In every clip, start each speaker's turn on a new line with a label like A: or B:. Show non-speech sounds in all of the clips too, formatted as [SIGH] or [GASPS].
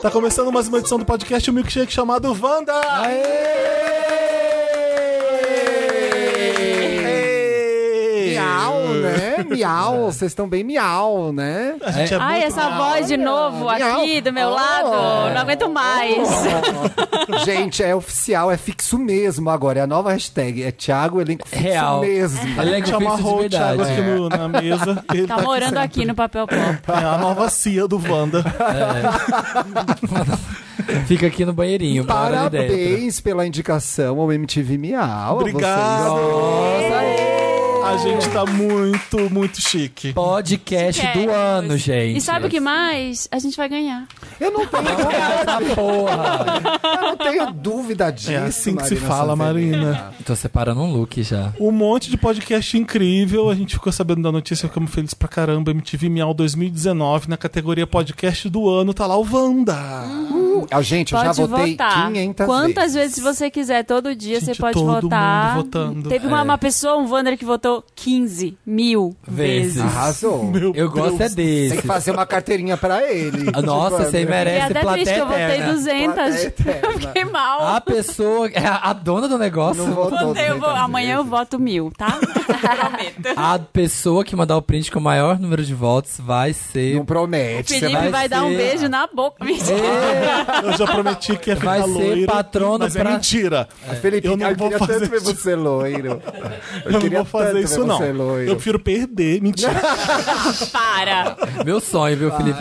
A: Tá começando mais uma edição do podcast O Milkshake chamado Wanda! Aê!
B: Miau,
A: É.
B: né? Miau, vocês estão bem miau, né?
A: A gente é
C: Ai,
A: muito-
C: essa voz de novo
B: legal.
C: aqui do meu
B: Oh.
C: lado. Não aguento mais.
B: Gente, é oficial, é fixo mesmo agora. É a nova hashtag. É Thiago Elenco Fixo
D: Real.
B: mesmo.
D: Ele é que
A: Chama
D: eu fiz isso
A: o
D: de
A: Thiago
D: verdade.
A: aqui
B: é.
A: no- na mesa. Ele
C: Tá morando aqui no papel pop.
A: É a nova CIA do Wanda.
D: É. Fica aqui no banheirinho. bora ali dentro.
B: Parabéns pela indicação ao MTV Miau. a
A: Obrigado!
B: vocês.
A: A gente tá muito, muito chique.
D: Podcast do
C: Queremos.
D: ano, gente.
C: E sabe o que mais? A gente vai ganhar.
B: Eu não tenho,
D: Essa porra!
B: eu não tenho dúvida disso.
A: É assim que se
B: Marina
A: fala,
B: Santelli.
A: Marina.
D: Tô separando um look já.
A: Um monte de podcast incrível. A gente ficou sabendo da notícia, ficamos felizes pra caramba. MTV Miau 2019, na categoria podcast do ano, tá lá o Wanda.
B: Uh, ah, gente, eu já
C: Pode
B: votei
C: votar.
B: 500
C: Quantas vezes você quiser, todo dia
A: Gente,
C: você pode
A: todo
C: votar.
A: mundo votando.
C: Teve uma,
D: É.
C: uma pessoa, um Wander, que votou 15 mil
D: Vezes.
C: vezes.
B: Arrasou.
D: Eu gosto é
B: Tem que
D: desse.
B: fazer uma carteirinha pra ele. Tipo,
D: Nossa, você
C: E é
D: merece
C: até triste que
D: plateia
C: eu votei
D: eterna.
C: 200.
B: Plateia
C: [LAUGHS] Eu fiquei mal.
D: A pessoa, é a a dona do negócio,
B: um Não votou.
C: Votei, eu vou-
B: 200
C: amanhã eu
B: vezes.
C: voto mil, tá? Prometo.
D: a pessoa que mandar o print com o maior número de votos vai ser...
B: Não promete.
C: Felipe
B: você vai-
C: vai, dar um
D: ser-
C: beijo na boca.
A: Eu já prometi que ia ficar
D: Vai ser
A: loiro,
D: patrono
A: mas é
D: pra-
A: mentira.
B: Felipe,
A: eu não
B: eu
A: vou
B: queria
A: fazer
B: tanto ver
A: isso.
B: você loiro.
A: [LAUGHS] Eu, não
B: queria
A: vou fazer
B: tanto
A: isso,
B: ver
A: não.
B: você loiro.
A: Eu prefiro perder. Mentira.
C: [LAUGHS] Para.
D: Meu sonho, viu, Felipe?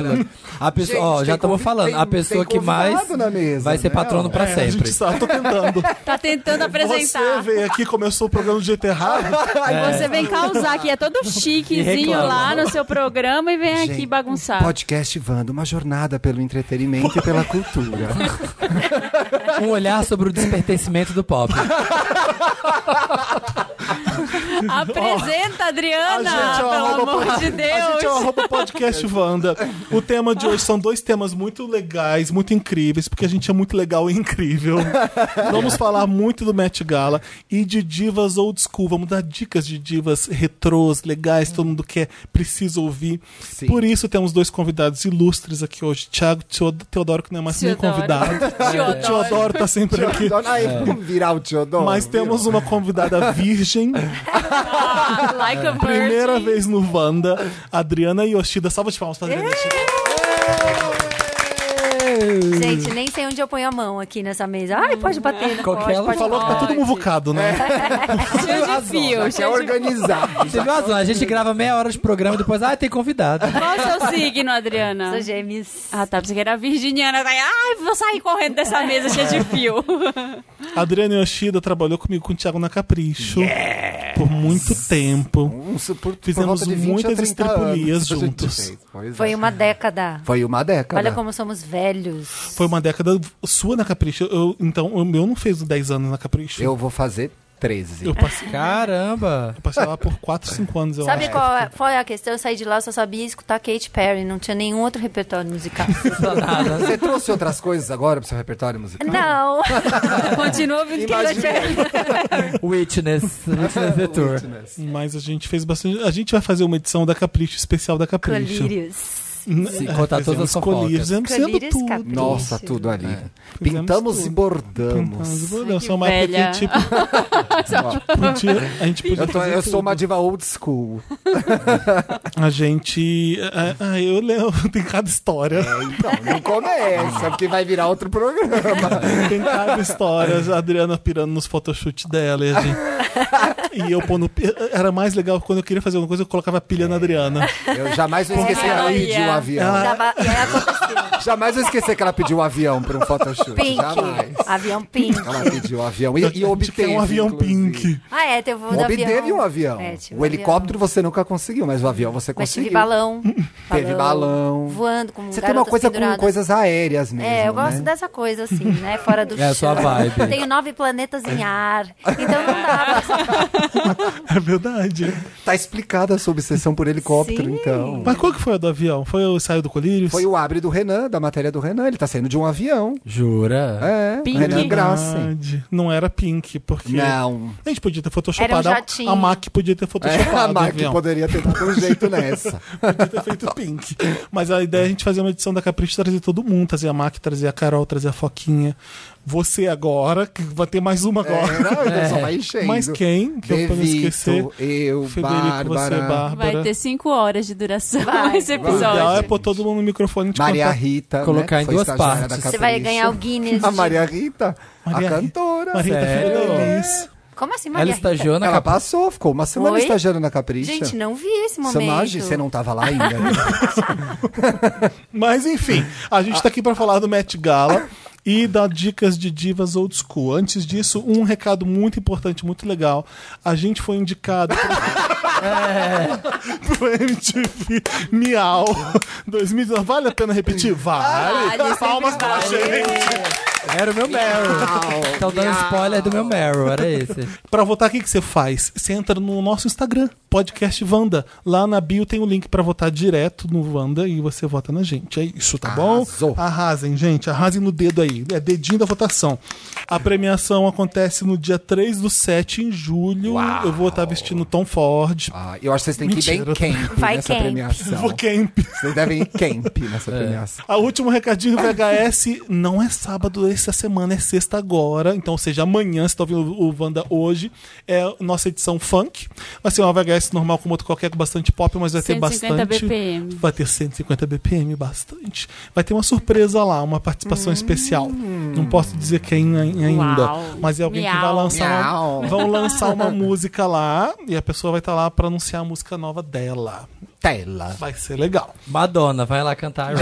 D: A pessoa,
B: Gente,
D: ó, já
B: tem
D: estamos
B: convi-
D: falando. A
B: tem-
D: pessoa
B: tem
D: que mais
B: convidado na mesa,
D: vai ser
B: né?
D: patrono pra
A: A gente
D: sempre.
A: sabe, tô tentando.
C: Tá tentando apresentar.
A: É, [LAUGHS] Você veio aqui, começou o programa do jeito errado.
C: Aí você vem causar, que é [LAUGHS] todo
D: E
C: chiquezinho
D: reclama.
C: lá no seu programa e vem aqui
B: Gente,
E: tá?
C: bagunçar.
B: Podcast Vanda, uma jornada pelo entretenimento e pela cultura.
A: [LAUGHS]
D: Um olhar sobre o despertencimento do pop.
B: [LAUGHS]
C: Apresenta, Adriana,
A: a gente é uma
C: pelo
A: roupa
C: amor de
A: A gente é o
C: Deus.
A: arroba podcast Wanda. O tema de hoje são dois temas muito legais, muito incríveis, porque a gente é muito legal e incrível. Vamos falar muito do Met Gala e de divas old school. Vamos dar dicas de divas retrôs, legais, todo mundo quer, precisa ouvir.
B: Sim.
A: Por isso temos dois convidados ilustres aqui hoje. Thiago Teod- Teodoro, que não é mais nem
C: Teodoro.
A: convidado. É,
C: Teodoro.
A: O Teodoro tá sempre aqui.
B: Aí, vamos virar o Teodoro.
A: É. Mas temos um- uma convidada virgem,
C: Ah, like a virgin.
A: primeira vez no Wanda, Adriana Yoshida. Salva de palmas pra Adriana
C: É.
A: Yoshida.
E: Gente, nem sei onde eu ponho a mão aqui nessa mesa. Ai, pode bater,
C: né? [LAUGHS]
E: não
D: Qualquer um
E: pode, pode,
D: ela
A: Falou que tá tudo muvucado, né?
C: Cheio de fio,
E: um-
B: É
C: cheio de...
E: [LAUGHS]
B: organizado.
D: Você viu a zona? A gente grava meia hora de programa e depois, ah, tem convidado.
C: Qual o seu signo, Adriana?
E: Sou gêmeos.
C: Ah, tá, pensei que era virginiana. Ai, ah, vou sair correndo dessa mesa cheia de fio.
A: Adriana Yoshida trabalhou comigo com o Thiago na Capricho por muito tempo.
B: Um su- por, por
A: Fizemos
B: volta de 20 a
A: muitas
B: 30
A: estripulias
B: anos que a gente
A: juntos.
B: fez. Pois
E: Foi
B: é.
E: uma década.
B: Foi uma década.
E: Olha como somos velhos.
A: Foi uma década sua na Capricho. Eu- então, o meu não fez 10 anos na Capricho.
B: Eu vou fazer 13.
A: Eu passei,
D: Caramba!
A: eu passei lá por 4, 5 anos, eu
E: Sabe
A: acho.
E: qual é- foi a questão? Eu saí de lá, eu só sabia escutar Katy Perry. Não tinha nenhum outro
B: [LAUGHS]
E: repertório musical.
B: Você trouxe outras coisas agora pro seu repertório musical?
E: não. [LAUGHS]
C: Continua ouvindo
B: Imagina.
C: que
D: Witness, Witness the Tour.
A: Mas a gente fez bastante. A gente vai fazer uma edição da Capricho, especial da Capricho.
E: Colírios.
D: Se contar Tá todas as fofocas.
A: Colírios, sendo
E: Colírios,
A: tudo.
E: Capricho.
B: Nossa, tudo ali.
A: É. Fizemos
B: Pintamos
A: tudo.
B: e bordamos.
A: Pintamos, Sou uma
C: Ai, que
A: época que, tipo, podia, a gente podia
B: Eu, tô-
A: fazer
B: eu sou
A: tudo.
B: uma diva old school.
A: A gente. ah, ah, eu lembro, [LAUGHS] tem cada história.
B: Então, Não, não começa, porque vai virar outro programa.
A: Tem cada história, a Adriana pirando nos photoshoots dela. E, a
E: [LAUGHS]
A: gente- e eu pondo. pi- Era mais legal quando eu queria fazer alguma coisa, eu colocava pilha na Adriana.
B: Eu jamais vou esquecer que ela
C: Olha.
B: pediu um avião.
E: Já ba- é, aconteceu.
B: Jamais vou esquecer que ela pediu um avião pra um photoshoot.
E: Pink.
B: Jamais.
E: Avião pink.
B: Ela pediu um avião. E, e
A: A gente
B: obteve.
A: quer um avião
B: inclusive.
A: pink.
E: Ah, é, teve um avião.
B: Obteve um avião.
E: É, tive
B: o
E: um
B: helicóptero você nunca conseguiu, mas o avião você
E: avião. Mas tive
B: conseguiu. Hum,
E: balão.
B: Teve balão.
E: Voando com
B: Você tem uma
E: garotas
B: coisa
E: penduradas.
B: com coisas aéreas mesmo.
E: É, eu gosto
B: né?
E: dessa coisa assim, né? Fora do
D: É a sua
E: chão.
D: vibe.
E: Tenho nove planetas em ar. Então não dá.
B: [LAUGHS]
E: pra-
A: É verdade.
B: Tá explicada a sua obsessão por helicóptero,
E: Sim.
B: então.
A: Mas qual que foi a do avião? Foi o ensaio do Colírios?
B: Foi o abre do Renan, da matéria do Renan. Ele tá saindo de um avião.
D: Jura?
B: É,
C: Pink.
B: Renan Graça.
A: Verdade. Não era Pink,
B: Ah,
A: porque.
B: Não.
A: A gente podia ter photoshopado.
E: Era um
A: a-
E: jatinho.
A: É, a Mac podia ter photoshopado.
B: É, a
A: o
B: Mac
A: avião.
B: poderia ter dado
A: [LAUGHS]
B: um jeito nessa.
A: Podia [LAUGHS] ter feito Pink. Mas a ideia é a gente fazer uma edição da Capricho trazer todo mundo, trazer a Mac, trazer a Carol, trazer a Foquinha. Você agora, que vai ter mais uma agora.
B: Não, ele só vai enchendo.
A: É. Mas quem? Que eu pra não
B: Devito,
A: esquecer. Federico,
B: eu,
A: você, é
B: Bárbara,
A: Bárbara.
C: [LAUGHS] Vai ter cinco horas de duração
E: Vai,
C: esse
A: O ideal é
C: episódio.
A: pôr todo mundo no microfone e te
B: Maria
A: cantar.
B: Rita.
D: Colocar
B: né, que
D: em
B: foi
D: duas
B: estagiária
D: partes.
B: da
E: Você vai
B: Capricho.
E: ganhar o Guinness.
B: A
E: de-
B: Maria Rita,
A: Maria
B: a
A: Rita.
B: cantora.
A: Maria Rita
D: Sério?
A: Feliz.
E: Como assim,
D: Ela
E: Maria Rita?
D: estagiou na
B: Ela
D: capa.
B: passou, ficou uma semana
E: Oi?
B: estagiando na Capricha.
E: Gente, não vi esse momento.
B: Samage, você não tava lá ainda. né?
A: [LAUGHS] Mas enfim, a gente tá aqui pra falar do Met Gala e dar dicas de divas old school. Antes disso, um recado muito importante, muito legal. A gente foi indicado pro, pro MTV Miau 2019. Vale a pena repetir?
C: Ah,
A: Vale.
E: Vale,
A: Palmas
E: sempre
A: pra
E: vale.
A: gente.
D: Era o meu Meryl. Estão dando spoiler do meu Meryl, era esse.
A: Pra votar, o que, que você faz? Você entra no nosso Instagram, podcast Wanda. Lá na bio tem o link pra votar direto no Wanda e você vota na gente. É isso, tá
B: Arrasou.
A: bom? Arrasem, gente. Arrasem no dedo aí. É dedinho da votação. A premiação acontece no dia 3 do 7, em julho. Eu vou estar vestindo Tom Ford.
B: Ah, eu acho que vocês têm
A: Mentira.
B: que ir bem camp
E: Vai
B: nessa
E: camp.
B: premiação.
A: Vou camp. É.
B: Vocês devem ir camp nessa premiação.
A: A último recadinho VHS não é sábado essa semana, é sexta agora. Então, ou seja, amanhã, se tá ouvindo o Wanda hoje, é a nossa edição funk. Vai ser uma VHS normal como outro qualquer, com bastante pop, mas vai ter
C: 150
A: bastante.
C: BPM.
A: Vai ter 150 BPM, bastante. Vai ter uma surpresa lá, uma participação especial. Não posso dizer quem ai- ainda.
C: Hum. Uau.
A: Mas é alguém que vai
C: Miau.
A: lançar. Uma,
B: Miau.
A: vão lançar uma música lá e a pessoa vai estar lá pra anunciar a música nova dela.
B: Tela.
A: Vai ser legal.
D: Madonna, vai lá cantar.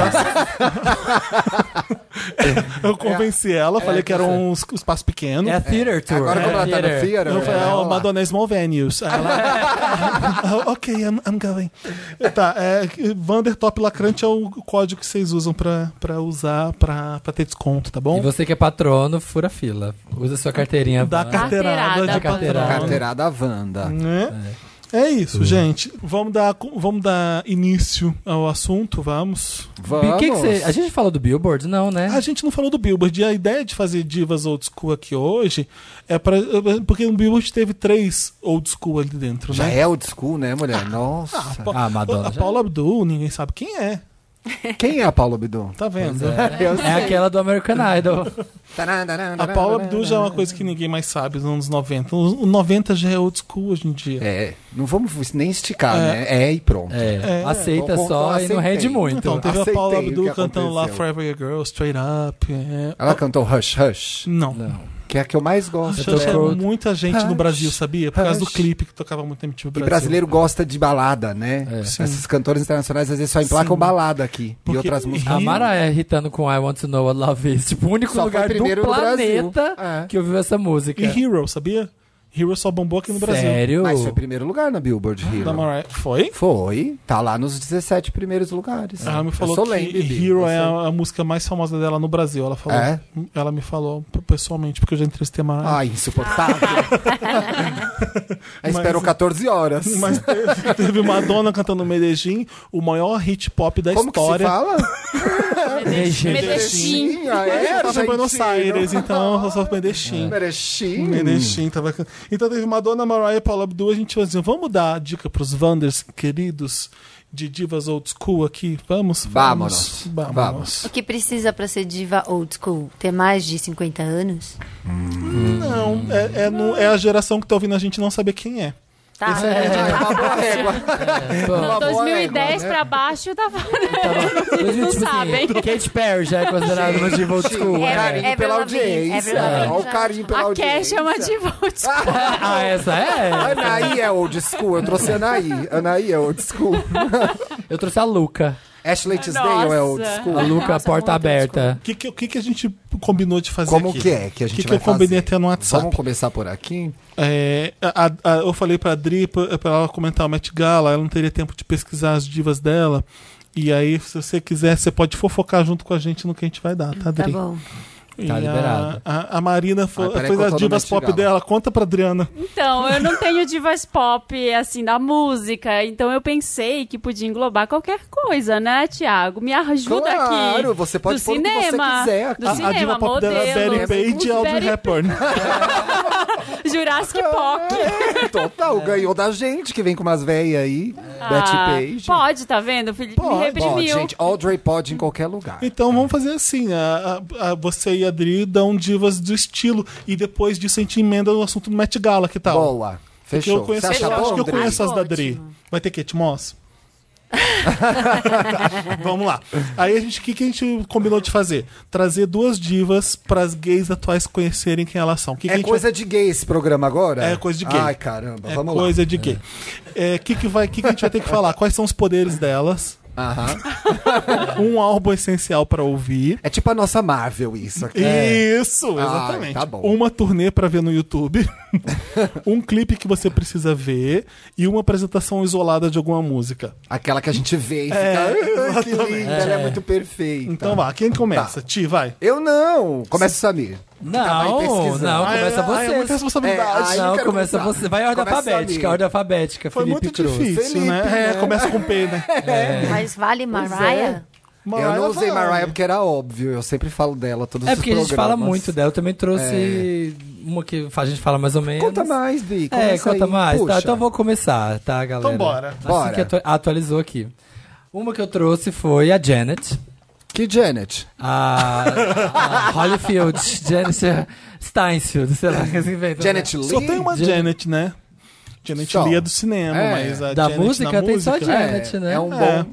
A: Eu convenci ela, falei que era um es- espaço pequeno.
D: É a Theater Tour.
B: Agora
D: é
B: como ela tá no
D: theater.
B: theater...
A: Eu falei,
B: ela-
A: oh, Madonna Small Venues. Aí Ela, "Oh, ok, I'm, I'm going. Tá, é, Vandertop Lacrante é o código que vocês usam pra, pra usar, pra, pra ter desconto, tá
D: E
A: bom?
D: você que é patrono, fura a fila. Usa sua carteirinha.
A: Dá
D: Wanda.
A: carteirada de
C: Carteirada,
A: patrão.
B: Carteirada Wanda.
A: Né? É
D: Hum.
A: isso, gente. Vamos dar, vamos dar início ao assunto, vamos.
B: Vamos.
D: O que que você- A gente falou do Billboard? Não, né?
B: É.
A: A gente não falou do Billboard. E a ideia de fazer divas old school aqui hoje é para porque o Billboard teve três old school ali dentro,
B: Já
A: né?
B: é old school, né, mulher? Nossa.
A: Pa-
D: Ah, Madonna
A: A
D: já-
B: é.
A: Paula Abdul, ninguém sabe quem é.
B: Quem é a Paula Bidon?
A: Tá vendo?
D: É aquela do American Idol.
A: [LAUGHS] A Paula
B: né?
A: Abdul já é uma coisa que ninguém mais sabe nos anos 90. O 90 já é old school hoje em dia.
B: É, não vamos nem esticar, né? É e pronto.
D: É,
A: É.
D: aceita
B: Então,
D: só
B: então
D: e não rende
B: aceitei.
D: muito.
A: Então, teve a
B: aceitei
A: Paula
B: o que
A: Abdul cantando lá
B: aconteceu.
A: Forever Your Girl, Straight Up. é.
B: Ela cantou Hush Hush,
A: Não.
B: que é a que eu mais gosto.
A: Xuxa era
D: tocou-
A: muita gente no
B: Hush,
A: Brasil, sabia? Por causa do
B: hush.
A: clipe que tocava muito na MTV
B: E
A: Brasil.
B: brasileiro gosta de balada, né? Esses cantores internacionais às vezes só emplacam balada aqui.
A: Porque-
B: E outras músicas.
D: A Mara é irritando com I Want to Know What Love Is. Tipo, o único
B: Só foi
D: lugar do
B: primeiro no Brasil.
D: planeta
B: É.
D: que ouviu essa música.
A: E Hero, sabia? Hero só bombou aqui no Brasil.
D: Sério?
B: Mas foi primeiro lugar na Billboard Hero.
A: Da Mariah. Foi?
B: Foi, tá lá nos 17 primeiros lugares.
A: Ela Ah, me
B: eu sou
A: falou que
B: lame, Bibi,
A: Hero
B: eu
A: é
B: sou-
A: a, a música mais famosa dela no Brasil. Ela falou.
B: É? Ah,
A: Ela me falou pessoalmente, porque eu já entrevistei a Mariah.
B: Ai, insuportável. Aí esperou 14 horas.
A: [LAUGHS] Mas teve, teve Madonna cantando Medellín, o maior hit pop da
B: Como
A: história.
B: que se fala?
D: Medellín.
C: Medellín.
B: Ah, é,
A: Eu tava em
B: gente,
A: Buenos Aires,
B: não-
A: então eu sou Medellín.
B: Merechim.
A: Medellín tava can- Então teve Madonna, Mariah e Paula Abdul. A gente falou assim: vamos dar a dica pros Wanders queridos de divas old school aqui? Vamos?
B: Vámonos.
A: Vamos.
B: Vamos.
E: O que precisa pra ser diva old school? Ter mais de 50 anos?
A: Não, é, é no- é a geração que tá ouvindo a gente não saber quem é.
E: Tá.
B: Ah, é uma boa régua.
D: Pô,
B: Uma boa
C: 2010
B: régua, né?
C: pra baixo tava. [LAUGHS]
D: Mas, tipo
C: não
D: assim,
C: sabem.
D: Katy Perry já é considerada uma [LAUGHS] diva old school.
E: É,
D: né?
E: é.
B: Carinho pela
E: Avril Lavigne,
B: audiência.
E: Avril Lavigne.
B: Olha o carinho pela
C: A Cash
B: audiência.
C: é uma diva.
B: [LAUGHS]
D: Ah, essa é?
B: Anaí é old school. Eu trouxe Anaí. Anaí é old school.
D: Eu trouxe a Luca.
B: Ashley Tisdale é old
C: Nossa.
D: A
B: school.
D: Luca, porta aberta.
A: O que, que, o que que a gente combinou de fazer
B: Como
A: aqui?
B: que é que a gente
A: que que
B: vai
A: eu combinei
B: fazer?
A: até no WhatsApp?
B: Vamos começar por aqui?
A: É, a- a- eu falei pra Dri pra pra ela comentar o Met Gala, ela não teria tempo de pesquisar as divas dela. E aí, se você quiser, você pode fofocar junto com a gente no que a gente vai dar, tá,
E: Tá
A: Dri?
E: bom.
A: E a-
D: liberado.
A: A, a Marina foi,
B: Ah, peraí
A: fez
B: que eu
A: as
B: tô no
A: divas
B: Met
A: pop
B: Gala.
A: dela. Conta pra Adriana.
C: Então, eu não tenho divas pop, assim, da música. Então, eu pensei que podia englobar qualquer coisa, né, Tiago? Me ajuda aqui.
B: Claro, você pode
C: do
B: pôr o que você
C: cinema,
B: quiser.
C: Do
A: a,
C: cinema,
A: a diva pop
C: modelo.
A: dela é Betty Page e Audrey
C: Betty-
A: Hepburn.
C: Jurassic Park.
B: É, total, ganhou da gente que vem com umas velhas aí.
D: Ah,
B: Betty Page.
C: Ah, Pode, tá vendo? O Felipe me
B: pode,
C: reprimiu.
B: gente. Audrey pode em qualquer lugar.
A: Então vamos fazer assim: a- a- a- você e a Adri dão divas do estilo e depois disso a gente emenda o assunto do Met Gala, que tal?
B: Boa.
A: é Que eu
B: Fechou.
A: conheço,
B: você acha
A: eu
B: bom,
A: acho que eu
B: Andrei?
A: conheço as da
E: Ótimo.
A: Dri. Vai ter Kate Moss? Vamos lá. Aí a gente, o que, que a gente combinou de fazer? Trazer duas divas para as gays atuais conhecerem quem elas são. O Que que a
B: É
A: gente
B: coisa de gay esse programa agora?
A: né? É coisa de gay.
B: Ai, caramba,
A: vai... é
B: vamos
A: coisa de gay. É, que que vai? Que que a gente vai ter que falar? Quais são os poderes delas?
B: lá. Aham.
A: Um álbum essencial para ouvir.
B: É tipo a nossa Marvel isso aqui.
A: Isso,
B: Ah,
A: exatamente.
B: tá bom.
A: Uma turnê pra ver no YouTube, [LAUGHS] um clipe que você precisa ver e uma apresentação isolada de alguma música.
B: Aquela que a gente vê e fica. "Ai, que linda, ela é muito perfeita.
A: É, Então vá, quem começa? Ti, vai.
B: Eu não. Começa o Samir. Vai
D: Não,
B: pesquisando.
D: não,
A: Ai,
D: começa
A: ai,
D: você.
A: é muita responsabilidade.
B: É, ai, eu
D: não,
B: quero
D: começa
B: começar.
D: você. Vai em ordem
B: Começa
D: alfabética,
B: ali.
D: ordem alfabética,
A: Foi
D: Felipe
A: muito
D: Cruz.
A: difícil,
B: Felipe,
A: né? É,
B: né?
A: começa com P, né?
B: É.
E: Mas vale Mariah?
B: eu
A: Mariah
B: não usei
A: vai.
B: Mariah porque era óbvio. Eu sempre falo dela todos
D: É
B: os
D: porque a gente fala
B: programas.
D: muito dela. Eu também trouxe uma que a gente fala mais ou menos.
B: É. Conta mais, Bi.
D: É,
B: começa
D: conta
B: aí.
D: mais. Tá,
B: Puxa.
D: então vou começar, tá, galera?
A: Então bora.
D: Assim
B: Bora.
D: que atu- atualizou aqui. Uma que eu trouxe foi a Janet.
B: Que Janet.
D: A, a Holyfield. Janet Steinsfield, sei lá, que eles inventam. né?
B: Janet Lee.
A: Só tem uma
D: Jan-
A: Janet, né? Janet
B: Só.
A: Lee é do cinema,
B: É.
A: mas a
D: Da
A: Janet
D: música
A: na
D: tem
A: música...
D: só a
B: É,
D: Janet, né? É
B: É um
A: É.
B: bom.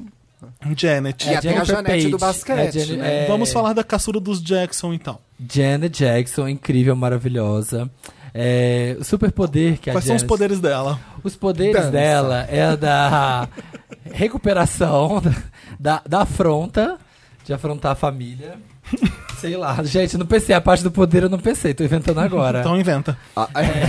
A: Janet.
B: E a- tem
D: Jennifer
B: Janete do basquete,
D: Jane-
B: né?
D: é,
A: Vamos falar da caçura dos Jackson, então.
D: Janet Jackson, incrível, maravilhosa. É, o superpoder que
A: Quais
D: a
A: são os
D: Janet-
A: poderes dela?
D: Os poderes
B: Dança.
D: dela é a da recuperação, da, da afronta, de afrontar a família. Sei lá, gente, não pensei. A parte do poder eu não pensei, tô inventando agora.
A: Então inventa.
B: Ah, é.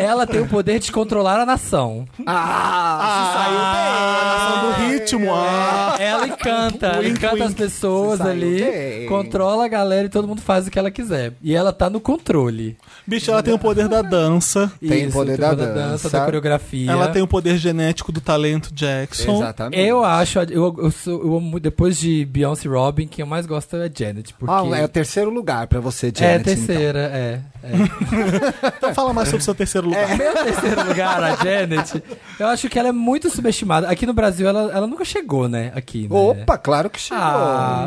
A: [LAUGHS]
D: Ela tem o poder de controlar a nação.
B: Ah,
A: Ah, do ritmo. Ah,
D: Ela encanta,
A: Wink,
D: encanta as
A: wink.
D: pessoas
B: Saiu
D: ali,
B: bem.
D: controla a galera e todo mundo faz o que ela quiser. E ela tá no controle.
A: Bicho, ela tem o poder da dança.
B: Tem
D: Isso,
B: poder
D: tem
B: da dança.
D: da coreografia.
A: Ela tem um- o poder genético do talento Jackson.
B: Exatamente.
D: Eu acho, eu, eu sou, eu amo, depois de Beyoncé e Robin, quem eu mais gosto é a Janet, porque...
B: Ah, é o terceiro lugar pra você, Janet.
D: É,
B: então.
D: terceira, é. é.
A: Então fala mais sobre o seu terceiro lugar.
D: Meu terceiro lugar, a Janet, eu acho que ela é muito subestimada. Aqui no Brasil, ela, ela nunca chegou, né? Aqui, né?
B: então. Opa, claro que chegou.
D: Ah,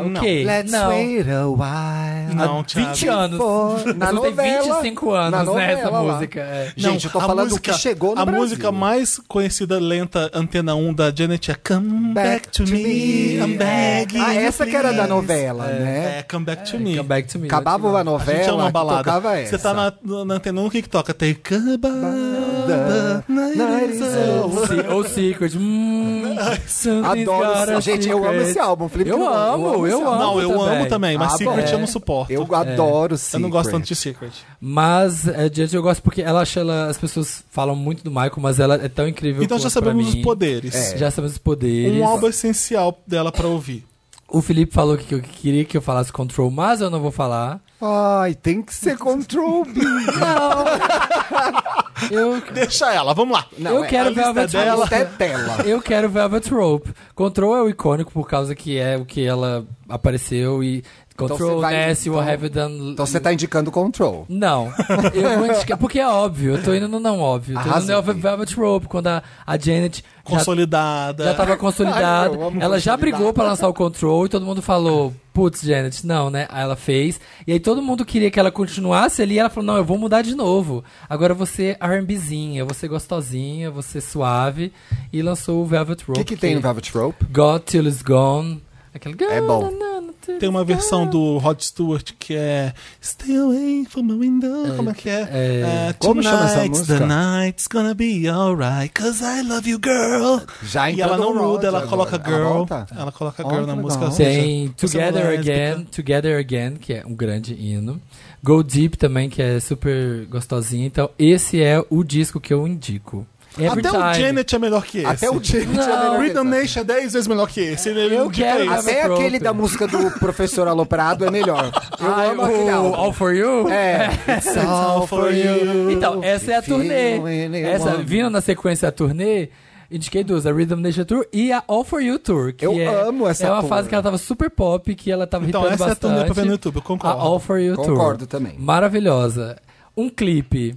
A: É. Não.
D: ok.
B: Let's
D: não.
B: wait a while.
A: Não,
D: Há
A: Thiago.
D: 20 anos.
B: For- na
D: Ela tem
B: novela-
D: 25
B: na
D: anos, né?
B: novela
D: Essa
B: lá.
D: música. é.
A: Não,
B: Gente, eu tô
A: a
B: falando
A: música-
B: o que chegou no
A: A
B: Brasil.
A: música mais conhecida, lenta, antena 1 da Janet é Come Back, to, Me, I'm begging
B: Ah,
A: you,
B: essa que era da
A: please."
B: novela, né?
A: É, Come Back to Me.
D: Come back to me. né?
B: Acabava a
A: A gente
B: novela,
A: é uma
B: que
A: balada.
B: tocava essa.
A: Você tá na, na- na antena 1, o que que toca? Tem Cabada,
B: Night is over.
D: Ou Se- Ou Secret.
B: [LAUGHS]
D: Hum, something's got
B: Adoro
D: a
B: esse... Gente, eu amo
D: secret.
B: esse álbum. Felipe
D: Eu
B: não ama,
D: amo,
B: esse
D: eu
B: álbum.
A: Não, eu
D: também.
A: amo também, mas
B: Ah,
A: Secret
D: bom.
A: eu não suporto.
B: Eu adoro Secret.
A: É, Eu não gosto tanto de Secret.
D: Mas é, Janet eu gosto porque ela acha ela. As pessoas falam muito do Michael, mas ela é tão incrível.
A: Então já
D: quanto pra
A: sabemos os
D: mim.
A: poderes.
B: É.
D: Já sabemos os poderes.
A: Um álbum essencial dela pra ouvir.
D: O Felipe falou que, que queria que eu falasse Control, mas eu não vou falar.
B: Ai, tem que ser Control
D: [LAUGHS]
B: B.
D: Não! eu
A: Deixa ela, vamos lá.
B: Não,
D: eu
B: é,
D: quero
B: a
D: ver a
A: lista
D: Velvet
B: lista
A: dela.
B: é tela.
D: Eu quero Velvet Rope. Control é o icônico por causa que é o que ela apareceu e Control,
B: você vai-
D: Nasty, What
B: então-
D: Have You Done...
B: Então você tá indicando Control.
D: Não. Eu vou indicar, porque é óbvio. Eu tô indo no não óbvio. Eu tô indo no
B: Arrasou,
D: Velvet-
B: Gui.
D: Velvet Rope, quando a, a Janet já,
A: Consolidada.
B: tá
D: já tava consolidada.
B: Ai, eu amo
D: ela já
B: consolidada.
D: brigou pra lançar o Control e todo mundo falou... Putz, Janet, não, né? Aí ela fez. E aí todo mundo queria que ela continuasse ali. E ela falou: Não, eu vou mudar de novo. Agora você RBzinha, você gostosinha, você suave. E lançou o Velvet
B: O
D: Rope.
B: que, que tem no Velvet Rope?
D: God Till It's Gone. Aquele
B: É bom.
A: Tem uma versão do Rod Stewart que é Stay away from my window.
D: É,
A: como é que é?
D: é,
A: É,
B: como chama essa
A: "Tonight's
B: música?
A: The night's gonna be alright, cause I love you, girl.
B: Já
A: e ela
B: entrando
A: não
B: o
A: muda, ela
B: Rod
A: coloca
B: agora. Ela
A: girl.
B: volta?
A: Ela, coloca
B: Olha
A: girl
B: que
A: na
B: legal.
A: música. ou seja,
D: Tem
A: você não é
D: Together
A: lésbica.
D: Again, Together Again, que é um grande hino. Go Deep também, que é super gostosinho. Então, esse é o disco que eu indico. Every
A: Até o
D: time.
A: Janet é melhor que esse.
B: Até o Janet é
D: Não.
B: melhor que
A: Rhythm
B: esse.
A: Nation é 10 vezes melhor que esse. né? Eu
D: quero
A: isso?
B: Até
D: Pronto.
B: aquele da música do professor Aloprado é melhor. Eu
D: Ai,
B: amo aquele
D: o
B: álbum.
D: All For You?
B: É.
A: It's all for you.
D: Então, essa é a turnê. Essa, vindo na sequência a turnê, indiquei duas, a Rhythm Nation Tour e a All For You Tour. Que
B: Eu
D: é,
B: amo essa
D: É uma
B: tour.
D: fase que ela tava super pop, que ela tava
A: Então,
D: hitando
A: essa é a
D: bastante.
A: turnê pra ver no YouTube, eu concordo.
D: A All For You Tour.
B: Concordo também.
D: Maravilhosa. Um clipe.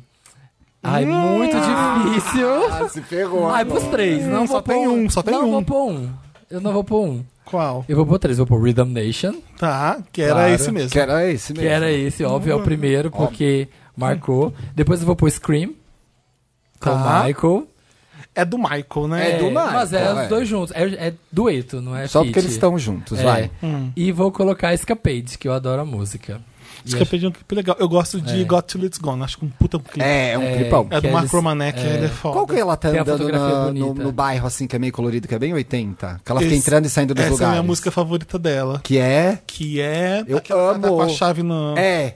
D: Ai, muito difícil.
B: Hum. Ah, se ferrou.
D: Ai, pros três. Não
A: só
D: vou
A: tem
D: pôr
A: um, só tem
D: não,
A: um.
D: Não, vou pôr um. Eu não vou pôr um.
A: Qual?
D: Eu vou pôr três. Vou pôr Rhythm Nation,
A: Tá, que era
D: Claro.
A: esse mesmo.
B: Que era esse
D: que
B: mesmo.
D: era esse, óbvio, é o primeiro, porque marcou. Depois eu vou pôr Scream, com o
A: Tá.
D: Michael.
A: É do Michael, né?
B: É do Michael,
D: Mas é,
B: é.
D: os dois juntos. É, é dueto, não é
B: Só
D: feat.
B: porque eles estão juntos,
D: É.
B: vai.
D: E vou colocar Escapade, que eu adoro a música.
A: Escapei de um clipe legal. Eu gosto de
D: É.
A: Got Till It's Gone. Acho que um puta clipe. É,
B: É, é um
D: É.
B: clipão.
A: do
D: que
A: Mark
D: eles-
A: Romanek,
D: é.
A: ele é foda.
B: Qual que ela tá
D: Tem a
B: andando
D: fotografia
B: na- no,
D: bonita.
B: no bairro, assim, que é meio colorido, que é bem 80? Que ela
A: Esse-
B: fica entrando e saindo dos
A: Essa é
B: lugares.
A: a minha música favorita dela.
B: Que é...
A: Que é.
B: Eu
A: aquela que tá
B: amo.
A: Com a chave na.
B: É,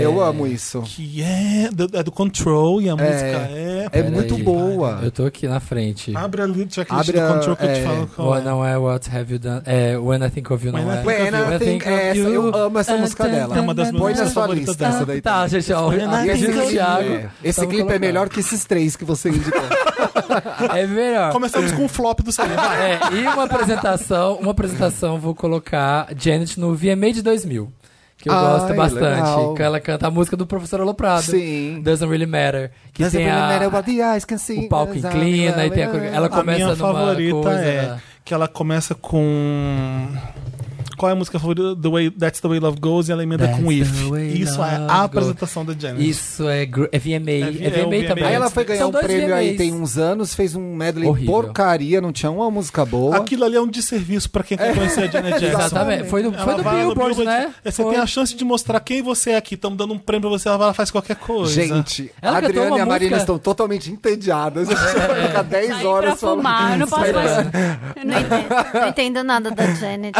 B: eu amo isso.
A: Que é. do- é do Control e a música é.
B: É
D: Pera
B: muito
D: aí.
B: boa.
D: Eu tô aqui na frente.
A: Abre a lead checklist
B: Abre
A: do
B: a-
A: Control que eu te
B: é.
A: falo Ah, qual
D: Ou
A: é.
D: não é What Have You Done? É When I Think of You, não
A: When I
D: é?
A: Think
B: When I Think- é, essa- eu amo
D: Ah,
B: essa música dela.
A: É uma das minhas
B: Põe na
A: músicas
B: sua
A: favoritas
B: lista
A: dela.
B: essa daí Ah,
D: Tá, gente, ó.
A: When I
D: a
B: E esse
A: Think
D: dica
A: of
D: do
A: You.
D: Thiago.
B: clipe, esse
D: Tamo
B: clipe é
D: colocando.
B: melhor que esses três que você indicou.
D: É melhor.
A: Começamos com o flop do
D: [LAUGHS]
A: Saia. vai.
D: É, e uma apresentação, uma apresentação, vou colocar Janet no VMA de 2000. Que eu
B: Ai,
D: gosto bastante.
B: legal.
D: Que ela canta a música do Professor Aloprado.
B: Sim.
D: Doesn't Really Matter. Que
B: Doesn't
D: tem a-
B: really matter what the eyes can see.
D: o palco inclina
B: ah,
D: e tem a... coreografia. Ela
A: A
D: começa
A: minha
D: numa
A: favorita
D: coisa...
A: é que ela começa com. Qual é a música favorita? The way, That's the Way Love Goes e ela emenda
D: That's
A: com
D: the
A: If.
D: way
A: Isso é
D: love
A: a
D: goes.
A: apresentação da Janet.
D: Isso, é, gr- é VMA.
A: vi-
D: É, VMA,
A: é o VMA.
D: também.
B: Aí ela foi ganhar
D: São
B: um
D: dois
B: prêmio aí
D: VMAs.
B: tem uns anos, fez um medley
D: Horrível.
B: porcaria, não tinha uma música boa.
A: Aquilo ali é um desserviço pra quem quer conhecer a
D: [LAUGHS]
A: Janet Jackson.
D: É. Exatamente. Foi do,
A: Ela
D: foi do
A: vai lá no
D: Billboard, né?
A: É, Você
D: Foi.
A: tem a chance de mostrar quem você é aqui. Estamos dando um prêmio pra você, ela vai lá e faz qualquer coisa.
D: né?
B: Gente,
D: Ela
B: a
D: cantou
B: Adriana
D: uma
B: e a Marina
D: música- É,
B: estão totalmente entediadas. A gente vai ficar 10
C: Saí pra
B: horas [LAUGHS]
C: fumar, eu não posso mais. Eu não entendo.
B: é.
E: Não entendo nada da
B: [LAUGHS]
E: Janet.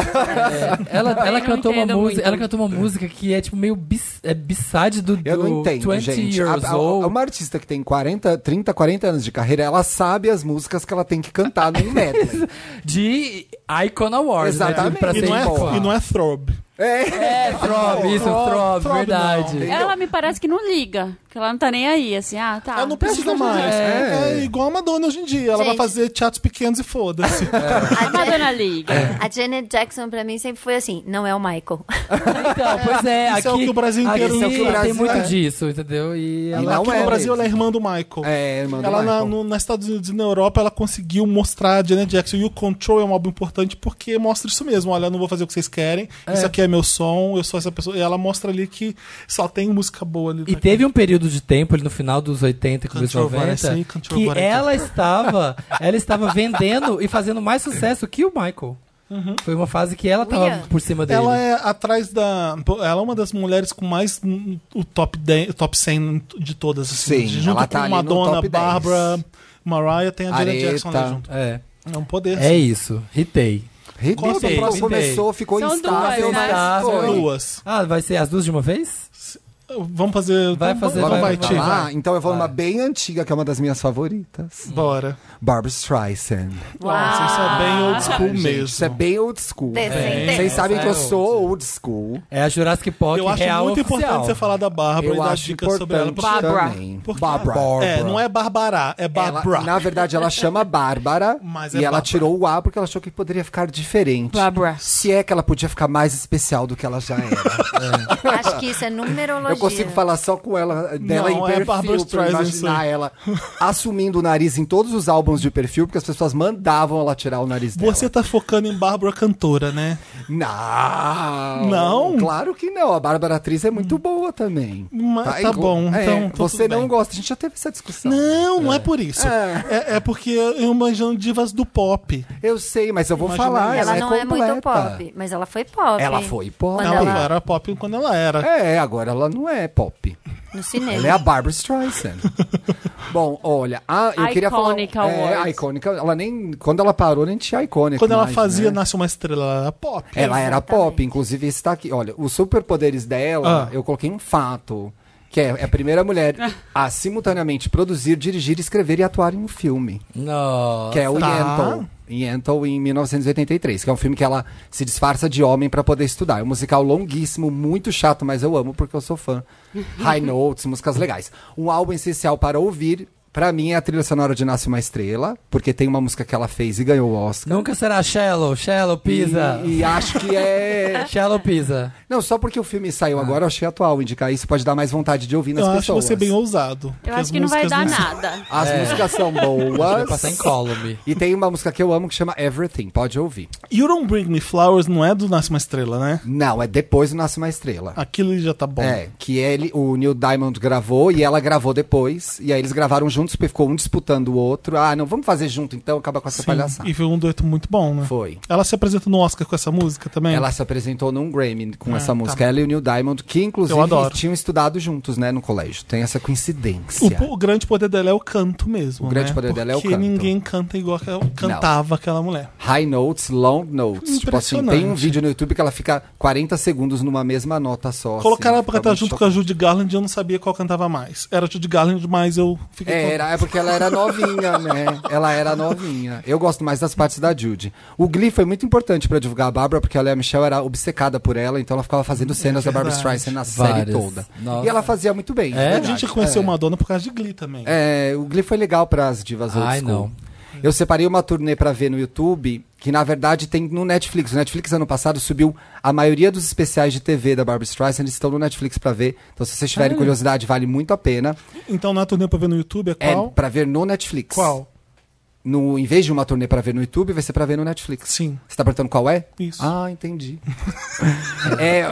D: É, ela, ela,
C: não
D: cantou uma
C: entendo
D: música,
C: muito.
D: ela cantou uma música que é tipo meio bis, é bissade do,
B: Eu
D: do
B: não entendo,
D: 20
B: gente. A-
D: Years
B: a-
D: Old.
B: uma artista que tem 40, 30, 40 anos de carreira, ela sabe as músicas que ela tem que cantar num
D: [LAUGHS]
B: medley.
D: de Icon Awards,
B: Exatamente.
D: né? Tudo pra
A: E
D: ser
A: não,
D: ícone.
A: é, e não é Throb.
B: É.
D: É, Throb, isso,
A: Throb,
D: Throb,
A: Throb,
D: verdade.
B: não.
C: Ela me parece que não liga, que ela não tá nem aí, assim, ah, tá.
A: Ela não precisa mais. É.
B: É.
A: igual a Madonna hoje em dia. Ela vai
E: Gente.
A: fazer teatros pequenos e
B: [LAUGHS]
A: foda-se.
B: É,
E: A
C: A
E: Janet,
C: Madonna liga.
E: a Janet Jackson, pra mim, sempre foi assim. Não é o
B: [LAUGHS]
E: Michael.
D: Então, pois é,
A: Isso
D: aqui,
A: é o que o Brasil inteiro-
D: aqui
B: Isso é o que o
D: tem
B: Brasil
D: muito
B: é.
D: disso, entendeu? E ela-
B: não
A: aqui
B: é
A: no Brasil
B: mesmo.
A: ela é irmã do Michael.
B: É, irmã do
A: Ela na,
B: Michael.
A: no, nos Estados Unidos e na Europa ela conseguiu mostrar a Janet Jackson. E o Control é um álbum importante porque mostra isso mesmo. Olha, eu não vou fazer o que vocês querem. Isso aqui é meu som, eu sou essa pessoa. E ela mostra ali que só tem música boa ali.
D: E
A: naquele-
D: teve um período de tempo, ali no final dos 80 e começo dos
A: Control
D: 90,
A: Vanessa, Control então.
D: que
A: Vanessa.
D: ela estava, ela estava vendendo e fazendo mais sucesso que o Michael. Foi uma fase que ela tava
E: Uia.
D: por cima dele.
A: Ela é atrás da. pô, Ela é uma das mulheres com mais hum, o top, 10, top 100 de todas. Assim,
B: Sim,
A: junto
B: ela tá
A: com
B: ali no
A: Madonna,
B: top 10.
A: Bárbara, Mariah, tem a Janet
B: Aretha.
A: Jackson ali junto.
D: É,
A: É um poder.
D: é isso. Hitei.
B: Ridículo,
A: Contei,
B: ela
D: contei.
B: começou, ficou
C: São
B: instável,
C: duas, né?
B: mas
D: Instável.
B: foi.
A: Duas.
D: Ah, vai ser as duas de uma vez?
A: Vamos fazer.
D: Vai
A: então,
D: fazer,
A: Vamos, vai,
D: vai, vai,
A: Ti.
D: vai.
B: Ah, então eu vou numa bem antiga, que é uma das minhas favoritas.
A: Bora.
B: Barbra Streisand.
A: Nossa, isso é bem old school
B: Gente,
A: mesmo.
B: Isso é bem old school.
E: Descendente.
B: Vocês sabem
D: Essa
B: que eu
D: é old.
B: sou old school.
D: É a Jurassic Pop
A: Eu acho
D: real
A: muito
D: oficial.
A: importante você falar da Bárbara e
B: Eu
A: dar
B: acho
A: dicas
B: importante
A: sobre ela. porque-
C: Barbara.
B: também.
A: Por quê?
B: Bárbara.
A: É, não é Barbará, é
B: Ela-
A: Barbara.
B: na verdade, ela chama Bárbara
A: [LAUGHS] Mas é
B: e ela
A: Bárbara.
B: tirou o A porque ela achou que poderia ficar diferente.
C: Bárbara.
B: Se é que ela podia ficar mais especial do que ela
A: [LAUGHS]
B: já era.
E: Acho que isso é numerologia.
B: Eu consigo falar só com ela,
A: Não,
B: dela em
A: é
B: perfil,
A: Barbra
B: pra eu
A: Streisand, isso
B: imaginar
A: aí.
B: ela assumindo o nariz em todos os álbuns de perfil, porque as pessoas mandavam ela tirar o nariz dela.
A: Você tá focando em Bárbara cantora, né?
B: Não!
A: Não?
B: Claro que não. A Bárbara atriz é muito boa também.
A: Mas tá
B: Inclu-
A: bom,
B: É,
A: então, tá
B: você
A: tudo
B: não
A: bem.
B: gosta. A gente já teve essa discussão.
A: Não, não é por isso. É, é porque eu imagino divas do pop.
B: Eu sei, mas eu vou
A: Imagina
B: falar.
A: isso.
E: Ela
B: Ela,
E: não é muito
B: completa.
E: pop, mas ela foi pop.
B: Ela foi pop.
E: Quando
A: Ela,
E: ela-
A: era pop quando ela era.
B: É, agora ela não é pop.
E: no cinema.
B: Ela é a Barbara
A: [LAUGHS]
B: Streisand. Bom, olha, a, eu queria falar.
C: Iconic
B: É,
C: Award.
B: a icônica. Ela nem quando ela parou nem tinha icônica.
A: Quando ela
B: mais,
A: fazia
B: né?
A: Nasce uma Estrela, ela era pop.
B: Ela era
E: Exatamente.
B: tá pop, inclusive está aqui. Olha, os superpoderes dela,
A: Ah.
B: eu coloquei um fato. que é a primeira mulher a simultaneamente produzir, dirigir, escrever e atuar em um filme.
D: Nossa.
B: que é o
A: Tá.
B: Yentl. Yentl em 1983, que é um filme que ela se disfarça de homem pra poder estudar. É um musical longuíssimo, muito chato, mas eu amo porque eu sou fã. High notes, músicas legais. Um álbum essencial para ouvir, pra mim, é a trilha sonora de Nasce uma Estrela, porque tem uma música que ela fez e ganhou o Oscar.
D: Nunca será Shallow, Shallow Pisa.
B: E, e acho que é.
D: Shallow Pisa.
B: Não, só porque o filme saiu agora, eu achei atual indicar isso. Pode dar mais vontade de ouvir nas
A: Ah. Eu acho
B: pessoas.
A: você bem É. ousado. porque
C: Eu
A: É as
C: acho que não vai
A: músicas
C: dar
A: são-
C: nada.
B: As músicas
A: [LAUGHS]
B: são
D: Vai
B: boas.
D: passar em Column.
B: E tem uma música que eu amo que chama Everything. Pode ouvir.
A: You Don't Bring Me Flowers não é do Nasce Uma Estrela, né?
B: Não, é depois do Nasce uma Estrela.
A: Aquilo já tá bom.
B: É, que ele, o Neil Diamond gravou e ela gravou depois. E aí eles gravaram juntos, porque ficou um disputando o outro. Ah, não, vamos fazer junto então, acaba com essa
A: Sim,
B: palhaçada.
A: E foi um dueto muito bom, né?
B: Foi.
A: Ela se apresentou no Oscar com essa música também?
B: Ela se apresentou num Grammy com
A: Ah,
B: essa
A: tá.
B: música, ela e o Neil Diamond, que inclusive
A: Eu adoro.
B: tinham estudado juntos, né, no colégio. Tem essa coincidência.
A: O, po- o grande poder dela é o canto mesmo.
B: O grande
A: né?
B: poder dela é o
A: Porque
B: canto.
A: ninguém canta igual que ela cantava aquela mulher.
B: High notes, long notes. Tipo assim,
A: Impressionante.
B: tem um vídeo no YouTube que ela fica 40 segundos numa mesma nota só.
A: Colocaram
B: assim,
A: ela pra cantar
B: fica
A: junto
B: muito
A: com a Judy Garland e eu não sabia qual cantava mais. Era Judy Garland, mas eu fiquei.
B: É,
A: com-
B: era, é porque ela
A: [LAUGHS]
B: era novinha, né? Ela era novinha. Eu gosto mais das partes da Judy. O Glee foi muito importante pra divulgar a Barbara, porque ela e a Michelle era obcecada por ela, então ela ficava fazendo cenas da Barbara
A: É verdade.
B: Streisand na série
D: Várias.
B: toda.
D: Nossa.
B: E ela fazia muito bem. de
D: É?
A: A
B: verdade.
A: gente conheceu Madonna por causa de Glee também.
B: É, o Glee foi legal pras divas old
D: Ai,
B: school.
D: não.
B: Eu separei uma turnê pra ver no YouTube, que na verdade tem no Netflix. O Netflix ano passado subiu a maioria dos especiais de TV da Barbara Streisand, eles estão no Netflix pra ver. Então se vocês tiverem curiosidade, vale muito a pena.
A: Então na turnê pra ver no YouTube é
B: É
A: qual?
B: pra ver no Netflix.
A: Qual?
B: no, em vez de uma turnê pra ver no YouTube, vai ser pra ver no Netflix.
A: Sim.
B: Você tá perguntando qual é?
A: Isso.
B: Ah, entendi. É,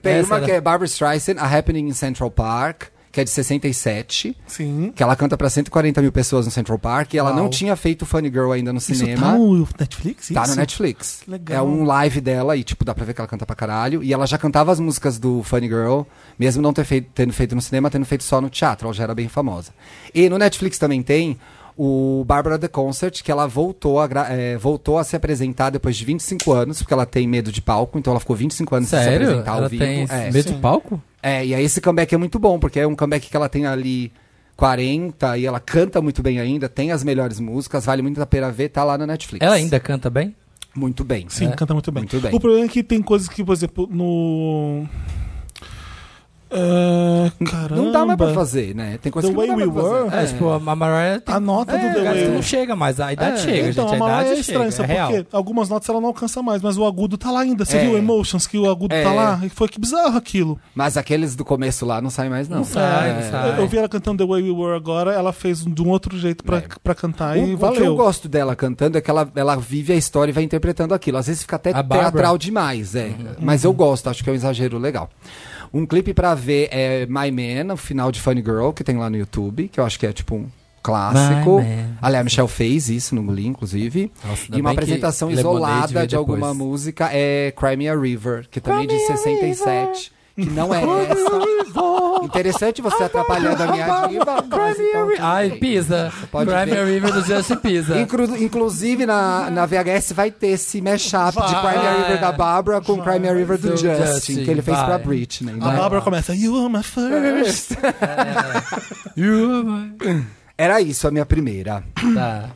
B: tem
D: Essa
B: uma
D: era-
B: que é Barbara Streisand, A Happening in Central Park, que é de 67.
A: Sim.
B: Que ela canta pra 140 mil pessoas no Central Park. E ela
A: Uau.
B: não tinha feito Funny Girl ainda no
A: Isso
B: cinema.
A: tá no Netflix?
B: Tá
A: isso?
B: no Netflix.
A: Que legal.
B: É um live dela e, tipo, dá pra ver que ela canta pra caralho. E ela já cantava as músicas do Funny Girl, mesmo não ter feito, tendo feito no cinema, tendo feito só no teatro. Ela já era bem famosa. E no Netflix também tem o Barbara The Concert, que ela voltou a, gra- eh, voltou a se apresentar depois de 25 anos, porque ela tem medo de palco, então ela ficou 25 anos sem se
D: Sério?
B: apresentar
D: Ela
B: ao vivo.
D: tem
B: É.
D: medo de palco?
B: É, e aí esse comeback é muito bom, porque é um comeback que ela tem ali 40 e ela canta muito bem ainda, tem as melhores músicas, vale muito a pena ver, tá lá no Netflix.
D: Ela ainda canta bem?
B: Muito bem. né?
A: Sim, canta muito bem.
B: Muito bem.
A: O problema é que tem coisas que, por exemplo, no. É, caramba.
B: Não dá mais pra fazer, né? Tem coisa
A: The
B: que não
A: way we
B: dá mais pra fazer.
A: were. né?
D: É, tipo, a Mariah tem...
A: A nota do The
D: Cara,
A: Way
D: isso
A: We
D: não chega mais, a idade
B: É,
D: chega,
A: então,
D: gente.
A: a
D: A
A: Mariah
D: idade
A: é estranha,
D: chega, é
A: sabe
D: real.
A: por quê? Algumas notas ela não alcança mais, mas o agudo tá lá ainda. Você
B: É.
A: viu Emotions, que o agudo tá
B: É.
A: lá? E foi que bizarro aquilo.
B: Mas aqueles do começo lá não saem mais, não.
D: Não sai, não
B: É.
D: sai.
A: Eu, eu vi ela cantando The Way We Were agora, ela fez de um outro jeito pra, pra cantar
B: É.
A: e
B: O, o que eu
A: valeu.
B: gosto dela cantando é que ela, ela vive a história e vai interpretando aquilo. Às vezes fica até
D: A Bárbara. Uhum.
B: teatral demais, é. Mas eu gosto, acho que é um exagero legal. Um clipe pra ver é My Man, o final de Funny Girl, que tem lá no YouTube, que eu acho que é tipo um clássico.
D: My Man.
B: Aliás, a Michelle fez isso no Glee, inclusive.
D: Nossa, ainda
B: e uma
D: bem que
B: apresentação
D: Lemonade
B: isolada
D: veio
B: de alguma
D: depois.
B: música é Cry Me a River, que também é de 67. Que não é essa. Interessante você atrapalhando
D: tá
B: a minha diva. mas então tudo
D: Ai,
B: bem.
D: Pisa.
B: Pode
D: Crime
B: ver.
D: River do Justin Pisa.
B: Inclu- inclusive na, na VHS vai ter esse mashup de
D: Vai.
B: Crime River da Bárbara com Crime River do,
D: Do
B: Justin,
D: Justin,
B: que ele fez
D: vai. Ah.
B: pra Britney.
A: A
B: né?
A: Bárbara começa, You are my first.
D: You are my-
B: Era isso a minha primeira.
D: Tá.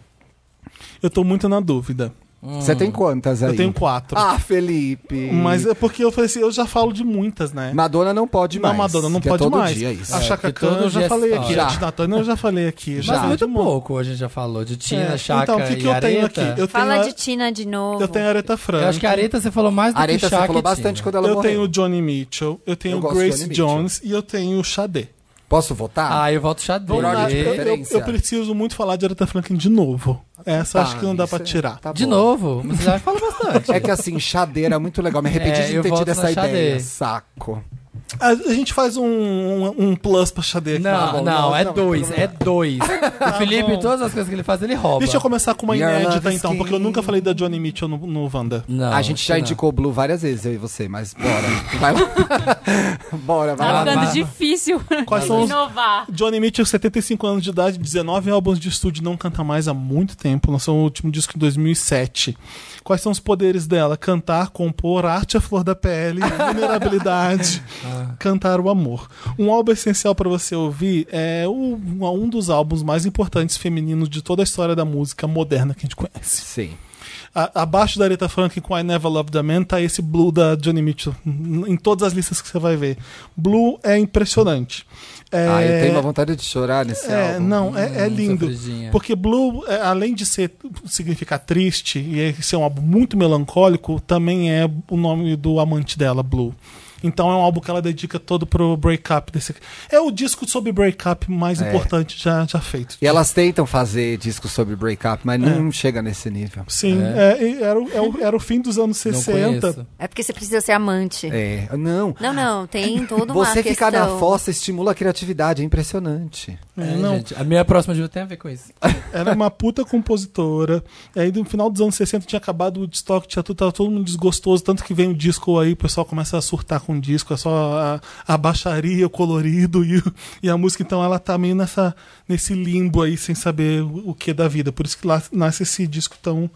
A: Eu tô muito na dúvida.
D: Hum.
B: Você tem quantas É. aí?
A: Eu tenho quatro.
B: Ah, Felipe.
A: Mas é porque eu falei assim, eu já falo de muitas, né?
B: Madonna não pode
A: Não,
B: mais.
A: Madonna não
B: que é
A: pode
B: todo
A: mais.
B: Dia isso.
A: A
D: É,
A: Chaka
D: porque todo
A: Khan eu
D: dia
A: já
D: é
A: falei
D: história.
A: aqui.
B: Já. é
A: A Tidatana eu já falei aqui.
B: Já.
D: Mas muito
A: de monte.
D: pouco hoje a gente já falou. De Tina,
A: É,
D: Chaka
A: Então, o que,
D: e
A: que eu tenho
D: Areta.
A: aqui? Eu tenho,
E: Fala
A: a,
E: de Tina de novo.
A: eu tenho a Aretha
D: Eu
A: Franklin.
D: acho que a Areta É. você falou mais do
B: A Aretha
D: que Chaka
B: você falou
D: e Tina.
B: bastante quando ela
A: Eu
B: morreu.
A: tenho o Johnny Mitchell, eu tenho
B: Eu
A: o
B: gosto do
A: Grace
B: Johnny
A: Jones e eu tenho o Xadê.
B: Posso votar?
D: Ah, eu volto Xadê.
B: Por ordem de
A: Eu, eu-
B: preferência.
A: eu preciso muito falar de Aretha Franklin de novo. Essa
B: Tá,
A: acho que não dá pra
B: isso é-
A: tirar.
B: tá
D: De
B: bom.
D: novo? Mas Você já fala bastante.
B: É que assim, chadeira é muito legal. Me arrependi
D: É,
B: de
D: eu
B: ter
D: voto
B: tido
D: na
B: essa ideia.
D: Xadê.
B: Saco.
A: A, a gente faz um, um, um plus pra Xadê aqui.
D: Não,
A: tá
D: não,
A: bom?
D: é
B: não,
D: dois,
B: não.
D: é dois. o Felipe,
A: bom.
D: todas as coisas que ele faz, ele rouba.
A: Deixa eu começar com uma
B: Your
A: inédita
B: love is
A: então, porque eu
B: killing
A: nunca
B: me.
A: falei da Johnny Mitchell no, no Wanda.
D: Não,
B: a gente já
D: não.
B: indicou Blue várias vezes, eu e você, mas bora.
E: [LAUGHS]
B: Vai lá. bora, vai
D: Ah,
C: Tá
B: lá.
D: mas-
C: ficando difícil [LAUGHS]
A: Quais são os-
C: inovar.
A: Johnny Mitchell, 75 anos de idade, 19 álbuns de estúdio, não canta mais há muito tempo, lançou o último disco em 2007. Quais são os poderes dela? Cantar, compor, arte à flor da pele, vulnerabilidade, Cantar o Amor. Um álbum essencial para você ouvir é o- um dos álbuns mais importantes femininos de toda a história da música moderna que a gente conhece.
B: Sim.
A: A- abaixo da Aretha Franklin com I Never Loved a Man tá esse Blue da Johnny Mitchell n- em todas as listas que você vai ver. Blue é impressionante. É,
B: Ah, eu tenho uma vontade de chorar nesse
A: é,
B: álbum.
A: não, é, é
D: Hum,
A: lindo.
D: sofridinha.
A: Porque Blue, é, além de ser significar triste e ser um álbum muito melancólico, também é o nome do amante dela, Blue. Então é um álbum que ela dedica todo pro breakup desse. É o disco sobre breakup mais
B: É.
A: importante já, já feito.
B: E elas tentam fazer discos sobre breakup,
A: É.
B: mas não chega nesse nível.
A: Sim, é, e era, o- é o, era o fim dos anos
D: Não
A: 60.
D: conheço.
E: É porque você precisa ser amante.
B: É, não.
E: Não, não, tem toda uma
B: Você
E: questão.
B: ficar na fossa estimula a criatividade, é impressionante.
A: É,
D: É,
A: não,
D: gente, a minha próxima diva tem a ver com isso.
A: Era uma puta compositora. E aí, no final dos anos 60, tinha acabado o Woodstock, tinha tudo, tava todo mundo desgostoso. Tanto que vem o disco aí, o pessoal começa a surtar com o disco. É só a, a baixaria, o colorido e, o- e a música. Então, ela tá meio nessa, nesse limbo aí, sem saber o, o que é da vida. Por isso que lá nasce esse disco tão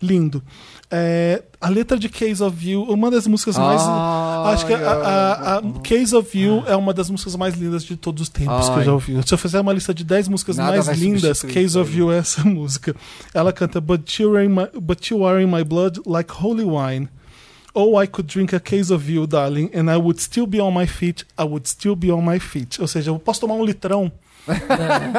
A: lindo. É, a letra de Case of You, uma das músicas mais.
B: Ah,
A: acho que a, a- a- Case of You é uma das músicas mais lindas de todos os tempos que eu
B: Ai.
A: já ouvi. Se eu fizer uma lista de 10 músicas
B: Nada
A: mais
B: vai
A: lindas,
B: substituir
A: Case
B: isso
A: of
B: aí.
A: You é essa [LAUGHS] música. Ela canta But you, are in my, but you are in my blood like holy wine. Oh, I could drink a case of you, darling, and I would still be on my feet. I would still be on my feet. Ou seja, eu posso tomar um litrão.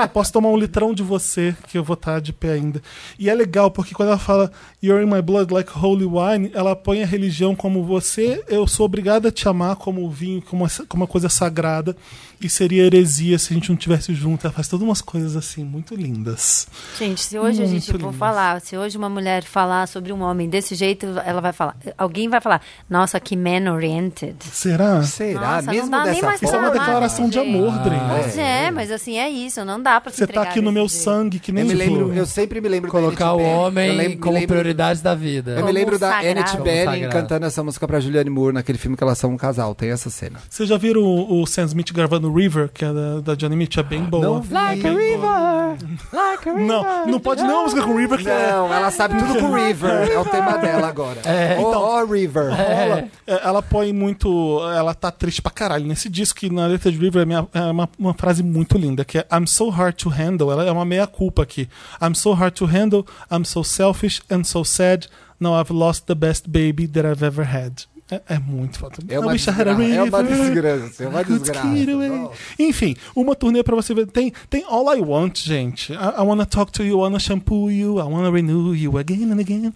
A: Eu posso tomar um litrão de você, que eu vou estar de pé ainda. E é legal, porque quando ela fala You're in my blood like holy wine, ela põe a religião como você, eu sou obrigada a te amar como vinho, como uma, como uma coisa sagrada, e seria heresia se a gente não tivesse junto. Ela faz todas umas coisas assim, muito lindas.
E: Gente, se hoje a gente
A: Muito
E: for
A: lindo.
E: falar, se hoje uma mulher falar sobre um homem desse jeito, ela vai falar. Alguém vai falar, nossa, que man oriented.
A: Será?
B: Será?
E: Nossa, não
B: Mesmo
E: dá nem
B: dessa
E: mais
A: Isso é uma
E: Não,
B: forma.
A: declaração de
E: gente.
A: amor, Dre.
E: Pois é, mas assim, é isso, não dá pra se
A: Ah, Você tá
E: entregar
A: aqui no
E: desse
A: meu
E: jeito.
A: sangue, que nem
B: Eu me lembro,
A: flor.
B: eu sempre me lembro da
D: Colocar o
B: Annette Bening.
D: homem
B: Eu lembro- me
D: como
B: lembro-
D: prioridade da vida.
B: Eu me lembro da
E: sagrado.
B: Annette
E: Como
B: Bening
D: sagrado.
B: cantando essa música pra Julianne Moore naquele filme que elas são um casal. Tem essa cena.
A: Vocês já viram o, o Sam Smith gravando River, que é da, da Johnny Mitchell? É bem
B: Ah,
A: boa.
B: Like a river, like a river.
A: Não, não pode não música com River, que é-
B: Não, ela sabe tudo com River. É o tema dela agora. É, oh, oh, River.
A: Ela, é, ela põe muito. Ela tá triste pra caralho. Nesse disco, que na letra de River é, minha- é uma, uma frase muito linda, que é I'm so hard to handle. Ela é uma meia-culpa aqui. I'm so hard to handle, I'm so selfish and so sad. Now I've lost the best baby that I've ever had. É, é muito foda.
B: É uma
A: I wish I had a
B: desgraça. É uma
A: river.
B: desgraça. É uma
A: Good
B: desgraça. Oh.
A: kid, ué.
B: Nossa.
A: Enfim, uma turnê pra você ver. Tem, tem All I Want, gente. I, I wanna talk to you, I wanna shampoo you, I wanna renew you again and
B: [LAUGHS]
A: again.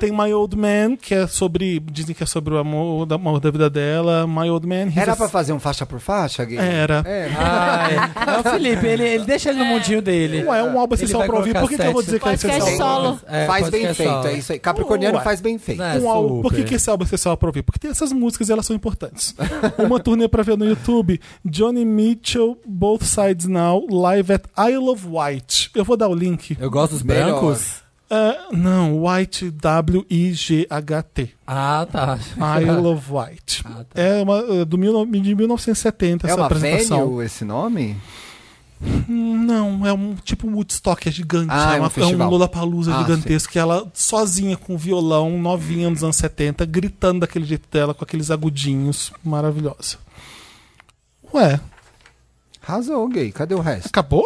A: tem My Old Man, que é sobre. Dizem que é sobre o amor da, amor da vida dela. My Old Man. he's
B: Era
A: a-
B: pra fazer um faixa por faixa, Gui?
A: Era.
B: É.
D: Ai, é o Felipe, ele, ele deixa ele no mundinho dele.
A: Ué, é um álbum
D: Ele
A: essencial
D: vai
A: pra ouvir.
D: colocar
A: Por que, que eu vou dizer
D: sete.
A: que é
C: Podcast
A: essencial?
C: solo.
D: É,
B: faz
D: pode
B: bem
D: ser
B: feito,
D: só.
B: é isso aí. Capricorniano
A: Ué.
B: faz bem feito.
D: É.
A: um álbum. Por que,
D: super.
A: que esse álbum é essencial pra ouvir? Porque tem essas músicas e elas são
B: [LAUGHS]
A: importantes. Uma turnê pra ver no YouTube: Johnny Mitchell, Both Sides Now, live at Isle of Wight. Eu vou dar o link.
D: Eu gosto dos
B: Melhor.
D: brancos.
A: Ah, não, White,
D: [LAUGHS]
A: W-I-G-H-T.
D: Ah, tá.
A: Isle of White.
D: Ah, tá.
A: É uma, eh, do mil, de 1970
B: É
A: essa
B: uma
A: apresentação.
B: venue esse nome?
A: Hum, Não, é um tipo um Woodstock, é gigante. é,
B: Ah, é um
A: uma, é um
B: festival.
A: Lollapalooza
B: Ah,
A: gigantesco. Que ela sozinha com violão, novinha nos anos 70, gritando daquele jeito dela, com aqueles agudinhos. Maravilhosa. Ué,
B: Razão, gay. Cadê o resto?
A: acabou?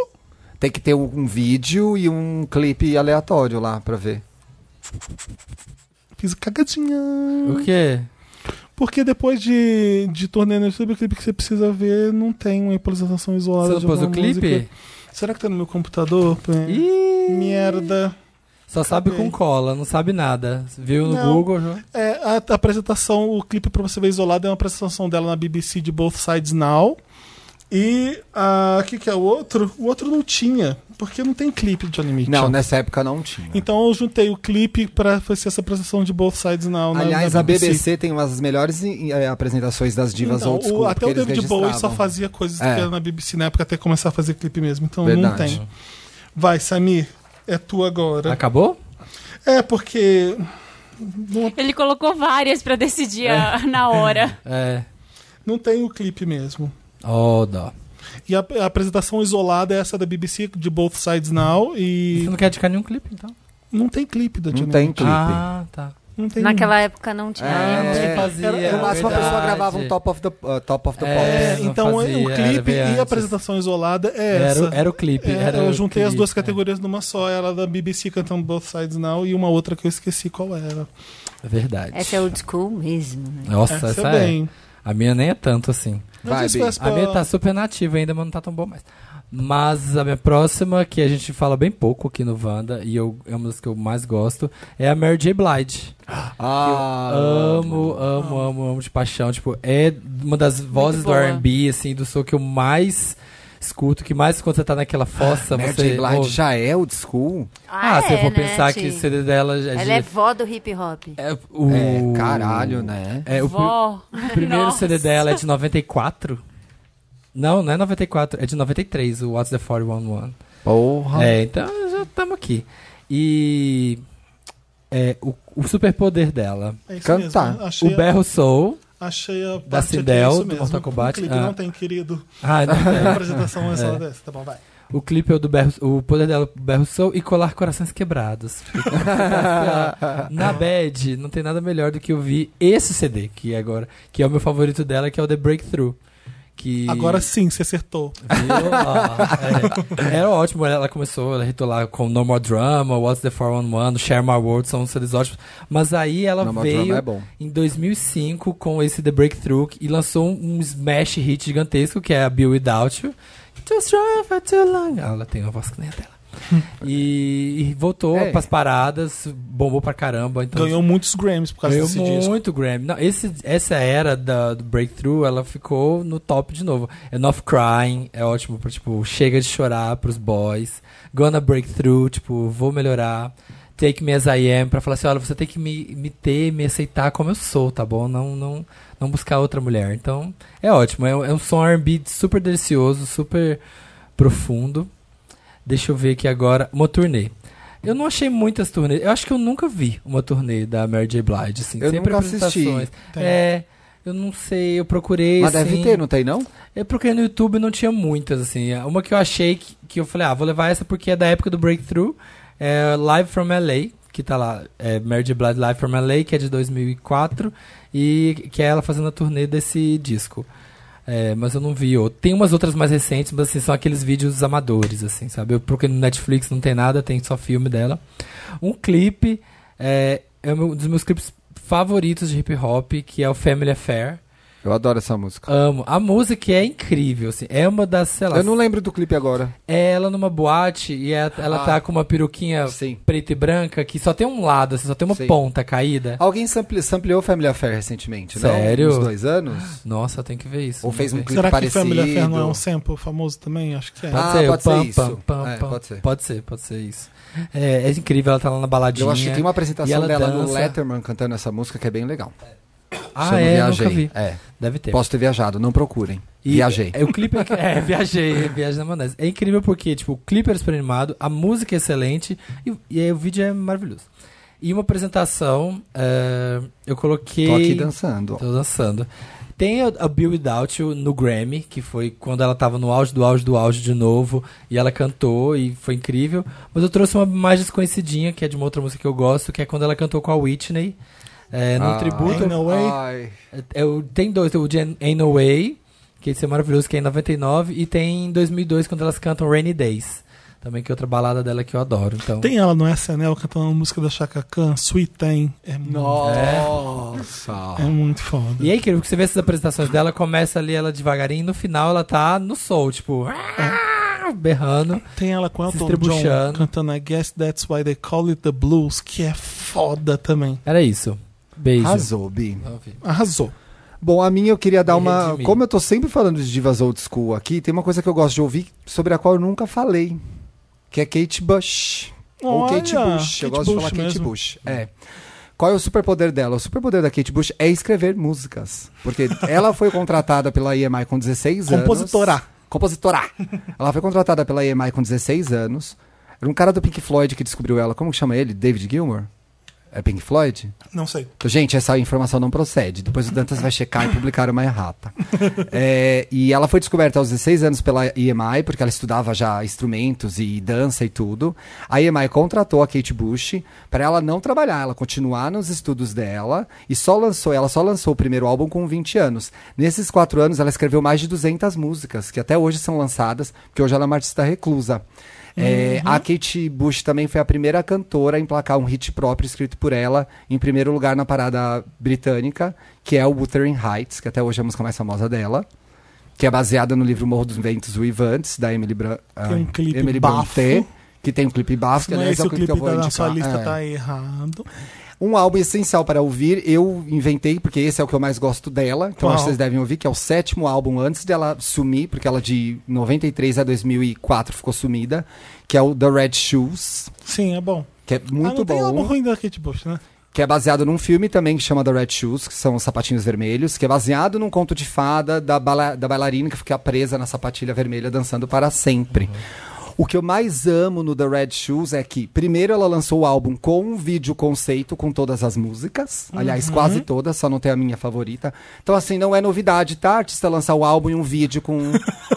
B: Tem que ter um, um vídeo e um clipe aleatório lá pra ver.
A: Fiz cagadinha.
D: [LAUGHS] O quê?
A: Porque depois de, de turnê no YouTube, o clipe que você precisa ver não tem uma improvisação
D: Você
A: isolada
D: não
A: de
D: pôs o
A: alguma música. é
D: clipe?
A: Será que tá no meu computador?
D: Ih,
A: Merda.
D: só sabe
A: Acabei.
D: com cola, não sabe nada. Viu no
A: Não.
D: Google, João?
A: É, a, a apresentação, o clipe pra você ver isolado é uma apresentação dela na BBC de Both Sides Now. E o que, que é o outro? O outro não tinha, porque não tem clipe de Johnny Mitchell.
B: Não, né? nessa época não tinha.
A: Então eu juntei o clipe pra fazer essa apresentação de Both Sides Now na,
B: Aliás,
A: na
B: a BBC tem umas das melhores eh, apresentações das divas
A: Então,
B: old
A: o-
B: school.
A: até
B: porque
A: o
B: eles
A: David Bowie só
B: registravam.
A: fazia coisas
B: É.
A: que era na BBC na época até começar a fazer clipe mesmo, então não
B: Verdade.
A: tem. Vai, Samir, é tu agora.
D: Acabou?
A: É, porque. Não,
C: Ele colocou várias pra decidir a- na hora.
D: É.
A: não tem o clipe mesmo.
D: Oh, dó.
A: E a, a apresentação isolada é essa da BBC, de Both Sides Now,
D: Você
A: e
D: não quer indicar nenhum clipe, então?
A: não tem clipe da
B: Não
A: Johnny
B: tem
A: Mitchell.
B: clipe.
D: Ah, tá.
A: Não tem
E: Naquela época não
B: Ah,
E: tinha.
D: É,
E: índice.
B: tipo
D: é, fazia,
A: era-
B: No assim, máximo, a
D: verdade.
B: pessoa gravava um Top of the, uh, top of the
D: É,
B: Pops.
D: não
A: então
D: fazia,
A: o
D: era
A: clipe
D: bem
A: e
D: antes.
A: a apresentação isolada é essa.
D: Era, o- era o clipe.
A: É,
D: era
A: eu
D: o
A: juntei as
D: clipe,
A: duas
D: é.
A: categorias numa só, era da BBC cantando Both Sides Now e uma outra que eu esqueci qual era.
D: Verdade.
E: Essa é old school mesmo. né?
D: Nossa,
A: Essa,
D: essa,
A: é
D: é.
A: bem.
D: A minha nem é tanto assim.
A: Mas
B: Vai,
A: isso
B: Bi.
A: faz
D: A minha
A: pra-
D: tá super nativa ainda, mas não tá tão bom mais. Mas a minha próxima, que a gente fala bem pouco aqui no Wanda, e eu, é uma das que eu mais gosto, é a Mary J. Blige.
B: Ah,
D: amo, amo,
A: Ah.
D: amo, amo de paixão. Tipo, é uma das vozes do
C: boa.
D: R&B, assim, do som que eu mais escuto, que mais quando você tá naquela
A: Ah,
D: fossa,
B: Mary J.
D: você
B: Blige
D: ouve.
B: já é old school?
D: Ah, se eu
E: é,
D: for
E: né,
D: pensar
E: Ti?
D: que o CD dela é de...
E: Ela é vó do hip hop.
D: é o...
B: É, caralho, né?
D: É, o pri-
C: Vó.
D: primeiro
C: Nossa.
D: CD dela é de 94. Não, não é 94, é de 93, o What's the 411.
B: Porra.
D: É, então já estamos aqui. E é, o, o superpoder dela.
A: é isso
B: Cantar.
A: mesmo. Achei,
D: O Berro Soul.
A: a, achei a parte
D: da
A: aqui, é
D: Sindel,
A: isso
D: do
A: mesmo.
D: Mortal Kombat.
A: Um clipe
D: Ah.
A: Não tem,
D: [LAUGHS]
A: querido.
D: Ah, não,
B: [LAUGHS]
A: Tem uma apresentação isolada dessa. Tá bom, vai.
D: o clipe é o do Berro, o poder dela é o Berro Soul e colar corações quebrados. [LAUGHS] Porque quando você tá Na bad, não tem nada melhor do que ouvir esse CD que é agora, que é o meu favorito dela, que é o The Breakthrough. Que
A: Agora sim, você acertou.
D: Viu? Ó, é. Era ótimo, ela começou, ela hitou lá com No More Drama, What's the 411, Share My World, são CDs ótimos. Mas aí ela
B: Não, mas o drama
D: veio
B: é bom.
D: em 2005 com esse The Breakthrough e lançou um, um smash hit gigantesco que é a Bill Without You. Just drive for too long. Ah, ela tem uma voz que nem a dela. E, e voltou
B: É.
D: pras paradas, bombou pra caramba. Então,
A: Ganhou muitos Grammys por causa
D: Ganhou
A: desse disco.
D: muito Grammy. Não, esse, essa era da, do Breakthrough, ela ficou no top de novo. Enough Crying é ótimo pra, tipo, chega de chorar pros boys. Gonna Breakthrough, tipo, vou melhorar. Take Me As I Am, pra falar assim, olha, você tem que me, me ter, me aceitar como eu sou, tá bom? Não, não, não buscar outra mulher. Então, é ótimo. É, um- é um som R&B super delicioso, super profundo. Deixa eu ver aqui agora. Uma turnê. Eu não achei muitas turnês. Eu acho que eu nunca vi uma turnê da Mary J. Blige, assim.
B: Eu
D: Sempre
B: nunca assisti.
D: apresentações.
A: Tem.
D: É, eu não sei, eu procurei.
B: Mas
D: assim,
B: deve ter, não tem, não?
D: Eu procurei É no YouTube e não tinha muitas, assim. Uma que eu achei que, que eu falei, ah, vou levar essa porque é da época do Breakthrough. É Live from LA, que tá lá. É Mary J. Blige Live from LA, que é de 2004. E que é ela fazendo a turnê desse disco. É, mas eu não vi. outro. Tem umas outras mais recentes, mas assim, são aqueles vídeos amadores, assim, sabe? Eu procurei no Netflix, não tem nada, tem só filme dela. Um clipe é, é um dos meus clipes favoritos de hip hop, que é o Family Affair.
B: Eu adoro essa música.
D: Amo. A música é incrível, assim. É uma das, sei lá,
B: Eu não lembro do clipe agora.
D: é ela numa boate e é- ela
B: Ah.
D: tá com uma peruquinha
B: Sim.
D: preta e branca que só tem um lado, assim, só tem uma
B: Sim.
D: ponta caída.
B: Alguém sample, sampleou Family Affair recentemente, não?
D: Sério?
B: Uns dois anos?
D: Nossa, tem que ver isso.
B: Ou
D: vamos
B: fez um
D: ver.
B: clipe
A: Será que
B: parecido.
A: Family Affair não é um sample famoso também? Acho que é.
D: Pode
B: Ah,
D: ser,
B: pode ser
D: pam,
B: isso.
D: pam, pam,
B: É,
D: pam.
B: pode ser.
D: Pode ser, pode ser isso. É, é incrível, ela tá lá na baladinha.
B: Eu acho que tem uma
D: E
B: apresentação
D: ela
B: dela no
D: dança.
B: Letterman cantando essa música que é bem legal.
D: Ah,
B: Chama
D: é,
B: Viajei.
D: nunca vi.
B: É.
D: Deve ter.
B: Posso ter viajado, não procurem.
D: E
B: Viajei.
D: É, o clipe
B: [LAUGHS]
D: é, é, viajei, é, viagem na maionese. É incrível porque, tipo, o clipe é super animado, a música é excelente e, e aí o vídeo é maravilhoso. E uma apresentação, é, eu coloquei...
B: Tô aqui dançando.
D: Tô dançando. Tem a, a Bill Without You no Grammy, que foi quando ela tava no auge do auge do auge de novo, e ela cantou, e foi incrível. Mas eu trouxe uma mais desconhecidinha, que é de uma outra música que eu gosto, que é quando ela cantou com a Whitney, é, num
B: Ah.
D: tributo
A: Ain't No Way?
B: Ai.
D: é, o- tem dois, tem o de Ain't No Way, que esse é maravilhoso, que é em 99, e tem em 2002, quando elas cantam Rainy Days, também que é outra balada dela que eu adoro. Então,
A: Tem ela no SNL cantando a música da Chaka Khan, Sweet Tem. É, mu-
B: Nossa.
A: é muito foda.
D: E é incrível que você vê essas apresentações dela, começa ali ela devagarinho, e no final ela tá no sol, tipo, "Ah", berrando.
A: Tem ela com
D: Se
A: Elton John
D: estrebuchando.
A: cantando I Guess That's Why They Call It The Blues, que é foda também.
D: Era isso. Beijo.
B: Arrasou, Bi.
A: Arrasou.
B: Bom, a minha eu queria dar
D: Me
B: uma.
D: redimi.
B: Como eu tô sempre falando de divas old school aqui, tem uma coisa que eu gosto de ouvir sobre a qual eu nunca falei. Que é Kate Bush. Ou
A: Olha,
B: Kate Bush.
A: Kate
B: eu gosto de
A: Bush
B: falar Kate
A: mesmo.
B: Bush. É. Qual é o superpoder dela? O superpoder da Kate Bush é escrever músicas.
A: [LAUGHS]
B: Porque ela foi contratada pela EMI com 16 anos.
A: Compositora.
B: Compositora. Ela foi contratada pela EMI com 16 anos. Era um cara do Pink Floyd que descobriu ela. Como que chama ele? David Gilmour? É Pink Floyd?
A: Não sei.
B: Então, Gente, essa informação não procede. Depois o Dantas vai checar e publicar uma errata. É, e ela foi descoberta aos 16 anos pela EMI, porque ela estudava já instrumentos e dança e tudo. A EMI contratou a Kate Bush para ela não trabalhar, ela continuar nos estudos dela. E só lançou, ela só lançou o primeiro álbum com 20 anos. Nesses quatro anos, ela escreveu mais de 200 músicas, que até hoje são lançadas, porque hoje ela é uma artista reclusa. É,
A: Uhum.
B: A Kate Bush também foi a primeira cantora a emplacar um hit próprio escrito por ela em primeiro lugar na parada britânica, que é o Wuthering Heights, que até hoje é a música mais famosa dela, que é baseada no livro Morro dos Ventos Uivantes, da Emily, Bra
A: Tem um
B: ah,
A: clipe
B: Emily
A: bafo.
B: Brontë, que tem um clipe bafo, que
A: Não é
B: aliás
A: esse
B: é o
A: o
B: clipe
A: clipe
B: que eu vou
A: da
B: indicar.
A: nossa lista,
B: É.
A: tá errado.
B: Um álbum essencial para ouvir, eu inventei, porque esse é o que eu mais gosto dela, então
A: Qual?
B: acho que vocês devem ouvir, que é o sétimo álbum antes dela sumir, porque ela de 93 a 2004 ficou sumida, que é o The Red Shoes,
A: Sim, é bom.
B: que é
A: ah,
B: muito
A: não tem álbum
B: bom,
A: ruim da Kate Bush, né?
B: que é baseado num filme também que chama The Red Shoes, que são os sapatinhos vermelhos, que é baseado num conto de fada da, bala- da bailarina que fica presa na sapatilha vermelha dançando para sempre. O que eu mais amo no The Red Shoes é que, primeiro, ela lançou o álbum com um vídeo conceito com todas as músicas. Aliás, quase todas, só não tem a minha favorita. Então, assim, não é novidade, tá? A artista lançar o álbum e um vídeo com,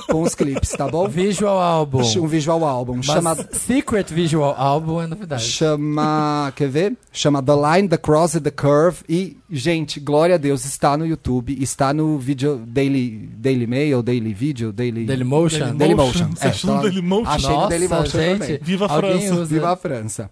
B: com os clipes, tá
D: [LAUGHS]
B: bom?
D: Visual Album.
B: Um visual álbum.
D: Mas
B: chamado.
D: Secret Visual Album é novidade.
B: Chama. [LAUGHS] Quer ver? Chama The Line, The Cross and The Curve. E, gente, glória a Deus, está no YouTube, está no vídeo Daily, Daily Mail, Daily Video, Daily.
D: Dailymotion.
A: Daily-
B: Dailymotion.
A: Você achou no
B: tá lá.
A: Dailymotion?
B: Achei no
D: Nossa,
B: Dailymotion
D: gente.
B: também.
A: Viva a
D: Alguém
A: França.
D: usa.
B: Viva a França.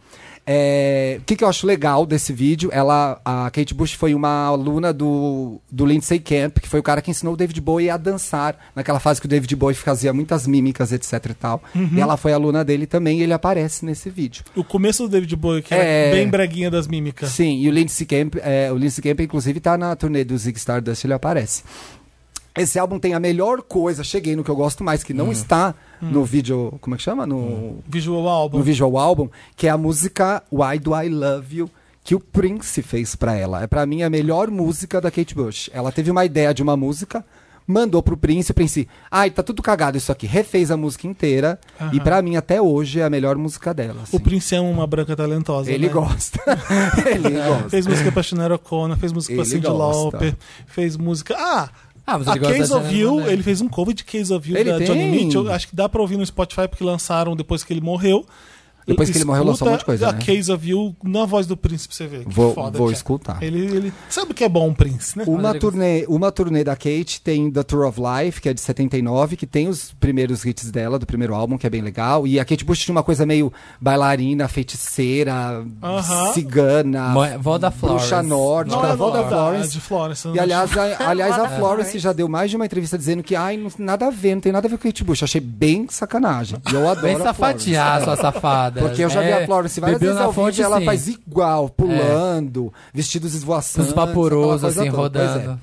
B: É, O que, que eu acho legal desse vídeo? Ela, a Kate Bush foi uma aluna do, do Lindsay Camp, que foi o cara que ensinou o David Bowie a dançar, naquela fase que o David Bowie fazia muitas mímicas, etc e tal. E ela foi aluna dele também, e ele aparece nesse vídeo.
A: O começo do David Bowie, que
B: É.
A: é bem breguinha das mímicas.
B: Sim, e o Lindsey Camp, é, o Lindsey Camp inclusive tá na turnê do Zig Stardust, ele aparece. Esse álbum tem a melhor coisa, cheguei no que eu gosto mais, que
A: Hum.
B: não está no vídeo, como é que chama? No,
A: Visual álbum.
B: no visual álbum, que é a música Why Do I Love You, que o Prince fez pra ela. É pra mim a melhor música da Kate Bush. Ela teve uma ideia de uma música, mandou pro Prince, o Prince, ai, tá tudo cagado isso aqui. Refez a música inteira e pra mim até hoje é a melhor música dela. assim.
A: O Prince é uma branca talentosa.
B: Ele
A: né? É.
B: gosta. [LAUGHS] Ele gosta.
A: Fez música pra Shinera O'Connor, fez música pra
B: Ele
A: Cyndi
B: gosta.
A: Lauper, fez música. Ah!
D: Ah, mas
A: a
D: ele gosta
A: Case
D: da né?
A: of
D: Janet
A: You,
D: Vanessa.
A: ele fez um cover de Case of You
B: Ele
A: da
B: tem?
A: Johnny Mitchell. Acho que dá pra ouvir no Spotify, porque lançaram depois que ele morreu.
B: Depois que ele morreu, lançou um monte de coisa,
A: A
B: né?
A: Case of You na voz do Prince, pra você ver. Que
B: Vou-
A: foda
B: vou
A: que é.
B: escutar.
A: Ele, ele sabe o que é bom, o Prince, né?
B: Uma
D: Rodrigo.
B: turnê, uma turnê da Kate tem The Tour of Life, que é de 79, que tem os primeiros hits dela, do primeiro álbum, que é bem legal. E a Kate Bush tinha uma coisa meio bailarina, feiticeira,
A: Aham.
B: cigana,
D: Mãe- vó da Florence.
B: bruxa nórdica,
D: Não, é
B: vó da
A: verdade,
B: Florence.
A: Florence eu
B: E
A: não
B: aliás, a, aliás, a
E: Vó da
B: Florence
E: Florence.
B: já deu mais de uma entrevista dizendo que ai, não- nada a ver, não tem nada a ver com a Kate Bush. Achei bem sacanagem. E eu adoro
D: Bem
B: a Florence.
D: safadinha, sua
B: [LAUGHS]
D: safada.
B: Porque eu já vi
D: É,
B: a Florence várias
D: bebeu
B: vezes
D: na
B: ao
D: fonte,
B: vivo e ela
D: sim. É.
B: faz igual, pulando, vestidos esvoaçantes.
D: Os vaporosos,
B: aquela coisa
D: assim,
B: toda. Pois é.
D: rodando.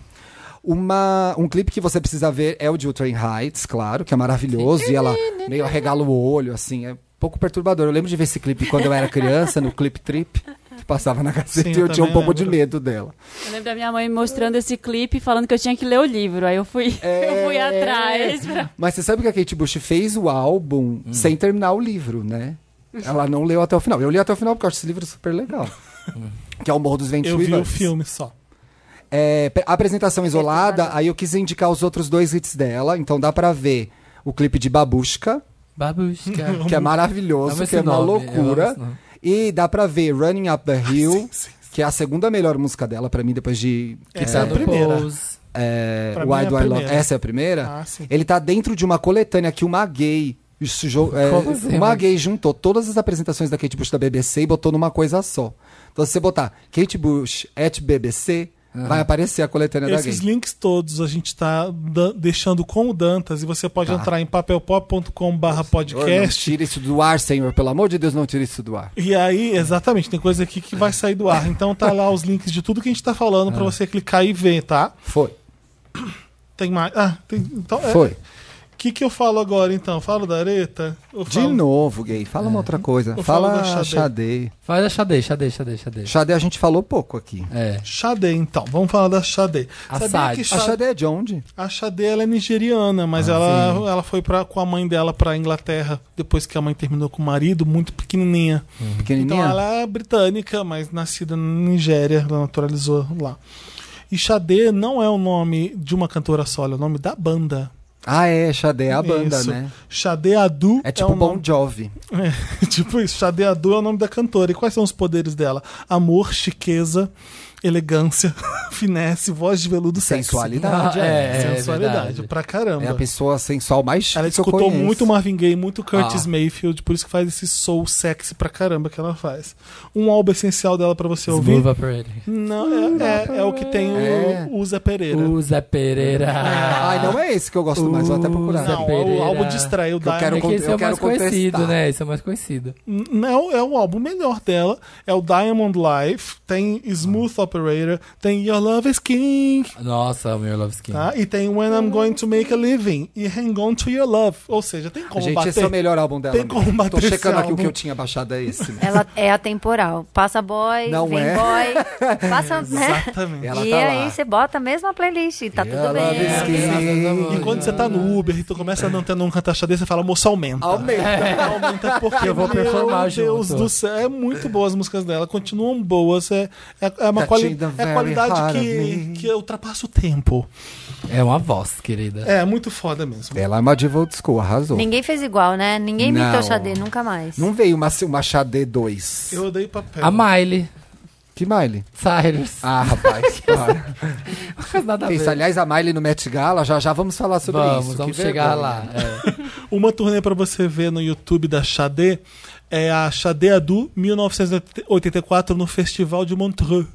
B: Uma, um clipe que você precisa ver é o de Ultra Heights, claro, que é maravilhoso. E ela meio arregala o olho, assim, é um pouco perturbador. Eu lembro de ver esse clipe quando eu era criança, no Clip Trip, que passava na Gazeta,
A: Sim,
B: e eu
A: eu
B: tinha um
A: também
B: pouco de
A: lembro.
B: medo dela.
C: Eu lembro da minha mãe me mostrando esse clipe e falando que eu tinha que ler o livro. Aí eu fui, [LAUGHS] eu fui atrás. pra- [LAUGHS]
B: Mas você sabe que a Kate Bush fez o álbum sem terminar o livro, né? Ela não leu até o final. Eu li até o final porque eu acho esse livro super legal. Que é o Morro dos Ventos
A: Eu vi o
B: Uivantes.
A: filme só.
B: É, pe- apresentação isolada, aí eu quis indicar os outros dois hits dela, então dá pra ver o clipe de Babushka, [LAUGHS]
D: Babusca.
B: que é
D: Amo
B: maravilhoso,
D: esse
B: que é uma
D: nome, eu amo
B: loucura.
D: esse nome.
B: E dá pra ver Running Up the
A: [LAUGHS]
B: Hill, que é a segunda melhor música dela pra mim depois de que
A: Essa é a
B: tá-
A: primeira.
D: Pose.
B: é,
A: Pra mim é
B: Why
A: a
B: Do I Love.
A: primeira.
B: Essa é a primeira.
A: Ah, sim.
B: Ele tá dentro de uma coletânea que uma gay isso jo- é,
D: Como assim,
B: uma
D: mas-
B: gay juntou todas as apresentações da Kate Bush da BBC e botou numa coisa só. Então, se você botar Kate Bush at BBC, vai aparecer a coletânea é da gay.
A: Esses links todos a gente tá da- deixando com o Dantas e você pode entrar em papelpop.com/barra
B: Tá. Senhor, não
A: podcast.
B: tira isso do ar, senhor. Pelo amor de Deus, não tira isso do ar.
A: E aí, exatamente, tem coisa aqui que vai sair do ar. Então tá lá os links de tudo que a gente tá falando
B: É.
A: pra você clicar e ver, tá?
B: Foi.
A: Tem mais. Ah, tem. Então, é,
B: Foi.
A: que, que eu falo agora, então? Falo da areta? Eu
B: De
A: falo-
B: novo, gay. Fala uma outra coisa.
A: Eu falo É.
B: Fala
A: da Xadê.
B: Xadê.
D: Faz a xadê, xadê, xadê, xadê.
B: Xadê a gente falou pouco aqui.
D: É.
A: Xadê, então. Vamos falar da Xadê.
D: A
A: Sabia
D: Sade.
A: que
B: A Ah,
A: Xadê,
B: Xadê é de onde?
A: a Xadê ela é nigeriana, mas ela, ela foi pra, com a mãe dela pra Inglaterra depois que a mãe terminou com o marido, muito pequenininha. Então
B: Pequenininha?
A: ela é britânica, mas nascida na Nigéria, ela naturalizou lá. E Xadê não é o nome de uma cantora só, é o nome da banda.
B: Ah, é. Xadê é a banda,
A: Isso.
B: né?
A: Xadê Adu
B: É tipo
A: o
B: Bon
A: nome...
B: Jovi.
A: É, [LAUGHS] tipo isso, Xadê Adu é o nome da cantora. E quais são os poderes dela? Amor, chiqueza, elegância, [LAUGHS] finesse, voz de veludo, sexy.
B: Sensualidade.
D: Ah,
B: é.
D: é.
A: Sensualidade,
D: verdade.
A: pra caramba.
B: É a pessoa sensual mais chique
A: Ela
B: que eu
A: escutou
B: conheço.
A: muito Marvin Gaye, muito Curtis
D: Ah.
A: Mayfield, por isso que faz esse soul sexy pra caramba que ela faz. Um álbum essencial dela pra você ouvir.
D: Smooth Operating.
A: Não, é, é, é o que tem o,
B: É.
A: o Zé Pereira.
D: O Zé Pereira.
B: [LAUGHS] Ai, não é esse que eu gosto mais. Vou até procurar.
D: Zé
A: Não, é o
D: Pereira.
A: álbum Distraio da
B: Eu quero
D: é que esse
B: eu
D: é o
B: quero
D: mais conhecido,
B: contestar.
D: né? Esse é o mais conhecido.
A: Não, é o álbum melhor dela. É o Diamond Life, tem Smooth Operator, tem Your Love is King,
D: Nossa, o Your Love Skin.
A: tá? E tem When I'm Going to Make a Living e Hang On to Your Love. Ou seja, tem como
B: Gente,
A: bater.
B: esse é o melhor álbum dela.
A: Tem como bater
B: Tô checando
A: esse
B: aqui o
A: álbum.
B: que eu tinha baixado é esse.
E: Ela é atemporal. Passa boy,
B: Não
E: vem
B: é?
E: boy. Passa, né?
A: Exatamente.
B: Ela
E: e
B: tá
E: aí
B: lá.
E: você bota a mesma playlist e tá tudo
B: Ela
E: bem.
B: diz que-
E: É.
A: E quando você tá no Uber e tu começa não tendo um cantaxadê, você fala, moça, aumenta.
B: Aumenta.
A: [LAUGHS] Aumenta porque
D: Eu vou performar
A: meu Deus
D: junto.
A: do céu, é muito boas as músicas dela, continuam boas, é, é, é uma
B: That
A: quali-
B: ain't the
A: é
B: very
A: qualidade
B: heart of
A: que,
B: me.
A: que ultrapassa o tempo.
D: É uma voz, querida.
A: É, muito foda mesmo.
B: Ela é uma diva old school, arrasou.
E: Ninguém fez igual, né? Ninguém imitou
B: Não.
E: Xadê, nunca mais.
B: Não veio uma, uma Xadê 2.
A: Eu odeio papel.
D: é. A Miley
B: Que Miley?
D: Cyrus.
B: Ah, rapaz, [LAUGHS] para.
D: Não faz nada a
A: Tá
B: Isso,
D: ver.
B: aliás, a Miley no Met Gala, já já vamos falar sobre
D: Vamos,
B: isso.
D: vamos
B: que
D: chegar
B: vergonha.
D: lá. É.
A: Uma turnê pra você ver no YouTube da Xadê é a Xadê Adu 1984 no Festival de Montreux.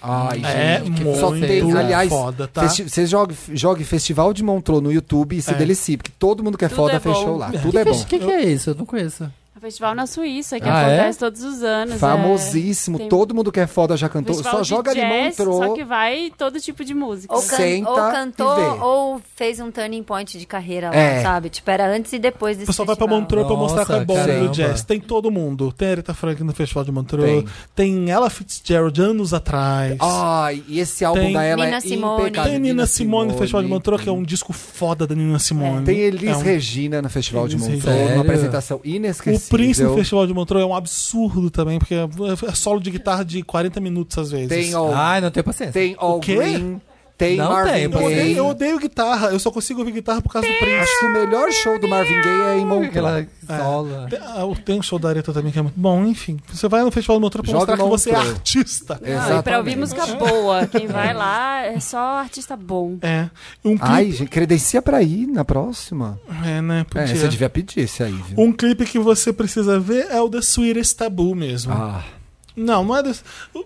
B: Ai, gente.
A: É
D: que
A: muito
B: Só tem, aliás,
A: foda, tá?
B: festi- você jogue, jogue Festival de Montreux no YouTube e se
A: É.
B: delicie, porque todo mundo que é
C: Tudo
B: foda
C: é bom.
B: fechou lá. Tudo é bom.
D: O que, que é isso? Eu não conheço.
C: É um festival na Suíça que
D: Ah, é?
C: acontece todos os anos. é.
B: Famosíssimo,
C: Tem-
B: todo mundo que é foda já cantou.
C: Festival
B: Só
C: de
B: joga
C: jazz,
B: ali
C: Só
B: Montreux.
C: que vai todo tipo de música.
E: Ou, can-
B: Senta
E: ou
B: e vê.
E: cantou ou fez um turning point de carreira lá,
B: É.
E: sabe? Tipo, era antes e depois
A: O
E: desse
A: pessoal vai pra
E: festival.
A: Montreux pra mostrar que é
D: Nossa,
A: bom do
D: caramba.
A: jazz. Tem todo mundo. Tem a Aretha Franklin no Festival de Montreux. Tem, Ella Fitzgerald anos atrás.
B: Ai, e esse álbum
A: Tem-
B: da ela
E: Nina
B: é
E: Simone.
B: impecável.
A: Tem Nina Simone no Festival de Montreux, que é um disco foda da Nina Simone.
B: Tem Elis
A: É um-
B: Regina no Festival
A: Elis
B: de Montreux,
D: Regina.
B: uma
D: Sério?
B: apresentação
A: O
B: inesquecível.
A: Prince no Festival de Montreux é um absurdo também, porque é é solo de guitarra de 40 minutos às vezes.
B: Tem All,
D: Ai, não tenho paciência.
B: tem all
A: Ah, é. quê?
B: Green, tem
D: Não
B: Marvin
D: tem,
A: eu, odeio,
B: Gaye.
A: eu odeio guitarra, eu só consigo ouvir guitarra por causa do Prince.
B: Acho que o melhor show do Marvin Gaye é em Montreux.
A: Ah,
D: Aquela
B: É.
D: sola.
A: Tem, ah, tem um show da Areta também que é muito bom, enfim. Você vai no Festival de Montreux pra
B: Joga
A: mostrar que você é
B: Montreux.
A: artista.
C: Ah, e pra
B: Exatamente.
C: ouvir música boa. Quem vai lá é só artista bom.
A: É. Um
B: Ai,
A: clipe.
B: gente, credencia pra ir na próxima.
A: É, né?
B: É,
A: Podia.
B: você devia pedir esse aí, viu?
A: Um clipe que você precisa ver é o The Sweetest Taboo mesmo.
B: Ah,
A: Não, não é. The...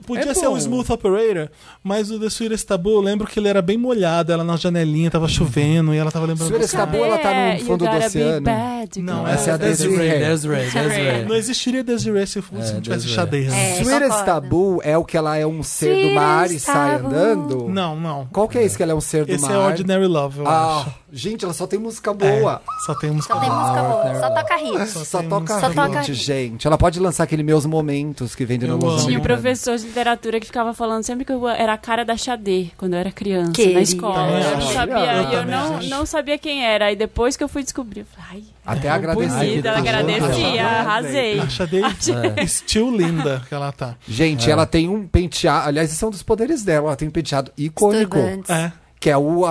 A: Podia
B: É
A: ser o
B: bom.
A: Smooth Operator, mas o The Sweetest Taboo, eu lembro que ele era bem molhado, ela na janelinha, tava chovendo e ela tava lembrando.
B: Sweetest
A: do cara.
B: Taboo, ela tá no
C: Cadê?
B: fundo
C: You
B: do
C: gotta be
B: oceano.
C: bad,
A: Não,
C: girl.
A: essa é a Desiree.
D: Desiree, Desiree.
A: Não existiria Desiree se, se não tivesse
D: Desiree.
A: xadrez.
E: É,
B: Sweetest
E: concordo.
B: Tabu é o que ela é um ser do mar e
E: Sweetest
B: sai
E: Taboo.
B: andando?
A: Não, não.
B: Qual que é esse que ela é um ser do
A: Esse
B: mar?
A: é Ordinary Love, eu acho.
B: Ah, gente, ela só tem música boa.
A: É, só tem música
E: Só tem
A: boa.
E: música boa, só toca hit.
B: Só
A: É. tem
B: toca
A: música
B: hit,
E: boa.
B: gente. Ela pode lançar aquele Meus Momentos que vende
A: Eu
B: no Los
A: amo.
C: Tinha um
A: Americana.
C: professor de literatura que ficava falando sempre que eu era a cara da Xadê quando eu era criança,
E: Querida.
C: na escola. Eu não
A: Também
C: sabia,
A: acho.
C: e eu
A: Também
C: não,
A: acho.
C: não sabia quem era. Aí depois que eu fui descobrir, eu falei,
A: É
B: Até
C: ai,
B: agradecer.
C: bonita, ela agradecia, arrasei.
A: A Xadê [LAUGHS] still linda que ela tá.
B: Gente, ela tem um penteado. Aliás, esse é um dos poderes dela. Ela tem um penteado icônico.
E: Turbantes.
A: É.
B: Que é o, a-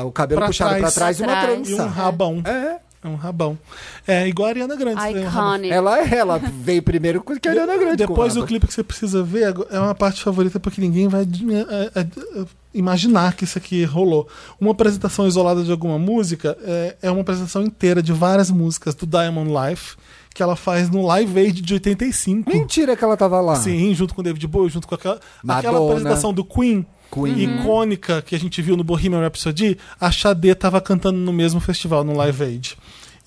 B: a- o cabelo
A: Pra
B: puxado
A: trás.
B: pra trás e uma
E: Pra trás.
A: E um
B: trança.
A: rabão.
B: É.
A: É um rabão. É igual a Ariana Grande. você tem um rabão.
C: Iconic.
B: Ela é, ela veio primeiro com que a Ariana Grande. com
A: Depois
B: ela.
A: do clipe que você precisa ver, agora- é uma parte favorita porque ninguém vai é, é, é, imaginar que isso aqui rolou. Uma apresentação isolada de alguma música é, é uma apresentação inteira de várias músicas do Diamond Life que ela faz no Live Aid de 85.
B: Mentira que ela tava lá.
A: Sim, junto com o David Bowie, junto com aquela, aquela
B: Madonna.
A: apresentação do Queen,
B: Queen.
A: Tipo, Uhum.
E: Uhum.
A: icônica que a gente viu no Bohemian Rhapsody, a Xadê tava cantando no mesmo festival, no Live Aid.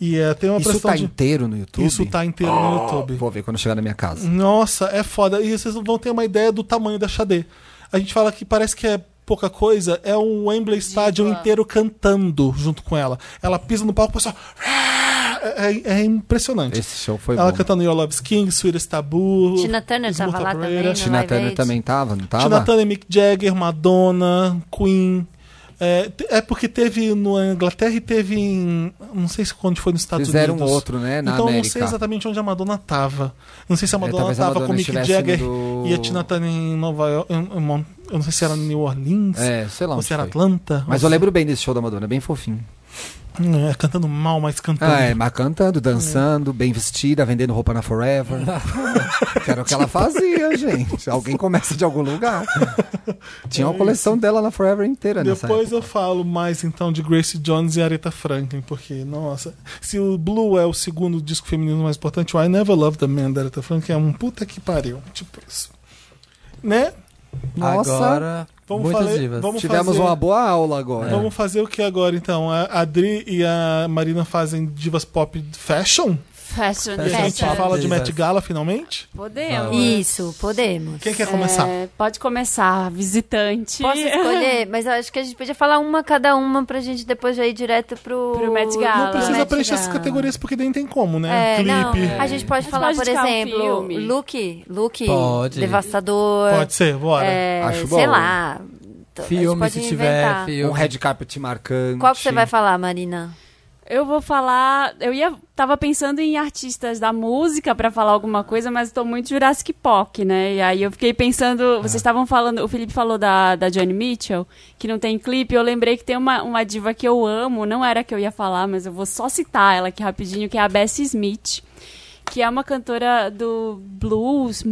A: E é, tem uma
B: Isso
A: pressão
B: tá
A: de...
B: inteiro no YouTube?
A: Isso tá inteiro
B: Oh,
A: no YouTube.
B: Vou ver quando chegar na minha
A: Uhum.
B: casa.
A: Nossa, é foda. E vocês vão ter uma ideia do tamanho da Xadê. A gente fala que parece que é pouca coisa, é um Wembley Stadium inteiro cantando junto com ela. Ela pisa no palco, o pessoal. É, é- é impressionante.
B: Esse show foi
A: ela
B: bom.
A: cantando Your Love's King, Sweetest Taboo.
E: Tina Turner
A: Smooth
E: tava lá também,
A: Operator.
E: né?
B: Tina
E: Live
B: Turner
E: Aid.
B: também tava, não tava?
A: Tina Turner, Mick Jagger, Madonna, Queen. É, te- é porque teve na Inglaterra e teve em. Não sei se quando foi nos Estados
B: Fizeram
A: Unidos.
B: outro, né, na
A: tá então eu não
B: América.
A: sei exatamente onde a Madonna tava. Não sei se a
B: É,
A: Madonna
B: talvez a
A: tava
B: Madonna
A: com Mick
B: estivesse
A: Jagger
B: no-
A: e a Tina Turner em Nova York. em- em Mon- Eu não sei se era New Orleans.
B: É, sei lá
A: ou
B: onde
A: se era
B: foi.
A: Atlanta.
B: Mas eu
A: ou se-
B: lembro bem desse show da Madonna, bem fofinho.
A: Hum, É, cantando mal, mas cantando.
B: Ah, é, mas cantando, dançando, bem vestida, vendendo roupa
A: [LAUGHS]
B: na Forever. que era o que ela fazia, gente. Alguém começa de algum lugar. Tinha uma coleção dela na Forever inteira É, nessa
A: É Depois
B: época.
A: eu falo mais então de Grace Jones e Aretha Franklin, porque, nossa, se o Blue é o segundo disco feminino mais importante, o I Never Loved a Man da Aretha Franklin é um puta que pariu. Tipo isso. Né?
B: Nossa,
D: Agora,
A: Vamos
D: muitas
A: falar-
D: divas.
A: vamos-
B: tivemos
A: fazer-
B: uma boa aula agora.
A: Vamos fazer o que agora então? A Adri e a Marina fazem divas pop fashion?
C: Fashion
A: E a gente
D: Fashion.
A: fala de
D: Divas.
A: Met Gala finalmente?
B: É.
C: Podemos.
E: Isso, podemos.
A: Quem quer começar?
C: É, pode começar, visitante.
E: Posso escolher? Mas eu acho que a gente podia falar uma cada uma pra gente depois já ir direto pro...
C: Pro Met Gala.
A: Não precisa
E: Ah, Met
A: preencher essas
E: Gala.
A: categorias porque nem tem como, né?
E: É, não,
A: Clipe.
E: a gente pode
C: gente
E: falar,
C: pode
E: por
C: indicar um
E: exemplo,
C: filme.
E: Luke, Luke,
D: Pode.
E: Devastador,
A: Pode ser, bora.
E: é,
B: Acho
E: sei
B: bom.
E: lá, t- a gente
D: Filme,
E: pode
D: se tiver,
E: inventar.
D: filme.
B: Um red carpet marcante.
E: Qual que você vai falar, Marina?
C: Eu vou falar. Eu ia. Tava pensando em artistas da música pra falar alguma coisa, mas tô muito Jurassic Pop, né? E aí eu fiquei pensando. Vocês estavam falando. O Felipe falou da, da Johnny Mitchell, que não tem clipe. Eu lembrei que tem uma, uma diva que eu amo. Não era a que eu ia falar, mas eu vou só citar ela aqui rapidinho, que é a Bessie Smith. Que é uma cantora do blues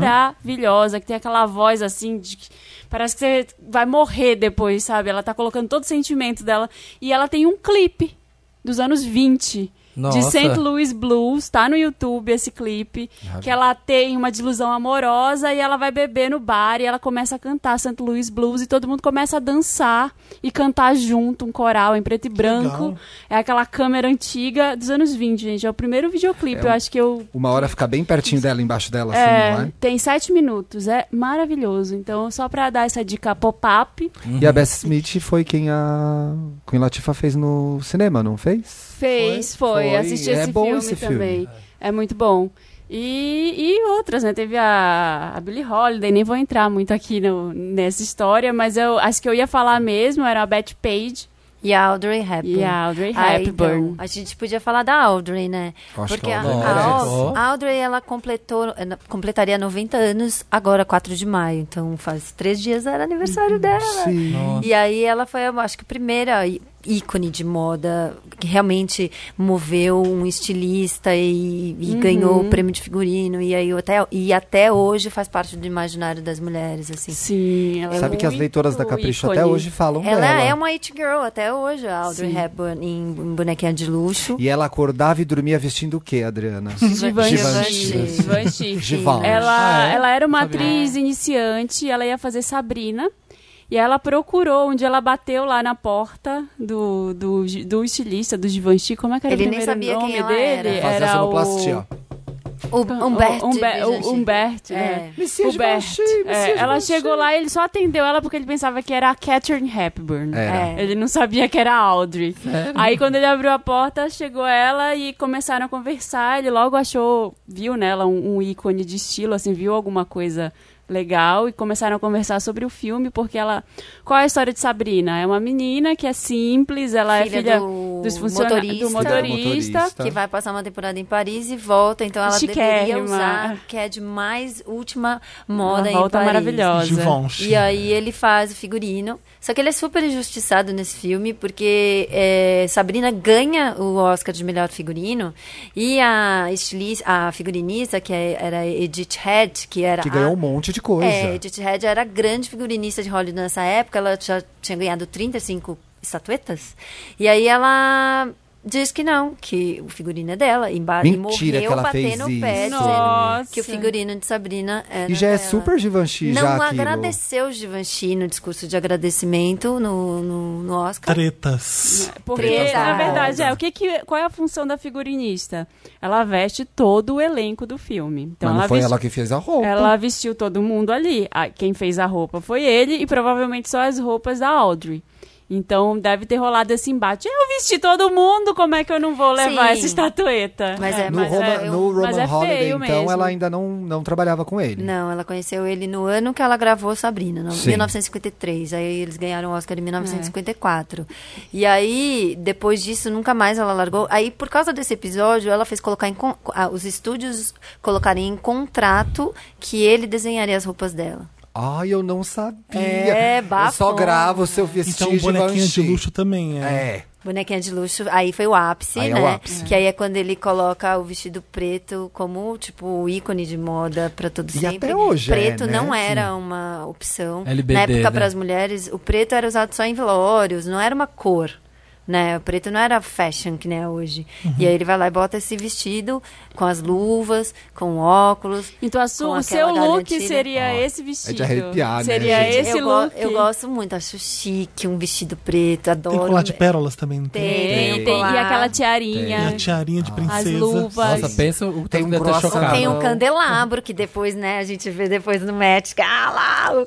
C: maravilhosa, que tem aquela voz assim de. que Parece que você vai morrer depois, sabe? Ela tá colocando todo o sentimento dela. E ela tem um clipe dos anos 20.
D: Nossa.
C: De St. Louis Blues, tá no YouTube esse clipe. Que ela tem uma desilusão amorosa e ela vai beber no bar e ela começa a cantar St. Louis Blues e todo mundo começa a dançar e cantar junto, um coral em preto e branco.
A: legal.
C: É aquela câmera antiga dos anos 20, gente. É o primeiro videoclipe, eu acho que eu.
B: Uma hora ficar bem pertinho dela, embaixo dela, assim, não
C: É,
B: é?
C: tem sete minutos, é maravilhoso. Então, só pra dar essa dica pop-up,
D: Uhum.
B: E a Bessie Smith foi quem a Queen Latifah fez no cinema, não fez?
C: Fez, foi.
B: Foi.
C: Assisti
B: É
C: esse
B: bom
C: filme
B: esse filme.
C: também. É. muito bom. E, e outras, né? Teve a, a Billie Holiday, nem vou entrar muito aqui no- nessa história, mas eu acho que eu ia falar mesmo, era a Betty Page
E: E a Audrey Hepburn.
C: e a Audrey
E: Ah,
C: Hepburn.
E: então, a gente podia falar da Audrey, né?
B: Eu acho
E: Porque
B: que é a
E: a,
B: Audrey
E: a
D: merece.
E: Au- a Audrey, ela completou, eh, na- completaria 90 anos agora, 4 de maio. Então, faz três dias era aniversário dela.
B: Uhum. Sim.
D: Nossa.
E: E aí ela foi, eu acho que, a primeira í- ícone de moda que realmente moveu um estilista e, e
C: Uhum.
E: ganhou o prêmio de figurino. E, aí, até, e até hoje faz parte do imaginário das mulheres, assim.
C: Sim, ela é
B: Sabe que as
C: muito
B: leitoras da Capricho até
C: ícone.
B: hoje falam
E: Ela
B: dela.
E: é uma it girl até hoje, a Audrey Hepburn, em, em bonequinha de luxo.
B: E ela acordava e dormia vestindo o quê, Adriana?
C: Givenchy.
B: Givenchy.
C: Givenchy.
B: Givenchy.
C: Ela,
D: Ah, é?
C: ela era uma
D: Sabia.
C: atriz iniciante, ela ia fazer Sabrina. E ela procurou, onde ela bateu lá na porta do, do, gi- do estilista, do Givenchy, como é que era
E: Ele
C: o
E: nem
C: primeiro
E: sabia quem
C: nome
E: ela era.
C: dele?
B: Fazia
C: o
B: É, sonoplastia.
E: O Um, Humberto.
C: o Humber-
E: gente.
C: o Um, Humberto,
E: É.
C: né?
B: Monsieur
C: Humberto.
B: Givenchy,
C: É,
B: Monsieur
C: ela
B: Givenchy.
C: chegou lá e ele só atendeu ela porque ele pensava que era a Catherine Hepburn.
B: Era.
E: É.
C: Ele não sabia que era a Audrey. Aí quando ele abriu a porta, chegou ela e começaram a conversar. Ele logo achou, viu nela um, um ícone de estilo, assim, viu alguma coisa legal e começaram a conversar sobre o filme porque ela qual é a história de Sabrina é uma menina que é simples ela
E: Filha
C: é filha
E: do
C: dos funcionários do
E: motorista.
C: motorista
B: Motorista.
E: Que vai passar uma temporada em Paris e volta. Então ela deveria
C: Chiquérrima.
E: usar, que é de mais última
C: uma
E: moda em
C: volta
E: Paris.
C: maravilhosa
A: Givenchy.
E: E aí ele faz o figurino. Só que ele é super injustiçado nesse filme, porque é, Sabrina ganha o Oscar de melhor figurino. E a, estilis, a figurinista, que é- era Edith Head, que era
B: Que
E: a-
B: ganhou um monte de coisa.
E: é, Edith Head era a grande figurinista de Hollywood nessa época, ela já tinha ganhado 35 estatuetas. E aí ela diz que não, que o figurino é dela. E, ba-
B: Mentira
E: e morreu
B: que ela
E: batendo
B: fez
E: o pé
B: isso.
E: dizendo
C: Nossa.
E: É, que o figurino de Sabrina era
B: E já é
E: dela.
B: super Givenchy já
E: Não
B: aquilo.
E: agradeceu o Givenchy no discurso de agradecimento no, no, no Oscar.
A: Tretas.
C: Porque,
E: Tretas
C: na
E: da
C: verdade,
E: Elsa.
C: é, o que que, qual é a função da figurinista? Ela veste todo o elenco do filme. Então,
B: Mas
C: ela
B: não foi
C: veste-
B: ela que fez a roupa.
C: Ela vestiu todo mundo ali. Ah, Quem fez a roupa foi ele e provavelmente só as roupas da Audrey. Então deve ter rolado esse embate. Eu vesti todo mundo, como é que eu não vou levar
E: Sim.
C: essa estatueta?
E: Mas é-
B: No,
E: mas
B: Roma-
E: é-
B: no Roman
C: mas é feio
B: Holiday, então,
C: mesmo.
B: ela ainda não, não trabalhava com ele.
E: Não, ela conheceu ele no ano que ela gravou Sabrina, no
B: Sim.
E: 1953. Aí eles ganharam o Oscar em 1954. E aí, depois disso, nunca mais ela largou. Aí, por causa desse episódio, ela fez colocar em con- ah, os estúdios colocarem em contrato que ele desenharia as roupas dela.
B: Ai, eu não sabia.
E: É,
B: Eu só
E: bafão.
B: gravo se eu vestir
A: Então, bonequinha de
B: Givenchy.
A: luxo também é.
B: É.
E: Bonequinha de luxo, aí foi o ápice,
B: Aí é
E: né?
B: o ápice.
E: Que aí é quando ele coloca o vestido preto como, tipo, o ícone de moda pra todo
B: E
E: sempre.
B: até hoje é,
E: Preto
B: né?
E: não era uma opção.
D: LBD,
E: Na época,
D: né?
E: para as mulheres, o preto era usado só em velórios, não era uma cor. Né? O preto não era fashion que nem é hoje.
B: Uhum.
E: E aí ele vai lá e bota esse vestido com as luvas, com óculos.
C: Então a su-
E: Com
C: o seu
E: aquela
C: look
E: garantilha.
C: seria
B: Ó,
C: esse vestido.
B: arrepiar, né,
C: seria
B: gente?
C: esse
E: eu, go-
C: look.
E: eu gosto muito, acho chique, um vestido preto,
A: Tem
E: adoro.
A: colar de pérolas também, não tem?
E: Tem,
C: Tem,
E: tem
C: tem. E
E: colar.
C: aquela
A: E
C: tiarinha,
A: a tiarinha de
C: as
A: princesa.
C: luvas.
D: Nossa, pensa o
B: Tem
D: tem
B: um
D: um deve estar
B: croissant.
D: chocado.
E: Tem um
B: Não.
E: candelabro que depois, né, a gente vê depois no Match, que, ah lá, o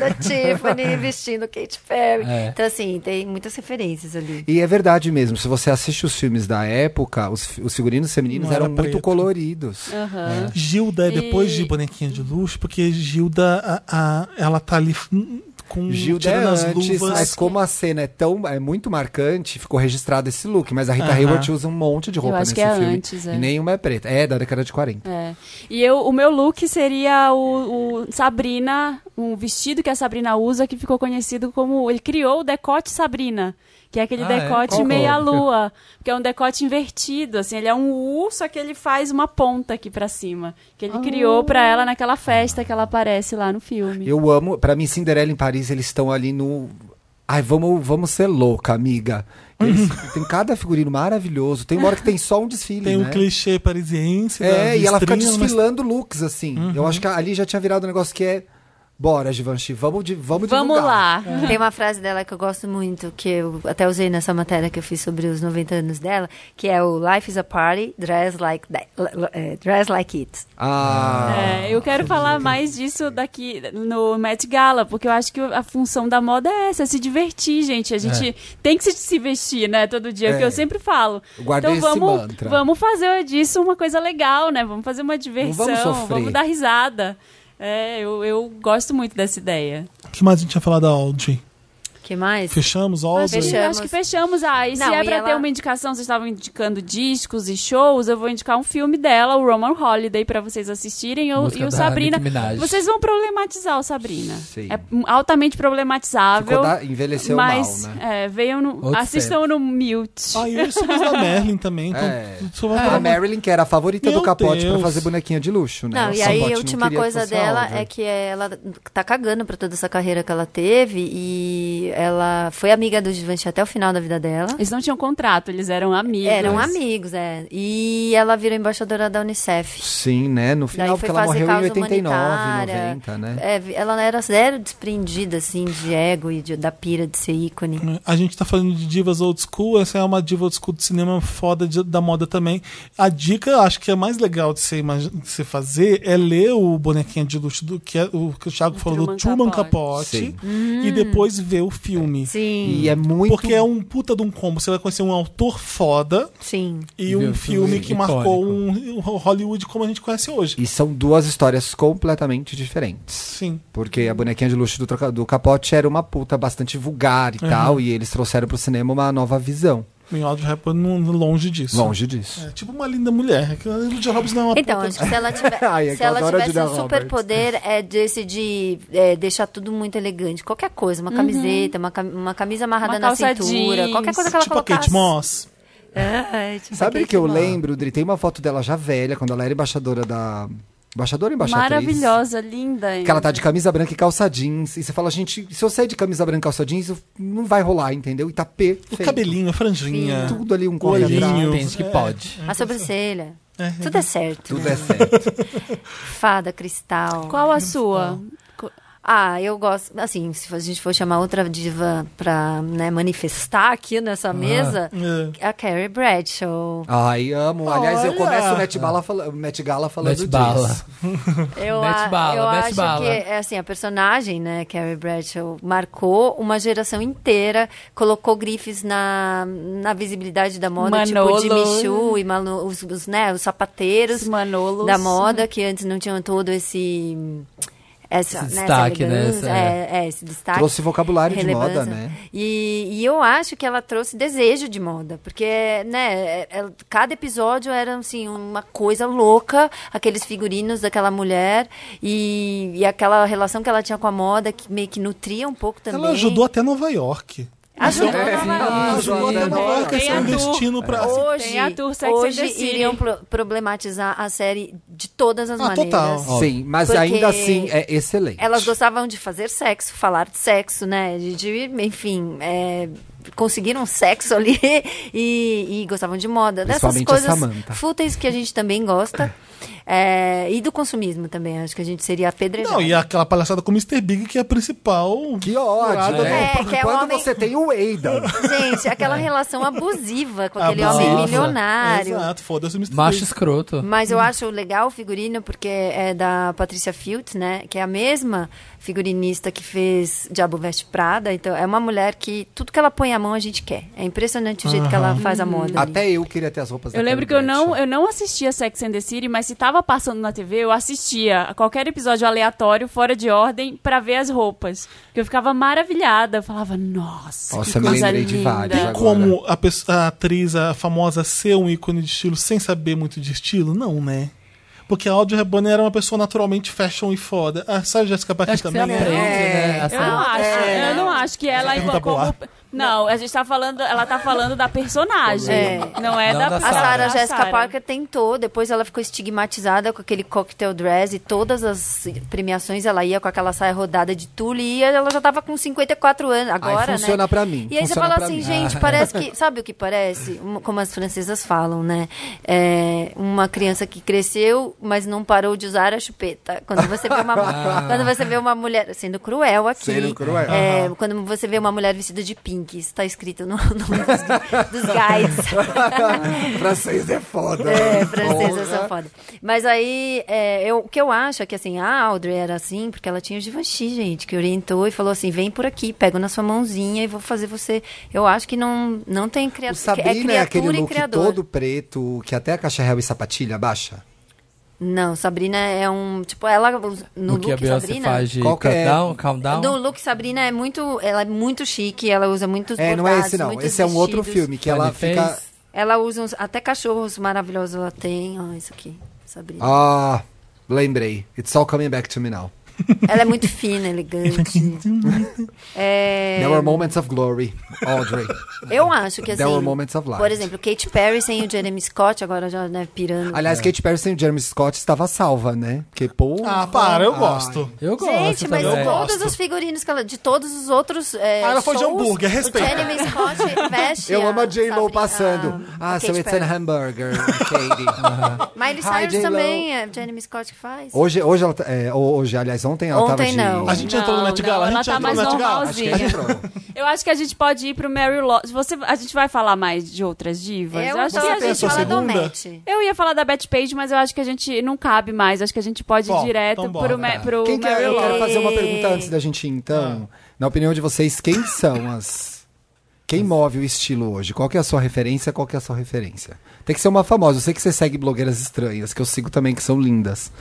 B: [LAUGHS]
E: da Tiffany vestindo Kate Perry.
D: É.
E: Então, assim, tem muitas referências ali.
B: E é verdade mesmo, se você assiste os filmes da época, os, fi- os figurinos femininos
A: Não era
B: eram muito
A: preto.
B: coloridos.
C: Aham.
A: Gilda é depois
C: E-
A: de bonequinha de luxo, porque Gilda, a, a- ela tá ali hum, com
B: Gilda é
A: tirando as
B: antes,
A: luvas.
B: mas como a cena é tão é muito marcante, ficou registrado esse look. Mas a Rita
A: Aham.
B: Hayward usa um monte de roupa
C: acho
B: nesse
C: que é
B: filme.
C: antes, é.
B: E nenhuma é preta. É, da década de 40.
C: É. E eu, o meu look seria o, o Sabrina, um vestido que a Sabrina usa que ficou conhecido como. Ele criou o decote Sabrina, que é aquele
D: Ah, é?
C: decote
D: Qual
C: meia-lua, que é um decote invertido, assim, ele é um U, só que ele faz uma ponta aqui pra cima, que
D: Ah.
C: ele criou pra ela naquela festa que ela aparece lá no filme.
B: Eu amo. Pra mim, Cinderela em Paris, eles estão ali no. Ai, vamos, vamos ser louca, amiga.
A: [LAUGHS]
B: Eles- tem cada figurino maravilhoso. Tem uma hora que tem só um desfile.
A: Tem
B: né?
A: um clichê parisiense. da- né? Uhum.
B: É,
A: de
B: e ela fica
A: estrinha, mas
B: desfilando looks, assim. Eu acho que ali já tinha virado um negócio que é. Bora, Givenchy, vamos, de, vamos
C: Vamos
B: divulgar."
C: lá.
D: É.
E: É. Tem uma frase dela que eu gosto muito, que eu até usei nessa matéria que eu fiz sobre os 90 anos dela, que é o Life is a Party, dress like, that, eh, dress like it.
B: Ah.
C: É, eu quero falar mais disso daqui no Met Gala, porque eu acho que a função da moda é essa, é se divertir, gente. A gente tem que se, se vestir, né, todo dia,
B: É.
C: que eu sempre falo.
B: Eu guardei
C: então
B: esse
C: vamos,
B: mantra.
C: vamos fazer disso uma coisa legal, né? Vamos fazer uma diversão,
B: vamos
C: vamos,
B: sofrer.
C: dar risada. É, eu, eu gosto muito dessa ideia.
A: O que mais a gente tinha falado da Audrey?
E: que mais?
A: Fechamos, Audrey?
E: Fechamos.
C: Acho que Ah, fechamos. Ah, e se
E: Não,
C: é
E: e
C: pra
E: ela-
C: ter uma indicação, vocês estavam indicando discos e shows, eu vou indicar um filme dela, o Roman Holiday, pra vocês assistirem, eu-
D: Música
C: e o
D: da
C: Sabrina.
D: Nicki Minaj.
C: Vocês vão problematizar o Sabrina.
B: Sim.
C: É altamente problematizável.
B: Ficou da- envelheceu
C: mas
B: mal, né?
C: é, venham no-
D: Outro
C: assistam no mute.
A: Ah, e os filmes da Merlin também. Então,
B: É.
A: só vai
B: A
A: falar-
B: Marilyn, que era a favorita
A: Meu
B: do capote pra
A: Deus.
B: fazer bonequinha de luxo, né?
E: Não, e
B: O Capote
E: aí a
B: não
E: última
B: queria né?
E: coisa
B: fosse
E: dela
B: Audrey.
E: é que ela tá cagando pra toda essa carreira que ela teve e ela foi amiga do Givenchy até o final da vida dela.
C: Eles não tinham contrato, eles eram amigos.
E: Eram amigos, é. E ela virou embaixadora da Unicef.
B: Sim, né? No final,
E: Daí
B: porque
E: foi
B: ela
E: fazer
B: morreu em
E: causa
B: 89,
E: humanitária.
B: 90, né?
E: É, vi- ela era zero desprendida, assim, de ego e de- da pira de ser ícone.
B: Hum.
A: A gente tá falando de divas old school, essa é uma diva old school do cinema foda de- da moda também. A dica, acho que é mais legal de você, imagi- de você fazer é ler o bonequinho de luxo do que é- o que o Thiago falou do
C: Truman
A: Truman Capote,
B: Sim.
A: e depois ver o filme.
E: Hum. Sim,
B: E é muito.
A: Porque é um puta de um combo. Você vai conhecer um autor foda
E: sim.
A: e
D: E ver
A: um
D: o
A: filme,
D: filme
A: que
D: icônico.
A: marcou um, um Hollywood como a gente conhece hoje.
B: E são duas histórias completamente diferentes.
A: Sim.
B: Porque a bonequinha de luxo do, troca- do capote era uma puta bastante vulgar e tal, e eles trouxeram pro cinema uma nova visão.
A: E o Audrey Hepburn não- longe disso.
B: Longe disso.
A: É tipo uma linda mulher. que A Julia Roberts não é uma
E: Então,
A: puta...
E: acho que se ela,
B: [LAUGHS]
E: tiver,
B: Ai, é que
E: se
B: eu
E: ela
B: adoro a
E: tivesse
B: Julia
E: um
B: Roberts.
E: superpoder, é desse de é, deixar tudo muito elegante. Qualquer coisa, uma camiseta, uma, cam- uma camisa amarrada
C: Uma
E: na
C: calça
E: cintura,
C: jeans.
E: qualquer coisa que ela
A: tipo a
E: colocasse.
A: Kate Moss.
E: É, é, tipo
B: Sabe
E: aquele
B: que eu
E: filme lá.
B: lembro, Dri? Tem uma foto dela já velha, quando ela era embaixadora da, Embaixadora ou embaixatriz?
C: Maravilhosa,
E: É.
C: linda.
B: Que ela tá de camisa branca e calça jeans. E você fala, gente, se eu sair de camisa branca e calça jeans, eu- não vai rolar, entendeu? E tá
A: O
B: perfeito.
A: cabelinho, a franjinha.
B: Tudo ali, um corte
A: Olhinho.
B: atrás.
D: Tem É. gente que pode.
E: A sobrancelha. Tudo é certo.
B: Tudo
E: né?
B: é
A: [LAUGHS]
B: certo.
E: Fada, cristal.
C: Qual a sua?
E: Ah, eu gosto. Assim, se a gente for chamar outra diva pra né, manifestar aqui nessa mesa,
A: É.
E: a
D: [LAUGHS]
E: Carrie Bradshaw.
B: Ai, amo. Aliás, eu
A: Olha!
B: começo o Met, Bala fala- Met Gala falando
D: Met Bala.
B: disso.
E: Eu,
D: Mete
E: a-
D: bala,
E: eu
D: mete
E: acho
D: bala.
E: que é assim, a personagem, né, Carrie Bradshaw, marcou uma geração inteira, colocou grifes na, na visibilidade da moda,
C: Manolo.
E: tipo Jimmy Choo e Manu, os, os, né, os sapateiros
C: Os Manolos.
E: da moda, que antes não tinham todo esse... Essa,
D: Esse
E: né,
D: destaque,
E: essa
D: né, essa-
E: elegância, é, é, esse destaque.
B: Trouxe vocabulário de
E: relevância.
B: moda, né?
E: E, e eu acho que ela trouxe desejo de moda, porque, né, é- é- cada episódio era, assim, uma coisa louca, aqueles figurinos daquela mulher e, e aquela relação que ela tinha com a moda, que meio que nutria um pouco também.
A: Ela ajudou até Nova York.
E: Ajudou.
D: É,
E: Nova
D: sim,
E: York.
A: Ajudou até Nova
C: Tem
A: York a ser um
C: a Ju.
A: destino pra. assim,
E: Hoje,
C: Tem a Tour Sex and the
E: hoje
C: City.
E: iriam pro- problematizar a série de todas as
A: Ah,
E: maneiras.
A: total. Óbvio.
B: Sim, mas
E: Porque
B: ainda assim é excelente.
E: Elas gostavam de fazer sexo, falar de sexo, né? De, de, enfim, é, conseguiram sexo ali [LAUGHS] e, e gostavam de moda. Dessas
B: Principalmente a
E: coisas
B: Samantha.
E: fúteis que a gente também gosta. É, e do consumismo também. Acho que a gente seria apedrejado.
A: Não, e aquela palhaçada com o Mr. Big, que é a principal.
B: Que ódio,
A: Nada
B: né?
E: não. É, que é
B: Quando
E: homem-
B: você tem o Ada.
E: Gente, aquela relação abusiva
A: [LAUGHS]
E: com aquele
A: Abusiva.
E: homem milionário.
A: Exato, foda-se o Mr.
D: Macho
A: Big.
D: escroto.
E: Mas eu acho legal o figurino porque é da Patrícia Fields, né? Que é a mesma figurinista que fez Diabo Veste Prada. Então, é uma mulher que tudo que ela põe a mão a gente quer. É impressionante o jeito que ela faz a moda. ali.
B: Até eu queria ter as roupas
C: Eu
B: da
C: lembro que eu
B: Carrie [LAUGHS]
C: não,
B: Bradshaw.
C: eu não assistia Sex and the City, mas se tava passando na TV, eu assistia a qualquer episódio aleatório, fora de ordem, pra ver as roupas. Porque eu ficava maravilhada. Eu falava, nossa,
B: Nossa,
C: que
B: eu me
C: coisa
B: lembrei de
C: linda.
B: várias
A: Tem
B: agora.
A: como a, pesso- a atriz, a famosa, ser um ícone de estilo sem saber muito de estilo? Não, né? Porque a Audrey Hepburn era uma pessoa naturalmente fashion e foda. Ah, A Sarah Jessica Parker
D: Acho que você
A: também
D: aprende,
A: era.
D: né?
E: É.
C: Eu não
E: Ah,
D: Assim,
C: acho, eu não acho que ela
A: Você
C: igual
A: pergunta
C: como...
A: pro
C: Não, a gente tá falando, ela tá falando da personagem,
E: É.
C: não é
D: Não
C: da,
D: da
E: A
D: Sarah.
E: Sarah Jessica
C: Sarah.
E: Parker tentou, depois ela ficou estigmatizada com aquele cocktail dress e todas as premiações ela ia com aquela saia rodada de tule e ela já tava com 54 anos agora,
B: funciona
E: né?
B: pra mim,
E: E aí você
B: funciona
E: fala
B: pra
E: assim,
B: mim. [LAUGHS]
E: gente, parece que, sabe o que parece? Um- Como as francesas falam, né? É, uma criança que cresceu, mas não parou de usar a chupeta. Quando você vê uma,
B: [LAUGHS]
E: quando você vê uma mulher, sendo cruel aqui.
B: Ah. Sendo cruel.
E: é, Quando você vê uma mulher vestida de pink, isso tá escrito no nome dos, dos
B: [LAUGHS]
E: guides.
B: Francês é foda.
E: É, [LAUGHS]
B: né?
E: francesa
B: Porra.
E: são foda. Mas aí, é, eu, o que eu acho é que assim, a Audrey era assim, porque ela tinha o Givenchy, gente, que orientou e falou assim: vem por aqui, pego na sua mãozinha e vou fazer você. Eu acho que não, não tem
B: O
E: criatura. É
B: Sabrina é aquele
E: criatura e
B: look
E: criador.
B: todo preto, que até a caixa réu e sapatilha baixa.
E: Não, Sabrina é um. Tipo, ela. No
D: no que a
E: look
D: Beyoncé
E: Sabrina.
D: faz de
B: Qual que é?
D: countdown, countdown.
E: No look Sabrina é muito. Ela é muito chique, ela usa muitos
B: É, não é
E: bordados,
B: esse não.
E: muitos
B: Esse é um outro
E: vestidos.
B: filme que ela
D: Funny
B: fica.
D: Face.
E: Ela usa uns, até cachorros maravilhosos ela tem. Ó, isso aqui, Sabrina.
B: Ah, lembrei. It's all coming back to me now.
E: Ela é muito fina, [LAUGHS] elegante. É,
B: There were moments of glory,
E: [LAUGHS]
B: Audrey.
E: eu acho que assim.
B: There were moments of light.
E: Por exemplo, Kate Perry sem o Jeremy Scott, agora já né, pirando.
B: Aliás, Kate Perry sem o Jeremy Scott estava salva, né? Porque, pô.
A: Ah, para, eu gosto.
D: Eu gosto
E: Gente, mas
D: também.
A: gosto.
E: todos os figurinos que ela, de todos os outros. É,
A: Ah, ela foi de
E: shows,
A: hambúrguer, respeita.
E: O Jeremy [LAUGHS] Scott veste.
B: eu amo a
E: Sabrina-
B: J-Lo passando.
E: a
B: Ah, so
E: Kate
B: it's
E: Perry.
B: an
E: [LAUGHS]
B: hamburger, Katie.
E: Miley
B: Hi,
E: Cyrus
B: J.Lo.
E: também é Jeremy Scott que faz.
B: Hoje, hoje, ela, tá- é, hoje, aliás, ontem ela
E: Ontem
B: tava de...
E: não.
A: A gente
C: Não,
A: entrou no Met Gala, a
C: não,
A: gente
C: ela tá
A: entrou no
C: mais
A: Met Gala.
B: Acho que ela entrou.
C: Eu acho que a gente pode ir pro Mary Lott. Você, a gente vai falar mais de outras divas?
E: eu
C: acho que
E: tava
C: a
A: tem a
C: gente
A: sua
E: pensando
C: fala
E: falar
C: do...
E: do
A: segunda?
E: Matt.
C: Eu ia falar da Betty Page, mas eu acho que a gente não cabe mais. Acho que a gente pode
A: Bom,
C: ir direto
A: então bora.
C: pro, Ma- pro
B: Quem que
C: Mary
B: é? Eu quero
C: Lott.
B: fazer uma pergunta antes da gente ir, então.
A: Ah.
B: Na opinião de vocês, quem são as... Quem move o estilo hoje? Qual que é a sua referência? Qual que é a sua referência? Tem que ser uma famosa. Eu sei que você segue blogueiras estranhas, que eu sigo também, que são lindas.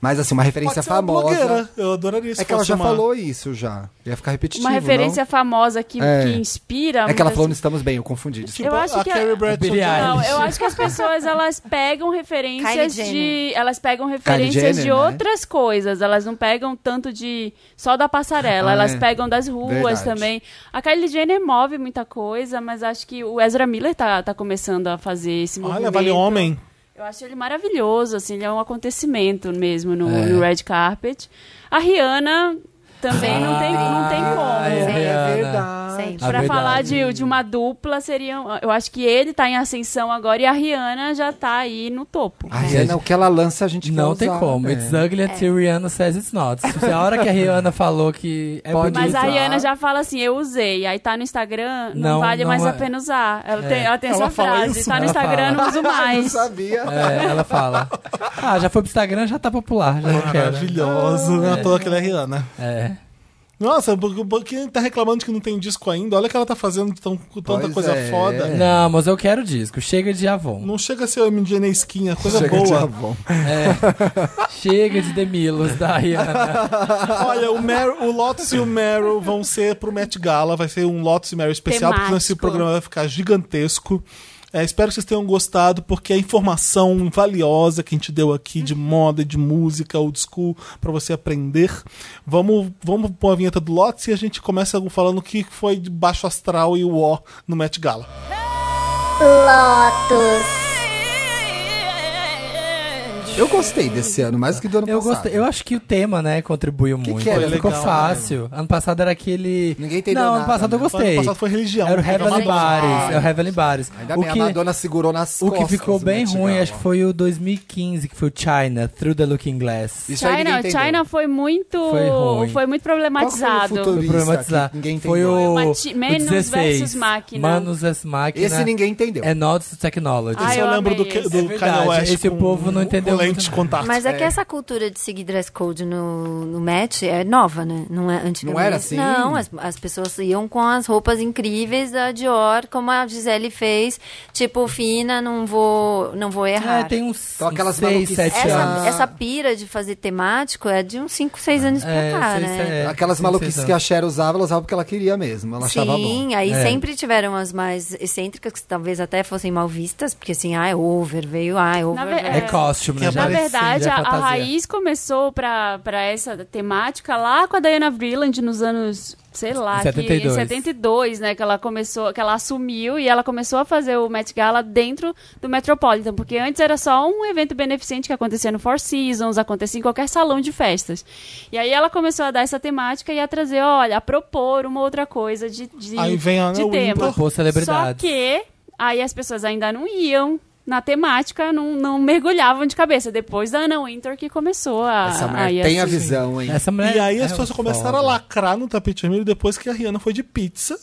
B: Mas, assim, uma
A: Pode
B: referência
A: ser uma
B: famosa...
A: blogueira. Eu adoraria isso.
B: É que ela já
A: uma...
B: falou isso, já. Ia ficar repetitivo,
C: Uma referência assim.
B: não?
C: famosa que,
B: É.
C: que inspira.
B: É que ela
C: muitas-
B: falou no Estamos Bem, eu confundi. desculpa.
C: Eu acho
A: a
C: que é- a-
A: Carrie Bradshaw.
D: Billie
A: já-
D: Eilish.
C: Não, eu acho que as pessoas elas pegam
E: Kylie
C: referências
E: Jenner.
C: de, elas pegam referências
B: Jenner,
C: de
B: né?
C: outras coisas. Elas não pegam tanto de só da passarela.
B: Ah,
C: elas
B: é.
C: pegam das ruas
B: Verdade.
C: também. A Kylie Jenner move muita coisa, mas acho que o Ezra Miller tá, tá começando a fazer esse movimento.
A: Olha, vale homem.
C: Eu Eu acho ele maravilhoso, assim, ele é um acontecimento mesmo no,
D: É.
C: no red carpet. A Rihanna também não, tem, não tem
A: Ah,
C: como.
D: é
E: Sim,
D: Rihanna.
E: Sempre.
D: A
C: Pra
D: verdade.
C: falar de, de uma dupla, seriam. Eu acho que ele tá em ascensão agora e a Rihanna já tá aí no topo.
D: Ah,
B: A Rihanna, o que ela lança, a gente quer
D: Não tem
B: usar,
D: como.
B: é.
D: It's ugly until Rihanna says it's not. Se a hora que a Rihanna falou que é
B: Pode
D: bonito,
C: Mas a
B: usar.
C: Rihanna já fala assim, eu usei. Aí tá no Instagram, não,
D: Não,
C: vale
D: não
C: mais
D: é.
C: a pena usar. Ela tem, ela tem
A: Ela
C: essa
A: fala
C: frase,
A: isso?
C: tá no
D: Ela
C: Instagram,
D: fala.
C: não uso
B: Não [LAUGHS]
C: mais.
B: sabia.
D: é, ela fala. Ah, já foi pro Instagram, já tá popular. Já não quero.
A: Maravilhoso, né? À toa que ela é Rihanna.
D: É.
A: Nossa, porque- porque tá reclamando de que não tem disco ainda. Olha o que ela tá fazendo de tão, com tanta
B: Pois
A: coisa
B: é.
A: foda.
D: Não, mas eu quero disco. Chega de Avon.
A: Não chega a ser o MJ na esquinha, coisa
B: Chega de
A: boa.
B: Avon.
D: É. Chega de Demilos da Rihanna.
A: Olha, o, Meryl, o Lotus e o Meryl vão ser pro Met Gala, vai ser um Lotus e Meryl especial, porque senão esse
C: Temático.
A: programa vai ficar gigantesco. É, espero que vocês tenham gostado, porque a informação valiosa que a gente deu aqui de moda, de música, old school, pra você aprender. Vamos, vamos pôr a vinheta do Lotus e a gente começa falando o que foi de baixo astral e o ó no Met Gala.
B: Eu gostei desse ano, mais do que do ano
D: Eu
B: passado.
D: gostei. Eu acho que o tema, né, contribuiu muito.
B: que era?
D: Ficou
A: é, Legal, né?
D: fácil. Ano passado era aquele.
B: Ninguém entendeu
D: Não, ano
B: nada,
D: passado eu
B: né?
A: Ano
D: gostei.
A: passado foi né? religião.
D: Era o Heavenly
E: Heavenly
D: Bares.
E: Bodies.
D: É o Heavenly Bares.
B: Ainda
D: O
B: bem,
D: que,
B: a Madonna segurou nas
D: o
B: costas né,
D: que ficou
B: do
D: bem
B: Met
D: ruim,
B: Gala.
D: acho que foi o 2015, que foi o China, Through the Looking Glass.
B: Isso aí ninguém
C: China,
B: entendeu.
C: China foi muito.
D: Foi ruim.
C: foi
B: Qual que foi
C: muito
B: o
C: problematizado.
D: Foi
B: futurista
D: problematizar.
B: que Ninguém
D: Foi
B: entendeu.
D: o,
C: Foi
D: o
C: uma ti- Menos
D: 16.
C: versus Máquina.
D: Manos versus Máquina.
B: Esse ninguém entendeu.
D: É Nods to Technology.
C: Ah,
A: Isso eu,
C: eu
A: lembro do,
C: amei
A: que-
C: esse.
A: do
D: É
A: Kanye
D: verdade,
A: West.
D: esse
A: com-
D: povo não entendeu
A: Com lente
D: muito,
A: de
D: não.
A: contato.
E: Mas é que essa cultura de seguir dress code no, no match é nova, né? Não é antigamente.
B: Não era assim?
E: Não, as, as pessoas iam com as roupas incríveis da Dior, como a Gisele fez. Tipo, fina, não vou, não vou errar.
D: É, tem uns,
B: Então, aquelas
D: uns 6,
B: maluquices.
D: 7 anos.
E: essa, essa pira de fazer temático é de uns 5, 6 anos pra
D: É,
E: cá,
D: seis,
E: né?
D: sete,
B: Aquelas
D: cinco,
B: maluquices
D: seis
B: que a
D: anos.
B: Cher usava, ela usava porque ela queria mesmo. Ela achava bom.
E: Sim, aí
D: É.
E: sempre tiveram as mais excêntricas, que talvez até fossem mal vistas, porque assim, ah, é over, veio, ah, é
C: Na
E: over.
C: ver-
E: veio.
D: É costume,
A: Que
D: né? Já
C: Na
D: era-
C: verdade,
B: é
D: já
C: a,
D: era
C: a
D: fantasia.
C: raiz começou pra, pra essa temática lá com a Diana Vreeland nos anos, sei lá, que-
D: 72.
C: em 72, né? Que ela começou, que ela assumiu e ela começou a fazer o Met Gala dentro do Metropolitan, porque antes era só um evento beneficente que acontecia no Four Seasons, acontecia em qualquer salão de festas. E aí ela começou a dar essa temática e a trazer, olha, a propor uma outra coisa de, de,
A: Aí vem a Ana
C: de tema.
A: Wintour.
D: Propor celebridades.
C: Só que aí as pessoas ainda não iam na temática, não, não mergulhavam de cabeça. Depois da Anna Winter que começou a.
B: Essa mulher
C: aí
B: tem a
C: essas-
B: visão, hein?
D: Essa mulher
A: E aí as
D: é
A: pessoas
D: foda.
A: começaram a lacrar no tapete vermelho depois que a Rihanna foi de pizza.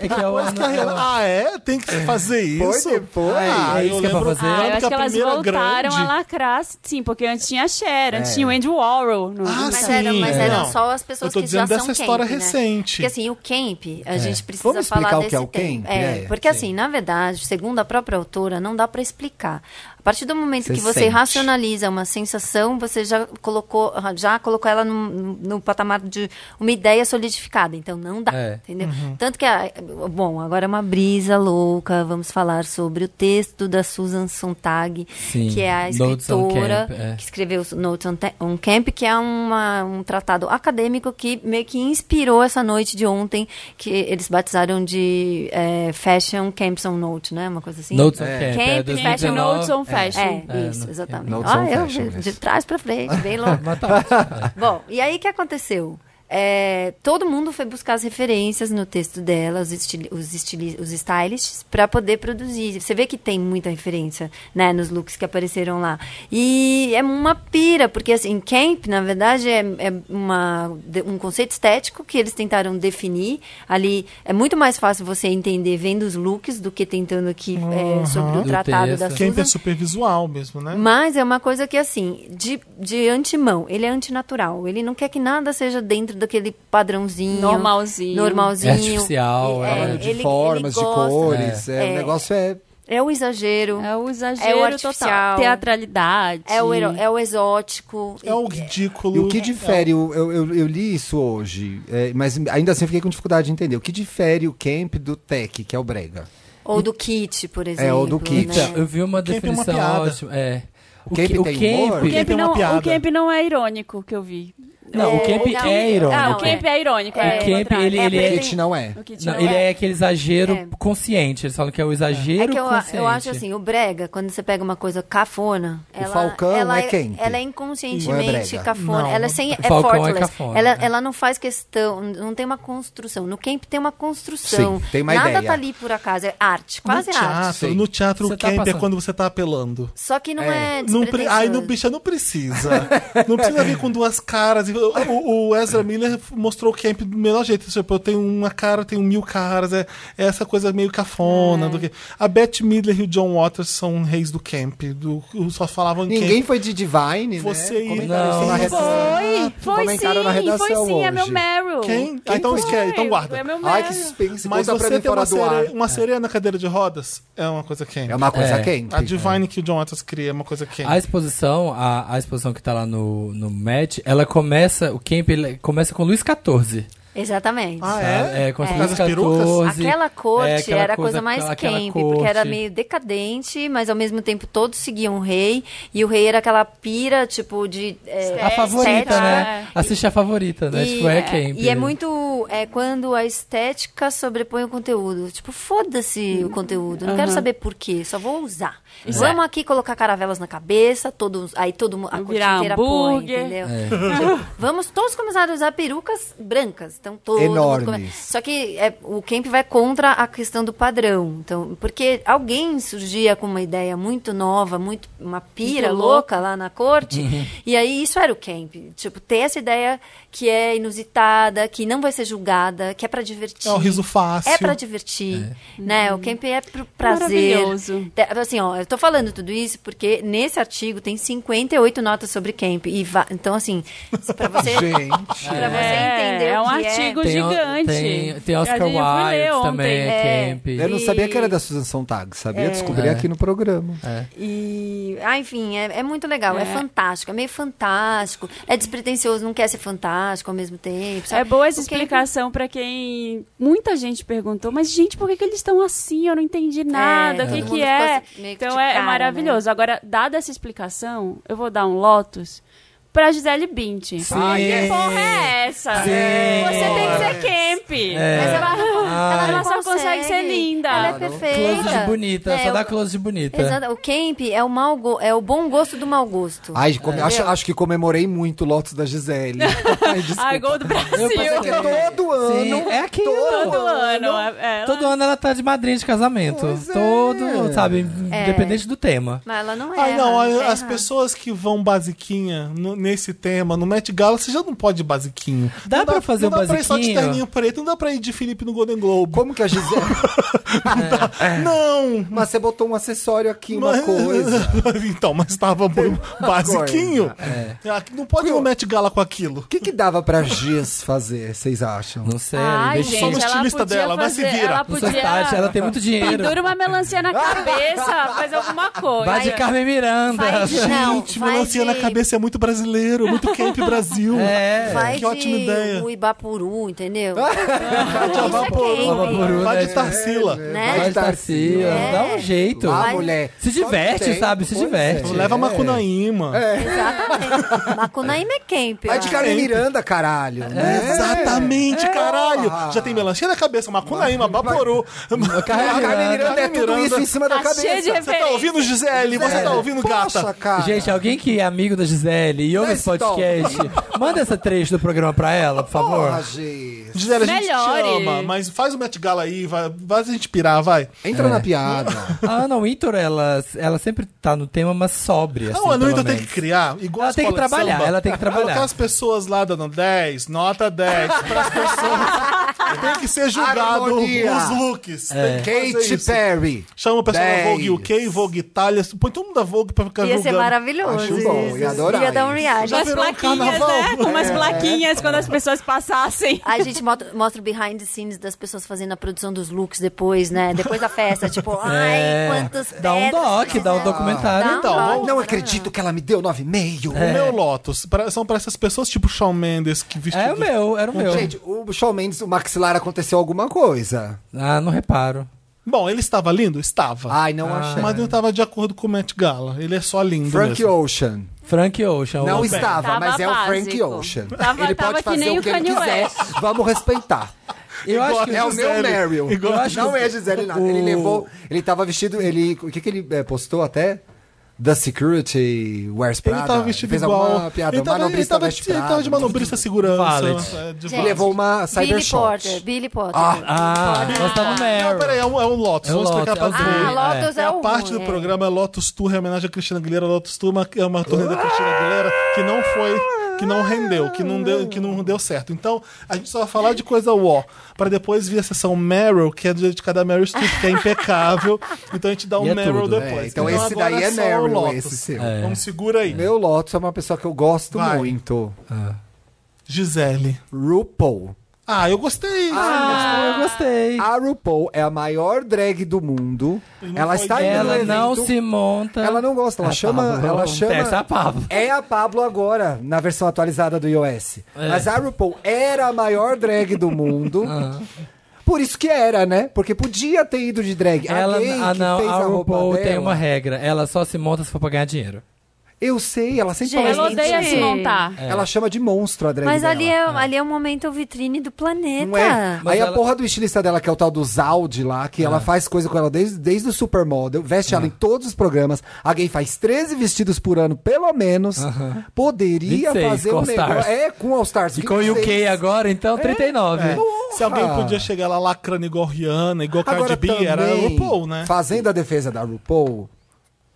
D: É que é o
A: Depois que a Rihanna, ah, é? Tem que fazer
B: Foi
A: isso?
B: depois.
A: Ah,
D: É
A: eu
D: isso que é pra
A: lembro,
D: fazer.
C: Ah, eu
A: lembro
C: acho
A: que
C: que
A: a
C: elas
A: primeira
C: voltaram
A: grande...
C: a lacrar, sim, porque antes tinha a Cher, antes
B: É.
C: tinha o Andy Warhol. No,
A: Ah,
E: Mas,
A: sim,
E: eram, mas
A: é.
E: eram
A: Não,
E: só as pessoas
A: eu tô
E: que
A: dizendo
E: já
A: dessa
E: são camp,
A: história
E: né?
A: recente.
E: Porque assim, o camp, a gente precisa
B: Vamos explicar
E: falar
B: o que é
E: desse
B: o camp?
E: tempo. É,
B: É,
E: porque assim, na verdade, segundo a própria autora, não dá pra explicar. A partir do momento
B: Você
E: que você
B: sente.
E: racionaliza uma sensação, você já colocou, já colocou ela num- num- no, patamar de uma ideia solidificada. Então não dá,
D: É.
E: entendeu? Tanto que a- bom, agora é uma brisa louca, vamos falar sobre o texto da Susan Sontag,
D: Sim,
E: que é a
D: Notes on
E: escritora
D: Camp, é.
E: que escreveu os Notes on, Te- on Camp, que é uma- um tratado acadêmico que meio que inspirou essa noite de ontem, que eles batizaram de é, Fashion Camps on Note, né? Uma coisa assim.
D: Notes on
B: É.
D: Camp.
E: Camp,
D: é
E: Fashion
C: Fashion
D: 2019.
C: Notes on Fashion.
E: É,
D: É,
E: isso,
D: no-
E: exatamente.
B: Notes on
E: ah, eu
B: Fashion,
E: de,
B: isso.
E: de trás pra frente,
D: [LAUGHS]
E: bem louco.
B: [LAUGHS]
D: Mas tá
B: Né?
D: ótimo.
E: Bom, e aí o que aconteceu? É, todo mundo foi buscar as referências no texto dela, os, estili os, estili os stylists, para poder produzir. Você vê que tem muita referência, né, nos looks que apareceram lá. E é uma pira, porque assim, camp, na verdade, é, é uma, de- um conceito estético que eles tentaram definir ali. É muito mais fácil você entender vendo os looks do que tentando aqui é, sobre o
D: Do
E: tratado da
D: texto.
A: Quem
E: Susan.
A: é super visual mesmo, né?
E: Mas é uma coisa que, assim, de, de antemão, ele é antinatural. Ele não quer que nada seja dentro daquele padrãozinho.
C: Normalzinho.
E: Normalzinho.
D: É artificial,
E: É,
B: Trabalho de
E: ele-
B: formas,
E: ele
B: de
E: gosta.
B: cores. é, O
E: É.
B: negócio é.
E: É o exagero.
C: É o exagero
E: É o
C: total.
E: artificial.
C: Teatralidade.
E: É o, hero- é o exótico.
A: É o
B: E
A: ridículo.
B: o que difere,
D: então.
B: o- eu, eu, eu li isso hoje, é, mas ainda assim eu fiquei com dificuldade de entender. O que difere o camp do tech, que é o brega?
E: Ou do kit, por exemplo.
B: É, ou do kit.
E: Né?
D: Então, Eu vi uma
A: Quem tem é uma
D: definição
A: piada.
D: ótima. É.
B: O Camp
D: que- o
B: tem
D: Camp-
B: humor?
D: O
A: Camp-
C: Camp
A: tem uma
C: não,
A: piada.
C: o Camp não é irônico que eu vi.
D: Não, o Camp
E: não,
D: é irônico.
E: não,
C: Ah, o Camp é irônico.
E: É,
C: É,
E: o
C: ao
D: Camp,
C: contrário.
D: ele- ele
E: é-
B: O Kit não é.
C: O Kit
D: Não,
C: não
D: ele
C: é.
D: é aquele exagero
E: É.
D: consciente. Eles falam que é o
E: É
D: exagero
E: que eu,
D: consciente.
E: eu acho assim, o brega, quando você pega uma coisa cafona, ela,
B: Falcão
E: ela
B: é quem?
E: Ela
B: Ou
E: é
B: é
E: inconscientemente
B: brega?
E: cafona.
D: Não,
E: ela é sem,
D: o
E: é
D: Falcão é
E: fortless.
D: cafona,
E: ela,
D: né?
E: ela não faz questão, não tem uma construção. No camp tem uma construção.
B: Sim, tem uma
E: Nada
B: ideia.
E: tá ali por acaso, é arte, quase
A: no
E: arte.
A: teatro,
B: sim.
A: no teatro
D: Você
A: o
D: tá
A: camp é
D: passando.
A: quando você tá apelando.
E: Só que não
B: É.
E: é,
A: Não pre... Ai, não,
E: despretensioso.
A: bicha, não precisa. Não precisa vir com duas caras. E O, o Ezra Miller mostrou o camp do melhor jeito. Tipo, eu tenho uma cara, eu tenho mil caras. É, é essa coisa meio cafona. Do que... A Beth Midler e o John Waters são reis do camp. Do... Só falavam em
B: Ninguém
A: camp.
B: foi de Divine,
A: Você
B: né?
A: e-
B: Comentaram isso
D: Não.
B: na redação.
A: Ah,
C: Foi, foi sim,
B: Comentaram na
C: foi
B: redação
C: sim, é meu
B: hoje.
C: Meryl.
A: Quem? Ah,
B: Quem
A: então
B: foi?
A: esquece, então
C: É
A: guarda.
C: meu Meryl.
B: Ai, que suspense.
A: Mas
B: Conta pra
A: você
B: mim
A: tem
B: fora
A: uma, um
B: do ar.
A: sereia, uma sereia na cadeira de rodas é uma coisa quente.
B: É uma coisa
D: É.
B: quente.
A: A Divine que o John Waters cria é uma coisa quente.
D: A exposição, a, a exposição que tá lá no, no Met, ela começa, o Camp ele começa com Luiz XIV.
E: Exatamente.
A: Ah,
D: tá?
A: é?
D: com
E: É.
D: Luís
A: As perucas?
D: XIV.
E: Aquela corte
D: é, aquela
E: era a coisa
D: coisa-
E: mais
D: aquela- aquela
E: camp, porque era
D: corte.
E: meio decadente, mas ao mesmo tempo todos seguiam o rei. E o rei era aquela pira, tipo, de. é,
D: A favorita,
E: estética.
D: né? Assiste a favorita, né? tipo, é Camp.
E: e é muito. É quando a estética sobrepõe o conteúdo. Tipo, foda-se o conteúdo. Não quero saber por quê, só vou usar.
D: É.
E: Vamos aqui colocar caravelas na cabeça, todos, aí todo mundo. A corte
C: Virar
E: inteira põe,
C: hambúrguer.
E: entendeu?
D: É.
E: Tipo, vamos todos começar a usar perucas brancas. Então, todo
B: Enormes.
E: mundo. come- Só que é, o Kemp vai contra a questão do padrão. Então, porque alguém surgia com uma ideia muito nova, muito uma pira
C: Muito Uhum.
E: louca lá na corte, e aí isso era o Kemp. Tipo, ter essa ideia que é inusitada, que não vai ser julgada, que é pra divertir.
A: É um riso fácil.
E: É pra divertir, né? O camping é pro prazer.
C: Uhum. Maravilhoso.
E: Te- Assim, ó, eu tô falando tudo isso porque nesse artigo tem 58 notas sobre camp e va- então assim,
A: [LAUGHS]
E: pra você
B: Gente.
E: Pra você
C: É,
E: entender
C: é
E: o
C: um
E: que
C: artigo
D: Tem o-
C: gigante.
D: Tem, tem
C: A
D: Oscar
C: gente foi ler
D: Wilde
C: ontem.
D: também, é,
E: É.
D: Camp.
B: Eu não sabia
E: E-
B: que era da Susan Sontag. Sabia? Descobri
D: É.
B: aqui no programa.
E: E, ah, enfim, é, é muito legal, é. fantástico, é meio fantástico, é despretensioso, não quer ser fantástico ao mesmo tempo. sabe?
C: É boa essa
E: O Kemp-
C: explicação pra quem. Muita gente perguntou, mas gente, por que, que eles estão assim? Eu não entendi nada.
E: É,
C: o que,
E: todo
C: que
E: mundo
C: é?
E: ficou meio que
C: Então
E: de
C: é, é
E: cara, né?
C: maravilhoso. Agora, dada essa explicação, eu vou dar um Lotus pra Gisele Bündchen.
D: Sim.
C: Que porra é essa? Você tem que ser camp.
E: Mas
D: É.
E: ela, não- ela,
C: Ela
E: não
C: só consegue ser linda.
E: Ela é
C: Claro.
E: perfeita.
D: Close de bonita,
E: É,
D: só dá
E: o-
D: close de bonita.
E: Exato, o camp é o, mau go- é o bom gosto do mau gosto.
B: Ai, come- acho, acho que comemorei muito o Lotus da Gisele. Ai, desculpa.
C: Ai, gol do Brasil.
B: Mas é
D: [LAUGHS]
B: que todo ano.
D: Sim, é aquilo.
C: Todo ano. é- é-
D: Todo ano ela tá de madrinha de casamento. Todo, sabe,
E: É.
D: independente do tema.
E: Mas ela não é.
A: Ai, Ah, não, a- as pessoas que vão basiquinha no- nesse tema, no Met Gala, você já não pode ir basiquinho.
D: Dá
A: não
D: pra fazer
A: não
D: um
A: dá pra ir só de
D: basiquinho?
A: terninho preto, não dá pra ir de Felipe no Golden Globe.
B: Como que a Gisele. [LAUGHS]
A: Não!
B: Mas você botou um acessório aqui, uma coisa.
A: [LAUGHS] então, mas tava muito basiquinho. Aqui Não pode ir no Met Gala com aquilo.
B: O que, que dava pra Giz fazer, vocês acham?
D: Não sei,
C: Ai,
D: investir.
A: Só no
C: gente, ela
A: estilista
C: podia
A: dela, vai se
C: fazer,
A: vira.
C: Ela
D: Não sou
C: podia...
D: tarde, ela tem
E: [LAUGHS]
D: muito dinheiro.
C: Pendura uma melancia na cabeça, faz alguma coisa.
D: Vai de Carmen Miranda.
E: Vai de- Não,
A: Gente,
E: vai
A: melancia
E: de-
A: na cabeça é muito brasileiro, muito Camp Brasil.
D: É.
E: Vai
A: que ótima
E: de
A: ideia.
E: o Ibapuru, entendeu?
A: Isso é
E: quem?
D: Vaporú,
A: Vai
D: né?
A: de Tarsila.
E: Né?
D: Vai de Tarsila.
E: É.
D: Dá um jeito.
B: Lá,
E: Vai-
B: Ah, mulher.
D: Se
B: Só
D: diverte,
B: tem,
D: sabe? Se
B: pois
D: diverte.
B: é.
A: Leva Macunaíma.
E: Exatamente. Macunaíma é camp.
B: Vai de
E: cara.
B: Carmen Miranda, caralho.
D: É,
B: né?
A: Exatamente, caralho.
D: Ah.
A: Já tem melancia na cabeça, macunaíma, baboru.
B: A Carmen Miranda é tudo isso em cima da
C: Tá
B: cabeça.
C: cheio de
A: Você tá ouvindo, Gisele? Você tá ouvindo,
B: Poxa,
A: gata?
B: cara.
D: Gente, alguém que é amigo da Gisele e ouve
B: Dá
D: esse
B: esse tom.
D: podcast, manda essa trecho do programa pra ela, por favor.
B: Porra, Giz.
A: Gisele, a gente te
C: Melhore.
A: ama, mas faz o Met Gala aí, vai, vai a gente pirar, vai.
B: Entra na piada.
D: A Ana Wintour, ela, ela sempre tá no tema, mas
B: Ah,
D: sóbria.
A: Não,
D: assim,
A: a Anitta
D: pelo
A: tem
D: menos.
A: que criar, igual
D: Ela
A: a
D: tem que
A: escola de
D: trabalhar,
A: samba.
D: ela tem que trabalhar.
A: Colocar as pessoas lá dando 10, nota
D: [LAUGHS]
A: 10, pras pessoas. tem que ser julgado
B: Harmonia.
A: os looks. Tem que
D: É.
A: fazer
B: É. Kate
A: isso.
B: Perry.
A: Chama o pessoal da
B: Dez.
A: Vogue UK, Vogue Itália, põe todo mundo da Vogue pra ficar
E: Ia ser
A: Tá julgando.
E: maravilhoso.
B: Acho bom,
E: isso.
B: ia adorar
E: Ia dar um
B: isso.
E: reality.
A: Já
C: Umas
A: virou um
C: plaquinhas,
A: carnaval.
C: né? Umas plaquinhas quando as pessoas passassem.
E: A gente mot- mostra o behind the scenes das pessoas fazendo a produção dos looks depois, né? Depois da festa, tipo, ai,
D: É.
E: quantos né?"
D: Dá um doc, dá um documentário.
E: Dá um
A: Então,
E: doc.
B: Não acredito que ela me deu 9,5.
A: O
D: É.
A: meu Lotus pra- são pra essas pessoas tipo Shawn Mendes que
E: um
A: vestido...
D: É o meu, era o meu.
B: Gente, o Shawn Mendes, o maxilar aconteceu alguma coisa.
D: Ah, não reparo.
A: Bom, ele estava lindo? Estava.
D: Ah,
B: Ai, não achei.
A: Mas não estava de acordo com o Matt Gala. Ele é só lindo
B: Frank
A: mesmo.
B: Ocean.
D: Frank Ocean.
B: Não
D: o-
B: estava,
C: Tava
B: mas é o
C: básico.
B: Frank Ocean.
C: Tava-
B: ele
C: tava
B: pode
C: que
B: fazer
C: nem
B: o que
C: o
B: ele
C: Kanye
B: quiser.
C: West.
B: Vamos respeitar.
D: Eu acho que
B: é o
D: o-
B: meu
A: Gisele.
B: Meryl.
A: Igual
D: a Gisele.
B: não é Gisele nada. Ele
D: O-
B: levou. Ele tava vestido. Ele, o que, que ele eh, postou até? The Security Wears
A: Ele
B: Prada.
A: estava vestido
B: Fez
A: igual.
B: alguma piada.
A: ele
B: Ele
A: estava
B: manobrista veste
A: ele tava de
B: Prada.
A: manobrista segurança.
D: Valet.
A: é, de
E: Gente,
B: Ele levou uma
E: Billy
B: Cybershot.
E: Porter, Billy Potter.
D: Ah, nós estamos
A: Não, peraí,
D: Meryl.
A: é um, é um Lotus.
D: É um
A: Vamos explicar
D: Lotus,
A: pra
D: é um
A: Adri.
E: Ah,
D: Sim,
E: Lotus é,
A: a
E: o
A: parte
E: ruim,
A: do
E: é.
A: programa é Lotus Tour, em homenagem à Cristina Aguilera. Lotus Tour é uma- é uma turnê da Cristina Aguilera que não foi, que não rendeu, que não deu, que não deu certo. Então, a gente só vai falar de coisa ó, pra depois vir a sessão Meryl, que é dedicada a Meryl Streep, que é impecável. Então a gente dá um
D: E é
A: Meryl
D: tudo, né?
A: depois.
B: É, então esse
A: agora
B: daí é
A: só o
B: Meryl,
A: Lotus.
B: esse seu.
A: Vamos segura aí.
B: Meu Lotus é uma pessoa que eu gosto
A: Vai.
B: muito.
A: Gisele.
B: RuPaul.
A: Ah, eu gostei.
D: Ah, eu gostei.
B: A RuPaul é a maior drag do mundo.
A: não
B: Ela
A: foi
B: está indo no
D: Ela
B: evento.
D: não se monta.
B: Ela não gosta, ela
D: É a
B: chama-
D: Pablo.
B: ela chama-
D: Essa é a Pablo.
B: É a Pablo agora, na versão atualizada do iOS.
D: É.
B: Mas a RuPaul era a maior drag do mundo. Por isso que era, né? Porque podia ter ido de drag.
D: Ela,
B: a gay
D: ah,
B: que
D: não,
B: fez
D: a
B: a, roupa
D: RuPaul
B: dela,
D: tem uma regra. Ela só se monta se for pra ganhar dinheiro.
B: Eu sei, ela sempre
E: Gente,
B: fala isso.
C: Ela odeia se montar.
D: É.
B: Ela chama de monstro a drag
E: Mas
B: dela.
E: ali é, ali é um momento vitrine do planeta.
B: Não é?
D: Mas
B: Aí
D: ela- É.
B: a porra do estilista dela, que é o tal do Zaldi lá, que ela faz coisa com ela desde, desde o Supermodel, veste ela em todos os programas. A gay faz 13 vestidos por ano, pelo menos. Poderia
D: 26
B: fazer
D: com
B: um
D: All Stars.
B: negócio. É, com All Stars.
D: E com o
B: 26.
D: UK agora, então, 39.
A: Se alguém podia chegar lá lacrando igual Rihanna, igual Cardi
B: Agora
A: B,
B: também,
A: era a RuPaul, né?
B: Fazendo a defesa da RuPaul,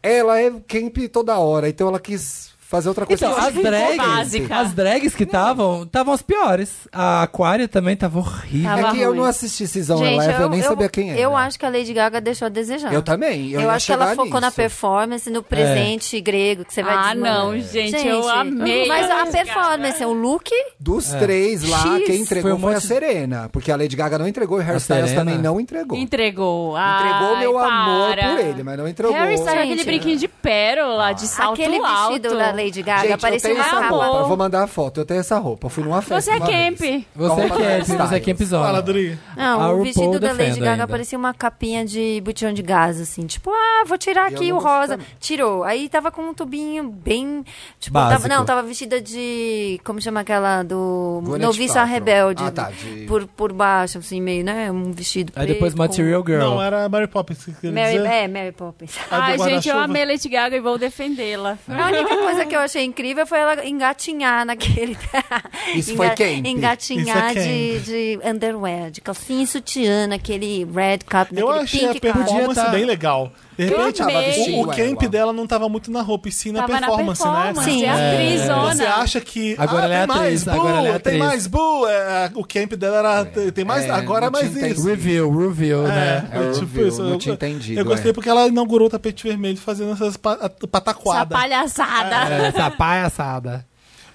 B: ela é camp toda hora, então ela quis fazer outra coisa.
D: Então,
B: Eu
D: as
B: acho que
D: drags,
C: básica.
D: as drags que estavam, estavam as piores. A Aquária também tava horrível.
C: Tava
B: É que eu
C: ruim.
B: não assisti Season
E: Gente,
B: 11, eu, nem sabia quem era.
E: Eu acho que a Lady Gaga deixou a desejar.
B: Eu também, eu
E: Eu,
B: ia
E: acho que ela
B: chegar
E: focou na
B: nisso. É.
E: performance, no presente grego que você vai
C: Ah,
E: desmanchar.
C: não, gente, eu amei.
E: Mas a performance, o look,
B: Dos
D: É.
B: três lá,
E: X,
B: quem entregou
D: foi
B: foi,
D: um
B: a
D: monte de-
B: Serena. Porque a Lady Gaga não entregou e o Harry
D: A
B: Styles
D: Serena?
B: também não entregou.
C: Entregou.
B: Entregou
C: Então, Ai,
B: meu amor
C: para.
B: por ele, mas não entregou.
E: Harry
C: Só
E: Styles-
C: aquele
E: Gente,
C: brinquinho de pérola, de salto
E: aquele
C: alto.
E: vestido da Lady Gaga
B: Gente,
E: parecia
B: eu tenho
E: uma
B: essa
E: capa.
B: roupa, eu vou mandar a foto. Eu tenho essa roupa, eu fui numa festa
C: Você é
B: uma vez.
C: camp.
D: Você é
B: Toma, Harry
D: camp, você é
B: Styles.
D: campzona.
A: Fala, Adri.
E: Não,
D: A
E: o
D: RuPaul
E: vestido da Lady
D: defendo
E: Gaga
D: ainda.
E: parecia uma capinha de botijão de gás, assim. Tipo, ah, vou tirar aqui
B: não
E: o rosa.
B: gostei.
E: Tirou. Aí tava com um tubinho bem. Tipo,
D: Básico.
E: tava, não, tava vestida de. Como chama aquela do.
B: Gwyneth
E: Noviça
B: Paltrow.
E: Rebelde.
B: Ah, tá, de-
E: por, por baixo, assim, meio, né? Um vestido.
D: Aí depois
E: preto com-
D: Material Girl.
A: Não, é era a Mary Poppins que queria
E: Mary,
A: dizer.
E: é, Mary Poppins.
A: A do
C: Ai, gente, eu
A: guarda-chuva.
C: amei Lady Gaga e vou defendê-la.
E: A única coisa que eu achei incrível foi ela engatinhar naquele. [LAUGHS]
B: Isso foi camp.
E: Engatinhar
A: Isso é camp.
E: de, de underwear, de calcinha e sutiã, naquele red cap,
A: Eu
E: naquele
A: achei a
E: pink cap.
A: performance
D: Podia tá-
A: bem legal. De
C: Eu
A: repente,
C: amei.
A: o, o
B: Ah, Ela. é
A: camp dela não tava muito na roupa, e sim na,
C: Tava
A: performance,
C: na performance,
A: né?
E: Sim.
C: é atrizona.
A: Você acha que.
D: Agora
A: ah,
D: ela é
A: tem
D: atriz,
A: mais,
D: agora
A: bu,
D: ela é
A: Tem
D: atriz.
A: mais, bu. é, o camp dela era. tem- Tem mais,
B: É,
A: agora é
B: não
A: mais
B: tinha
A: isso. Tipo
B: entendido.
D: Review,
A: [LAUGHS]
D: review, né?
B: [LAUGHS] É, eu vi, eu não tinha entendido,
A: Eu gostei
B: é.
A: porque ela inaugurou o tapete vermelho fazendo essas pa-
C: Essa
A: pataquadas.
C: palhaçada.
A: É,
D: Essa palhaçada.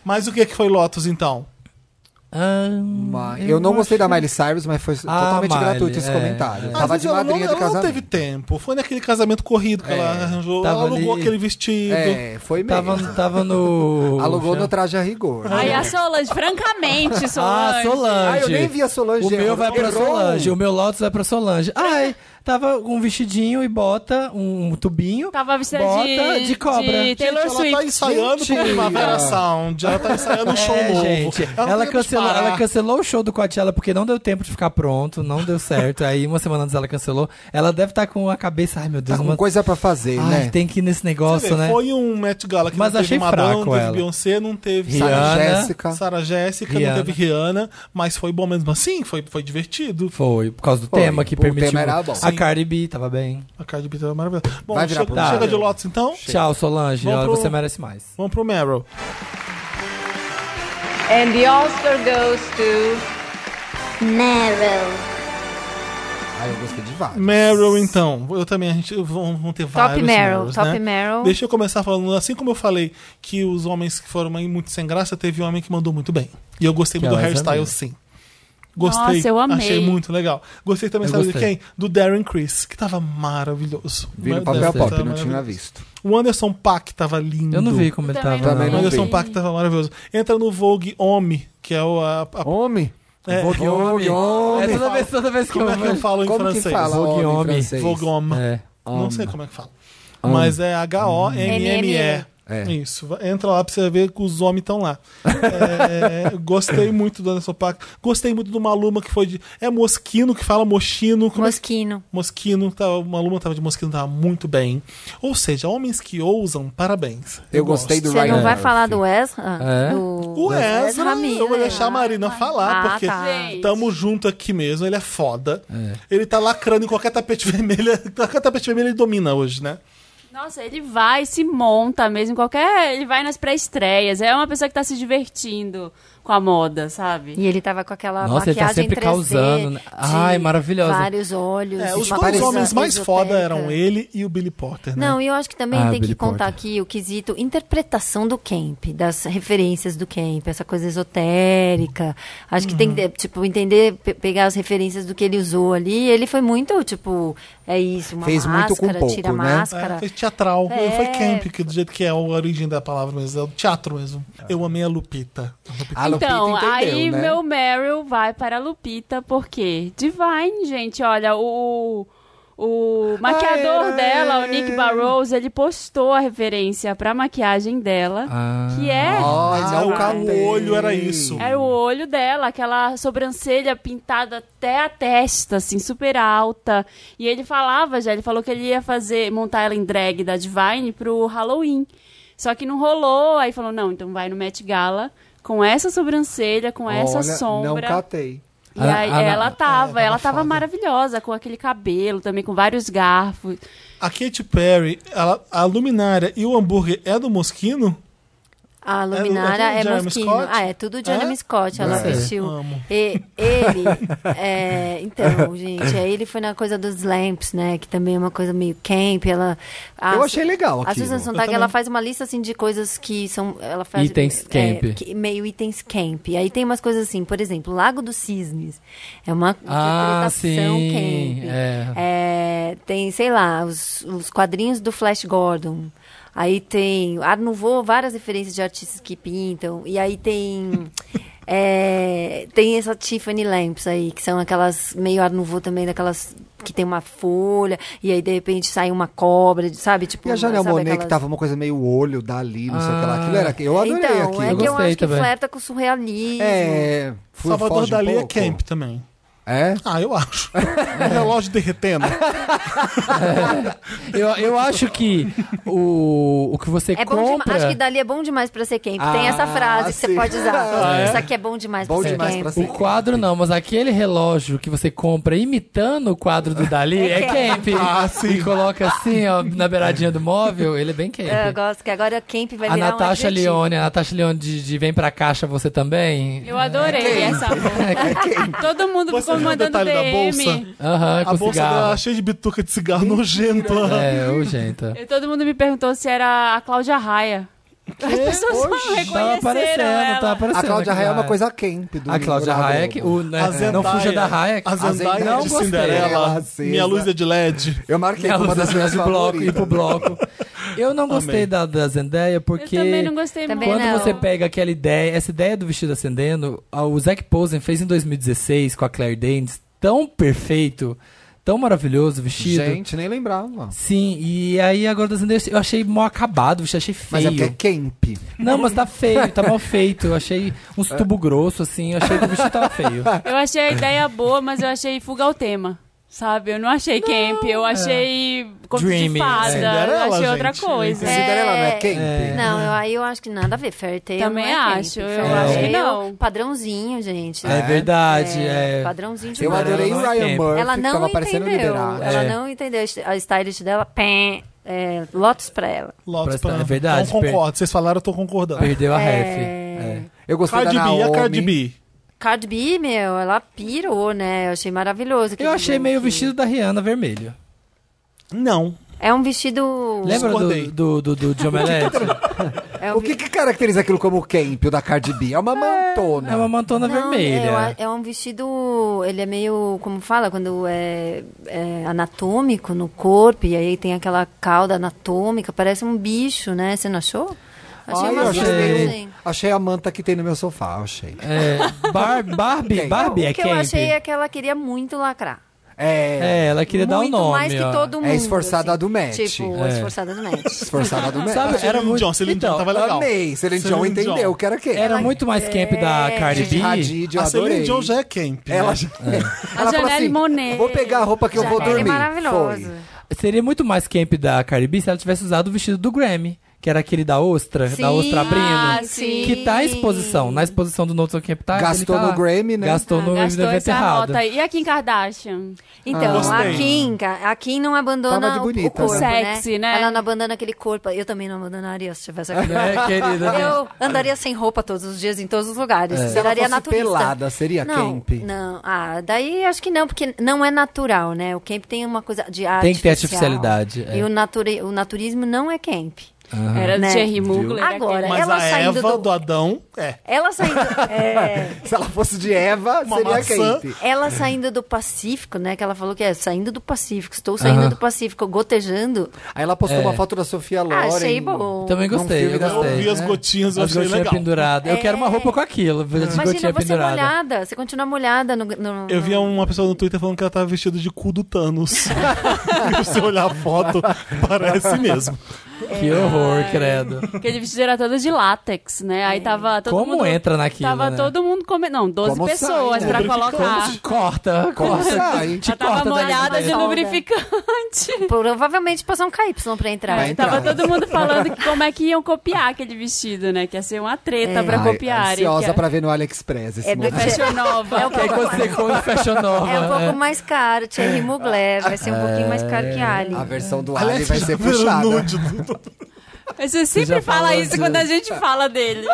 A: Mas o que, que foi Lotus então?
D: Hum,
B: Uma- Eu não gostei da Miley Cyrus, mas foi totalmente
D: Ah, Miley,
B: gratuito esse
D: é,
B: comentário.
D: é.
A: Às
B: Tava
A: vezes
B: de
A: ela
B: madrinha
A: não,
B: do
A: ela não
B: casamento.
A: teve tempo. Foi naquele casamento corrido que ela arranjou.
D: Tava
A: Ela alugou
D: ali.
A: aquele vestido.
B: É, foi mesmo.
D: Tava, tava no.
B: Alugou no traje a rigor.
C: Ai, a Solange, francamente, Solange.
D: Ah, Solange.
B: Ah, eu nem vi a Solange.
D: O
A: é,
D: meu vai pra
B: Errou.
D: Solange, o meu Lotus vai pra Solange. Ai, tava com um vestidinho e bota, um tubinho.
C: Tava vestida
D: Bota
C: de,
D: de cobra.
C: de Taylor
A: ela tá
C: Swift.
A: ensaiando com
B: Mentira.
A: o Primavera Sound. Ela tá ensaiando um show
D: é,
A: novo.
D: gente.
A: não tem
D: Ela,
A: tempo de
D: cancelou,
A: parar.
D: ela cancelou o show do Coachella porque não deu tempo de ficar pronto, não deu certo. Aí uma semana antes ela cancelou. Ela deve estar com a cabeça, ai meu
B: Tá
D: Deus,
B: com
D: uma...
B: coisa pra fazer,
D: ai,
B: né?
D: tem que ir nesse
A: Você vê,
D: negócio, né?
A: Foi um Met Gala que
D: Mas
A: não teve
D: achei
A: Madonna, não
D: fraco
A: teve
D: ela.
A: Beyoncé, não teve
D: Rihanna.
B: Sarah Jéssica.
A: Sarah Jéssica, não
D: Rihanna.
A: teve Rihanna, mas foi bom mesmo assim, foi, foi divertido.
D: Foi, por causa do
B: Foi.
D: tema que
B: O
D: permitiu.
B: tema era bom.
D: A Cardi B tava bem.
A: A Cardi B tava maravilhosa. Bom,
B: Vai virar
A: chega,
B: pro
A: chega
B: Meryl.
A: de Lotus então.
D: Tchau, Solange.
A: Vamos
D: Olha,
A: pro-
D: Você merece mais.
A: Vamos pro Meryl.
F: And the Oscar goes to
G: Meryl.
B: Ah, eu gostei de vários.
A: Meryl, então. Eu também, a gente vão, vão ter vários.
E: Meryl,
A: Meryls,
E: top
A: né?
C: Então-
E: Meryl.
A: Deixa eu começar falando, assim como eu falei que os homens que foram aí muito sem graça, teve um homem que mandou muito bem. E eu gostei
D: Que
A: muito do
D: elas
A: hairstyle,
D: amei.
A: sim. Gostei.
C: Nossa, eu amei.
A: Achei muito legal. Gostei também,
D: Eu
A: sabe
D: gostei.
A: de quem? Do Darren Chris, que tava maravilhoso.
B: Vi no
A: Meu
B: papel
A: Deus,
B: pop,
D: tá
A: tava
B: não tinha
A: maravilhoso.
B: visto.
A: O Anderson Pack tava lindo.
D: Eu não vi como ele
C: também
D: tava.
B: não
D: não.
A: O
B: vi.
A: Anderson Pack tava maravilhoso. Entra no Vogue Homem, que é o, a, a
B: Homem?
A: É.
B: Vogue homem.
D: É
B: homem.
D: toda vez, toda vez que
A: Como é que eu
D: eu
A: falo em
B: Como que
A: francês?
B: fala
D: Vogue
B: homem em
D: homem.
B: francês?
A: Vogoma.
D: É.
A: Não
B: Homem.
A: sei como é que fala.
B: Homem.
A: Mas é H-O-M-M-E.
B: É.
A: Isso, Va- entra lá pra você ver que os homens estão lá. É, gostei muito do Anderson Paak. Gostei muito do Maluma, que foi de. É Mosquino que fala Mochino. Como é que-
E: Mosquino.
A: Mosquino, tá, o Maluma tava de Mosquino, tava muito bem. Ou seja, homens que ousam, parabéns.
B: Eu gostei
A: gosto.
B: do
E: Você
B: Ryan
E: não vai
B: Murphy.
E: falar do Ezra?
D: É?
E: Ah, Do...
A: O Ezra, eu vou
E: Miller.
A: deixar a Marina falar,
E: Ah,
A: porque
E: tá.
C: Gente.
A: tamo junto aqui mesmo, ele é foda. Ele tá lacrando em qualquer tapete [LAUGHS] vermelho. Qualquer tapete vermelho ele domina hoje, né?
C: Nossa, ele vai, se monta mesmo, qualquer. Ele vai nas pré-estreias. É uma pessoa que tá se divertindo com a moda, sabe?
E: E ele tava com aquela
D: Nossa, ele tá
E: maquiagem
D: sempre
E: 3D
D: causando, né?
E: de
D: Ai, maravilhosa.
E: Vários olhos.
A: É, os
E: uma
A: dois
E: coisa
A: homens mais foda
E: esotérica.
A: eram ele e o Billy Porter, né?
E: Não, e eu acho que também
B: Ah,
E: tem
B: Billy
E: que contar
B: Porter.
E: aqui o quesito interpretação do camp, das referências do camp, essa coisa esotérica. Acho que
B: Uhum.
E: tem que, tipo, entender, pe- pegar as referências do que ele usou ali. Ele foi muito, tipo, é isso, uma
B: Fez
E: máscara,
B: muito com pouco,
E: tira a
B: né?
E: máscara.
A: É, foi teatral.
E: É.
A: Foi camp, que do jeito que é a origem da palavra mesmo. É o teatro mesmo. Eu amei a Lupita. A Lupita
B: A Ah, Lupita
C: então,
B: entendeu,
C: aí
B: né?
C: meu Meryl vai para a Lupita, porque Divine, gente, olha, o. O maquiador
B: Ah, é,
C: dela,
B: é,
C: o Nick
B: é.
C: Barrows, ele postou a referência pra maquiagem dela,
D: Ah.
C: que é
B: Olha,
A: Ah,
B: eu
A: o
B: catei.
A: olho era isso.
C: Era É o olho dela, aquela sobrancelha pintada até a testa, assim, super alta. E ele falava já, ele falou que ele ia fazer, montar ela em drag da Divine pro Halloween. Só que não rolou, aí falou, não, então vai no Met Gala com essa sobrancelha, com essa
B: Olha, Não
C: sombra.
B: catei.
C: E
D: Ah,
C: aí
D: ah,
C: ela
D: ah,
C: tava,
A: é,
C: ela
A: tava
C: tava
A: foda.
C: maravilhosa, com aquele cabelo também, com vários garfos.
A: A Katy Perry, ela- a luminária e o hambúrguer é do Mosquino?
E: A
A: tudo
E: luminária é,
A: Jeremy
E: Mosquino.
A: Scott?
E: Ah, é tudo Jeremy
A: É?
E: Scott. Ela
D: Gostei.
E: vestiu.
A: Amo.
E: E
A: [LAUGHS]
E: ele. é, então, gente, aí ele foi na coisa dos lamps, né? Que também é uma coisa meio camp. Ela, a-
B: Eu achei legal
E: A
B: aquilo.
E: Susan
A: Eu
E: Sontag,
A: também.
E: ela faz uma lista assim de coisas que são. Ela faz,
D: Itens
E: é,
D: camp.
E: que- meio itens camp. Aí tem umas coisas assim, por exemplo, Lago dos Cisnes. É uma
D: Ah,
E: interpretação
D: sim,
E: camp.
D: é.
E: É, tem, sei lá, os, os quadrinhos do Flash Gordon. Aí tem Art Nouveau, várias referências de artistas que pintam. E aí tem... é, tem essa Tiffany Lamps aí, que são aquelas meio Art Nouveau também, daquelas que tem uma folha, e aí de repente sai uma cobra, sabe? Tipo,
B: E a Janelle
E: sabe
B: Monet, que
E: aquelas-
B: tava uma coisa meio olho dali, não sei o que lá. Aquilo era. Eu adorei
E: então,
B: aquilo.
E: é
D: Eu
E: que eu
D: gostei
E: acho que
D: também.
E: flerta com o surrealismo.
B: É. fui-
A: Salvador
B: foge um
A: Dali é
B: pouco.
A: camp também.
B: É?
A: Ah, eu acho. O relógio derretendo.
D: Eu, eu acho que o, o que você
E: É bom dema-
D: compra.
E: Acho que dali é bom demais pra ser camp. Tem
B: Ah,
E: essa frase que
B: sim.
E: você pode usar.
B: Ah, [LAUGHS] é?
E: Isso aqui é bom demais
B: Bom
E: pra ser
B: demais
E: camp.
B: pra ser
D: O quadro não, mas aquele relógio que você compra imitando o quadro do Dali é, camp.
A: Ah, sim.
D: E coloca assim, ó, na beiradinha do móvel, ele é bem camp.
E: Eu gosto que Ah, agora camp vai
D: a
E: virar
D: Natasha
E: um adjetivo.
D: Leone, a Natasha Leone de, de Vem Pra Caixa, você também?
C: Eu adorei
D: [LAUGHS]
C: essa roupa. Todo mundo
A: É. Você
C: ficou
A: viu o
C: mandando
A: detalhe da
C: DM.
A: bolsa?
D: Aham,
A: A
D: com
A: bolsa dela
D: cigarro.
A: era cheia de bituca de cigarro nojenta.
D: É, urgenta.
C: E todo mundo me perguntou se era a Cláudia Raia. As pessoas só
D: Tava
C: reconheceram
D: tá aparecendo, tá,
C: ela.
D: tava aparecendo.
B: A Cláudia Raia é uma
D: Cláudia.
B: coisa camp do
D: A Cláudia
B: da
D: Raia,
B: Globo.
D: que, o, né,
A: A Zendaya,
D: não fuja da Raia.
A: A
B: A
A: Zendaya
B: Zendaya
A: de
B: não gostei.
A: Cinderela.
B: Ela acesa.
A: Minha luz é de LED.
B: Eu
D: [LAUGHS]
B: marquei como uma das minhas
D: de é bloco, ir pro
B: favoritas.
D: bloco. Eu não gostei da, da Zendaya porque...
C: Eu também não gostei
E: Também
C: muito.
D: Quando
E: não.
D: você pega aquela ideia, essa ideia do vestido acendendo, a- o Zac Posen fez em 2016 com a Claire Danes, tão perfeito, tão maravilhoso o vestido.
B: Gente, nem lembrava.
D: Sim, e aí agora das Zendaya eu achei mal acabado, o vestido, achei
B: Mas
D: feio.
B: é porque é camp.
D: Não, mas tá feio, tá mal feito. Eu achei uns tubo grosso, assim, eu achei que o vestido tava feio.
C: Eu achei a ideia boa, mas eu achei fuga ao tema. Sabe? Eu não achei camp, eu achei conto
D: É. Dreamy,
C: de fada, eu
A: Cinderela,
C: achei
A: gente.
C: outra coisa.
E: É.
B: Cinderela não é camp?
D: né?
E: Não, eu, aí eu acho que nada a ver. Fair Tale
C: Também
E: não é camp.
C: acho, eu
E: Fair
D: acho que
E: Tale, é um
C: não.
E: Padrãozinho, gente.
D: É verdade, é.
E: Padrãozinho de
B: Eu
D: Cinderela
B: adorei o
D: não é
B: Ryan
D: camp.
B: Murphy,
E: Ela
B: que tava
E: não
B: parecendo
E: entendeu.
B: liberado.
E: Ela
D: É.
E: não entendeu a stylist dela. Pé, é, lotus pra ela.
A: Lotus
D: Parece-
A: pra...
D: é verdade,
A: Não
D: per-
A: concordo. Vocês falaram, eu tô concordando.
D: Perdeu a
E: É.
D: ref. É.
B: Eu gostei
A: Cardi
B: da
A: B,
B: Naomi.
A: a Cardi B.
E: Cardi B, meu, ela pirou, né? Eu achei maravilhoso. aquele
D: Eu achei meio o
E: look.
D: vestido da Rihanna vermelho.
A: Não.
E: É um vestido.
D: Lembra
A: Discordei.
D: do, do, do, do de Omelete?
E: É um
B: O que, que caracteriza aquilo como camp, o da Cardi B? É uma mantona.
D: é uma mantona
E: Não,
D: vermelha.
E: eu a- É, um vestido. Ele é meio. Como fala? Quando é, é anatômico no corpo, e aí tem aquela cauda anatômica, parece um bicho, né? Você não achou? Achei
B: Olha,
E: uma assim.
B: achei.
E: viagem.
B: Achei a manta que tem no meu sofá, achei.
D: É, Bar- Barbie,
B: Quem?
D: Barbie
E: o
D: é
E: que
D: quem?
E: eu achei é que ela queria muito lacrar.
B: É,
D: É, ela queria dar o
E: muito
D: nome.
E: mais que
D: ó.
E: todo mundo.
B: esforçada
E: assim.
B: do match.
E: Tipo,
D: É.
E: esforçada do match.
B: esforçada do mesmo.
D: Sabe, era
A: Celine
D: muito...
A: Dion, Celine Dion
D: então,
A: tava é legal.
B: Amei, Celine
A: Celine
B: Dion
A: Dion.
B: entendeu que era quem.
D: Era muito mais camp da
E: É.
D: Cardi
B: Gigi
D: B.
B: Hadid, eu
A: A Celine
B: adorei.
A: Dion já é camp. né?
B: [LAUGHS] Ela já... Ela falou
C: Janelle
B: assim,
C: Monáe.
B: vou pegar a roupa que eu vou
E: Janelle
B: dormir.
E: maravilhoso.
B: Foi.
D: Seria muito mais camp da Cardi B se ela tivesse usado o vestido do Grammy, que era aquele da ostra, da ostra abrindo.
C: Ah, sim.
D: Que tá à exposição. Na exposição do Notes on Camp tá.
B: Gastou
D: ele tá
B: no
D: lá.
B: Grammy, né?
D: Gastou
C: Ah,
D: no
C: gastou
D: evento
C: essa
D: errado.
C: nota aí. E a Kim Kardashian?
E: Então, a
A: Gostei.
E: Kim, ca- a Kim não
B: Tava
E: abandona
B: de
E: o-
B: bonita,
E: o corpo,
C: né? Sexy, né?
E: Ela não abandona aquele corpo. Eu também não abandonaria se tivesse aquele corpo.
D: [LAUGHS] É, querida. né?
E: Eu andaria sem roupa todos os dias, em todos os lugares.
B: É. Se ela
E: Viraria
B: fosse
E: naturista.
B: pelada, seria
E: não,
B: camp?
E: Não, ah, daí acho que não, porque não é natural, né? O camp tem uma coisa de arte.
D: Tem que ter artificialidade, é.
E: E o, naturi- o naturismo não é camp.
C: Era do
E: Né?
C: Thierry Mugler.
E: Agora,
A: Mas
E: ela
A: a
E: saindo
A: Eva
E: do-
A: do... Adão é.
E: Ela
B: [LAUGHS]
E: saindo. é.
B: Se ela fosse de Eva,
A: Uma
B: seria
A: maçã.
B: Kate.
E: Ela saindo do Pacífico, né? Que ela falou que é saindo do Pacífico, estou saindo
D: Aham.
E: do Pacífico, gotejando.
B: Aí ela postou
D: É.
B: uma foto da Sofia Loren.
E: Achei bom.
D: Também
B: Num
D: gostei,
B: filme
D: eu
B: da-
D: gostei.
A: Eu vi as
D: né?
A: gotinhas, eu
D: As
A: achei
D: gotinhas
A: legal.
D: penduradas. Eu quero uma
E: É.
D: roupa com aquilo, de
E: Imagina
D: gotinha
E: você
D: pendurada.
E: molhada, você continua molhada no. no-
A: Eu vi
E: no-
A: uma pessoa no Twitter falando que ela tava vestida de cu do Thanos. [LAUGHS] e se olhar a foto, parece
B: [LAUGHS]
A: mesmo.
D: Que
A: É.
D: horror, credo.
C: Aquele vestido era todo de látex, né? Aí tava todo
D: Como
C: mundo...
D: entra naquilo,
C: Tava
D: né?
C: todo mundo comendo... Não, 12
B: Como sai,
C: pessoas
B: né?
C: pra
A: Lubrificante.
C: colocar.
D: Corta, corta.
B: Sai.
D: Te
C: Ela tava
D: corta da
C: molhada de
D: vida.
E: Solda.
C: lubrificante.
E: [LAUGHS] Provavelmente passou um KY pra entrar.
B: Vai
D: Então.
B: entrar.
C: Tava todo mundo falando que como é que iam copiar aquele vestido, né? Que ia ser uma treta
D: É.
C: pra
B: Ai,
C: copiarem.
B: Ansiosa
C: que é-
B: pra ver no AliExpress esse
E: É do-
B: momento.
E: [LAUGHS]
C: Fashion Nova.
D: [LAUGHS]
E: É um
D: Que aí
E: pouco,
D: quando você É. come fecha nova.
E: é um
D: né?
E: pouco mais caro, Thierry Mugler, vai ser um pouquinho mais caro
D: É.
E: que Ali.
B: A versão do Ali
A: Aliás,
B: vai
A: [LAUGHS]
B: ser
A: já viram
B: puxada.
A: nude do-
C: Mas Você
D: já
C: sempre fala
D: falou
C: isso
D: de- É.
C: quando a gente fala dele.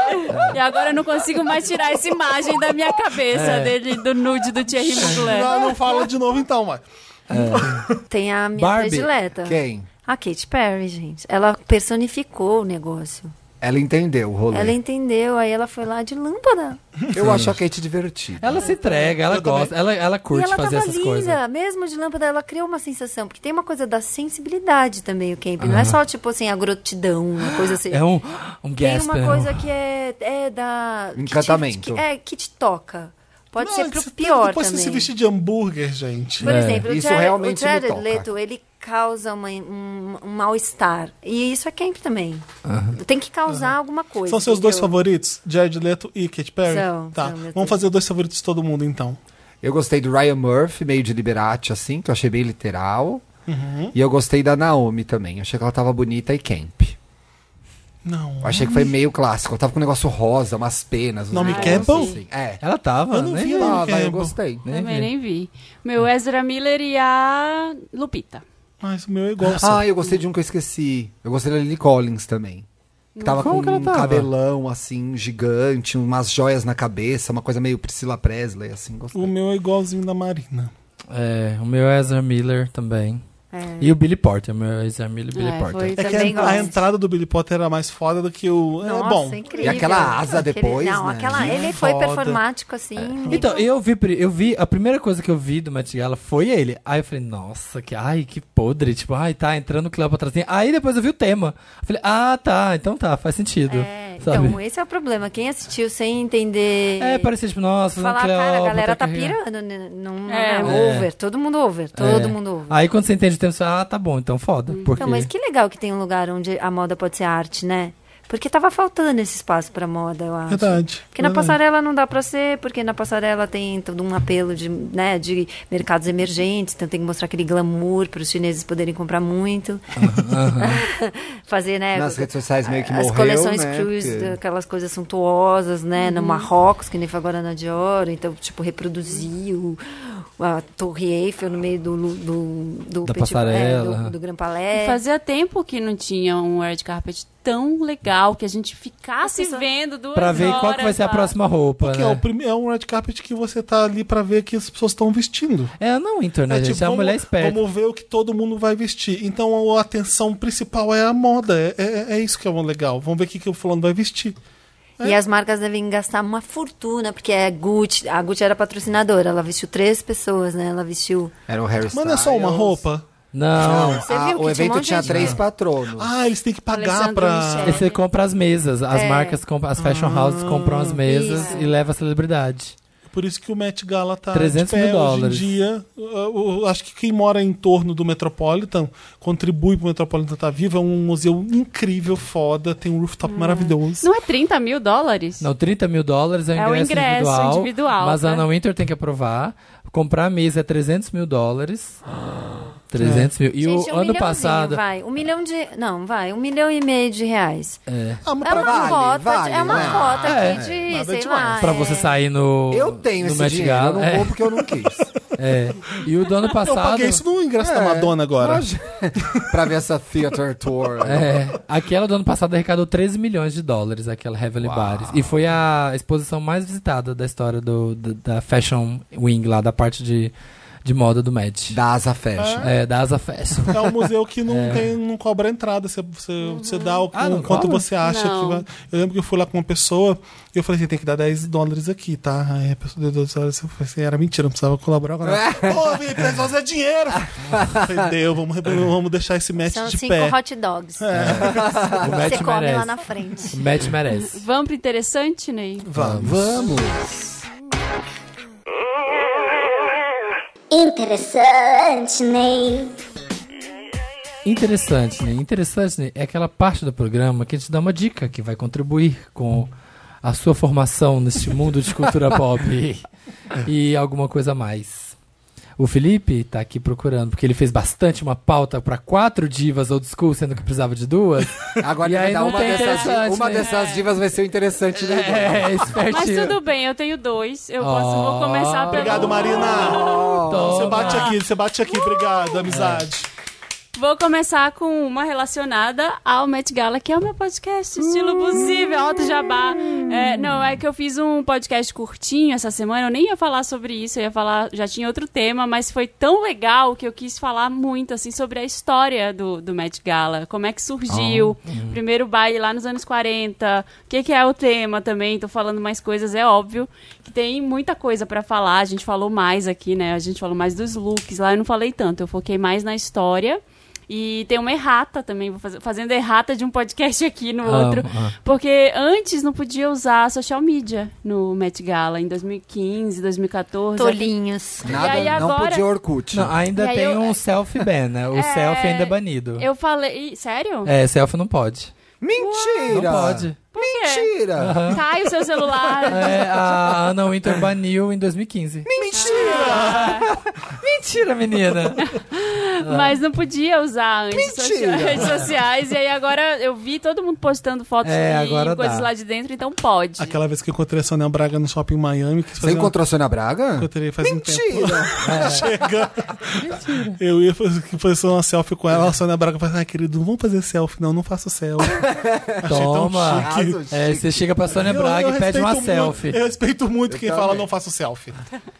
C: E agora eu não consigo mais tirar essa imagem da minha cabeça
D: É.
C: dele, do nude do Thierry Mugler.
A: Não, não fala de novo então, mas.
E: Tem a minha
D: Barbie.
E: predileta.
B: Quem?
E: A Katy Perry, gente. Ela personificou o negócio.
B: Ela entendeu o rolê.
E: Ela entendeu, aí ela foi lá de lâmpada.
B: Eu acho a Kate divertida.
D: Ela se entrega, ela gosta, ela, ela
E: e
D: curte
E: ela
D: fazer
E: tava
D: essas
E: linda,
D: coisas.
E: mesmo de lâmpada, ela criou uma sensação. Porque tem uma coisa da sensibilidade também, o camping. Não é só, tipo assim, a grotidão, uma coisa assim.
D: É um, um
E: Tem
D: gasp.
E: uma
D: né?
E: coisa que é, é da. que te-
B: Encantamento.
E: que- é, que te toca. Pode
A: Não,
E: ser pro
A: você-
E: pior
A: Depois
E: também.
A: você se vestir de hambúrguer, gente.
E: Por exemplo,
B: É, isso
E: o Jared,
B: realmente
E: o Jared
B: me toca.
E: Leto, ele causa uma- um, um mal-estar. E isso é camp também. Tem que causar alguma coisa.
A: São seus dois
E: entendeu?
A: favoritos? Jared Leto e Katy Perry?
E: é, São,
A: tá.
E: são meus dois.
A: Vamos fazer dois favoritos de todo mundo, então.
B: Eu gostei do Ryan Murphy, meio de Liberati, assim, que eu achei bem literal. E eu gostei da Naomi também. Achei que ela tava bonita e camp.
A: Não.
B: Eu achei que foi meio clássico. Ela tava com um negócio rosa, umas penas. uns
A: Naomi
B: negócios
A: Campbell?
B: É.
D: Ela tava,
A: Eu não
D: né?
A: vi ela.
B: Tava,
A: Naomi Campbell.
B: eu gostei.
C: Também nem vi. Meu Ezra Miller e a Lupita.
A: Mas o meu é igual. só.
B: Ah, eu gostei de um que eu esqueci. Eu gostei da Lily Collins também. Que tava
D: Como
B: com
D: que ela
B: um
D: tava?
B: cabelão, assim, gigante, umas joias na cabeça, uma coisa meio Priscila Presley, assim, gostei.
A: O meu é igualzinho da Marina.
D: É, o meu é Ezra Miller também.
E: É.
D: E o Billy Porter, o meu é Ezra Miller e Billy
C: É,
D: Porter.
E: foi-
A: É que
E: Também
A: a,
E: gosto.
A: a entrada do Billy Potter era mais foda do que o.
E: Nossa,
A: é bom.
E: incrível.
B: E aquela asa depois,
E: Não,
B: né?
E: aquela,
A: Que
E: ele foi
A: foda.
E: performático assim.
B: É.
D: Então, eu vi, pri- eu vi, a primeira coisa que eu vi do Met Gala foi ele. Aí eu falei, nossa, que, ai, que podre. Tipo, ai, tá entrando o Cleo Patrocínio. Aí depois eu vi o tema. Eu falei, ah, tá, então tá, faz sentido.
E: É,
D: sabe?
E: então, esse é o problema. Quem assistiu sem entender.
D: É, parecia tipo, nossa,
E: Falar,
D: Cleo,
E: cara, a galera tá
D: Patrick-
E: pirando, né? Não, não
C: É.
E: é,
D: É.
E: over. Todo mundo over. Todo
D: É.
E: mundo over.
D: Aí quando você entende o tema, você fala, ah, tá bom, então foda. Porque...
E: Então, mas que legal que tem um lugar onde a moda pode ser arte, né? Porque tava faltando esse espaço pra moda, eu acho.
A: Verdade.
E: Porque na
A: verdade.
E: passarela não dá pra ser, porque na passarela tem todo um apelo de, né, de mercados emergentes, então tem que mostrar aquele glamour para os chineses poderem comprar muito. [LAUGHS] Fazer, né?
B: Nas redes sociais meio que morreu,
E: As coleções
B: né,
E: cruise,
B: porque- Uhum.
E: aquelas coisas suntuosas, né? No Marrocos, que nem foi agora na Dior, então, tipo, reproduzir o- a Torre Eiffel no meio do... lu- do, do
D: Da
E: Petit- é,
D: passarela.
E: do, do Grand
C: E
E: Palais.
C: fazia tempo que não tinha um red carpet tão legal que a gente ficasse
E: As pessoas-
C: vendo duas
D: Pra ver qual que vai
C: horas
D: ser a
C: lá.
D: próxima roupa,
A: Que
D: né?
A: é, o prime... é um red carpet que você tá ali pra ver o que as pessoas estão vestindo.
D: É, não, internet,
A: É,
D: gente,
A: tipo,
D: é uma mulher esperta.
A: Vamos ver o que todo mundo vai vestir. Então a atenção principal é a moda. É, é- é isso que é o legal. Vamos ver o que, que o fulano vai vestir.
E: E as marcas devem gastar uma fortuna, porque é Gucci, a Gucci era patrocinadora, ela vestiu três pessoas, né? Ela vestiu.
B: Era o Harry
A: Mas não é só uma
B: Styles.
A: roupa.
B: [LAUGHS]
D: Não.
E: Você
B: Ah, o
E: viu que tinha um
B: evento
E: monte
B: tinha
E: de
B: três
E: gente?
B: patronos.
A: Ah, eles têm que pagar
C: Alexandre
A: pra.
C: Michel.
D: Você compra as mesas, as marcas, compram, as fashion houses compram as mesas
E: É. Ah, isso.
D: e leva a celebridade.
A: Por isso que o Met Gala tá
D: 300
A: de pé
D: mil dólares.
A: hoje em dia. Eu- eu acho que quem mora em torno do Metropolitan contribui pro Metropolitan tá vivo. É um museu incrível, foda, tem um rooftop maravilhoso.
C: Não é 30 mil dólares?
D: Não, 30 mil dólares é o
C: É o
D: ingresso,
C: ingresso
D: individual,
C: individual,
D: Mas
C: né?
D: a Ana Winter tem que aprovar. Comprar a mesa é 300 mil dólares. 300 mil. E
E: Gente,
D: o
E: é um
D: ano
E: milhãozinho,
D: passado.
E: Vai, um milhão de. Não, vai, um milhão e meio de reais.
A: Ah, mas
E: É uma
B: vale,
E: cota,
B: vale,
E: é uma
B: né?
E: cota
D: É.
E: aqui de,
A: Nada
E: sei
A: demais.
E: lá.
D: Pra você
E: é-
D: sair no.
B: Eu tenho
D: no
B: esse
D: Met
B: dinheiro, eu
D: Gala.
B: não
D: é,
B: vou porque eu não quis.
D: é. E o do ano
A: [LAUGHS] eu
D: passado.
A: paguei isso no ingresso da
B: É,
A: Madonna agora.
B: Imagina. pra ver essa theater tour. né?
D: É, aquela do ano passado arrecadou 13 milhões de dólares, aquela Heavenly Bodies. E foi a exposição mais visitada da história do, do- da Fashion Wing, lá da parte de, de moda do Met.
B: Da Asa Fashion.
D: É, da Asa Fashion.
A: [LAUGHS] É um museu que não, tem, não cobra entrada. Você, você, você dá o,
D: Ah,
A: o
D: não
A: quanto
D: cobra?
A: você acha
C: Não.
A: que vai. Eu lembro que eu fui lá com uma pessoa e eu falei assim: tem que dar 10 dólares aqui, tá? Aí a pessoa deu 12 dólares. Eu falei assim: era mentira, não precisava colaborar agora.
D: [LAUGHS]
A: Ô, Felipe, 10 dólares é dinheiro! Eu falei, deu, vamos, re- vamos deixar esse match
E: São
A: de
E: cinco
A: pé.
E: hot
D: O
E: dogs. Você
D: Met
E: come lá na
D: merece.
E: frente.
D: O
E: [LAUGHS]
D: Met merece.
C: Vamos pro interessante, Ney?
A: Vamos.
B: Vamos.
G: Interessante, Ney.
D: Interessante, né? Interessante né? é aquela parte do programa que te dá uma dica que vai contribuir com a sua formação neste mundo de cultura [LAUGHS] pop e alguma coisa a mais. O Felipe tá aqui procurando, porque ele fez bastante uma pauta para quatro divas old school, sendo que precisava de duas.
B: Agora
D: E
B: ele vai
D: aí
B: dar
D: não
B: uma
D: tem
B: dessas,
D: interessante,
B: uma
D: né?
B: dessas divas vai ser o interessante né?
D: [LAUGHS] [LAUGHS] É,
C: Mas
D: espertinho.
C: tudo bem, eu tenho dois. Eu posso,
D: Ó.
C: vou começar pelo.
A: Obrigado, Marina!
D: Toma.
A: Você bate aqui, você bate aqui, obrigado, amizade.
C: Vou começar com uma relacionada ao Met Gala, que é o meu podcast, estilo possível, alto jabá. É, não, é que eu fiz um podcast curtinho essa semana, eu nem ia falar sobre isso, eu ia falar, já tinha outro tema, mas foi tão legal que eu quis falar muito, assim, sobre a história do, do Met Gala, como é que surgiu,
D: Ah, uhum.
C: primeiro baile lá nos anos 40, o que, que é o tema também, tô falando mais coisas, é óbvio, que tem muita coisa pra falar, a gente falou mais aqui, né, a gente falou mais dos looks, lá eu não falei tanto, eu foquei mais na história, e tem uma errata também, vou fazer, fazendo errata de um podcast aqui no
D: Amo,
C: outro.
D: amo.
C: Porque antes não podia usar social media no Met Gala, em 2015,
E: é
C: 2014.
E: Tolinhos.
B: Nada,
C: E aí
B: não
C: agora-
B: podia Orkut.
D: Não, ainda
C: E aí
D: tem
C: eu-
D: um selfie ban, né? O
C: É,
D: selfie ainda é banido.
C: Eu falei. Ih, Sério?
D: É, selfie não pode. Não
B: Mentira!
D: pode.
C: Por quê?
B: Mentira!
C: Cai o seu celular.
D: É, a Ana Winter baniu em 2015.
C: Ah.
D: Mentira, menina!
C: Mas não podia usar antes
B: Ah. Mentira!
C: [LAUGHS] socia- redes sociais. E aí agora eu vi todo mundo postando fotos
D: É,
C: e
D: agora
C: coisas
D: dá.
C: lá de dentro, então pode.
A: Aquela vez que eu encontrei a Sônia Braga no shopping em Miami. quis
B: É. Você
A: fazer uma-
B: encontrou a Sônia Braga?
A: Encontrei faz um tempo.
B: Mentira!
A: Chega. Eu ia fazer fazer uma selfie com ela, a Sônia Braga falou assim, ah, querido, não vamos fazer selfie, não, não faça selfie.
D: Toma!
A: Achei tão chique.
D: É, você chega pra Sônia
A: Eu-
D: Braga
A: eu
D: e pede uma
A: respeito muito-
D: selfie.
A: eu respeito muito quem fala
B: também.
A: não faça selfie.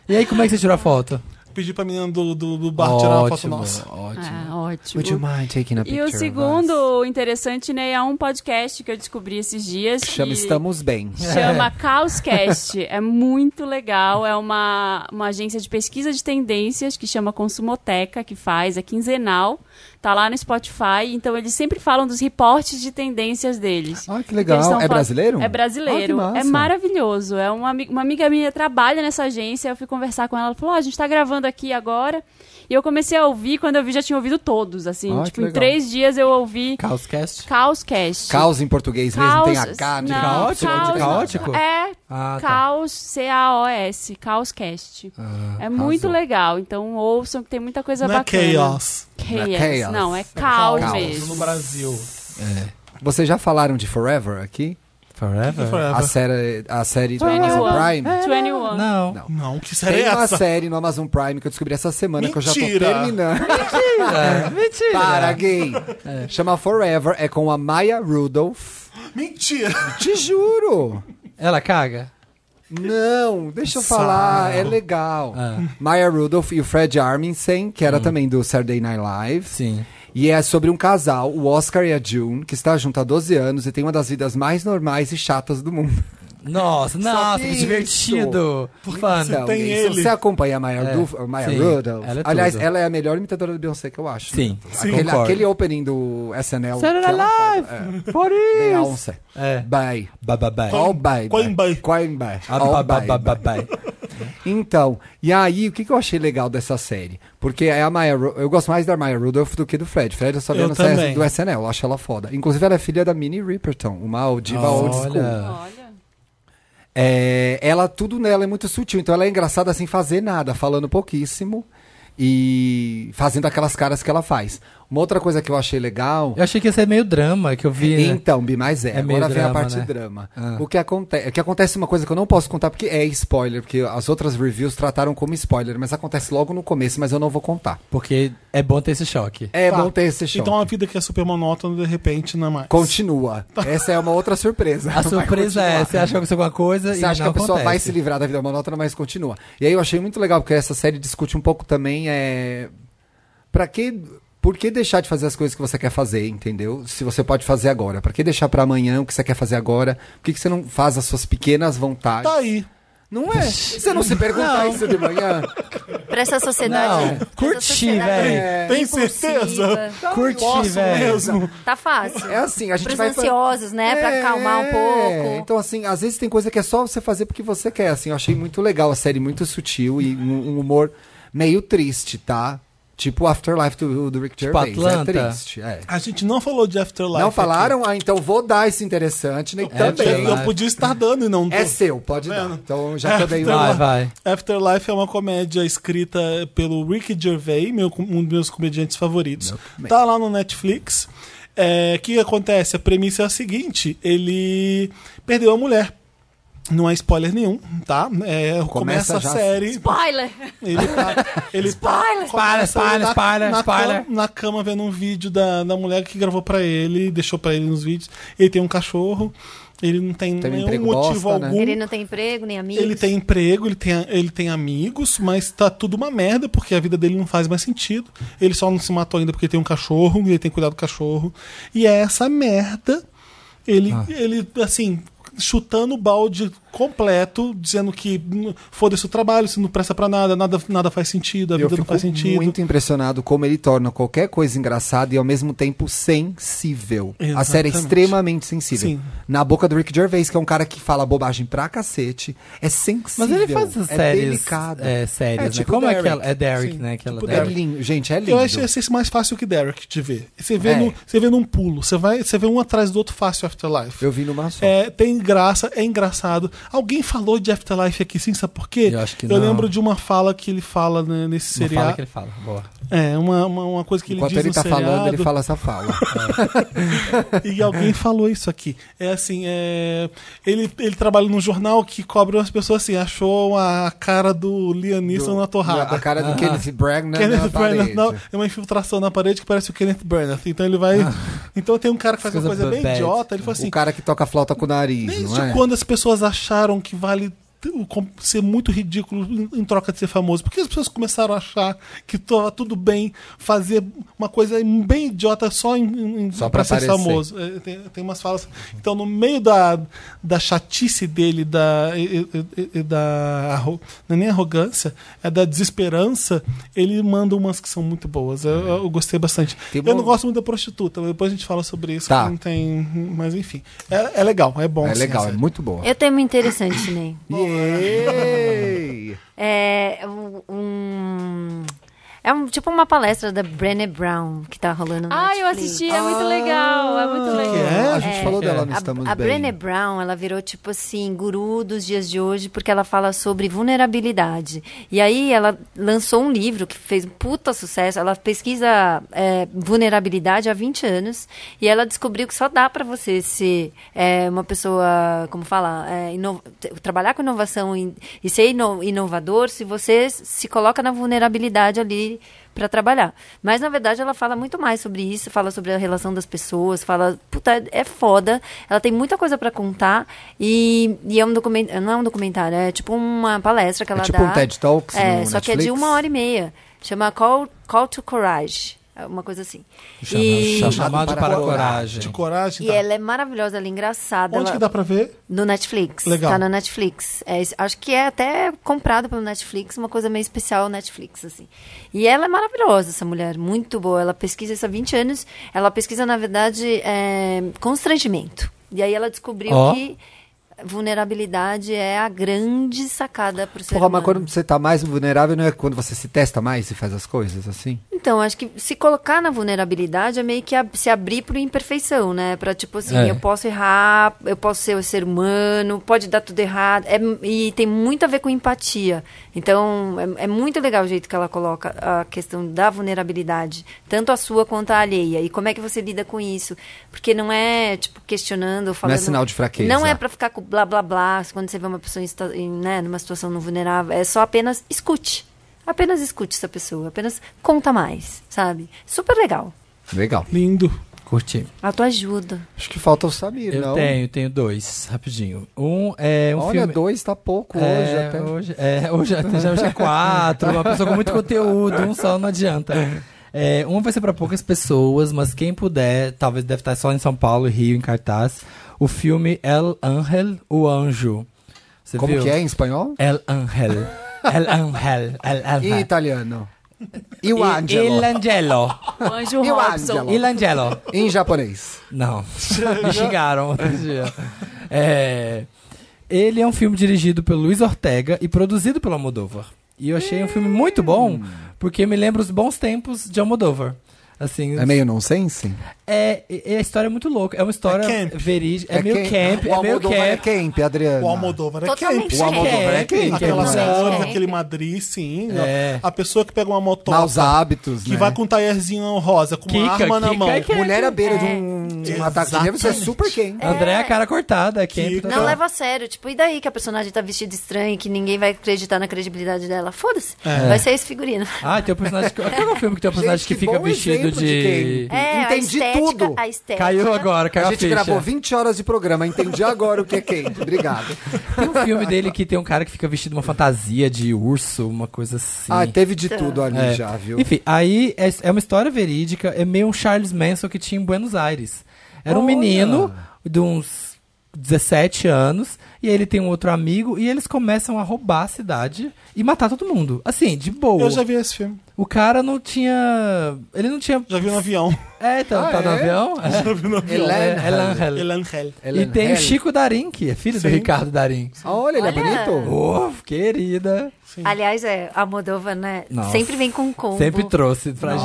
D: E aí, como é que você tirou a foto?
A: Pedi pra menina do, do, do bar tirar uma foto nossa.
D: ótimo.
C: Ah, ótimo.
B: Would you mind taking a
C: E
B: picture
C: o
B: of us?
C: segundo interessante, né, é um podcast que eu descobri esses dias.
B: Chama
C: que-
B: Estamos Bem. [LAUGHS]
C: Chama Caoscast. É muito legal. É uma, uma agência de pesquisa de tendências que chama Consumoteca, que faz, é quinzenal. Tá lá no Spotify. Então, eles sempre falam dos reportes de tendências deles.
B: Ah, que
C: Eles
B: legal.
C: estão
B: É
C: falando-
B: brasileiro?
C: É brasileiro.
B: Ah, que
C: é
B: massa.
C: maravilhoso. É uma, ami- uma amiga minha trabalha nessa agência. Eu fui conversar com ela. Ela falou: "Ó, a gente tá gravando aqui agora. E eu comecei a ouvir. Quando eu vi, já tinha ouvido todos. Assim,
B: Ah, que
C: tipo, em
B: legal.
C: três dias eu ouvi
D: Caoscast?
C: Caoscast.
B: Caos em português mesmo, tem a K de
C: não,
D: caótico, de
C: caos-
D: caótico?
C: É,
D: Ah, tá.
C: caos, C-A-O-S, Caoscast. é muito
B: Ah, arrasou.
C: legal, então ouçam que tem muita coisa
A: Não é
C: bacana.
A: chaos.
C: Chaos.
B: Não é chaos.
C: Não, é
B: É
C: caos,
A: No
B: caos.
C: mesmo.
A: Brasil.
B: Vocês já falaram de Forever aqui?
D: Forever?
B: A série, a série do Amazon
C: 21.
B: Prime?
C: 21.
D: Não.
B: Não.
A: Não, que série
B: Tem
A: é
B: uma
A: essa?
B: série no Amazon Prime que eu descobri essa semana que eu já tô
A: Mentira.
B: terminando.
D: É, mentira!
B: Para, gay. Chama Forever, é com a Maya Rudolph.
A: Mentira.
B: Te juro.
D: Ela caga?
B: Não, deixa eu falar, é legal.
D: Ah.
B: Maya Rudolph e o Fred Armisen, que era também do Saturday Night Live.
D: Hum. Sim.
B: E é sobre um casal, o Oscar e a June, que está junto há 12 anos e tem uma das vidas mais normais e chatas do mundo.
D: Nossa, nossa, que
B: isso.
D: divertido.
A: se
D: Fun.
B: Não,
A: tem
B: isso.
A: ele.
B: Então, Você acompanha a Maya,
D: É,
B: Rudolph- a Maya
D: sim,
B: Rudolph?
D: ela é tudo.
B: Aliás, ela é a melhor imitadora do Beyoncé que eu acho. né?
D: Sim, sim,
B: Aquele,
D: concordo.
B: aquele opening do SNL.
D: Saturday
B: que ela
D: Night
B: faz, é,
D: Por
B: Beyoncé.
D: É.
B: Bye.
D: Bababá.
B: All bye.
A: Queen bye.
B: Queen bye.
D: Ah,
B: All
D: babá,
B: bye,
D: babá,
B: bye.
D: babá.
B: Então, e aí, o que, que eu achei legal dessa série? Porque é a Maya, Ru- eu gosto mais da Maya Rudolph do que do Fred. Fred eu só vi
A: Eu
B: no CS
A: também.
B: do SNL, eu acho ela foda. Inclusive, ela é filha da Minnie Riperton, uma diva Tipo, old school.
D: Olha.
C: Olha.
B: É, ela, tudo nela é muito sutil, então ela é engraçada sem fazer nada, falando pouquíssimo e fazendo aquelas caras que ela faz. Uma outra coisa que eu achei legal...
D: Eu achei que ia ser meio drama que eu vi. né?
B: Então, Bi, mas é.
D: É meio
B: Agora vem a
D: drama,
B: parte
D: né?
B: drama.
D: Ah.
B: O que acontece? que acontece uma coisa que eu não posso contar porque é spoiler, porque as outras reviews trataram como spoiler, mas acontece logo no começo, mas eu não vou contar.
D: Porque é bom ter esse choque.
B: É
A: Tá.
B: bom ter esse choque.
A: Então a vida que é super monótona, de repente, não é mais.
D: [LAUGHS]
B: Continua. Essa é uma outra surpresa.
D: A
B: [LAUGHS] Vai
D: surpresa
B: continuar.
D: é, você acha que aconteceu alguma coisa e
B: Você acha que
D: não
B: a pessoa
D: acontece.
B: vai se livrar da vida monótona, mas continua. E aí eu achei muito legal, porque essa série discute um pouco também é. Pra que. Por que deixar de fazer as coisas que você quer fazer, entendeu? Se você pode fazer agora. Pra que deixar pra amanhã o que você quer fazer agora? Por que, que você não faz as suas pequenas vontades?
A: Tá aí.
B: Não é? Você não se pergunta isso de manhã?
E: Pra essa sociedade.
D: Não,
E: pra essa
D: curti,
E: sociedade é
D: velho.
A: Tem
E: impulsiva.
A: certeza?
D: Curti, velho.
A: Mesmo.
E: Tá fácil.
B: É assim, a gente
E: Pros
B: vai... fa-
E: ansiosos, né? Pra
B: É,
E: acalmar um pouco.
B: Então, assim, às vezes tem coisa que é só você fazer porque você quer, assim. Eu achei muito legal a série, muito sutil e um, um humor meio triste, tá? Tipo o Afterlife do, do Rick
D: Tipo
B: Gervais.
D: Atlanta.
B: É triste, é.
A: A gente não falou de Afterlife.
B: Não falaram? Ah, então vou dar esse interessante, né?
A: aqui.
B: também.
A: Eu podia estar dando e não tô.
B: É seu, pode dar. Então, já também...
D: Vai, vai.
A: Afterlife é uma comédia escrita pelo Ricky Gervais, meu- um dos meus comediantes favoritos. Tá lá no Netflix. É, O que acontece? A premissa é a seguinte: ele perdeu a mulher. Não é spoiler nenhum, tá? É, começa,
B: Começa
A: a
B: já-
E: então-
A: série.
E: Spoiler!
A: Ele tá. Ele tá-
D: Spoiler,
A: começa ele
D: spoiler,
A: na-
D: spoiler,
A: na, cama-
D: spoiler.
A: na cama vendo um vídeo da, da mulher que gravou pra ele, deixou pra ele nos vídeos. Ele tem um cachorro, ele não tem,
B: Tem um
A: nenhum
B: emprego
A: motivo
B: bosta, né?
A: algum.
E: Ele não tem emprego, nem amigos.
A: Hum. Ele tem emprego, ele tem, ele tem amigos, mas tá tudo uma merda, porque a vida dele não faz mais sentido. Ele só não se matou ainda porque tem um cachorro, e ele tem que cuidar do cachorro. E é essa merda. Ele,
B: Ah.
A: ele assim, chutando o balde completo, dizendo que hum, foda-se o trabalho, isso não presta pra nada, nada, nada faz sentido, a
B: Eu
A: vida não
B: fico
A: faz sentido.
B: muito impressionado como ele torna qualquer coisa engraçada e ao mesmo tempo sensível. A série é
A: Exatamente.
B: extremamente sensível.
A: Sim.
B: Na boca do Rick Gervais, que é um cara que fala bobagem pra cacete, é sensível.
D: Mas ele faz essas
B: é
D: séries.
B: delicado.
D: É, séries,
B: É
D: né?
B: tipo
D: Como é
B: Derek.
D: aquela? É Derek,
A: Sim,
D: né? Aquela
A: tipo
B: É
D: Derek.
B: lindo, gente, é lindo.
A: Eu acho esse mais fácil que Derek de ver. Você vê,
B: É.
A: no, você vê num pulo, você, vai, você vê um atrás do outro fácil Afterlife.
B: Eu vi numa só.
A: É, tem graça, é engraçado. Alguém falou de Afterlife aqui, sim, sabe por quê?
D: Eu acho que
A: Eu
D: não.
A: lembro de uma fala que ele fala né, nesse
D: Uma fala
A: seriado.
D: que ele fala. Boa.
A: É, uma, uma, uma coisa que
B: Enquanto
A: ele diz
B: ele
A: no
B: tá falando, ele
A: seriado.
B: fala essa
A: [LAUGHS]
B: fala.
A: E alguém falou isso aqui. É assim, é... Ele, ele trabalha num jornal que cobre umas pessoas assim, achou a cara do Liam Neeson na torrada.
B: A cara do Kenneth Branagh
A: Kenneth
B: na
A: Branagh
B: parede.
A: não, é uma infiltração na parede que parece o Kenneth Branagh. Então ele vai. Então tem um cara que faz uma
D: Coisa
A: coisa bem
D: bad.
A: idiota. Ele fala assim:
B: o cara que toca flauta com o nariz,
A: Desde
B: não é?
A: quando as pessoas acharam que vale t- o com- ser muito ridículo em- em troca de ser famoso? Porque as pessoas começaram a achar que tava tudo bem fazer uma coisa bem idiota só, em, em-
B: Só
A: pra
B: pra
A: ser
B: aparecer.
A: famoso? É, tem, tem umas falas. Então, no meio da, da chatice dele, da, e- e- e- e da arro- não é nem arrogância, é da desesperança, ele manda umas que são muito boas. Eu,
B: É.
A: eu gostei bastante.
B: Tem
A: eu
B: uma-
A: não gosto muito da prostituta, mas depois a gente fala sobre isso.
B: Tá.
A: que Não tem, mas enfim, é, é legal, é bom.
B: É
A: sim,
B: legal,
A: essa
B: é muito boa.
E: Eu tenho uma interessante, Ney.
A: né?
B: Yay!
A: [LAUGHS]
E: É um- um. É um, tipo uma palestra da Brené Brown que tá rolando no
C: Ah, eu
E: Netflix.
C: assisti, é muito legal, é muito legal.
A: é?
B: A gente falou dela no Estamos
E: A, é a
B: Bem.
E: Brené Brown, ela virou tipo assim, guru dos dias de hoje, porque ela fala sobre vulnerabilidade. E aí ela lançou um livro que fez um puta sucesso. Ela pesquisa é, vulnerabilidade há 20 anos e ela descobriu que só dá pra você ser é, uma pessoa, como fala, é, ino- te- trabalhar com inovação e, e ser ino- inovador se você se coloca na vulnerabilidade ali para trabalhar. Mas na verdade ela fala muito mais sobre isso, fala sobre a relação das pessoas, fala, puta, é foda. Ela tem muita coisa para contar e, e é um documentário, não é um documentário, é tipo uma palestra que ela
B: tipo
E: dá.
B: um TED Talks
E: É,
B: no
E: só que é de
B: Netflix?
E: uma hora e meia. Chama Call, Call to Courage. uma coisa assim.
B: Chamado-
E: E,
B: chamado
D: Chamado para,
B: para
D: a coragem.
A: De coragem.
E: e
A: tá.
E: ela é maravilhosa, ela é engraçada.
A: Onde
E: ela-
A: que dá pra ver?
E: No Netflix.
A: Legal.
E: Tá na Netflix. É, isso- acho que é até comprado pelo Netflix, uma coisa meio especial Netflix, assim. E ela é maravilhosa, essa mulher, muito boa. Ela pesquisa isso há 20 anos. Ela pesquisa, na verdade, é, constrangimento. E aí ela descobriu
D: Ó.
E: que vulnerabilidade é a grande sacada pro ser
B: Porra, mas
E: humano.
B: quando você tá mais vulnerável, não é quando você se testa mais e faz as coisas, assim?
E: Então, acho que se colocar na vulnerabilidade é meio que ab- se abrir para imperfeição, né? Para tipo assim,
D: É.
E: eu posso errar, eu posso ser um ser humano, pode dar tudo errado. É m- e tem muito a ver com empatia. Então, é, é muito legal o jeito que ela coloca a questão da vulnerabilidade, tanto a sua quanto a alheia. E como é que você lida com isso? Porque não é, tipo, questionando ou falando.
B: sinal de fraqueza.
E: Não é para ficar com blá blá blá quando você vê uma pessoa em, esta- em, né, numa situação não vulnerável. É só apenas escute. Apenas escute essa pessoa. Apenas conta mais, sabe? Super legal.
B: Legal.
A: Lindo.
D: Curti.
E: A tua ajuda.
B: Acho que falta o Samir,
D: Eu
B: não?
D: tenho, tenho dois, rapidinho. Um é um
B: Olha,
D: filme...
B: dois tá pouco hoje
D: É,
B: até.
D: hoje, é, hoje até já hoje é quatro, uma pessoa com muito conteúdo, um só não adianta. É, um vai ser pra poucas pessoas, mas quem puder, talvez deve estar só em São Paulo e Rio, em cartaz. O filme El Ángel, o Anjo. Você
B: Como
D: viu?
B: que é em espanhol?
D: El Ángel. El Ángel. El
B: E
D: Ángel.
B: italiano? E o
D: E- é- Il
B: Angelo?
D: Angelo.
B: [LAUGHS]
C: O Anjo
B: E o
C: Robson.
B: Angelo?
D: Il Angelo.
B: Em japonês.
D: Não. Me xingaram outro dia. É, ele é um filme dirigido pelo Luiz Ortega e produzido pelo Almodóvar. E eu achei um filme
B: Hum.
D: muito bom, porque me lembra os bons tempos de Almodóvar. Assim,
B: É meio nonsense?
D: é, é- a história é muito louca. É uma história
A: É camp.
D: verídica. É, meio
B: quem-
D: camp,
B: O
D: é meio
B: Almodóvar é
D: camp.
B: camp, Adriana.
A: O Almodóvar é
E: Totalmente
A: quente.
B: O Almodóvar é
D: Camp,
B: camp.
A: Aquela
D: Camp.
B: né?
A: senhora,
E: É.
A: aquele Madrid, sim.
D: É.
A: A pessoa que pega uma motoca.
B: Maus hábitos,
A: Que
B: né?
A: vai com um taierzinho rosa, com uma
D: Kika,
A: arma na
D: Kika
A: mão.
D: é camp.
B: Mulher à beira de um, de um ataque de nervos é
A: Exatamente.
B: super quente.
D: André é a cara cortada, é camp.
A: Que-
D: total.
E: Não leva a sério. Tipo, e daí que a personagem tá vestida estranha e que ninguém vai acreditar na credibilidade dela? Foda-se. Vai ser esse figurino.
D: Ah, tem um personagem. que- Qual é o filme que tem um personagem que fica
B: bom
D: vestido
B: exemplo
D: de.
B: quem?
E: É, a
B: Entendi
E: estética,
B: tudo.
E: a estética.
D: Caiu agora, caiu a,
B: A gente
D: ficha.
B: gravou 20 horas de programa, entendi agora o que é quente. Obrigado.
D: Tem um filme dele que tem um cara que fica vestido uma fantasia de urso, uma coisa assim.
B: Ah, teve de tudo ali
D: É.
B: já, viu?
D: Enfim, aí é, é uma história verídica, é meio um Charles Manson que tinha em Buenos Aires. Era um
B: Olha!
D: menino de uns 17 anos, e ele tem um outro amigo, e eles começam a roubar a cidade e matar todo mundo. Assim, de boa.
A: Eu já vi esse filme.
D: O cara não tinha. Ele não tinha.
A: Já vi no avião.
D: É, então,
B: Ah,
D: tá no
B: é? [LAUGHS]
D: avião?
A: Já vi no avião.
B: Ele-
D: É, é Lanhel.
A: El Angel.
B: Ela
D: E
B: é
D: tem o
B: Helen.
D: Chico Darim, que é filho do
A: Sim.
D: Ricardo Darim.
B: Ah, olha, ele
E: Olha!
B: é bonito.
D: Oh, querida.
E: Aliás, é, a Modova, né?
D: Nossa.
E: Sempre vem com combo.
D: Sempre trouxe pra gente.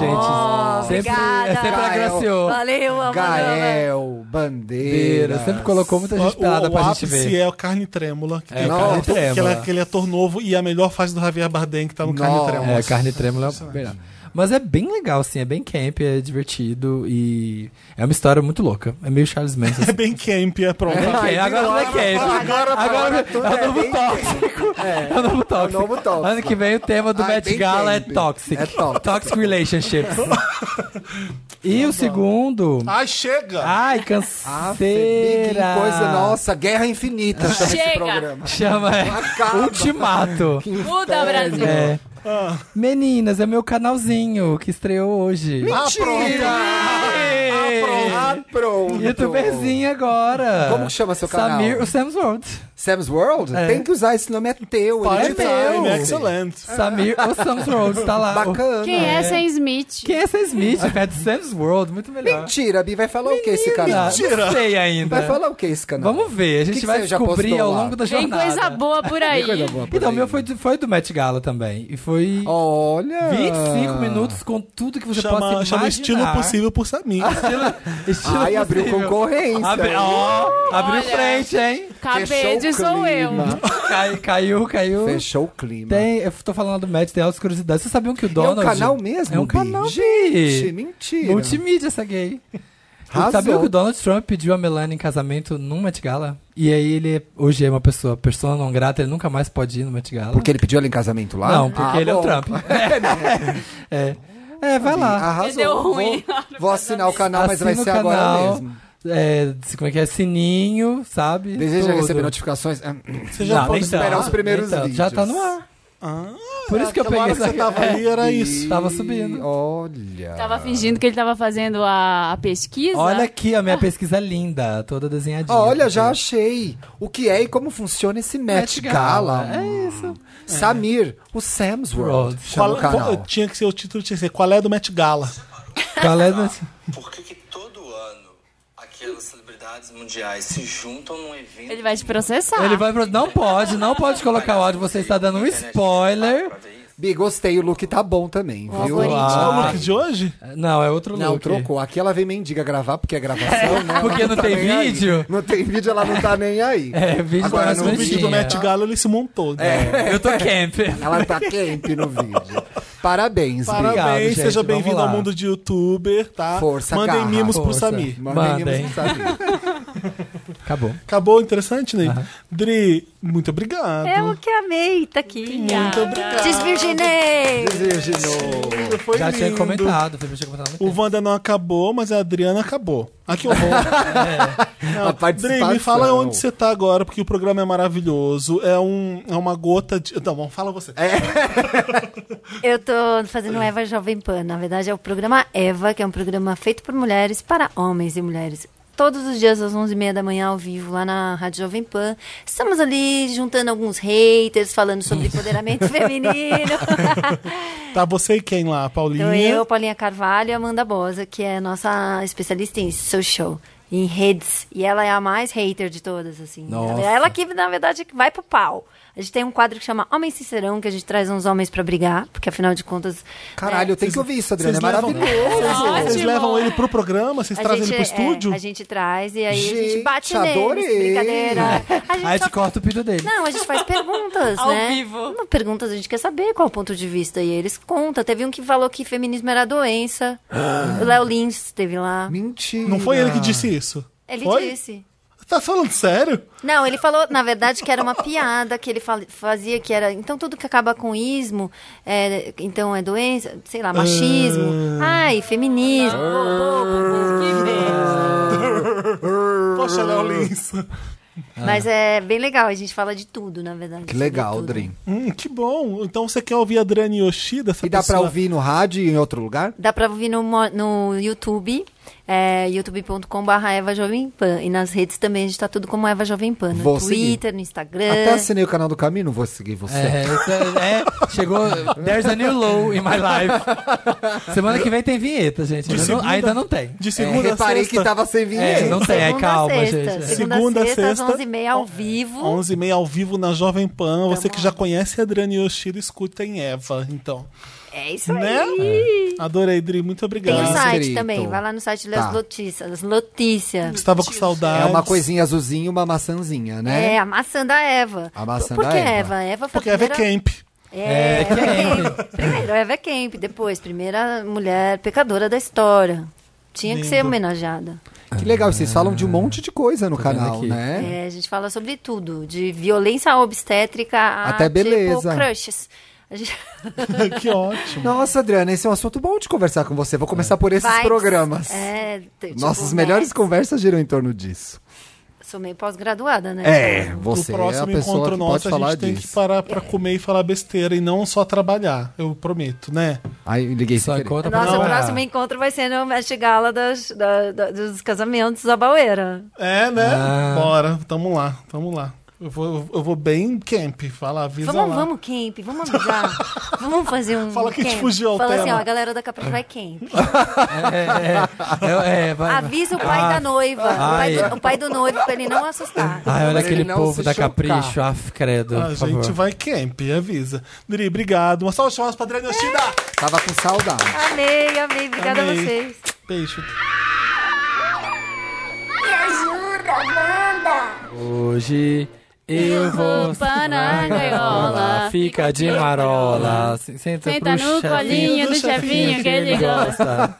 D: Sempre,
E: obrigada.
D: é, sempre
B: Gael.
D: agraciou.
E: Valeu, Amodova.
B: Gael, bandeira.
D: Bandeira, Sempre colocou muita gente pelada
A: o, o
D: pra gente
A: ápice
D: ver.
A: é o Carne Trêmula. Que tem o
D: É, o
B: Carne
A: ator-
D: Trêmula.
A: Que ela- aquele ator novo e a melhor fase do Javier Bardem que tá no Carne
B: Nossa.
A: Trêmula.
D: É, carne trêmula é o melhor. Mas é bem legal, assim, é bem camp, é divertido e é uma história muito louca. É meio Charles Manson.
A: É bem
B: [LAUGHS]
A: camp, é pronto.
D: Ok, agora não é camp.
B: Agora,
D: Agora
B: agora tudo
D: é o
B: é
D: novo
B: bem
D: tóxico. É o novo tóxico.
B: novo tóxico.
D: Ano que vem o tema do
B: Ah, é
D: Met
B: bem
D: Gala
B: camp.
D: é Toxic.
B: É tóxico. Tá
D: Toxic
B: [LAUGHS]
D: Relationships. e o segundo...
A: Ai, chega!
D: Ai, [LAUGHS]
B: Ah, Fê, Big,
D: canseira!
B: coisa, nossa, guerra infinita chama esse
C: Chega.
B: programa.
D: Chama é,
B: Acaba.
D: Ultimato.
C: Muda, Brasil.
D: É.
A: Ah.
D: Meninas, é meu canalzinho que estreou hoje.
B: Mentira! Ah, pronto.
D: Youtuberzinho agora.
B: Como que chama seu canal?
D: Samir, o Sam's World.
B: Sam's World?
D: É.
B: Tem que usar, esse nome é teu. ele
D: Pode
B: te
D: ser,
B: dá,
D: meu.
B: né?
A: Excelente.
D: Samir, o Sam's World, tá lá.
B: Bacana.
C: Quem é Sam Smith?
D: Quem é Sam Smith? É do Sam's World, muito melhor.
B: Mentira, Bi, vai falar o que esse canal?
D: Não sei ainda.
B: Vai falar o que esse canal?
D: Vamos ver, a
B: Que
D: gente
B: que
D: vai
B: você já
D: descobrir
B: postou
D: ao
B: lá?
D: longo da
C: Tem
D: jornada.
C: coisa boa por aí.
B: Coisa boa por
D: Então, o
B: aí.
D: meu foi, do- foi do Met Gala também. E foi
B: Olha!
D: 25 minutos com tudo que você possa
A: Chama,
D: imaginar.
A: chama Estilo Possível por Samir.
D: Estilo, estilo
B: Aí abriu
D: possível.
B: concorrência.
D: Abri- ó, abriu
C: Olha.
D: frente, hein?
C: Cabede
B: Fechou o
C: sou eu.
B: clima.
D: Cai- caiu, caiu.
B: Fechou o clima.
D: Tem, eu tô falando do Matt, tem altas curiosidades. Vocês sabiam que o Donald...
B: É um canal mesmo,
D: É um
B: Bi?
D: canal,
B: Gente,
D: Bi.
B: mentira.
D: Multimídia essa gay.
B: Arrasou.
D: Sabiam que o Donald Trump pediu a Melania em casamento num Met Gala? E aí ele é- hoje é uma pessoa, persona não grata, ele nunca mais pode ir no Met Gala.
B: Porque ele pediu ela em casamento lá?
D: Não, porque
B: Ah,
D: ele é o
B: bom. [LAUGHS] né?
D: Trump. é. é, vai lá.
B: Arrasou.
C: Deu ruim.
B: Vou, vou assinar o canal, Ah, mas vai
D: Assina
B: ser
D: o
B: agora
D: canal,
B: mesmo.
D: É, como é que é? Sininho, sabe?
B: Deseja
D: Tudo.
B: receber notificações? Ah,
A: Você já
D: Não,
A: pode
D: nem tanto,
B: esperar os primeiros
D: nem tanto. Então, Já
B: vídeos. então
D: tá no ar.
A: Ah,
D: Por isso que eu
A: aquela hora
D: peguei
A: que
D: essa
A: você tava ali era
D: É.
A: isso.
D: Tava subindo. Tá
B: Olha.
C: Tava fingindo que ele tava fazendo a, a pesquisa.
D: Olha aqui, a minha pesquisa linda, toda desenhadinha.
B: Olha, já achei o que é e como funciona esse Met
D: Met Gala.
B: Gala.
D: É isso.
B: Samir, o Sam's World.
D: World.
B: Chama o
A: Qual-
B: canal.
A: qual- tinha que ser o título, tinha que ser Qual é do Met Gala?
D: Qual
B: tá
D: é do-
H: Por que, que todo ano aquelas celebridades mundiais se juntam num evento?
C: Ele vai te processar.
D: Ele vai pro... Não pode, não pode colocar o áudio. Você está dando um spoiler.
H: Pra ver isso?
B: Bi, gostei, o look tá bom também, viu?
A: É o
E: algoritmo.
D: Ah.
A: look de hoje?
D: Não, é outro
B: Não,
D: look.
B: trocou. Aqui ela vem mendiga gravar, porque é gravação, né? Ela
D: porque não tem
B: nem aí.
D: vídeo.
B: Não tem vídeo, ela não tá nem aí.
A: [LAUGHS]
D: É, vídeo
B: Agora,
D: tá
B: no
A: No
D: mais
A: vídeo do
D: bonitinho.
A: Met Gala ele se montou. né?
D: Eu tô camp.
B: Ela tá camp no vídeo. Parabéns, Bi.
D: Obrigado,
A: Parabéns,
D: gente,
A: seja
D: vamos
A: bem-vindo
D: lá.
A: ao mundo de youtuber, tá?
B: Força,
A: Mandem
B: garra,
A: mimos pro
D: força.
A: Samir.
B: Mandem
D: Mandem.
B: mimos pro Samir.
D: Acabou.
A: Acabou, interessante, Ney? Dri, muito obrigado.
E: Eu que amei, tá aqui.
A: Muito obrigado.
E: Desvirginei.
B: Virginou.
A: Foi
D: já tinha
A: lindo.
D: comentado, Felipe tinha comentado há muito
A: O
D: tempo.
A: Wanda não acabou, mas a Adriana acabou.
D: [LAUGHS]
A: Aqui eu vou.
B: A
A: Dri,
B: participação.
A: me fala onde você tá agora, porque o programa é maravilhoso. É, um, é uma gota de. Não, bom, fala você.
E: Eu tô fazendo Eva Jovem Pan. Na verdade, é o programa Eva, que é um programa feito por mulheres para homens e mulheres. Todos os dias às 11h30 da manhã, ao vivo, lá na Rádio Jovem Pan. Estamos ali juntando alguns haters, falando sobre empoderamento feminino.
A: Tá você e quem lá? A
E: então,
A: Paulinha?
E: eu, Paulinha Carvalho e Amanda Bosa, que é nossa especialista em social, em redes. E ela é a mais hater de todas, assim.
D: Nossa.
E: Ela, ela que, na verdade, vai pro pau. A gente tem um quadro que chama Homens Sincerão, que a gente traz uns homens pra brigar, porque afinal de contas.
B: É. Caralho, eu tenho que ouvir isso, Adriana. É
A: Vocês levam-
B: maravilhoso.
A: Vocês
C: Ótimo.
A: levam ele pro programa? Vocês
E: A
A: trazem
E: gente,
A: ele Tá pro
E: é,
A: estúdio?
E: a gente traz e aí a
B: Gente,
E: gente bate neles,
B: adorei.
E: brincadeira.
D: [LAUGHS]
E: A gente
D: Aí
E: só-
D: te corta o pido dele.
E: Não, a gente faz perguntas,
C: Ao
E: né?
C: vivo.
E: Não, perguntas, a gente quer saber qual é o ponto de vista. E eles contam. Teve um que falou que feminismo
B: [GASPS]
E: era doença. O Léo Lins esteve lá.
B: Mentira.
A: Não foi ele que disse isso?
E: Ele
A: Foi?
E: disse.
A: Tá falando sério?
E: Não, ele falou, na verdade, que era uma piada que ele fal- fazia, que era. Então tudo que acaba com ismo, é, então é doença, sei lá, machismo.
B: Ah.
E: Ai, feminismo.
C: Que beijo.
A: Poxa, Léo Lins.
E: Mas é bem legal, a gente fala de tudo, na verdade.
B: Que
E: sobre
B: legal,
E: tudo.
B: Drim.
A: Hum, que bom. Então você quer ouvir a Adriane Yoshida? Essa
B: E dá pra
A: pessoa-
B: ouvir no rádio e em outro lugar?
E: Dá pra ouvir no, mo- no YouTube, é, youtube.com.br Eva Jovem Pan. E nas redes também a gente tá tudo como Eva Jovem Pan. No
B: Vou
E: Twitter, no Instagram.
B: Até assinei o canal do Caminho, não vou seguir você.
D: É, isso é, é, chegou. There's a new low in my life. Semana que vem tem vinheta, gente.
A: De
D: Ainda não,
A: segunda-
D: ainda não tem.
A: De
B: É,
A: segunda a
B: reparei
A: sexta,
B: que tava sem vinheta.
D: É, não tem. Aí
E: Segunda a
D: calma,
E: sexta.
D: gente. é.
E: Segunda,
A: Segunda a
E: a sexta, às
A: sexta,
E: 11h30 ao vivo.
A: 11h30 ao vivo na Jovem Pan. Você que já conhece a Adriane Yoshida, escuta em Eva, então.
E: É isso
A: Né?
E: aí.
A: Adorei, Dri. Muito
E: Tem o
A: obrigado.
E: site
B: Escrito.
E: também. Vai lá no site das
B: Tá.
E: notícias. Das notícias.
A: Estava com saudade.
B: É uma coisinha azulzinha e uma maçãzinha, né?
E: É, a maçã da Eva.
B: A maçã
E: Por
B: da
E: que
B: Eva?
E: Eva? Eva foi
A: Porque
E: a
A: Eva é
E: primeira... [LAUGHS]
A: camp.
E: É,
D: É,
E: Eva
D: Camp.
E: Camp. [LAUGHS] Primeiro, Eva é Camp. Depois, primeira mulher pecadora da história. Tinha que ser
A: Lindo.
E: homenageada.
B: Que legal, vocês
A: Ah,
B: falam de um monte de coisa no canal,
D: aqui.
B: né?
E: É, a gente fala sobre tudo, de violência obstétrica a
B: Até beleza.
E: Tipo, crushes. A gente-
A: que ótimo.
B: Nossa, Adriana, esse é um assunto bom de conversar com você. Vou começar por esses
E: Vibes.
B: programas.
E: É, t- tipo,
B: Nossas melhores
E: né?
B: conversas giram em torno disso.
E: Sou meio pós-graduada, né?
B: É,
A: O
B: você é a
A: próximo
B: pessoa
A: encontro
B: que
A: nosso,
B: pode
A: a
B: falar
A: gente tem que
B: disso.
A: parar pra comer e falar besteira e não só trabalhar. Eu prometo, né?
B: Aí eu liguei
D: Só
B: sem querer.
D: encontra pra
E: Nossa, o
D: namorar.
E: próximo encontro vai ser no Met Gala das, da- da- dos casamentos, a Baueira.
A: É, né?
D: Ah.
A: Bora, tamo lá, tamo lá. Eu vou, eu vou bem camp, fala, avisa
E: Vamos,
A: lá.
E: vamos, camp, vamos avisar.
A: [LAUGHS]
E: vamos fazer um.
A: Fala que a gente
E: camp.
A: fugiu ao
E: Fala assim,
A: tema.
E: ó, a galera da Capri vai camp.
D: É, é, é, é,
E: Ah,
D: vai, vai.
E: Avisa o pai
B: Ah.
E: da noiva, o pai,
D: ai.
E: do, o pai do noivo, pra ele não assustar.
D: Ai, olha
B: Mas
D: aquele
B: ele não se
D: povo da
B: chocar.
D: capricho. Af, credo.
A: A
D: por
A: gente
D: favor.
A: vai camp, avisa. Dri, obrigado. Uma salva de palmas pra Adriana Yoshida.
B: Tava com saudade.
E: Amei, amei. É, Obrigada
A: Amei.
E: a vocês.
A: Beijo.
G: Me ajuda, Wanda!
D: Hoje eu vou.
C: Opa, na gaiola.
D: Fica de marola. Se- Senta,
C: Senta
D: pro
C: no
D: chefinho
C: colinho do chefinho que ele gosta.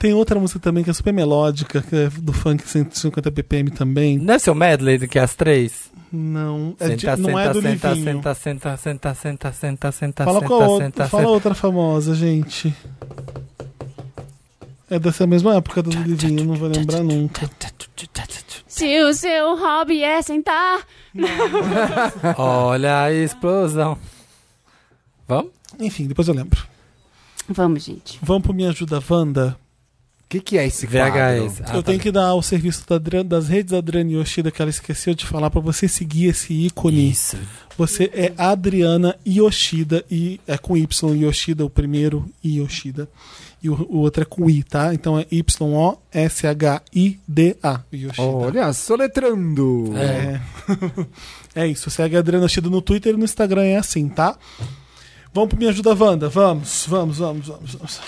A: Tem outra música também que é super melódica, que é do funk 150 BPM também.
D: Não é seu medley do que as três?
A: Não, é
D: Senta,
A: de-
D: senta,
A: não é do
D: senta,
A: Livinho.
D: senta, senta, senta, senta, senta, senta,
A: Fala
D: senta,
A: qual outra,
D: senta,
A: fala
D: senta.
A: outra famosa, gente. É dessa mesma época
D: Tá,
A: do Livinho, não vou lembrar nunca.
C: Se o seu hobby é sentar
D: Olha a explosão. Vamos?
A: Enfim, depois eu lembro.
C: Vamos, gente.
A: Vamos pro Me Ajuda Wanda.
B: O que, que é esse quadro?
D: VHS. Ah,
A: eu
D: tá.
A: tenho que dar o serviço da Adriana- das redes da Adriane Yoshida, que ela esqueceu de falar, pra você seguir esse ícone.
D: Isso.
A: Você é Adriana Yoshida, e é com Y, Yoshida, o primeiro, e Yoshida. E o, o outro é com I, tá? Então é Y-O-S-H-I-D-A, Yoshida.
B: Olha, soletrando.
A: É. é isso. Segue a Adriana Chido no Twitter e no Instagram é assim, tá? Vamos pro Me Ajuda Wanda. Vamos, vamos, vamos, vamos. vamos.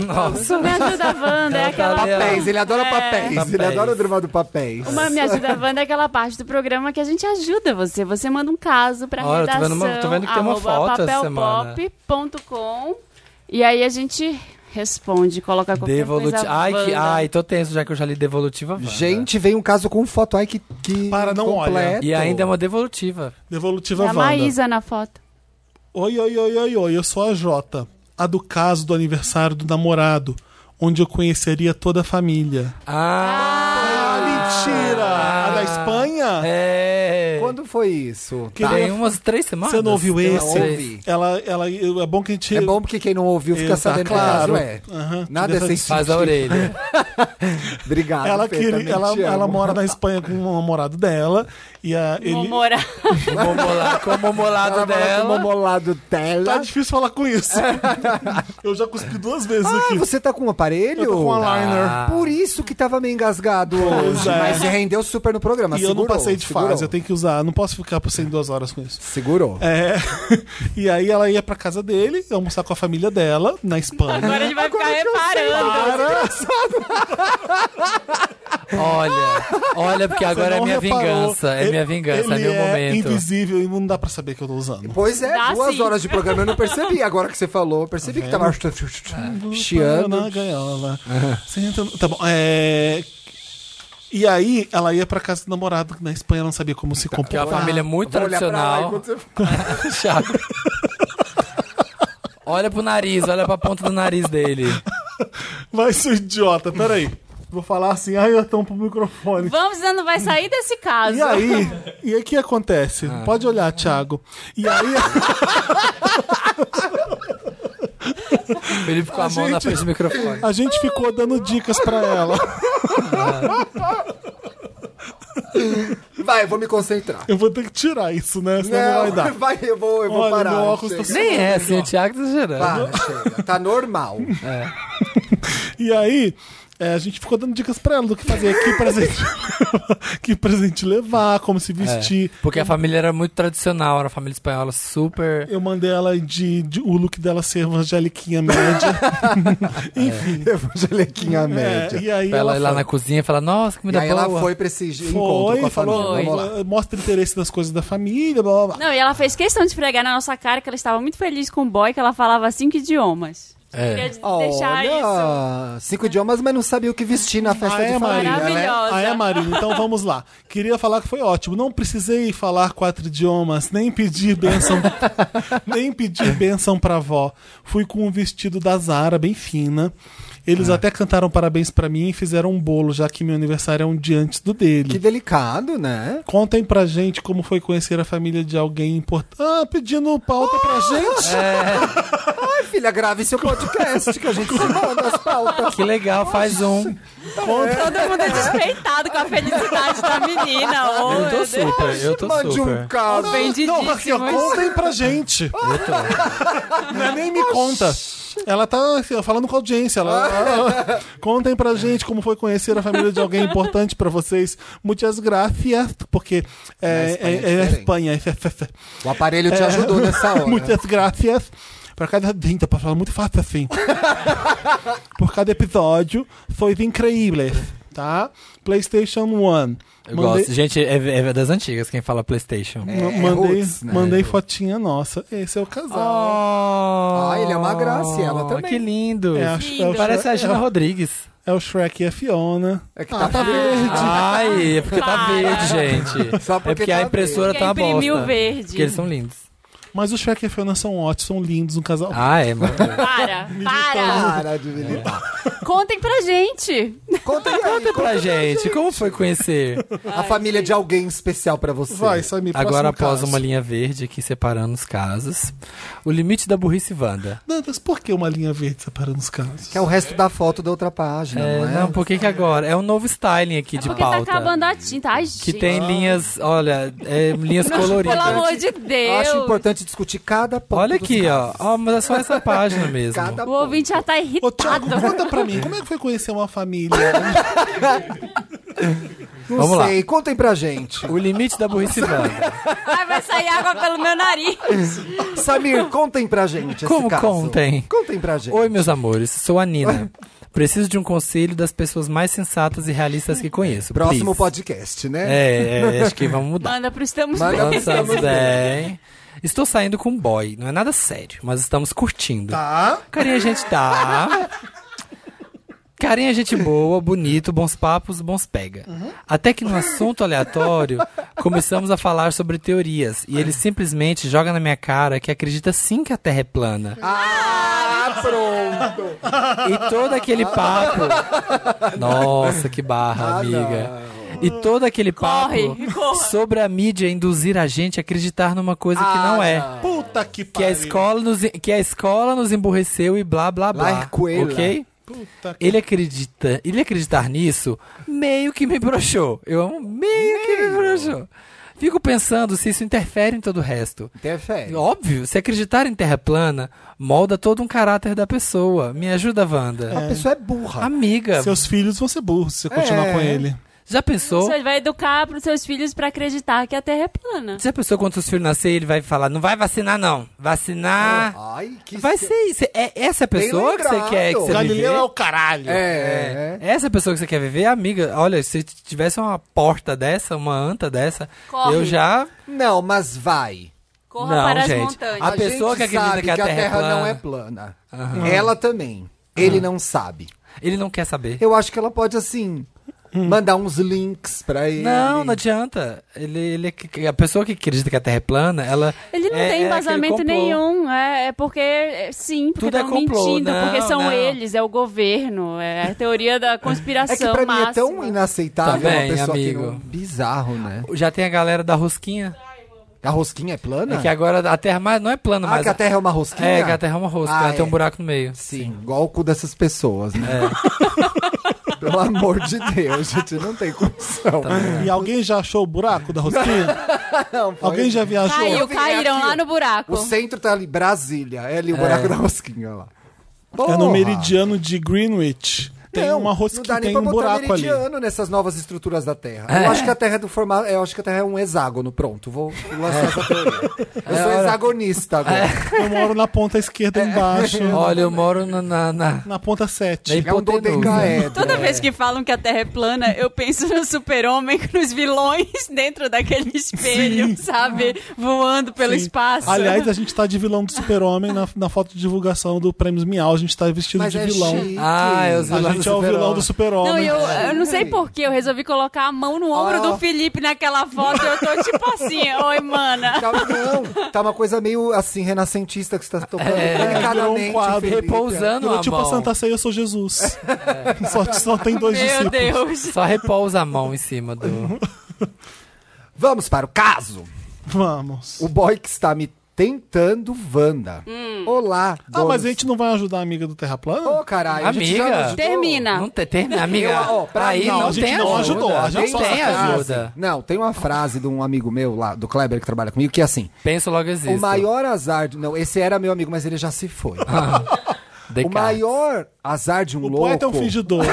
D: Nossa.
C: Me ajuda, Wanda. É aquela...
B: Papéis, ele
E: É.
B: adora papéis. Ele
D: Papéis.
B: adora o drama do papéis.
C: Uma Me Ajuda Wanda é aquela parte do programa que a gente ajuda você. Você manda um caso pra
D: Olha, eu tô
C: redação.
D: vendo uma- tô vendo que tem uma
C: arroba
D: foto essa semana.
C: papelpop.com E aí a gente responde, coloca qualquer
D: Devolutiva.
C: coisa
D: Ai, que,
C: Wanda.
D: ai, tô tenso já que eu já li Devolutiva Wanda.
B: Gente, vem um caso com foto ai que, que
A: né? Para, não olha.
B: completo.
D: E ainda é uma devolutiva.
C: É
A: Devolutiva
C: a
A: Wanda.
C: Maísa na foto.
A: Oi, oi, oi, oi, oi. Eu sou a Jota. A do caso do aniversário do namorado, onde eu conheceria toda a família.
D: Ah!
A: Ah, mentira! a da Espanha?
D: É.
B: Quando foi isso? Tá.
A: Que-
D: Tem umas três semanas.
A: Tá. Você não ouviu
D: Tem
A: esse?
D: umas três.
B: ouvi.
A: Ela, ela, eu- é bom que a gente.
B: Ah, É bom porque quem não ouviu fica
A: Exato,
B: sabendo
A: claro.
B: que o caso é.
A: Aham.
B: Nada é
A: Dessa-
B: sensível.
D: Faz a orelha.
B: [LAUGHS]
A: [LAUGHS]
B: Obrigado,
A: Ela,
B: Fê,
A: queria-
B: também
A: ela,
B: te
A: ela
B: amo. Um
A: mora na Espanha com o namorado dela. E a, ele,
C: Momora.
D: O momola- Com o
B: Ela
D: momolado
B: mora com o
D: dela.
B: molado
A: Tá
B: dela.
A: difícil falar com
B: [LAUGHS]
A: isso. Eu já cuspi duas vezes
B: Ah,
A: aqui.
B: você tá com um aparelho?
A: Eu tô com um aligner.
D: Ah.
B: Por isso que tava meio engasgado
A: Pois
B: hoje.
A: é.
B: Mas rendeu super no programa.
A: e eu
B: segurou,
A: não passei de
B: segurou.
A: fase, eu tenho que usar. Não posso ficar por 100 duas horas com isso.
B: Segurou.
A: É, [LAUGHS] e aí ela ia pra casa dele, ia almoçar com a família dela, na Espanha.
C: Agora a gente
B: Ah,
C: vai
B: é
C: ficar reparando.
D: Olha, olha, porque [LAUGHS] agora
A: Você
D: é
A: não
D: minha
A: reparou.
D: vingança. É
A: Ele-
D: minha vingança, é
A: ele
D: meu momento.
A: invisível e não dá pra saber que eu tô usando.
B: Pois é,
C: Dá
B: duas
C: sim.
B: horas de programa eu não percebi. Agora que você falou, eu percebi que tava
A: Na
B: [LAUGHS] chiando.
A: gaiola. Senta no- Tá bom, é... E aí ela ia pra casa do namorado, que na Espanha ela não sabia como se
D: Que é
A: comportar.
D: uma família muito
B: Vou olhar pra lá
D: tradicional.
B: enquanto você-
D: [LAUGHS] Chato. Olha pro nariz, olha pra ponta do nariz dele.
A: Vai, seu idiota, peraí. Vou falar assim, ai, eu tampo o microfone.
C: Vamos, você não vai sair desse caso.
A: E aí, e aí o que acontece?
D: Ah.
A: Pode olhar, Thiago. E aí,
D: Ele ficou a, mão na
A: gente-
D: frente do microfone.
A: a gente ficou dando dicas pra ela.
B: Vai, eu vou me concentrar.
A: Eu vou ter que tirar isso, né? Senão não, vai dar.
B: vai, eu vou, eu vou
A: Olha,
B: parar.
A: meu óculos
B: chega.
A: tá
D: Nem é, assim, o Thiago tá exagerando.
B: Para, chega. Tá normal.
A: E aí, é, a gente ficou dando dicas pra ela do que fazer, que presente, [LAUGHS] que presente levar, como se
D: É,
A: vestir.
D: porque a família era muito tradicional, era uma família espanhola super.
A: Eu mandei ela de, de- o look dela ser uma angeliquinha média. Enfim.
B: [LAUGHS] Eu vou gelequinha
A: É,
B: média.
A: e aí
D: Pra ela
A: ela,
D: ir lá
A: foi.
D: na cozinha e falar, nossa,
B: E
D: comida
B: aí
D: boa.
B: ela foi pra esse encontro com
A: Foi,
B: a família.
A: falou,
B: Vamos lá.
A: mostra interesse nas coisas da família, blá blá blá.
C: Não, e ela fez questão de pregar na nossa cara que ela estava muito feliz com o boy, que ela falava cinco idiomas. Queria
D: É.
C: deixar isso.
B: Olha, cinco idiomas, mas não sabia o que vestir na festa
A: Ah, é,
B: de família,
A: Marina?
B: né?
C: Maravilhosa.
A: Ah, é, Marina? Então vamos lá. Queria falar que foi ótimo. Não precisei falar quatro idiomas, nem pedir benção, nem pedir benção pra avó. Fui com um vestido da Zara, bem fina. Eles até cantaram parabéns pra mim e fizeram um bolo, já que meu aniversário é um dia antes do
B: Que
A: dele.
B: delicado, né?
A: Contem pra gente como foi conhecer a família de alguém importante. Ah, pedindo pauta
B: Ah,
A: pra gente.
B: É. [LAUGHS] Ai, filha, grave seu podcast que a gente se manda as pautas.
D: Que legal, faz um.
C: Todo mundo desrespeitado com a felicidade da menina. Oh,
D: Eu tô
C: meu Deus.
D: super, eu tô
B: Mande um
D: super.
B: caso.
A: Não, aqui, ó, contem pra gente. Não é nem me conta. Ela tá assim, ó, falando com a audiência. Ela, ela- contem pra gente como foi conhecer a família de alguém importante pra vocês. Muitas gracias, porque é,
B: Na Espanha
A: é- é
B: é
A: Espanha. É, é, é.
B: O aparelho te
A: É.
B: ajudou nessa [LAUGHS] hora.
A: Muitas gracias. Para cada vinda, para falar muito fácil assim. Por cada episódio, foi incrível, tá? PlayStation 1.
D: Eu gosto. Gente, é, é das antigas quem fala PlayStation.
A: ma- mandei,
B: É, roots, né?
A: mandei fotinha nossa. Esse é o casal.
D: Oh,
B: Ah, ele é uma graça, e ela também.
D: Que
B: Oh,
D: lindo.
A: É, a- é o
D: Parece a
A: Shrek-
D: Gina Rodrigues.
A: é o Shrek e a Fiona.
B: É que tá
D: Ai, [LAUGHS] é porque tá
C: Para.
D: verde, gente.
B: Só porque
D: é porque
B: tá
D: a impressora
C: verde.
D: tá uma
C: Porque imprimiu
D: bosta.
C: verde.
D: Porque eles são lindos.
A: Mas o
B: Ah,
A: Shrek e a Fiona são ótimos, são lindos, um casal.
D: [LAUGHS] Ah, é, mano.
C: Para, para.
B: Para de militar.
C: Contem pra gente.
D: É.
B: Conta aí,
D: Conta pra gente, como foi conhecer?
B: a família de alguém especial pra você.
A: Vai, Samir,
D: Agora,
A: próximo
D: após
A: caso.
D: uma linha verde aqui separando os casos, o limite da burrice Wanda.
A: Dantas, por que uma linha verde separando os casos?
B: Que é o resto da foto da outra página,
D: É,
B: não é?
D: não, por que, que agora? É um novo styling aqui de
C: Porque tá
D: pauta.
C: acabando a tinta. Ai, gente.
D: que tem linhas, olha, é, linhas coloridas.
C: Pelo amor de
B: Eu
C: Deus.
B: acho importante discutir cada ponto
D: Olha
B: dos
D: aqui, ó.
B: casos.
D: ó. Mas é só
B: [LAUGHS]
D: essa página mesmo.
B: Cada
C: O ouvinte já tá
A: Ô,
C: irritado.
A: Thiago, conta pra mim, como é que foi conhecer uma família?
B: [LAUGHS] Não
D: Vamos lá.
B: sei, contem pra gente.
D: O limite da burrice Wanda.
C: Ai, vai sair água pelo meu nariz.
B: Samir, contem pra gente esse
D: Como
B: caso.
D: contem?
B: Contem pra gente.
D: Oi, meus amores, sou a Nina. Preciso de um conselho das pessoas mais sensatas e realistas que conheço.
B: Próximo
D: please.
B: podcast, né?
D: É, é, acho que vamos mudar.
C: Manda pro Estamos
B: Manda
C: Bem.
B: pro
D: Estamos bem. Estou saindo com um boy, não é nada sério, mas estamos curtindo.
A: Tá?
D: Carinha, gente tá. Carinha, gente boa, bonito, bons papos, bons pega. Até que num assunto aleatório, começamos a falar sobre teorias. E ele simplesmente joga na minha cara que acredita sim que a Terra é plana.
B: Ah, pronto.
D: E todo aquele papo. Nossa, que barra,
B: Ah,
D: amiga. E todo aquele papo
C: Corre, corra.
D: sobre a mídia induzir a gente a acreditar numa coisa que
B: Ah,
D: não é.
A: Puta que
D: Que a,
B: é
A: pariu.
D: escola nos, que a escola nos emburreceu e blá blá blá.
B: Lar Coelho.
D: Ok?
A: Puta que...
D: Ele acredita, ele acreditar nisso, meio que me broxou. Eu amo meio, que me broxou. Fico pensando se isso interfere em todo o resto.
B: Interfere.
D: Óbvio, se acreditar em terra plana, molda todo um caráter da pessoa. Me ajuda, Wanda.
B: A pessoa é burra.
D: Amiga,
A: Seus filhos vão ser burros se você continuar
B: É.
A: com ele.
D: já pensou?
C: Você vai educar pros seus filhos pra acreditar que a Terra é plana.
D: Se a pessoa, quando seus filhos nascerem, ele vai falar, não vai vacinar, não. Vacinar.
B: Ai, Ah, que
D: vai ser isso. É essa pessoa que você
B: lembrado.
D: quer que você
A: Galileu é
D: viver?
A: o caralho.
B: É, é.
D: Essa pessoa que você quer viver, amiga, olha, se tivesse uma porta dessa, uma anta dessa,
C: Corre.
D: eu já.
B: Não, mas vai.
C: Corra
D: Não,
C: para as
D: gente.
C: montanhas.
D: A pessoa que
B: gente
D: acredita
B: sabe
D: que a Terra é plana.
B: não é plana. Ela também. Ele não sabe.
D: Ele não quer saber.
B: Eu acho que ela pode, assim, mandar uns links pra ele. É
D: Não, não adianta. Ele, ele- a pessoa que acredita que a Terra é plana, ela.
C: Ele não
D: é-
C: tem
D: é aquele
C: embasamento
D: complô.
C: nenhum. É, é porque, é, sim, porque
D: Tudo é
C: estão
D: complô,
C: mentindo.
D: não,
C: porque são
D: não.
C: eles, é o governo, é a teoria da conspiração
B: É que pra mim é
C: máxima.
B: tão inaceitável
D: Também,
B: uma pessoa
D: Tá amigo.
B: que não... Bizarro, né?
D: Já tem a galera da rosquinha,
B: A rosquinha é plana?
D: é que agora a Terra mais- não é plana,
B: Ah,
D: mas.
B: que a Terra é uma rosquinha?
D: É, que a Terra é uma rosca,
B: Ah,
D: ela tem
B: é.
D: um buraco no meio.
B: Sim, igual o cu dessas pessoas,
D: [LAUGHS]
B: né? Pelo amor de Deus, gente, não tem condição.
D: Tá
A: É. E alguém já achou o buraco da rosquinha?
B: [LAUGHS] Não, foi-
A: alguém já viajou?
C: Caiu, caíram
B: aqui, ó.
C: lá no buraco.
B: O centro tá ali, Brasília. É ali o buraco da rosquinha, lá.
A: É no
B: Porra!
A: meridiano de Greenwich. Tem
B: Não,
A: uma
B: não dá
A: rosquinha,
B: nem
A: tem
B: pra
A: um
B: botar
A: buraco ali.
B: meridiano nessas novas estruturas da Terra.
D: É.
B: Eu acho que a Terra é do formato. Eu acho que a Terra é um hexágono. Pronto, vou lançar essa
D: [LAUGHS]
B: teoria. Eu
D: É.
B: sou hexagonista agora.
A: Eu moro na ponta esquerda embaixo.
D: Olha, eu moro na. na, na-
A: Na ponta
D: na
A: 7.
B: É um
D: hipotenusa.
B: dodecaedro.
C: Toda vez que falam que a Terra é plana, eu penso no super-homem, [LAUGHS] nos vilões dentro daquele espelho, sabe? Voando pelo
A: Sim.
C: espaço.
A: Aliás, a gente tá de vilão do super-homem na, na foto de divulgação do Prêmios Miau. A gente tá vestido
B: Mas
A: de
B: é
A: vilão.
B: chique.
D: Ah, eu sou
A: A
D: lá
A: gente é o vilão
D: do Super-Homem.
A: do
C: não, e
A: super-homem.
C: eu, eu não sei porquê, eu resolvi colocar a mão no ombro
B: Ah.
C: do Felipe naquela foto e eu tô tipo
B: [LAUGHS]
C: assim, oi, mana.
B: Tá, não, tá uma coisa meio assim, renascentista que você tá tocando.
A: virou um quadro
B: Felipe.
D: É, Repousando
A: Eu,
D: a
A: tipo
D: mão.
A: a Santa Ceia, eu sou Jesus. [LAUGHS] Só, só tem dois
C: Meu
A: discípulos.
C: Deus.
D: Só repousa a mão em cima do.
B: Vamos para o caso.
A: Vamos.
B: O boy que está me tentando, Wanda.
D: Hum.
B: Olá,
A: Ah,
B: Gomes.
A: mas a gente não vai ajudar a amiga do Terra Plana?
B: Ô, caralho, a gente já um
D: Amiga.
B: ajudou.
C: Termina.
D: Não tem, termina, amiga.
B: Eu, ó, pra
D: aí
B: mim,
D: não,
A: a gente
D: tem
A: não
D: ajuda.
A: ajudou, a gente
D: não
A: só
D: tem
A: sabe.
D: ajuda.
B: Não, tem uma frase de um amigo meu lá, do Kleber, que trabalha comigo, que é assim:
D: Penso logo existe.
B: O maior azar. de- Não, esse era meu amigo, mas ele já se
D: [LAUGHS]
B: foi.
D: DK.
B: o maior azar de um
A: o
B: louco.
A: poeta é um fingidor.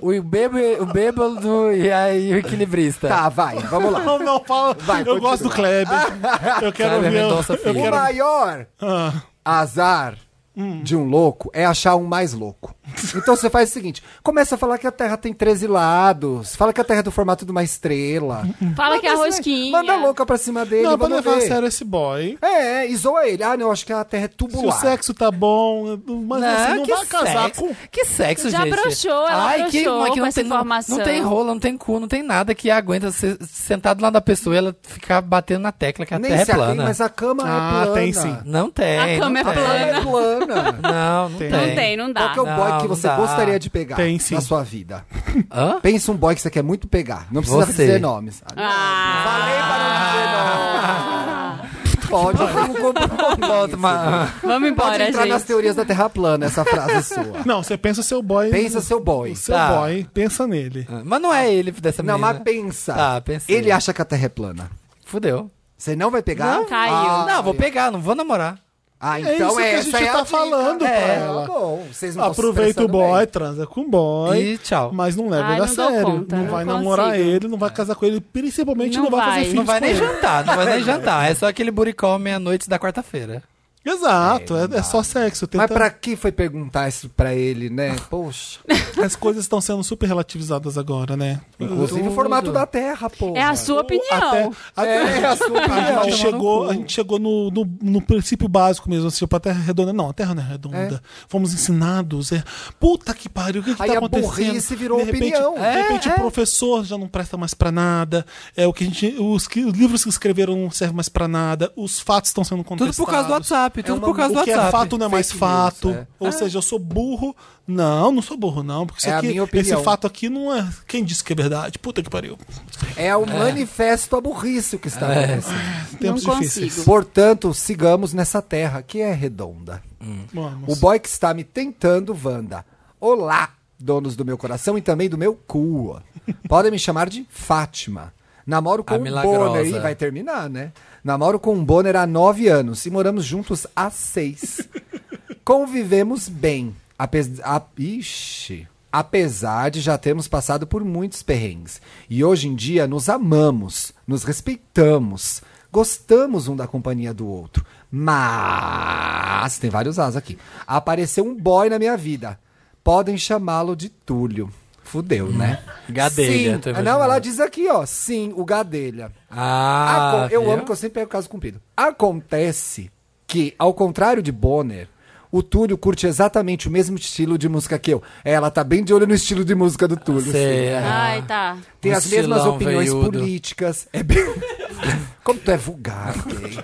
D: O bêbado, o bêbado e aí o equilibrista.
B: Tá, vai, vamos lá.
A: Não, não, fala.
B: Vai,
A: eu
B: continua.
A: gosto do Kleber. Eu quero
D: Kleber
A: ver.
D: Mendonça
A: [LAUGHS] Eu
D: Filho.
B: O
A: quero... Hum.
B: maior
A: Ah,
B: azar de um louco é achar um mais louco. Então você faz o seguinte: começa a falar que a Terra tem 13 lados, fala que a Terra é do formato de uma estrela.
C: Fala que é a
B: Manda- assim,
C: rosquinha.
B: Manda louca pra cima dele.
A: Hum, não, pra
B: vamos
A: levar a
B: ver.
A: sério esse boy.
B: É, é, e zoa ele. Ah, não, acho que a Terra é
A: Se o
B: tubular.
A: sexo tá bom, mas você não
D: que
A: vai casar
D: sexo.
A: com.
D: Que sexo,
C: Já
D: gente.
C: broxou, ela broxou
D: mas
C: com essa
D: tem,
C: informação.
D: Não, tem rola, não tem cu, não tem nada que aguenta ser sentado lá da pessoa e ela ficar batendo na tecla que a
B: Nem
D: terra é
B: se atém,
D: plana.
B: mas a cama
A: Ah,
B: é plana.
A: tem sim.
D: Não tem.
C: A cama
D: não
B: A
D: tem.
C: é
B: cama é plana. Nana?
D: Não, [LAUGHS] não tem.
A: Tem.
C: Não tem, não dá.
B: Qual que é o boy
D: Não,
B: que
D: não
B: você
D: dá.
B: gostaria de pegar
A: Tem, sim.
B: na sua vida?
D: [LAUGHS] Hã?
B: Pensa um boy que você quer muito pegar. Não precisa
D: Você.
B: dizer nomes.
C: Ah.
B: Falei para não dizer nomes.
D: Ah,
B: [LAUGHS] Pode, eu tenho um
D: [LAUGHS]
B: compromisso.
D: Volta uma-
C: Vamos
B: Pode
C: embora,
B: entrar nas
C: gente.
B: teorias da Terra plana, essa
D: [LAUGHS]
B: frase sua.
A: Não, você pensa seu boy.
B: Pensa seu boy.
A: O seu
D: Tá.
A: boy, pensa nele.
D: Mas não é ele dessa
B: Não,
D: menina.
B: mas pensa.
D: Tá, pensei.
B: Ele acha que a Terra é plana.
D: Fudeu.
B: Você não vai pegar?
C: Não. Caiu.
B: Ah,
D: Não, vou pegar, não vou namorar.
B: Ah,
A: É
B: então
A: isso que a
B: essa
A: gente
B: é
A: tá
B: a dica.
A: falando pra
B: é,
A: ela.
B: Bom, vocês não tão se
A: Aproveita o
B: expressando
A: boy,
B: bem.
A: transa com o boy.
D: E tchau. É.
A: Mas não leva
C: Ai,
A: ele a
C: não dou
A: sério.
C: conta,
A: não
C: não
A: vai namorar
C: consigo.
A: ele, não vai casar com ele, principalmente não,
C: Não
A: vai fazer
C: vai.
A: filhos
B: [LAUGHS]
D: Não vai
A: com
D: nem
A: ele.
D: jantar, não vai nem jantar. É só aquele buricó meia-noite da quarta-feira.
A: Exato, é, é só sexo. Tenta...
B: Mas pra que foi perguntar isso pra ele, né? Poxa.
A: As coisas estão sendo super relativizadas agora, né?
B: Inclusive o formato da Terra, pô.
C: É a sua opinião.
A: Até,
B: É, a sua
A: a,
B: opinião.
A: gente chegou, a gente chegou no, no, no princípio básico mesmo, assim, tipo, a Terra é redonda. Não, a Terra não é redonda. Fomos ensinados. É... Puta que pariu, o que, que
B: Aí
A: tá
B: a
A: acontecendo?
B: burrice virou
A: de repente,
B: opinião. É,
A: De repente o professor já não presta mais pra nada. É, o que a gente, os, que- os livros que escreveram não servem mais pra nada. Os fatos estão sendo
D: Tudo
A: contestados.
D: por causa do WhatsApp, tudo
B: uma-
D: por causa do
A: o que
D: WhatsApp.
A: é fato não é mais
B: Fake news,
A: fato.
B: é.
A: Ou seja, eu sou burro. Não, não sou burro, não. Porque isso
B: É a
A: aqui,
B: minha opinião.
A: esse fato aqui não é. Quem disse que é verdade? Puta que pariu.
B: É o manifesto à burrice o que está acontecendo.
A: Tempos
C: não
A: difíceis.
C: consigo.
B: Portanto, sigamos nessa terra que é redonda.
A: Vamos.
B: O boy que está me tentando, Wanda. Olá, donos do meu coração e também do meu cu. Podem me chamar de Fátima. Namoro com
D: A
B: um
D: milagrosa.
B: Bonner. E vai terminar, né? Namoro com um Bonner há nove anos e moramos juntos há seis. Convivemos bem. Apes... a- Ixi. Apesar de já termos passado por muitos perrengues. E hoje em dia nos amamos, nos respeitamos, gostamos um da companhia do outro. Mas. Tem vários as aqui. Apareceu um boy na minha vida. Podem chamá-lo de Túlio. Fudeu, né?
D: Gadelha, tô
B: Sim.
D: imaginando.
B: Não, ela diz aqui, ó. Sim, o Gadelha.
D: Ah,
B: Acon- eu
D: viu?
B: amo que eu sempre pego o caso cumprido. Acontece que, ao contrário de Bonner, o Túlio curte exatamente o mesmo estilo de música que eu. Ela tá bem de olho no estilo de música do Túlio.
D: Sei,
B: sim.
C: Ai, tá.
B: Tem
D: é Um
B: as mesmas
D: estilão
B: opiniões
D: veiudo.
B: políticas. É bem... [LAUGHS] Como tu é
D: [LAUGHS]
B: vulgar, gay.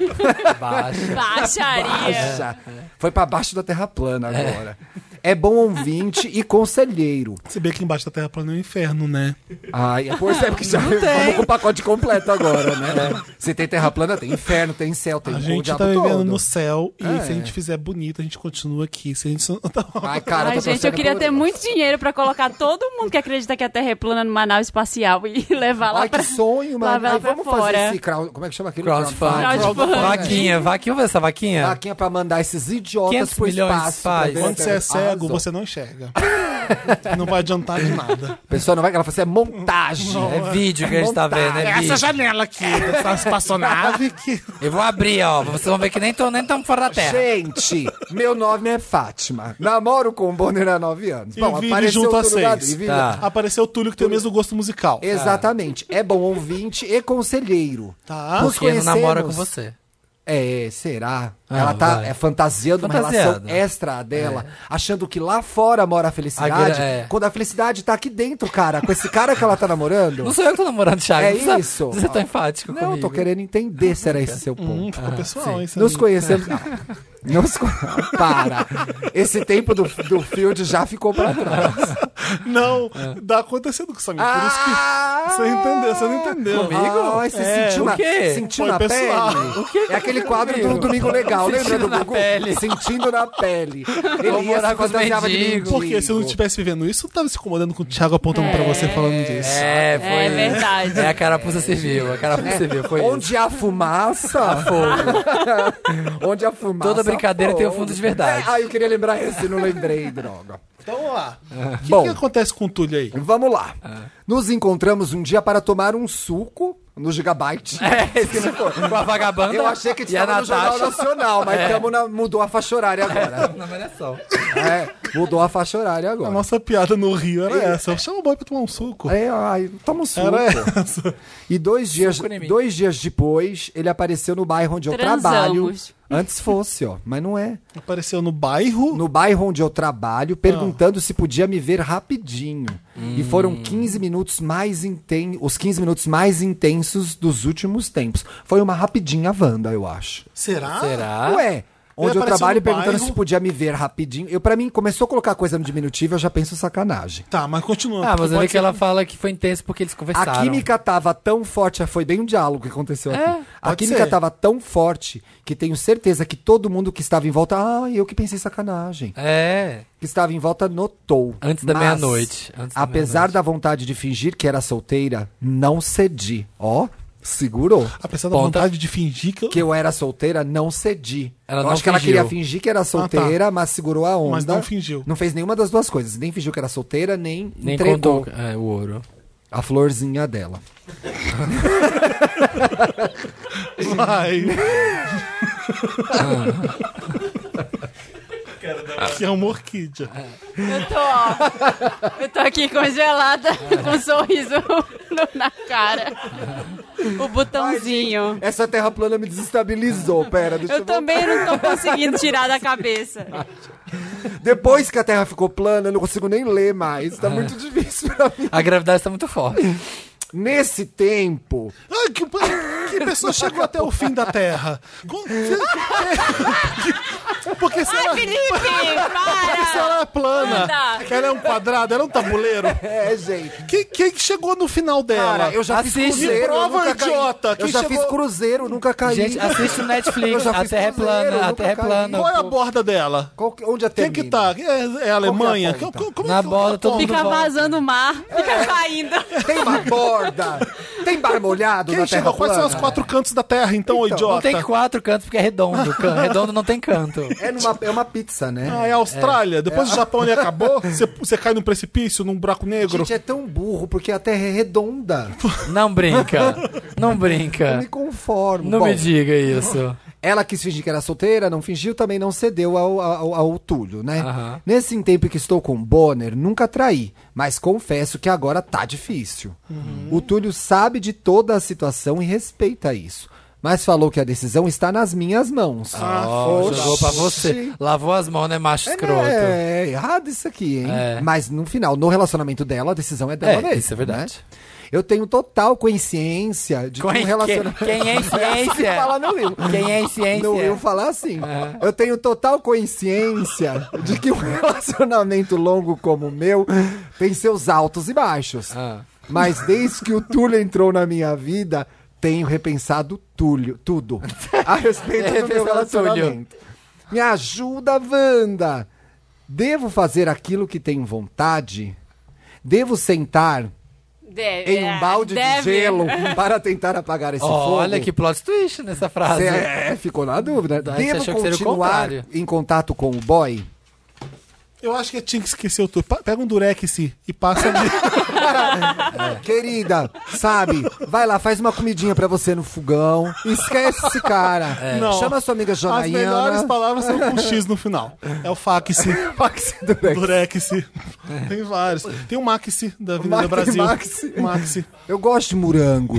D: Baixa. É.
C: Baixaria.
B: Acha. Foi pra baixo da terra plana agora. É bom ouvinte e conselheiro.
A: Se bem que embaixo da Terra plana é um inferno, né?
B: Ai, pois é, porque já vamos com o pacote completo agora, né?
D: É.
B: Se tem terra plana, tem inferno, tem céu, tem
A: A
B: o
A: gente
B: diabo
A: tá vivendo
B: todo.
A: no céu e
B: É.
A: se a gente fizer bonito, a gente continua aqui. Se a gente não
B: [LAUGHS]
A: tá
B: Ai, cara,
C: Ai,
B: tô
C: gente, eu
B: torcendo
C: queria
B: por
C: ter
B: ele.
C: muito dinheiro pra colocar todo mundo que acredita que a Terra é plana numa nave espacial e [LAUGHS] levar lá
B: Ai,
C: pra...
B: que sonho,
C: lá
B: mano.
C: vai
B: Ai,
C: lá pra
B: vamos fazer
C: fora.
B: esse crowd... Como é que chama aquele?
D: Crowdfunding.
C: Crowdfunding.
D: Vaquinha, vaquinha. Vamos ver essa vaquinha?
B: Vaquinha pra mandar esses idiotas
D: 500
B: pro
D: milhões
B: espaço. pra
D: faz.
B: ver
A: Quando
B: se-
A: você é cego,
B: Arrasou.
A: você não enxerga. não vai adiantar de
B: [LAUGHS]
A: nada.
B: A pessoa não vai... Ela fala assim, é montagem.
D: É vídeo que a gente tá vendo, é vídeo.
A: janela aqui, essa espaçonave que.
D: Eu vou abrir, ó. Vocês vão ver que nem tô nem tão fora da terra.
B: Gente, meu nome é Fátima. Namoro com o Bonner há nove anos.
A: E
B: Bom,
A: vive
B: apareceu
A: junto a
B: todo lado,
A: seis.
B: e vive-
D: Tá.
A: Ah. Apareceu o Túlio que tem o mesmo gosto musical.
B: Exatamente. É bom ouvinte e conselheiro.
A: Tá.
B: Nos
D: Porque não namora com
B: conhecemos-
D: você.
B: É, será?
D: Ah,
B: ela tá
D: vai.
B: é, fantasiando uma relação
D: Fantasiada.
B: extra dela, achando que lá fora mora a felicidade,
D: Agora, é.
B: quando a felicidade tá aqui dentro, cara, com esse cara que ela tá namorando.
D: [LAUGHS] Não sou eu que tô namorando, Thiago.
B: É
D: Não precisa-
B: isso.
D: não precisa ser tão enfático
B: Não,
D: comigo.
B: tô querendo entender se era esse seu
A: Hum,
B: ponto. Ah.
A: ficou pessoal, hein?
B: Nos
A: Samir?
B: conhecemos. Ah, Nos... [LAUGHS] co- Para! Esse tempo do, do Field já ficou pra trás.
A: Não, tá acontecendo com o Samir. Por isso que.
B: Ah!
A: Você entendeu, você não entendeu. é.
B: Ah, você sentiu
D: o
B: na,
D: quê?
B: sentiu
A: Foi
B: na
A: pessoal.
B: pele? É aquele quadro do Domingo Legal, lembra do
D: Sentindo na
B: Gugu?
D: pele.
B: Sentindo na pele.
D: Vou
B: Ele ia
D: morar
B: se
D: com os
B: fantasiava de mendigo.
D: mendigos.
A: Porque se eu não estivesse vivendo isso, eu tava se incomodando com o Thiago apontando pra você falando disso.
D: É, foi.
B: né?
C: É verdade.
D: É a carapuça civil. A carapuça civil. Foi isso.
B: É.
D: [LAUGHS]
B: Onde há fumaça... fogo. [LAUGHS] Onde há fumaça...
D: Ah, Toda brincadeira
B: há
D: tem o
B: fogo.
D: fundo de verdade.
B: É, ah, eu queria lembrar esse, não
D: [LAUGHS]
B: lembrei, droga.
A: Então vamos lá.
D: É.
A: O que,
B: Bom.
A: que é? acontece com o Túlio aí?
B: Vamos lá. Nos encontramos um dia para tomar um suco no Gigabyte.
D: É, isso que não foi. Com a vagabanda.
B: Eu achei que
D: e a
B: estava no Jornal
D: Natasha. É.
B: Nacional, mas tamo na- mudou a faixa horária
D: [LAUGHS]
B: agora.
D: Não, mas é só.
B: É, mudou a faixa horária
A: A
B: agora.
A: nossa piada no Rio era essa. Chama o boy pra tomar um suco.
B: É, ai, toma um suco.
A: Era
B: E dois dias,
D: É, né? Suco em mim.
B: dois dias depois, ele apareceu no bairro onde eu
C: Transamos.
B: trabalho. Antes fosse, ó, mas não é.
A: Apareceu no bairro.
B: No bairro onde eu trabalho,
D: Ah.
B: perguntando se podia me ver rapidinho. E
D: Hum.
B: foram 15 minutos mais intensos, os 15 minutos mais intensos dos últimos tempos. Foi uma rapidinha Wanda, eu acho.
A: Será?
D: Será?
B: Ah, Ué, Onde
A: Ele
B: eu
A: apareceu
B: trabalho
A: no
B: perguntando
A: bairro.
B: se podia me ver rapidinho. Eu, pra mim, começou a colocar coisa no diminutivo, eu já penso sacanagem.
A: Tá, mas continua.
D: Ah, mas
A: porque
D: eu vi
A: pode
D: que
A: ser-
D: ela fala que foi intenso porque eles conversaram.
B: A química tava tão forte, foi bem um diálogo que aconteceu aqui. A
A: pode
B: química
A: ser.
B: tava tão forte que tenho certeza que todo mundo que estava em volta. Ah, eu que pensei sacanagem.
D: É.
B: que estava em volta notou.
D: Antes da
B: Mas,
D: meia-noite. Antes da
B: Apesar
D: meia-noite.
B: da vontade de fingir que era solteira, não cedi. Ó, segurou.
A: Apesar da
D: Ponta.
A: vontade de fingir que eu...
B: Que eu era solteira, não cedi.
D: Ela
B: eu
D: não
B: acho que ela
D: fingiu. Ah, tá.
B: queria fingir que era solteira, mas segurou a onda.
A: Mas não fingiu.
B: Não fez nenhuma das duas coisas. Nem fingiu que era solteira, nem,
D: Nem
B: entregou
D: contou é, o ouro.
B: a florzinha dela.
A: Vai. que é uma orquídea.
C: Eu tô, ó, eu tô aqui
B: [LAUGHS]
C: congelada
B: É.
C: com um sorriso [LAUGHS] no- na cara. O botãozinho.
B: Essa terra plana me
D: [LAUGHS]
B: desestabilizou. Pera, deixa eu,
C: Eu também não tô conseguindo tirar
B: [LAUGHS]
C: da cabeça.
B: voltar. Depois que a terra ficou plana, eu não consigo nem ler mais.
D: Ah.
B: Tá muito difícil pra mim.
D: A gravidade tá muito forte.
B: Nesse tempo,
A: Ai, que, que pessoa chegou até o fim da Terra? Com- Porque se
C: Ai,
A: ela,
C: Felipe, para!
A: se ela é plana,
C: Anda.
A: ela é um quadrado, ela é um tabuleiro.
B: é, gente.
A: Quem, quem chegou no final dela?
B: Cara, eu já fiz
D: Assiste.
B: cruzeiro. eu
A: Prova,
B: nunca caí.
A: idiota,
B: Eu
A: quem
B: já
A: chegou-
B: fiz cruzeiro, nunca caí.
D: Gente, assiste o
B: Eu
D: Netflix.
B: já
D: A
B: fiz
D: terra é
B: cruzeiro,
D: plana. A
B: nunca
D: terra é
B: caí.
D: plana.
A: Qual é a
D: pô.
A: borda dela?
B: Qual que- onde é
A: Quem que tá? É, é a Alemanha?
B: Qual que é a
A: Como- como-
D: Na
A: como-
D: borda, todo mundo
C: Fica
D: volta.
C: vazando o mar,
B: É.
C: fica saindo.
B: Tem uma borda. Tem bar molhado
A: Quem
B: na terra
A: chegou? Quais
B: plana.
A: são os quatro cantos da Terra, então, ô
D: Não
A: idiota?
D: tem quatro cantos porque é redondo. Can- Redondo não tem canto.
B: É, numa, é uma pizza, né?
A: Ah, é a Austrália? Depois o Japão ele
B: [LAUGHS]
A: acabou? Você, você cai num precipício, num buraco negro?
B: Gente, é tão burro porque a terra é redonda.
D: Não brinca. Não
B: Não
D: brinca.
B: me conformo.
D: É. Não
B: Bom,
D: me diga isso.
B: Ela quis fingir que era solteira, não fingiu, também não cedeu ao, ao, ao Túlio, né?
D: Aham.
B: Nesse tempo que estou com o Bonner, nunca traí, mas confesso que agora tá difícil. O Túlio sabe de toda a situação e respeita isso. Mas falou que a decisão está nas minhas mãos. Ah,
D: Ó, jogou pra você. Lavou as mãos, né, macho
B: É,
D: escroto?
B: né? É errado isso aqui, hein?
D: É.
B: Mas no final, no relacionamento dela, a decisão é dela
D: É,
B: mesmo.
D: isso é verdade.
B: né? Eu tenho total consciência de que um
D: Quem-
B: relacionamento. [LAUGHS]
D: quem- quem é ciência?
B: Fala no eu.
D: Quem é ciência?
B: No eu falar assim. Eu tenho total consciência de que um [LAUGHS] relacionamento longo como o meu tem seus altos e baixos.
D: Ah.
B: Mas desde que o Túlio entrou na minha vida, tenho repensado Túlio, tudo a respeito do meu
D: [LAUGHS] Repensado
B: relacionamento. Me ajuda, Wanda! Devo fazer aquilo que tenho vontade? Devo sentar
C: Deve,
B: em um balde
C: É, deve.
B: de gelo para tentar apagar esse fogo?
D: Olha que plot twist nessa frase.
B: Cê, é, ficou na dúvida.
D: Daí você
B: Devo
D: achou que seria o
B: continuar
D: contrário.
B: em contato com o boy? é-
A: Eu acho que eu tinha que esquecer o Túlio. Pa- Pega um durex e passa
B: [LAUGHS]
A: ali.
B: Querida, sabe? Vai lá, faz uma comidinha pra você no fogão. Esquece esse cara.
D: É.
A: Não.
B: Chama sua amiga
A: As melhores
B: Janaína.
A: palavras são com X no final. É o fax,
B: Maxi Durex.
A: durex.
B: É.
A: Tem vários. Tem o maxi da Avenida
B: Maxi,
A: Brasil.
B: maxi.
A: Maxi.
B: Eu gosto de morango.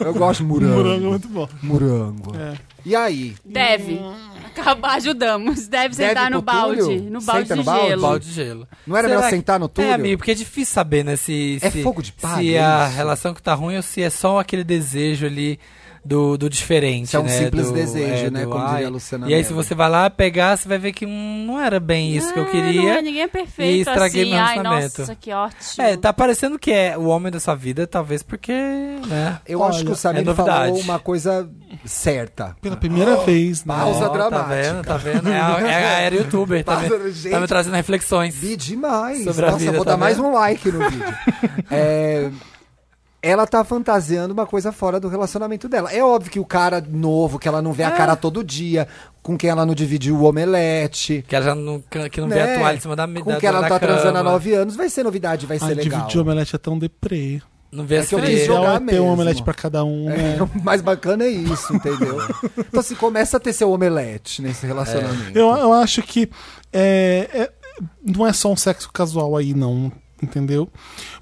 B: Eu gosto de morango.
A: Morango é muito bom.
B: Morango.
D: É.
B: E aí?
C: Deve. Acabar, ajudamos. Deve sentar
B: Hum. pro
C: no balde.
B: Túlio?
C: No
B: Senta
C: balde
B: no
C: de
B: balde?
C: gelo.
D: Balde de gelo.
B: Não era
D: Será
B: melhor
D: que-
B: sentar no túlio?
D: É, amigo, porque é difícil saber, né? Se,
B: É
D: se-
B: fogo de palha,
D: Se a
B: é isso?
D: relação que tá ruim ou se é só aquele desejo ali do, do diferente.
B: Se é um
D: né?
B: simples
D: Do-
B: desejo, né?
D: do
B: Como diria
D: ai.
B: a Luciana
D: E aí, se
B: Mello.
D: você vai lá pegar, você vai ver que hum, não era bem isso que eu
C: Ah,
D: queria.
C: Não é, ninguém é
D: E
C: perfeito
D: estraguei
C: assim.
D: meu
C: Ai,
D: relacionamento.
C: nossa, que ótimo.
D: É, tá parecendo que é o homem da sua vida, talvez porque, né?
B: Eu acho que o
D: é
B: Samir
D: novidade.
B: falou uma coisa certa.
A: Pela primeira
B: Ah,
A: vez, né?
B: Pausa
D: Ó, Tá
B: dramática.
D: vendo, tá vendo? É, a- é, a era youtuber,
B: [LAUGHS]
D: tá,
B: Passa,
D: me, tá
B: gente.
D: me trazendo reflexões.
B: Vi demais.
D: Sobre a
B: Nossa,
D: vida,
B: vou
D: tá
B: dar mais
D: vendo?
B: um like no
D: [LAUGHS]
B: vídeo. É, ela tá fantasiando uma coisa fora do relacionamento dela. É óbvio que o cara novo, que ela não vê
D: É.
B: a cara todo dia, com quem ela não divide o omelete.
D: Que ela já não, que não vê
B: né?
D: a toalha em cima da
B: Com
D: da,
B: quem ela não
D: da
B: tá
D: cama,
B: transando há nove anos, vai ser novidade, vai ser
A: Ai,
B: legal.
A: dividir o omelete é tão deprê.
D: Não vê
B: É
D: as
B: que eu quis
D: freiras.
A: Então
B: jogar
A: é ter um
B: mesmo.
A: omelete pra cada um. né?
B: É, o mais bacana é
A: [LAUGHS]
B: isso, entendeu? então, assim, começa a ter seu omelete nesse relacionamento.
A: Eu, eu acho que é, é, não é só um sexo casual aí, não. Entendeu?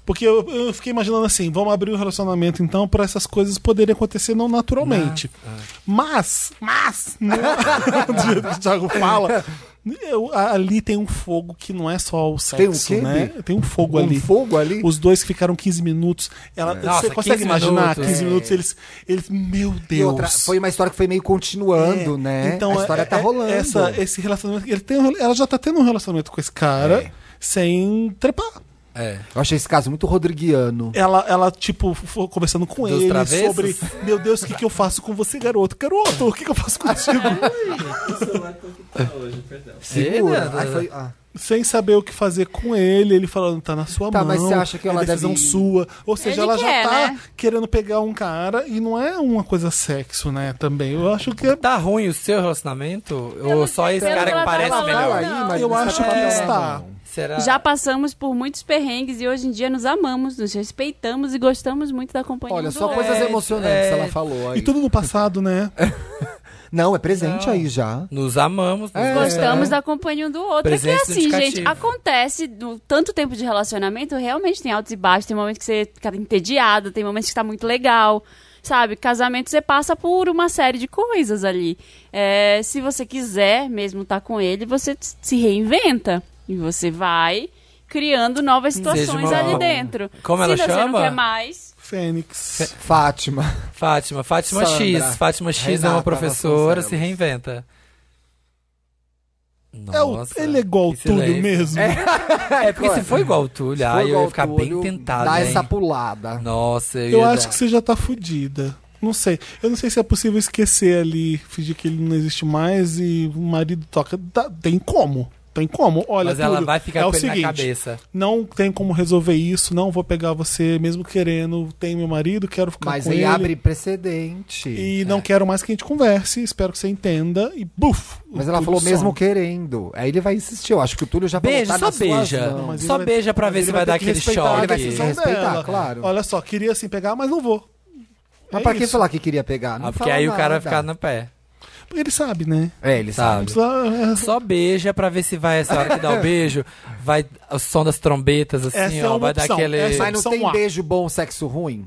A: Porque eu, eu fiquei imaginando assim: vamos abrir o relacionamento então para essas coisas poderem acontecer não
D: Ah,
A: né? [LAUGHS] naturalmente. Mas, mas, não, do jeito que o Thiago fala, Eu- a- ali tem um fogo que não é só o sexo,
B: Tem um quê,
A: né?
B: Bi?
A: Tem um fogo
B: Um
A: ali.
B: fogo ali?
A: Os dois que ficaram 15 minutos. Ela, Você
D: Nossa,
A: consegue
D: 15
A: imaginar?
D: minutos.
A: 15
D: É.
A: minutos eles, eles. Meu Deus.
B: E outra, foi uma história que foi meio continuando,
A: É,
B: né?
A: Então,
B: a história
A: é-
B: tá
A: é-
B: rolando.
A: essa- esse relacionamento. Ele tem, um rela- ela já tá tendo um relacionamento com esse cara
B: É.
A: sem trepar.
D: É.
B: Eu achei esse caso muito rodriguiano.
A: Ela, ela tipo, foi conversando com
D: Dos
A: ele
D: travessos?
A: sobre: Meu Deus, o que, que eu faço com você, garoto? Garoto, o que, que eu faço contigo?
B: [LAUGHS]
A: É,
B: Segura.
D: Eita,
B: Aí foi- ah.
A: sem saber o que fazer com ele, ele falando, tá na sua
B: Tá,
A: mão.
B: mas você acha que
A: é
B: ela
A: decisão
B: deve-
A: sua. Ou seja,
C: Ele
A: ela já
C: quer,
A: tá
C: né?
A: querendo pegar um cara e não é uma coisa sexo, né? Também. Eu acho que é.
D: Tá ruim o seu relacionamento? Ou só esse
C: pelo
D: cara
C: que
D: que
C: ela tá
D: parece
C: falando,
D: melhor?
C: não.
B: mas
A: Eu
B: não
A: acho
B: tá
A: que
B: falando,
D: é.
A: está.
B: não.
D: Será?
C: Já passamos por muitos perrengues e hoje em dia nos amamos, nos respeitamos e gostamos muito da companhia.
B: Olha,
C: um do
B: só coisas
D: É,
B: emocionantes
D: é.
B: ela falou aí.
A: E tudo no passado, né?
B: Não, é presente
D: Não.
B: aí já.
D: Nos amamos, nos
B: É.
C: Gostamos da companhia um do outro.
D: Presença
C: é que é assim,
D: identificativa.
C: gente, acontece no tanto tempo de relacionamento, realmente tem altos e baixos, tem momentos que você fica entediado, tem momentos que tá muito legal. Sabe, casamento você passa por uma série de coisas ali. É, se você quiser mesmo estar com ele, você se reinventa. E você vai criando novas situações
D: uma-
C: ali dentro.
D: Como
C: se
D: ela
C: você não
D: chama?
C: quer mais.
A: Fênix.
B: Fátima.
D: Fátima, Fátima
B: Sandra.
D: X. Fátima X é uma
B: Renata
D: professora,
B: Vasconcelos.
D: se reinventa.
A: É o-
D: Nossa,
A: ele é igual o
D: que
A: Túlio
D: silêncio.
A: mesmo.
D: [LAUGHS] É porque se for igual o Túlio,
B: Foi
D: ai, eu
B: igual
D: ia ficar
B: Túlio,
D: bem tentado.
B: Dá
D: hein?
B: essa pulada.
D: Nossa, eu,
A: Eu
D: ia
A: acho
D: dar-
A: que você já tá fudida. Não sei. Eu não sei se é possível esquecer ali, fingir que ele não existe mais e o marido toca. Dá- tem como. Tem como. Olha,
D: Mas ela
A: Túlio,
D: vai ficar
A: é o
D: com ele
A: seguinte,
D: na cabeça.
A: Não tem como resolver isso, não vou pegar você mesmo querendo. Tem meu marido, quero ficar
B: Mas
A: com
B: aí
A: ele.
B: abre precedente.
A: E
D: É.
A: não quero mais que a gente converse, espero que você entenda. E buf!
B: Mas ela
A: tudo
B: falou mesmo
A: some.
B: querendo. Aí ele vai insistir. Eu acho que o Túlio já falou,
D: Beijo,
B: tá
D: só
B: nas suas
D: beija.
B: mãos.
A: Mas ele
D: Só
A: vai-
D: beija pra
A: mas
D: ver
A: ele
D: se vai
A: ter
D: dar
A: que
D: aquele
A: respeitar a
D: choque.
A: decisão
B: Ele vai respeitar,
A: dela.
B: claro.
A: Olha só, queria sim pegar, mas não vou.
B: Mas
A: É
B: pra que
A: isso.
B: falar que queria pegar? Não
D: Ah, porque
B: fala
D: aí o cara vai
B: nada.
D: ficar no pé.
A: Ele sabe, né?
B: É, ele sabe.
D: Sabe?
A: Precisa- é,
D: Só beija pra ver se vai essa hora que
A: [LAUGHS]
D: dá o beijo. Vai o som das trombetas, assim,
A: Essa é
D: ó.
A: uma
D: vai dar
A: opção.
D: aquele.
A: Essa é-
B: Mas não
A: São
B: tem
A: A.
B: beijo bom, sexo ruim?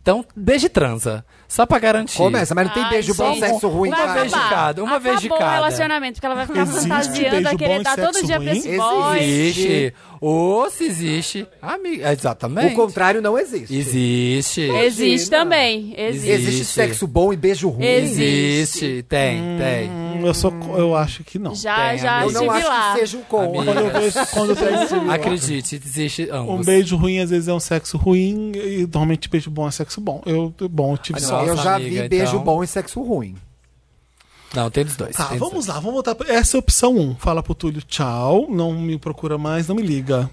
D: Então, beijo e transa. Só pra garantir.
B: Começa, mas não tem
C: Ai,
B: beijo bom,
C: gente,
B: sexo ruim,
C: vai
D: Uma
B: cara.
D: vez de
C: acabar.
D: cada, uma vez de
C: Acabou
D: cada.
C: o relacionamento, porque ela vai ficar
A: Existe
C: fantasiando a
A: beijo
C: querer
A: bom e
C: dar todo
A: sexo
C: dia pra
A: ruim?
C: esse boy.
D: Existe. Ou se existe. Amiga, exatamente.
B: O contrário não existe.
D: Existe.
C: Existe também. Existe.
B: Existe
D: Existe.
B: sexo bom e beijo ruim.
D: Existe. Tem, tem.
A: Hum, eu, sou, co- eu acho que não.
C: Já,
D: Tem,
C: já
D: amiga.
B: Eu não
C: estive
B: acho
C: lá.
B: que seja um com.
A: Quando eu vejo, quando eu vejo
D: Acredite, existe ambos.
A: um beijo ruim, às vezes é um sexo ruim, e normalmente beijo bom é sexo bom. Eu, bom, eu tive
D: Ah,
A: só.
D: não,
B: eu já
D: amiga,
B: vi beijo
D: então.
B: bom e sexo ruim.
D: Não, tem dos dois.
A: Tá,
D: tem dos
A: vamos
D: dois.
A: lá, vamos voltar. pra- Essa é a opção 1. Fala pro Túlio tchau, não me procura mais, não me liga.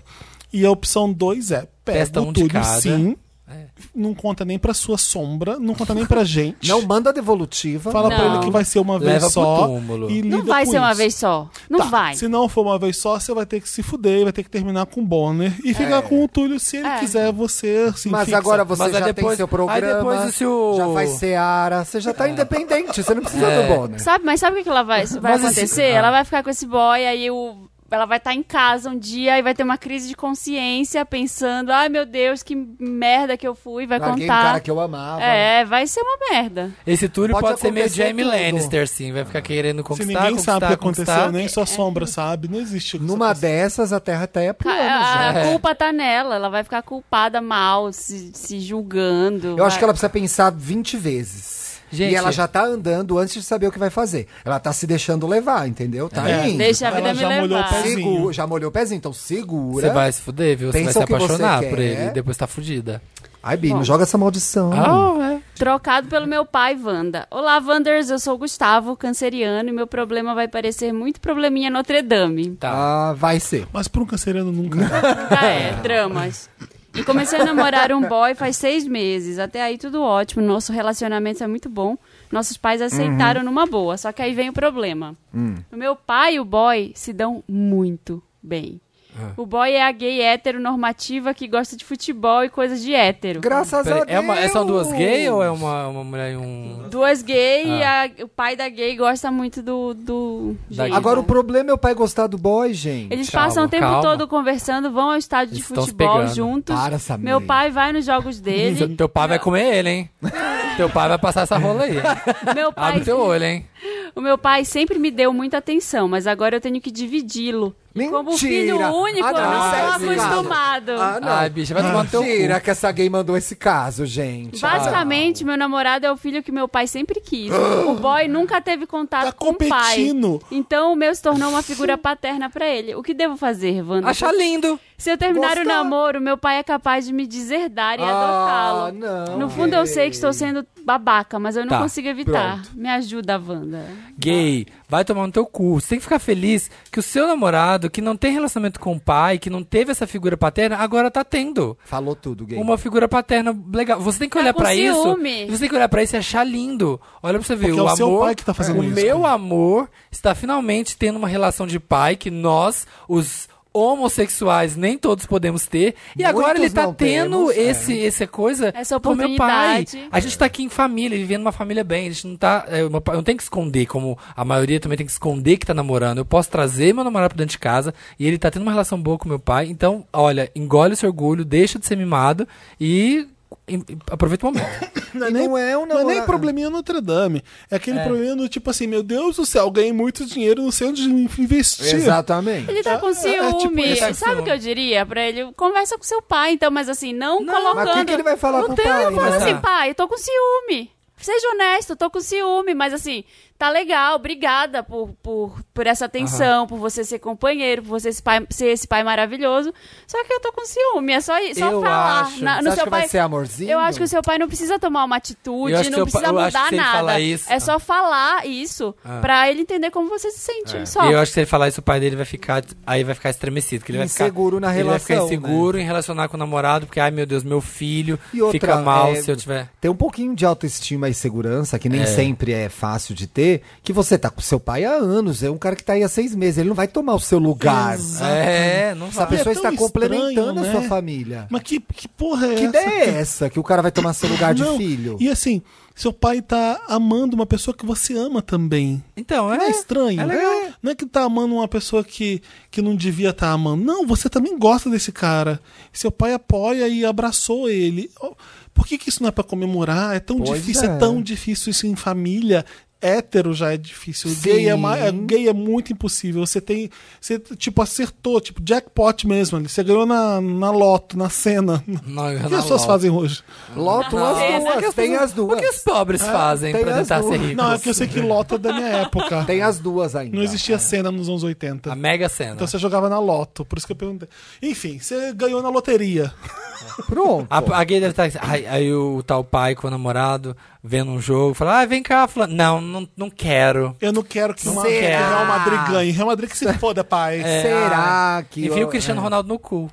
A: E a opção 2 é pega
D: Testa
A: o
D: um de
A: Túlio
D: cada.
A: sim,
D: É.
A: não conta nem pra sua sombra, não conta nem
D: [LAUGHS]
A: pra gente.
B: Não manda devolutiva.
A: Fala pra
C: Não.
A: ele que vai ser uma
D: Leva
A: vez
D: pro
A: só.
D: túmulo.
A: E
C: Não
A: lida
C: vai
A: com
C: ser uma
A: isso.
C: vez só. Não
A: Tá,
C: vai.
A: Se não for uma vez só, você vai ter que se fuder, vai ter que terminar com o Bonner e ficar com o Túlio se ele
C: É.
A: quiser você se
B: Mas
A: fixa.
B: agora você
D: Mas aí
B: já tem
D: depois-
B: seu programa.
D: aí depois o seu-
B: Já faz Seara. Você já tá independente. Você não precisa
D: É.
B: do Bonner.
C: Sabe, mas sabe o que que ela vai, vai
D: Mas esse-
C: acontecer?
D: ah.
C: Ela vai ficar com esse boy, aí o, ela vai estar em casa um dia e vai ter uma crise de consciência, pensando, ai meu Deus, que merda que eu fui, vai
B: Larguei um cara
C: contar.
B: que eu amava.
C: É, vai ser uma merda.
D: Esse Túlio
B: Pode
D: pode, ser meio
B: acontecer
D: Jamie
B: tudo. Ah.
D: Lannister, sim. Vai ficar querendo
A: Se
D: conquistar,
A: ninguém
D: conquistar,
A: sabe o que aconteceu,
D: conquistar.
A: nem
C: É.
A: sua sombra sabe, não existe. essa
B: Numa
A: coisa.
B: dessas, a terra até é
C: Ca-
B: plana já.
C: a, a
D: já.
C: culpa tá nela, ela vai ficar culpada mal, se, se julgando.
B: Eu acho que ela precisa pensar 20 vezes.
D: Gente-
B: e ela já tá andando antes de saber o que vai fazer. Ela tá se deixando levar, entendeu? Tá
A: É.
B: indo.
C: Deixa a
A: Ela
C: vida me
A: já molhou o
C: levar.
A: pezinho.
B: Segura, já molhou o pezinho, então segura.
D: Você vai se fuder, viu? Você
B: Pensa
D: vai
B: o
D: se
B: que você
D: apaixonar
B: quer.
D: por ele e depois tá fudida.
B: Ai, Bi, não joga essa maldição.
D: Ah,
C: Trocado pelo meu pai, Wanda. Olá, Wanders, eu sou o Gustavo, canceriano, e meu problema vai parecer muito probleminha Notre Dame.
D: Tá.
B: Ah, vai ser.
A: Mas por um canceriano nunca.
C: Ah, é, dramas. E comecei a namorar um boy faz seis meses. Até aí tudo ótimo. Nosso relacionamento é muito bom. Nossos pais aceitaram numa boa. Só que aí vem o problema. O meu pai e o boy se dão muito bem. O boy é a gay hétero normativa que gosta de futebol e coisas de hétero.
B: Graças
D: Peraí,
B: a Deus.
D: é uma, é- são duas gays ou é uma, uma mulher e um.
C: Duas gay e a- o pai da gay gosta muito do. do
D: Da
C: gay.
D: gay.
B: Agora o problema é o pai gostar do boy, gente.
C: Eles
D: Calma,
C: passam o tempo
D: calma.
C: todo conversando, vão ao estádio
D: Eles
C: de
D: estão se
C: futebol
D: pegando.
C: juntos.
B: Para, Samir.
C: Meu pai vai nos jogos dele. [LAUGHS]
D: Teu pai vai comer ele, hein? Teu pai vai passar essa rola aí.
C: Meu pai,
D: Abre teu olho, hein?
C: O meu pai sempre me deu muita atenção, mas agora eu tenho que dividi-lo. E Como filho
B: Mentira.
C: único,
B: Ah, não,
C: eu não
B: isso é
C: estou
B: errado.
C: acostumado.
B: Ah, não.
D: Ai, bicha, vai tomar no teu
B: Mentira que essa gay mandou esse caso, gente. Ah.
C: Basicamente, meu namorado é o filho que meu pai sempre quis. o boy nunca teve contato
A: Tá
C: com o pai.
A: competindo.
C: Então o meu se tornou uma figura paterna pra ele. O que devo fazer, Wanda?
D: Achar lindo.
C: Se eu terminar
B: Gostar.
C: o namoro, meu pai é capaz de me deserdar e
B: Ah,
C: adotá-lo.
B: não.
C: No fundo, eu sei que estou sendo babaca, mas eu não
D: Tá,
C: consigo evitar. Me ajuda, Wanda.
D: Gay, vai tomar no teu cu. Você tem que ficar feliz que o seu namorado, que não tem relacionamento com o pai, que não teve essa figura paterna, agora tá tendo.
B: Falou tudo, gay.
D: Uma figura paterna legal. Você tem que olhar
C: Tá com
D: pra isso.
C: ciúme.
D: Você tem que olhar pra isso e achar lindo. Olha pra você ver.
A: Porque
D: o
A: é o seu
D: amor,
A: pai que tá fazendo
D: o
A: isso,
D: meu
A: cara.
D: amor está finalmente tendo uma relação de pai que nós, os homossexuais, nem todos podemos ter. E agora
B: Muitos
D: ele tá
B: não
D: tendo
A: é.
B: temos,
D: esse, essa coisa
C: Essa
D: com meu pai.
C: oportunidade.
D: A gente tá aqui em família, vivendo uma família bem. A gente não tá. é, meu pai- eu não tem que esconder, como a maioria também tem que esconder que tá namorando. Eu posso trazer meu namorado pra dentro de casa e ele tá tendo uma relação boa com meu pai. Então, olha, engole esse orgulho, deixa de ser mimado e, e- aproveita o momento.
A: Não é,
B: E
A: nem,
B: não é um
A: não é nem
B: namorado.
A: probleminha Notre Dame. É aquele probleminha do tipo assim, meu Deus do céu, ganhei muito dinheiro, não sei onde investir.
B: Exatamente.
C: Ele tá
A: É,
C: com
A: é, tipo,
C: ciúme.
A: ele
D: tá com
C: Sabe o
D: ciúme.
C: que eu diria pra ele? Conversa com seu pai, então, mas assim, não, colocando.
B: Mas o que, que ele vai falar com
C: Não
B: o
C: tem,
B: pai? tá.
C: eu falo
D: mas-
C: assim, pai, eu tô com ciúme. Seja honesto, eu tô com ciúme, mas assim, tá legal, obrigada por, por, por essa atenção, por você ser companheiro, por você esse pai- ser esse pai maravilhoso. Só que eu tô com ciúme, é só, só
D: Eu
C: falar.
D: acho.
C: Na-
B: Você
C: Ah, no
B: acha
C: seu
B: que
C: pai,
B: vai ser amorzinho?
C: Eu acho que o seu pai não precisa tomar uma
D: Eu acho
C: atitude,
D: que
C: não
D: seu pai-
C: precisa
D: eu acho
C: mudar
D: que se ele falar
C: nada.
D: isso-
C: É só falar isso
D: Ah. É.
C: pra ele entender como você se sente. [COUGHS] Só.
D: E eu acho que se ele falar isso, o pai dele vai ficar. Aí vai ficar estremecido. Que ele vai
B: Inseguro
D: ficar,
B: na
D: Ele vai ficar
B: relação, né?
D: inseguro em relacionar com o namorado, porque, ai meu Deus, meu filho
B: E outra,
D: fica mal
B: é,
D: se eu tiver.
B: Tem um pouquinho de autoestima e segurança, que nem sempre é fácil de ter, que você tá com seu pai há anos, é um cara que tá aí há seis meses, ele não vai tomar o seu lugar.
D: É, não
B: Essa
D: sabe.
B: pessoa
A: É tão
B: está complementando
A: estranho,
B: a sua
A: né?
B: família.
A: Mas que, que porra é
B: Que
A: essa?
B: ideia é essa? Que o cara vai tomar seu lugar de
A: Não,
B: filho?
A: E assim, seu pai tá amando uma pessoa que você ama também.
D: Então, é.
A: Não é estranho?
D: é legal.
A: Não é que tá amando uma pessoa que, que não devia estar amando. Não, você também gosta desse cara. Seu pai apoia e abraçou ele. Oh, Por que, que isso não é pra comemorar? É tão
B: Pois
A: difícil, é.
B: é.
A: tão difícil isso em família. Hétero já é difícil. Gay é,
B: Sim.
A: ma- é- gay é muito impossível. Você tem. Você, tipo, acertou, tipo, jackpot mesmo. ali. Você ganhou na, na loto, na cena.
D: Não,
A: O que as pessoas fazem hoje?
B: Loto
C: Não. é
B: as
D: O que
B: duas,
D: as
B: tem
D: pessoas-
B: as duas.
D: O que os pobres fazem
B: tem
D: pra
B: as
D: tentar ser
B: duas.
D: ricos?
A: É, Não, é porque eu sei que loto é da minha época.
B: Tem as duas ainda.
A: Não existia cena nos anos 80.
D: A Mega Sena.
A: Então você jogava na loto, por isso que eu perguntei. Enfim, você ganhou na loteria.
B: Pronto.
D: A, a gay deve estar. Aí, aí o tal pai com o namorado vendo um jogo, fala: ah, vem cá, fulano. Não, não, não quero.
A: Eu não quero que o Ma-
D: Será?
A: que o Real Madrid
B: Ah.
A: ganhe. Real Madrid que
B: [LAUGHS]
A: se foda, pai.
B: É. Será que.
D: é. E viu o
B: eu- É.
A: é.
D: Cristiano Ronaldo no cu.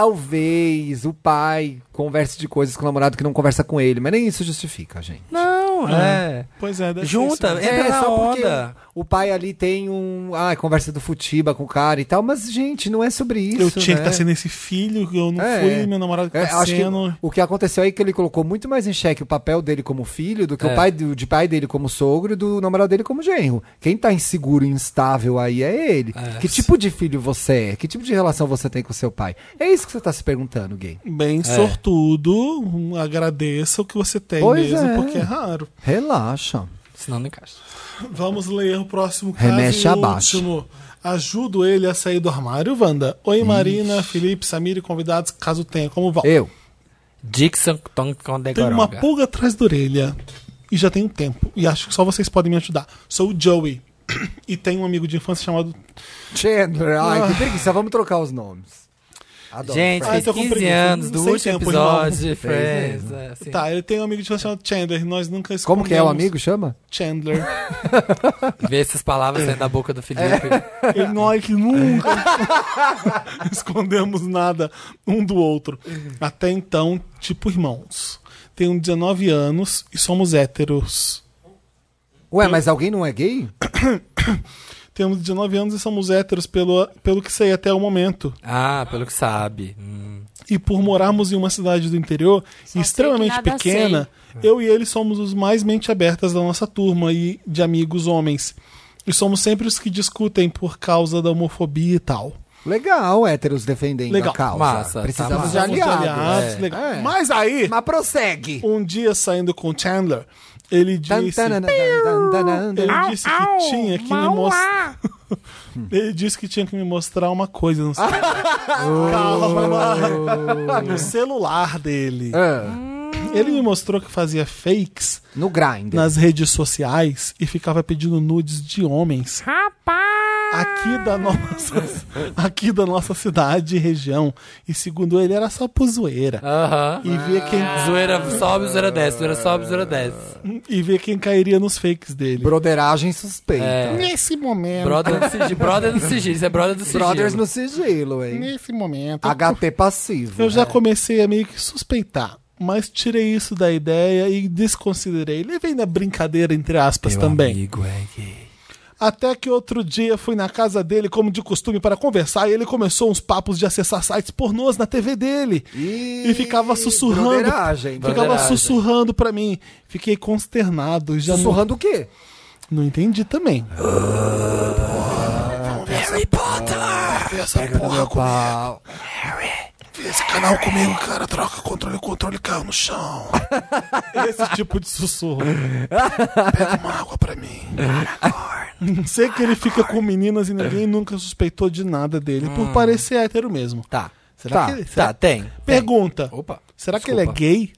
B: Talvez o pai converse de coisas com o namorado que não conversa com ele, mas nem isso justifica, gente.
D: Não, é.
A: Pois é, deve ser
D: Junta,
A: isso.
D: entra na onda.
B: o pai ali tem um. Ah, conversa do futiba com o cara e tal, mas, gente, não é sobre isso.
A: Eu tinha que
B: né?
A: estar sendo esse filho, eu não
B: É.
A: fui, meu namorado que
B: É,
A: tá
B: acho que
A: sendo.
B: o que aconteceu aí é que ele colocou muito mais em xeque o papel dele como filho do que
D: É.
B: o pai do, de pai dele como sogro e do namorado dele como genro. Quem tá inseguro e instável aí é ele. Que tipo de filho você é? Que tipo de relação você tem com seu pai? É isso que você tá se perguntando, gay.
A: Bem sortudo, hum, agradeça o que você tem
B: Pois
A: mesmo,
B: é.
A: porque é raro.
B: Relaxa.
D: Senão não encaixa.
A: Vamos ler o próximo caso
B: Remexe
A: e o
B: abaixo.
A: último. Ajudo ele a sair do armário, Wanda. Oi, Marina, Felipe, Samir e convidados, caso tenha, como vão?
B: Eu.
D: Dixon Tong
A: Tem uma pulga atrás da orelha e já tem um tempo. E acho que só vocês podem me ajudar. Sou o Joey. [CLEARS THROAT] E tenho um amigo de infância chamado.
B: Chandler, ai,
A: Ah.
B: que preguiça. Vamos trocar os nomes. Adoro.
D: Gente,
A: Ai,
D: fez
A: tô com
D: 15
A: preguiça.
D: anos do
A: Sem
D: último
A: tempo,
D: episódio de
B: irmão.
D: Friends. é, assim.
A: Tá, eu tenho um amigo de infância chamado Chandler. Nós nunca escondemos.
B: Como que é o amigo? Chama?
A: Chandler.
D: Ver essas palavras saindo da boca do
A: [LAUGHS]
D: Felipe.
A: E nós que nunca [LAUGHS] escondemos nada um do outro. Até então, tipo irmãos. Tenho 19 anos e somos héteros.
B: Ué, mas alguém não é gay?
A: Temos 19 anos e somos héteros, pelo, pelo que sei até o momento.
D: Ah, pelo que sabe. Hum.
A: e por morarmos em uma cidade do interior
C: sei
A: extremamente
C: que nada
A: pequena, eu e ele somos os mais mente abertas da nossa turma e de amigos homens. E somos sempre os que discutem por causa da homofobia e tal.
B: Legal, héteros defendendo
A: Legal,
B: a causa.
D: massa, tá
B: Precisamos
D: massa.
B: de
A: Somos
B: aliados.
A: aliados,
B: É.
A: legal.
B: É.
A: Mas aí,
B: Mas prossegue.
A: um dia saindo com Chandler, Ele disse, ele
B: Tantanananananana.
A: disse que tinha que me mostrar. [LAUGHS] ele disse que tinha que me mostrar uma coisa no celular. Calma. no celular dele.
B: Ah,
A: Ele me mostrou que fazia fakes
B: No grind.
A: nas redes sociais e ficava pedindo nudes de homens. Rapaz! Aqui da nossa, [LAUGHS] aqui da nossa cidade e região. E segundo ele, era só por zoeira.
D: Aham.
A: E ver quem
D: Zoeira sobe, zoeira desce. Zoeira sobe, zoeira desce.
A: e ver quem cairia nos fakes dele.
B: Broderagem suspeita.
D: É.
A: Nesse momento,
D: Brother do sigilo. Brother do sigilo. Isso é brother do sigilo.
B: Brothers no sigilo, hein?
A: nesse momento.
B: HT passivo.
A: Eu
D: é.
A: já comecei a meio que suspeitar, mas tirei isso da ideia e desconsiderei. Levei na brincadeira, entre aspas,
D: Meu
A: também.
D: amigo é gay.
A: Até que outro dia fui na casa dele, como de costume, para conversar, e ele começou uns papos de acessar sites pornôs na TV dele.
B: Ih,
A: e ficava sussurrando.
B: broderagem,
A: Ficava
D: broderagem.
A: sussurrando pra mim. Fiquei consternado. e Já não-
B: Sussurrando o quê?
A: não, entendi também.
D: Ah, Harry Potter!
A: é
B: Pau.
A: Esse canal comigo, cara, troca controle, controle caiu no chão. [LAUGHS] Esse tipo de sussurro. Pega uma água pra mim. Sei que ele fica com meninas e ninguém nunca suspeitou de nada dele, por parecer hétero mesmo.
D: Tá.
A: Será
B: Tá,
A: que ele,
D: Tá, tem.
A: É.
D: tem.
A: Pergunta.
D: Opa.
A: Será que ele é
D: desculpa.
A: gay?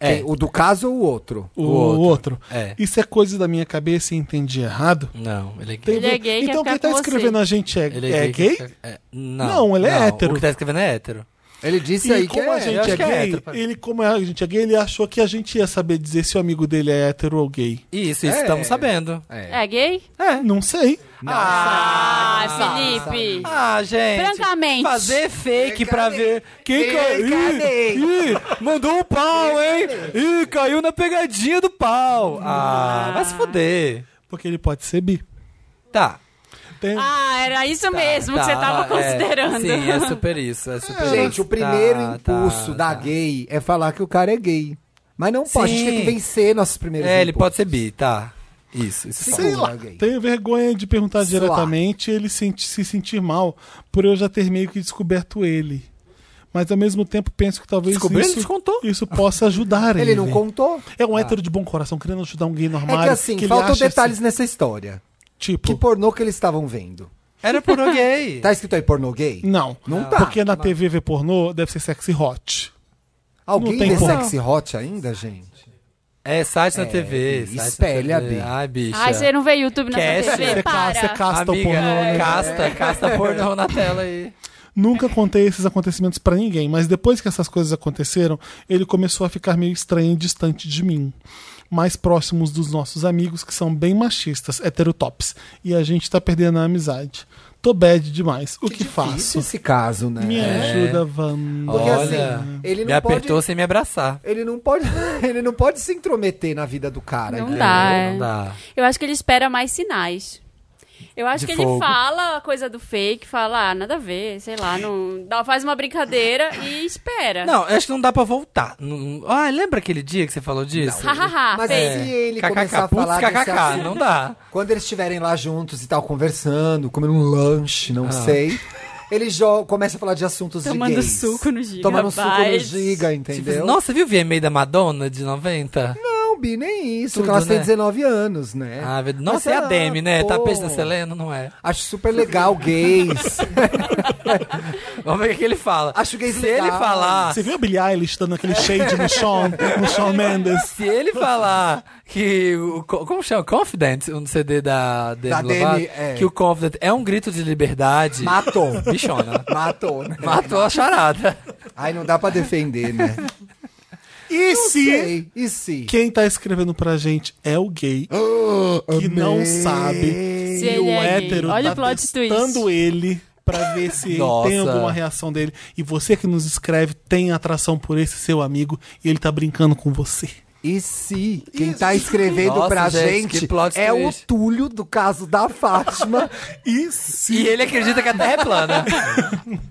D: É.
B: Quem- O do caso ou o outro?
A: O,
D: outro.
A: outro.
D: É.
A: Isso é coisa da minha cabeça e entendi errado?
D: Não, ele é gay.
A: Tem
C: Ele é
A: ver-
C: gay, quer
A: Então
C: ficar
A: quem tá
C: com
A: escrevendo
C: você.
A: a gente é,
D: Ele
A: é gay?
D: É, não.
A: Não, ele é hétero.
D: O que tá escrevendo é hétero.
B: Ele disse
A: E
B: aí que
A: como a
B: é.
A: gente
D: acho
A: é
D: que é
A: gay,
D: hétero, pai.
A: ele como a gente é gay, ele achou que a gente ia saber dizer se o amigo dele é hétero ou gay.
D: Isso, isso
B: É.
D: estamos sabendo.
B: É.
C: É gay?
A: É, não sei.
C: Ah, Felipe.
D: Ah, gente.
C: Francamente.
D: Fazer fake pra ver. Quem caiu? Ih, ih, mandou o pau, hein? Ih, caiu na pegadinha do pau. Ah, vai se fuder.
A: Porque ele pode ser bi.
D: Tá.
A: Tem-
C: Ah, era isso mesmo que você tava
D: tá, é.
C: considerando.
D: sim, é
C: [LAUGHS]
D: super isso. É super
B: Gente,
D: isso.
B: o primeiro
D: Tá,
B: impulso
D: tá,
B: da
D: tá.
B: gay é falar que o cara é gay. Mas não pode, a gente tem
D: Sim.
B: que vencer nossos primeiros
D: É, ele
B: impulsos.
D: pode ser bi, tá. Isso, isso. é
B: Sei
D: sim.
B: lá. gay.
A: Tenho vergonha de perguntar
B: Sei lá.
A: diretamente e ele senti- se sentir mal por eu já ter meio que descoberto ele. Mas ao mesmo tempo penso que talvez
D: Descobriu? Ele
A: isso,
D: te contou?
A: isso possa ajudar ele.
B: [LAUGHS] Ele não contou?
A: É um hétero de bom coração querendo ajudar um gay normal.
B: É que assim,
A: ele
B: faltam
A: acha
B: detalhes
A: assim,
B: nessa história.
A: tipo,
B: Que pornô que eles estavam vendo?
D: Era é pornô gay.
B: Tá escrito aí pornô gay?
A: não.
B: Não tá.
A: Porque na TV ver pornô deve ser sexy hot.
B: Alguém
A: não tem
B: vê
A: como.
B: sexy hot ainda, gente?
D: É, site na TV. site na
B: espelha,
D: TV.
B: Bi.
D: Ai, bicha.
C: Ai, você não vê YouTube na
D: Quer
C: sua
D: ser?
C: TV?
A: Você, ca- você
C: Para.
A: casta o
D: Amiga, é.
A: pornô, né?
D: casta, casta pornô na tela aí.
A: Nunca contei esses acontecimentos pra ninguém, mas depois que essas coisas aconteceram, ele começou a ficar meio estranho e distante de mim. Mais próximos dos nossos amigos, que são bem machistas, heterotops. E a gente tá perdendo a amizade. Tô bad demais. O que, é.
B: Isso
A: faço?
B: É esse caso, né?
A: Me ajuda, Van.
B: Porque
D: Olha,
B: assim, ele não
D: me apertou
B: pode-
D: sem me abraçar.
B: Ele não pode, [LAUGHS] ele não pode se intrometer na vida do cara.
C: Não
B: entendeu?
C: dá, é.
D: né? Não dá.
C: Eu acho que ele espera mais sinais. Eu
D: De
C: acho que
D: fogo.
C: ele fala a coisa do fake, fala, ah, nada a ver, sei lá, não... dá- faz uma brincadeira e espera.
D: Não, eu acho que não dá pra voltar. Não- não- Ah, lembra aquele dia que você falou disso?
C: Hahaha,
B: Mas
C: fake.
B: se ele
D: KKK,
B: começar a
D: putz,
B: falar desse
D: KKK,
B: assunto-
D: não dá.
B: Quando eles estiverem lá juntos e tal, conversando, comendo um lanche,
D: Ah.
B: não sei. Ele jo- começa a falar de assuntos
C: Tomando
B: de gays.
C: suco no gigabyte.
B: Tomando suco no giga, entendeu?
D: Tipo, nossa, viu o VMA da Madonna de 90?
B: Não, Bi, nem isso.
D: Tudo,
B: porque elas têm
D: né?
B: 19 anos, né?
D: Ah, verdade.
B: Mas
D: nossa, é a
B: sei lá,
D: Demi, né? Tá
B: pô,
D: peixe da Selena, não é?
B: Acho super legal
D: [LAUGHS]
B: gays.
D: Vamos ver o que ele fala.
B: Acho que é
D: se
B: legal.
D: ele falar,
A: Você viu a Billie Eilish dando aquele shade no Shawn, no Shawn Mendes?
D: se ele falar que o co- como chama Confident, um CD da Demi
B: Da Demi,
D: Lovato,
B: é.
D: que o Confident é um grito de liberdade.
B: Matou.
D: Bichona.
B: Matou, né?
D: Matou a charada.
B: Ai, não dá pra defender, né?
A: E
B: Não
A: se
B: sei. E se?
A: quem tá escrevendo pra gente é o gay que não sabe
C: Se
A: e o
C: ele é gay.
A: hétero
C: Olha o
A: tá
C: plot
A: testando
C: twist.
A: ele pra ver se ele
D: [LAUGHS] Nossa.
A: tem alguma reação dele. E você que nos escreve tem atração por esse seu amigo e ele tá brincando com você.
B: E se quem tá escrevendo
D: Nossa,
B: pra
D: gente,
B: gente,
D: que plot
B: é
D: twist.
B: o Túlio do caso da
D: [LAUGHS]
B: Fátima?
A: E se...
D: E ele acredita que a Terra é plana.
A: [LAUGHS]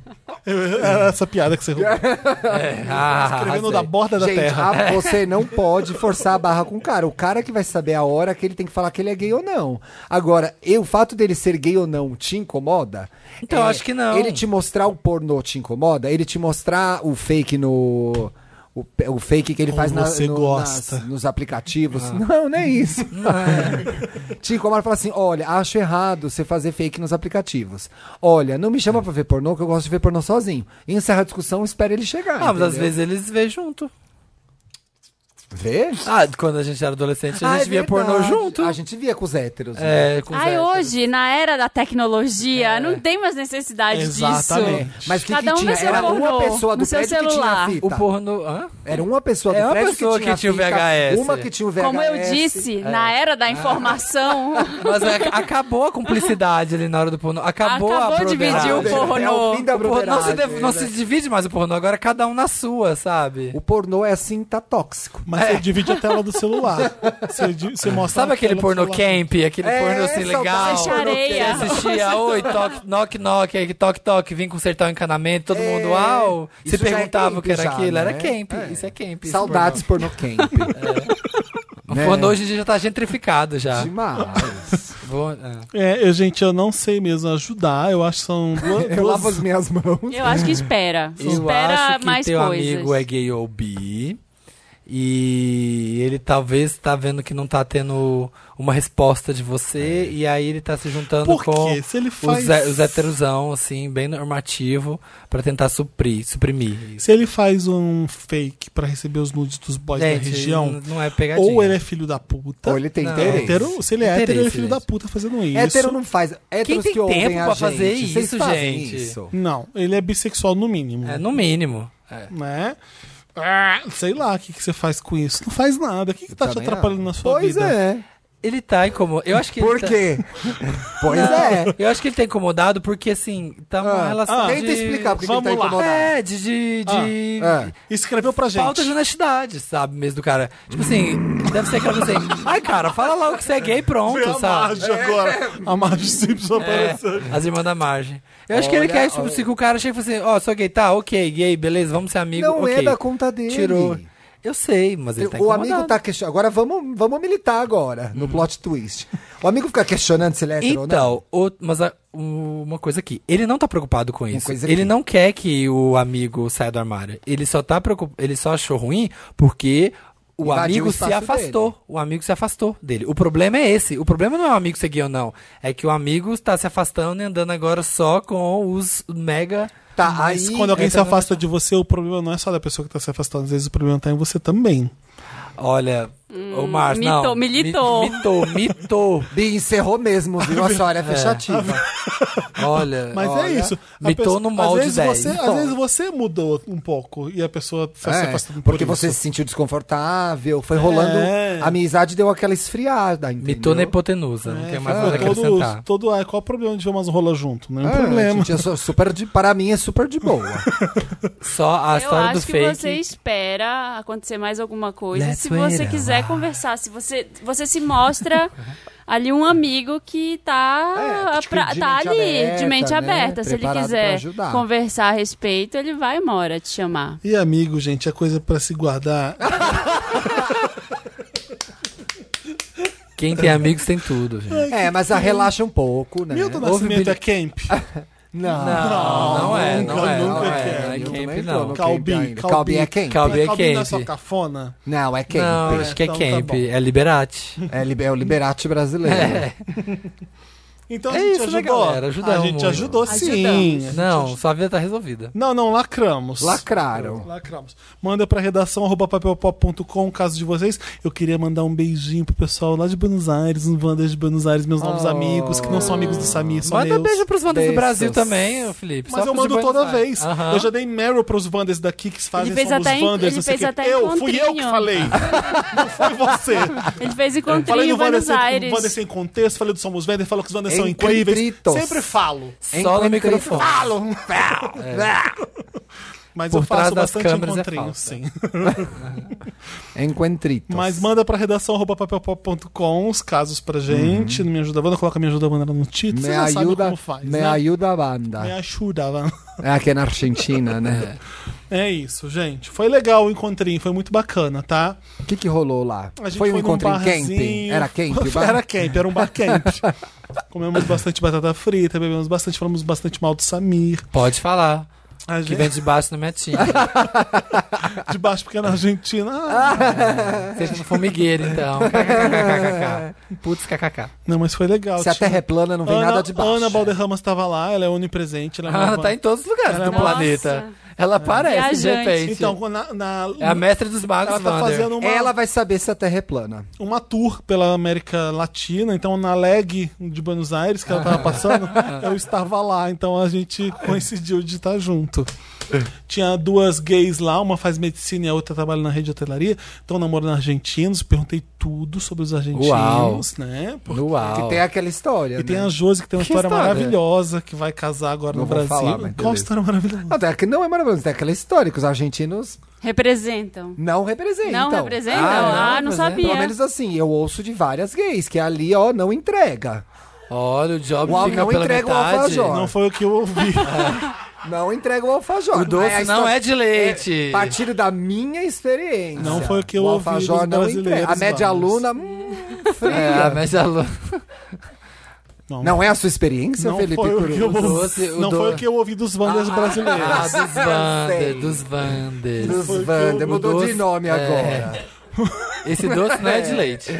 D: É.
A: Era É essa piada que
D: [LAUGHS]
A: você roubou.
D: Ah,
A: Escrevendo
D: arrasei.
A: da borda da
B: gente,
A: terra.
B: ah, você não pode forçar a barra com o cara. O cara que vai saber a hora que ele tem que falar que ele é gay ou não. Agora, e o fato dele ser gay ou não te incomoda? É,
D: Então, acho que não.
B: Ele te mostrar o pornô te incomoda? Ele te mostrar o fake no. o, pe- o fake que ele
A: Como
B: faz na-
A: você
B: no-
A: gosta. Ah.
B: nas- nos aplicativos. Não, nem
D: [LAUGHS]
B: isso.
D: é.
B: Tico Amaro fala assim: olha, acho errado você fazer fake nos aplicativos. Olha, não me chama pra ver pornô, que eu gosto de ver pornô sozinho. Encerra a discussão, espera ele chegar.
D: Ah, mas às
B: entendeu?
D: vezes eles vê junto.
B: Vê?
D: Ah, quando a gente era adolescente, a
B: Ah, é
D: gente via pornô
B: verdade.
D: junto.
B: A gente via com os héteros. né?
D: É, com os
C: Ai,
D: héteros. É.
C: hoje, na era da tecnologia, não tem mais necessidade
A: Exatamente.
C: disso.
B: Mas o que,
C: Cada
B: que
C: um
B: tinha?
C: vê seu
B: Era uma
C: pornô
B: pessoa do
C: no seu
B: prédio
C: celular.
B: que tinha
D: O
B: fita.
D: pornô. Hã?
B: Era uma pessoa do
D: É uma
B: prédio
D: pessoa
B: que tinha,
D: que tinha o
B: fita,
D: VHS.
B: Uma que tinha o VHS.
C: Como eu disse,
B: é.
C: na era
B: [LAUGHS]
C: da informação,
D: Mas é, acabou a cumplicidade ali na hora do pornô. Acabou, a
C: acabou de
D: broderagem.
C: dividir o
B: É o
C: pornô.
B: fim da
D: O pornô não, se
B: broderagem, né?
D: deve- não
A: né?
D: se divide mais o pornô, agora cada um na sua, sabe?
B: O pornô é assim, tá tóxico.
A: Mas
C: É.
A: você divide a tela do celular. Você, di- você mostra
D: Sabe
A: a tela
D: aquele
A: do
D: pornô
A: celular.
D: camp, aquele
B: É,
D: pornô assim
B: saudade
D: legal?
B: do
C: pornô Areia. camp.
D: Você assistia, oi, toque, knock, knock, aí toque, toque, vim consertar o encanamento, todo mundo, uau. Você
B: Isso já é
D: perguntava o que
B: camp
D: era
B: já,
D: aquilo,
B: né?
D: era camp,
B: É.
D: isso é camp. esse
B: Saudades pornô
D: [LAUGHS]
B: camp.
D: pornô.
B: né?
D: O pornô hoje em dia já tá gentrificado já. [LAUGHS]
B: Demais.
D: Vou- é.
A: É, eu, gente, eu não sei mesmo ajudar. Eu acho que
D: [LAUGHS]
A: são duas.
B: Eu lavo as minhas mãos.
C: Eu acho que espera.
D: Eu
C: espera
D: acho que
C: mais
D: teu
C: coisas.
D: amigo é gay ou bi. E ele talvez tá vendo que não tá tendo uma resposta de
B: É.
D: você. E aí ele tá se juntando
A: Por
D: com
A: quê? Se ele
D: os,
A: faz.
D: he- os heterosão, assim, bem normativo, pra tentar suprir, suprimir.
A: Se ele faz um fake pra receber os nudes dos boys da
D: Gente,
A: região,
D: n- não é pegadinha.
A: ou ele é filho da puta. Ah,
B: Ou ele tem
D: Não.
B: interesse.
A: hétero, se ele é hétero, ele é
D: Interesse,
A: filho da
D: gente.
A: puta fazendo isso.
B: Hétero não faz. Héteros
D: Quem tem
B: que ouvem
D: tempo
B: a
D: pra
B: gente,
D: fazer
B: vocês
D: isso,
B: fazem
D: gente?
B: Isso.
A: Não, ele é bissexual no mínimo.
D: É, no mínimo. É.
A: Né? Ah, Sei lá, o que, que você faz com isso? Não faz nada. O que, que tá te
B: também
A: atrapalhando
B: acho.
A: na sua
B: Pois
A: vida?
B: é.
D: Ele tá como Eu acho que ele
B: Por
D: tá-
B: quê? pois
D: Não,
B: é.
D: Eu acho que ele tá incomodado porque, assim, tá uma
B: Ah,
D: relação.
A: ah.
D: de...
B: Tenta explicar porque ele
A: Vamos
B: tá
A: lá.
B: incomodado.
D: É, de. de, de-
B: Ah.
A: Escreveu pra gente.
D: Falta de honestidade, sabe, mesmo do cara. Tipo assim, deve ser aquela coisa assim. Ai, cara, fala logo que você é gay e pronto,
A: Foi a
D: sabe?
B: É.
A: Marge agora. A Marge Simpson
D: É,
A: apareceu.
D: as irmãs da margem. Eu acho que ele
B: Olha,
D: quer, tipo,
B: olha.
D: se que o cara chega e fala assim, ó, sou gay, tá, ok, gay, beleza, vamos ser amigo,
B: Não
D: ok.
B: é da conta dele.
D: Tirou. Eu sei, mas ele tá
B: o
D: incomodado.
B: amigo tá questionando. Agora vamos, vamos militar agora, no plot twist. O amigo fica questionando se ele é hétero ou não.
D: Então, o- mas a- o- uma coisa aqui, ele não tá preocupado com isso.
B: coisa
D: Ele
B: aqui.
D: não quer que o amigo saia do armário. Ele só tá preocupado, ele só achou ruim porque o
B: Invadiu o
D: amigo se
B: espaço
D: afastou. O amigo se afastou dele. O problema é esse. O problema não é o amigo seguir ou não. É que o amigo está se afastando e andando agora só com os mega.
B: Tá,
A: Mas
B: aí.
A: quando alguém se
D: entra na-
A: afasta de você, o problema não é só da pessoa que tá se afastando, às vezes o problema tá em você também.
D: Olha, o Márcio. não,
C: Hum, mitou, militou.
D: Mi- Mitou, mitou.
B: Bi encerrou mesmo, viu? A senhora é fechativa.
D: Olha.
A: Mas
D: olha,
A: é isso. A
D: Mitou
A: pessoa-
D: no molde
A: às vezes
D: 10.
A: Você,
D: Então.
A: Às vezes você mudou um pouco e a pessoa tá se
B: É,
A: afastando por
B: porque
A: isso.
B: você se sentiu desconfortável, foi rolando.
A: É.
B: A amizade deu aquela esfriada. Entendeu?
D: Mitou na hipotenusa.
A: É,
D: não tem mais nada a
A: Ficou todo,
D: acrescentar.
A: todo, ah, qual o problema de ver umas rolas junto? Nenhum
B: Ah,
A: problema.
B: gente, eu sou super de, para mim é super de boa.
D: Só a
C: Eu
D: história do
C: acho que
D: fake.
C: você espera acontecer mais alguma coisa
D: Let's
C: se
D: wait Ah.
C: você
D: a
C: quiser conversar. Se você, você se
D: [LAUGHS]
C: mostra ali um amigo que tá,
B: É, tipo,
C: pra-
B: de
C: tá
B: mente
C: ali, de
B: aberta,
C: mente
B: né?
C: aberta. Se ele
B: Preparado pra
C: quiser
B: ajudar.
C: conversar a respeito, ele vai embora te chamar.
A: E amigo, gente, é coisa pra se guardar.
D: É, Quem tem amigos tem tudo, gente.
B: é, mas a relaxa um pouco, né?
A: Milton
D: Houve
A: Nascimento
D: Billy-
A: é
D: [LAUGHS]
A: camp.
B: Não.
D: Não, não é,
A: nunca,
D: não é.
A: nunca é.
B: Milton
D: não é, não é
B: não
D: camp,
B: entrou
D: não.
B: no
A: Calbi,
B: camp ainda.
A: Calbi.
B: Calbi é camp.
D: Calbi é
A: Calbi não é
D: camp.
A: só cafona?
B: Não, é camp.
D: Não, acho que é
A: Então tá
D: camp,
A: bom.
D: é liberate.
B: É, li- é o Liberati brasileiro.
A: Então a
D: É
A: gente
D: isso, né,
A: ajudou.
D: galera? Ajudamos.
A: a gente ajudou sim. A gente
D: Não, sua vida tá resolvida.
A: Não, não, lacramos.
B: Lacraram.
A: Lacramos. Manda pra redação arroba papelpop.com o caso de vocês. Eu queria mandar um beijinho pro pessoal lá de Buenos Aires, os Wanders de Buenos Aires, meus novos
B: Oh.
A: amigos, que não são amigos do Samir, são
D: Manda
A: meus.
D: beijo pros bandas
B: Beijos.
D: do Brasil também, ô Felipe.
A: Mas
D: só
A: eu
D: pros de
A: mando toda
D: Buenos Aires.
A: vez.
D: Aham.
A: Eu já dei Meryl pros Wanders daqui que fazem
C: Ele fez
A: somos
C: até en-
A: Wanders,
C: ele
A: não sei o
C: fui
A: quê. Eu, fui eu que
C: encontrinho. [LAUGHS]
A: falei. não foi você.
C: Ele fez
A: Falei
B: É.
C: encontrinho
A: do
C: em
A: Wander
C: Buenos
A: sem,
C: Aires.
A: Wander sem contexto, falei do Somos Wanders, falou que os Wanders são incríveis.
B: Encontritos.
A: Sempre falo.
D: Só no microfone. É.
A: Mas
D: Por
A: eu
D: trás
A: faço
D: das
A: bastante
D: câmeras é
A: encontrinho,
D: falsa.
A: sim.
B: Enquentritos.
A: Mas manda pra redação arroba papelpop.com os casos pra gente.
D: Uhum.
A: No Me Ajuda Banda, coloca Me Ajuda Banda no título.
B: Me
A: Vocês já sabem
B: ajuda,
A: como faz,
B: me
A: né?
B: ajuda a banda.
A: Me ajuda, Banda.
B: É aqui na Argentina, né?
A: [LAUGHS] É isso, gente. Foi legal o encontrinho, foi muito bacana, tá?
B: O que que rolou lá?
A: A gente
B: Foi um
A: num
B: encontro em camping?
A: barzinho.
B: Era camping? o bar?
A: [LAUGHS] Era camp, era um bar
B: [LAUGHS]
A: camp. Comemos bastante batata frita, bebemos bastante, falamos bastante mal do Samir.
D: Pode falar.
A: A
D: Que
A: gente,
D: vem de baixo no metinho.
A: [LAUGHS] De baixo, porque é
B: [LAUGHS]
A: na Argentina. ah.
D: Seja no um formigueiro,
A: [LAUGHS]
D: então. [LAUGHS] KKKKK. Putz, kkk.
A: Não, mas foi legal.
B: Se a
A: tinha-
B: terra é plana, não vem
A: Ana,
B: nada de baixo.
A: Ana Balderramas estava lá, ela é onipresente. Ela é
D: Ah,
A: uma-
D: Ela tá em todos os lugares
A: Ela é
D: do
A: uma-
D: planeta. Ela aparece, de
C: Viajante.
D: repente.
A: Então, na, na-
D: é a mestre dos magos,
A: ela tá
D: Wander.
A: fazendo uma,
B: Ela vai saber se a terra é plana.
A: uma tour pela América Latina. Então, na leg de Buenos Aires que ela
B: [LAUGHS]
A: tava passando, eu estava lá. Então, a gente coincidiu de estar junto. Tinha duas gays lá, uma faz medicina e a outra trabalha na rede de hotelaria. Estão namorando argentinos. Perguntei tudo sobre os argentinos,
D: Uau.
A: né? Porque
D: Uau.
B: Que tem aquela história.
A: E tem
B: né?
A: a Josi, que tem uma
D: Que
A: história,
D: história?
A: maravilhosa, que vai casar agora
B: Não
A: no
B: vou
A: Brasil.
B: falar, mas
A: Qual
B: beleza.
A: história maravilhosa?
B: Não, tem a que não é maravilhoso, tem aquela história que os argentinos
C: Representam.
B: não representam.
C: Não representam?
D: Ah, não
C: Ah, não
D: representam.
C: sabia.
B: Pelo menos assim, eu ouço de várias gays que ali, ó, não entrega.
D: Olha, o Job
B: O Al-
D: fica
B: não
D: pela
B: entrega o
D: metade.
B: alfajor.
A: Não foi o que eu ouvi.
B: Não entrega o alfajor.
D: O doce
B: Aí a
D: não
B: história-
D: é de leite.
B: tá- É, partindo da minha experiência.
A: Não foi o que eu
B: O
A: ouvi
B: alfajor
A: dos
B: não
A: brasileiros
B: entrega. A média
A: vários.
B: aluna, hum, fria.
D: É, a
B: [LAUGHS]
D: média lua.
B: [LAUGHS] Não é a sua experiência,
A: não
B: Felipe
A: foi o
B: Cruz?
A: que eu ouvi.
D: Doce, o
A: não
D: do-
A: foi o que eu ouvi dos Wanders brasileiros.
D: Ah, dos
B: sei.
D: Vander, dos Vander.
B: Tá Dos
A: foi o que
B: Vander,
A: eu-
B: mudou
D: o
B: de
D: doce-
B: nome
D: é.
B: agora.
D: Esse doce não é de leite.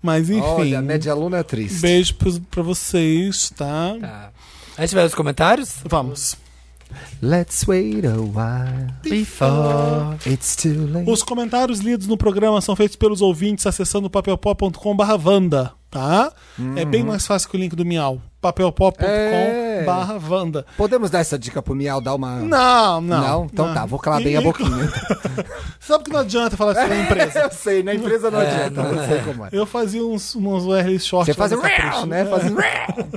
A: Mas enfim.
B: Olha, a média aluna é triste.
A: Um Beijo pros- pra vocês, tá?
D: Tá. A gente vai nos comentários?
A: Vamos.
B: Let's wait a while,
D: Before.
B: it's too late.
A: Os comentários lidos no programa são feitos pelos ouvintes acessando papelpó.com.br Vanda, tá? É bem mais fácil que o link do Miau.
B: Uhum. É.
A: papelpó.com.br Vanda.
B: Podemos dar essa dica pro Miau dar uma...
A: Não, não.
B: Não? Então tá, vou calar bem a
A: E-
B: boquinha.
A: [LAUGHS] Sabe que não adianta falar isso pra [LAUGHS] empresa.
B: [LAUGHS] eu sei, na empresa não adianta, não sei como é.
A: Eu fazia uns, uns URL short.
B: Você
A: lá
B: faz um
A: no Capricho,
B: real, né? Faz um real.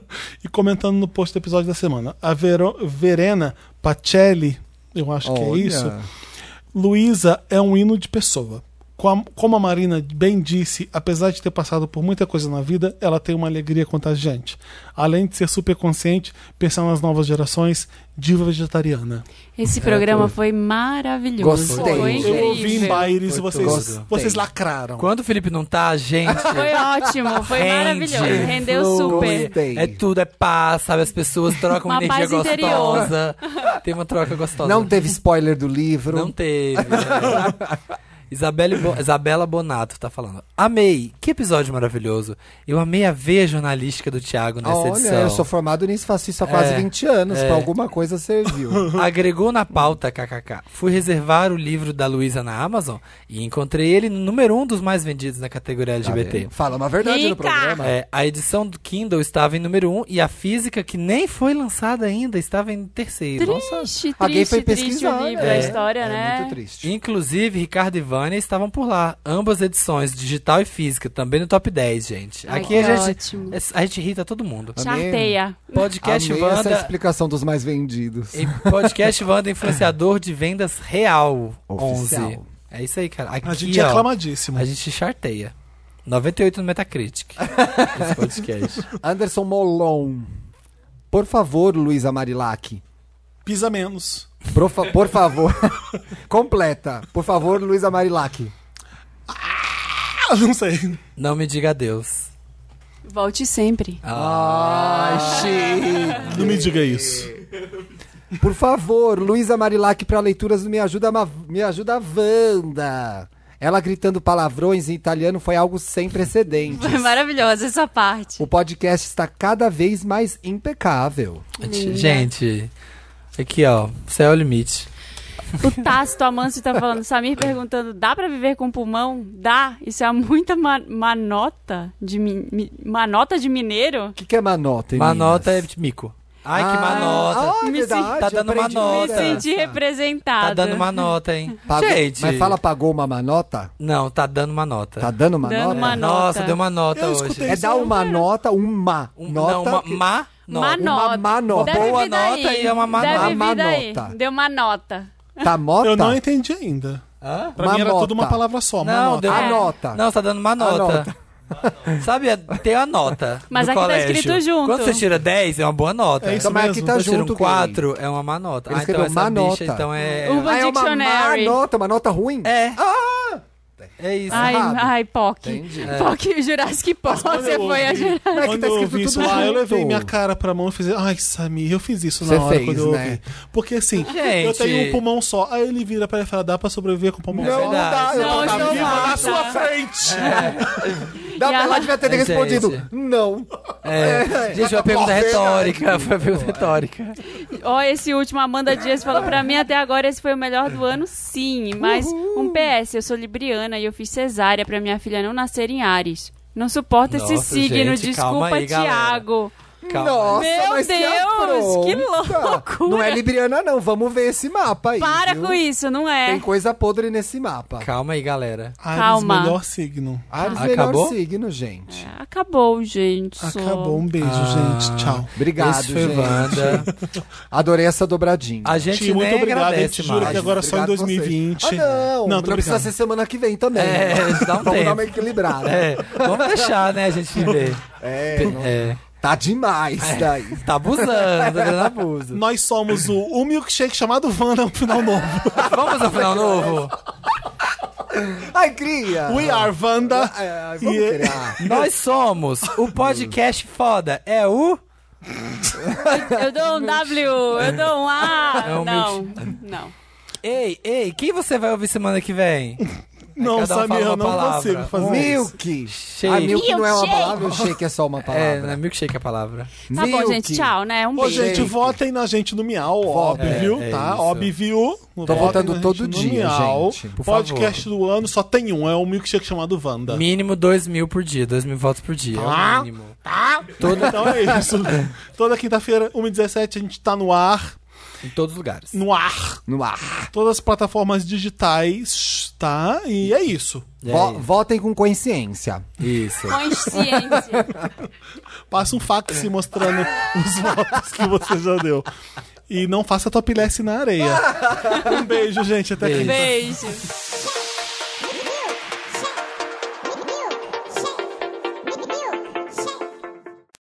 A: E comentando no post do episódio da semana. A Vero- Verena Pacelli, eu acho que é
B: Olha.
A: isso. Luísa é um hino de pessoa. Com a- Como a Marina bem disse, apesar de ter passado por muita coisa na vida, ela tem uma alegria contagiante. Além de ser super consciente, pensar nas novas gerações, diva vegetariana.
C: Esse programa foi maravilhoso.
B: Gostei.
C: Foi
B: Eu
C: incrível.
A: Eu ouvi em bailes e
D: Foi
A: vocês,
B: tudo.
A: vocês lacraram.
D: Quando o Felipe não tá, a gente.
C: Foi ótimo, foi
D: Rende.
C: maravilhoso. Rendeu
B: Gostei.
C: super.
D: É tudo, é paz, sabe? As pessoas trocam
C: Uma
D: energia
C: paz interior.
D: gostosa. Tem uma troca gostosa.
B: Não teve spoiler do livro.
D: Não teve.
B: [LAUGHS]
D: né? Isabelle Bo- Isabela Bonato tá falando. Amei. Que episódio maravilhoso. Eu amei a veia jornalística do Thiago nessa
B: Olha,
D: edição.
B: eu sou formado nisso, faço isso há quase
D: É,
B: 20 anos.
D: é.
B: Pra alguma coisa
D: [LAUGHS]
B: serviu. [LAUGHS]
D: Agregou na pauta, kkk. Fui reservar o livro da Luísa na Amazon e encontrei ele no número um dos mais vendidos na categoria
B: Tá
D: LGBT.
B: vendo? Fala uma verdade no
C: Rica!
B: programa.
D: É, a edição do Kindle estava em número um e a física, que nem foi lançada ainda, estava em terceiro.
C: Triste,
B: Alguém
C: triste,
B: foi
C: triste
B: pesquisar,
C: o livro,
D: né?
C: a
D: É,
C: história,
B: é
C: né?
B: muito triste.
D: Inclusive, Ricardo e Vânia estavam por lá. Ambas edições, digital e física, também no top 10, gente.
C: Ai,
D: Aqui
C: que
D: a gente, é,
C: ótimo.
D: a gente irrita todo mundo.
C: Charteia.
D: Podcast
B: Amei essa
D: Wanda.
B: explicação dos mais vendidos.
D: e Podcast Wanda Influenciador de Vendas Real
B: Oficial.
D: 11. É isso aí, cara. Aqui,
A: A gente é
D: ó,
A: aclamadíssimo.
D: A gente charteia. 98 no Metacritic. esse podcast.
B: Anderson Molon. Por favor, Luísa Marilac.
A: Pisa menos. [LAUGHS]
B: Por, fa- por favor. [LAUGHS] Completa. Por favor, Luísa Marilac.
A: Ah, não sei.
D: Não me diga adeus.
C: Volte sempre.
B: Ai, chique.
A: Não me diga isso.
B: Por favor, Luísa Marilac para leituras do Me Ajuda, Ma- Me Ajuda Wanda. Ela gritando palavrões em italiano foi algo sem precedentes.
C: Foi maravilhosa essa parte.
B: O podcast está cada vez mais impecável.
C: Linda.
D: Gente, aqui ó, céu é o limite.
C: O Tácito Amâncio tá falando, Samir perguntando, dá pra viver com pulmão? Dá. Isso é muita ma- manota de mi- mi- manota de mineiro?
B: O que, que é manota? Elias?
D: Manota é de mico. Ai, que
B: Ah,
D: manota.
B: ah, é
C: Me
B: verdade,
C: senti-
D: tá dando
B: aprendi
D: uma
C: Me
D: nota.
B: essa.
C: senti representada.
D: Tá dando uma nota,
C: [LAUGHS]
D: hein?
B: Pagou-
D: Gente.
B: Mas fala, pagou uma manota?
D: Não, tá dando uma nota.
B: Tá dando uma
C: Dando
B: nota?
C: uma nota.
D: Nossa, deu uma nota
A: Eu
D: hoje.
A: escutei
B: É dar uma nota, uma
D: Um-
B: nota.
D: não, uma
B: que-
D: má nota.
C: Má nota.
B: Uma má nota.
C: Deve
D: Boa
C: vir daí.
D: nota e é uma má
C: Deve
B: nota.
C: vir
B: Má
C: daí.
B: nota.
C: Deu uma nota.
B: Tá mota?
A: Eu não entendi ainda.
D: Hã?
A: Pra mim era
B: Mamota.
A: tudo uma palavra só.
D: Não,
A: Não,
D: deu
B: A nota.
D: Não, você tá dando uma nota. [LAUGHS] Sabe, é- tem a nota.
C: [LAUGHS] Mas
D: do
C: aqui tá
D: colégio.
C: escrito junto.
D: Quando você tira 10, é uma boa nota.
A: É isso
B: Então, mas aqui
A: mesmo.
B: tá
D: Quando você tira
B: junto,
D: um 4, é uma má nota.
B: Ele
D: ah, então
B: escreveu
D: essa
B: Ah, má nota.
D: bicha, então é.
C: Urban
B: Ah, é uma má
C: Dictionary.
B: nota, uma nota ruim?
D: É. É isso.
C: Ai,
B: errado.
C: ai, POC.
B: Entendi.
C: [LAUGHS] POC, o Jurassic Park, você
A: eu
C: foi a
A: ouvi-
C: Jurassic
B: Não, é que
A: quando
B: tá
A: eu
B: escrito
A: ouvi
B: tudo
A: isso lá, eu
B: junto.
A: levei minha cara pra mão e fiz, ai, Samir, eu fiz isso
B: Você
A: na hora
B: fez,
A: quando eu ouvi.
B: né?
A: Porque assim, eu
D: Gente.
A: tenho um pulmão só. Aí ele vira pra ele e fala, dá pra sobreviver com o pulmão
B: Não,
A: só.
B: não dá.
D: Verdade.
B: eu
C: Não,
B: tô
C: não
B: na viva
C: dá. É.
B: na sua frente. Dá pra ela devia ter
D: Gente.
B: respondido. Não.
D: É. Gente, foi uma pergunta retórica. Foi uma pergunta retórica.
C: Ó, esse último, Amanda Dias falou pra mim até agora esse foi o melhor do ano, sim. Mas um PS, eu sou libriana e eu fiz cesárea pra minha filha não nascer em Ares. Não suporta esse
D: Nossa,
C: signo,
D: gente, calma
C: desculpa,
D: aí, galera.
C: Tiago.
D: Calma.
B: Nossa,
C: Meu
B: mas que
C: Deus,
B: afronta.
C: que loucura.
B: Não é Libriana, não. Vamos ver esse mapa aí.
C: Para
B: viu?
C: com isso, não
B: Tem
C: é?
B: coisa podre nesse mapa.
D: Calma aí, galera.
A: Ares,
C: Calma.
A: Ah, melhor signo.
B: Ares,
D: Acabou?
B: melhor signo,
C: É.
B: gente.
C: Acabou, gente. só.
A: Acabou, um beijo,
D: Ah.
A: gente. Tchau.
B: Obrigado,
D: Esse foi
B: gente.
D: Wanda.
B: Adorei essa dobradinha.
D: A gente
A: Ti, muito
D: nem
A: obrigado, a
D: agradece
A: gente jura
D: mais.
A: que agora é só em
B: Obrigado a vocês.
A: 2020.
B: Ah, não,
A: Não,
B: não,
A: tô
B: precisa
A: brincando.
B: ser semana que vem também. né?
D: É, dá um
B: Vamos dar
D: tempo.
B: uma equilibrada.
D: É, vamos deixar, né, a gente
A: [LAUGHS]
D: viver.
B: É, não-
D: É.
B: tá demais
A: É.
B: daí.
D: Tá abusando, tá dando abuso.
A: Nós somos o, o milkshake chamado Wanda, um final
B: [LAUGHS]
A: novo.
D: Vamos ao final novo?
A: [LAUGHS]
B: Ai, cria!
A: We are Wanda.
B: É, vamos
A: E- [LAUGHS]
B: criar.
D: Nós somos o podcast foda. É o.
C: Eu dou um W, eu dou um A.
D: É um
C: não, não.
D: Ei, ei, quem você vai ouvir semana
A: [LAUGHS]
D: que vem?
A: Não,
D: cada um
A: Samir,
D: fala
A: eu
D: uma
A: não
D: palavra.
A: consigo fazer isso. né?
B: Milk!
D: Shake.
B: Ah, milk não é uma
C: Milkshake.
B: palavra, o shake é só uma
D: É, não é
B: palavra.
D: milkshake a palavra.
C: Tá bom,
B: Milk.
C: gente, tchau, né? Um
A: Ô,
C: beijo.
A: gente,
B: Shake.
A: votem na gente no Miau, óbvio,
D: é
A: tá?
D: isso.
A: Óbvio. Tô
B: votando todo dia, gente, por
A: Podcast do ano só tem um, é um milkshake chamado Wanda.
D: Mínimo dois mil por dia, dois mil votos por dia. É o mínimo.
A: Então é isso. Toda quinta-feira, 1h17, a gente tá no ar.
D: Em todos os lugares.
A: No ar.
B: No ar.
A: Todas as plataformas digitais, tá? E é isso.
D: E é
B: Vo-
D: isso.
B: votem com consciência.
D: Isso.
C: Consciência.
A: Passa um fax mostrando os votos que você já deu. E não faça topless na areia. Um [LAUGHS] beijo, gente. Até quinta.
C: Beijo.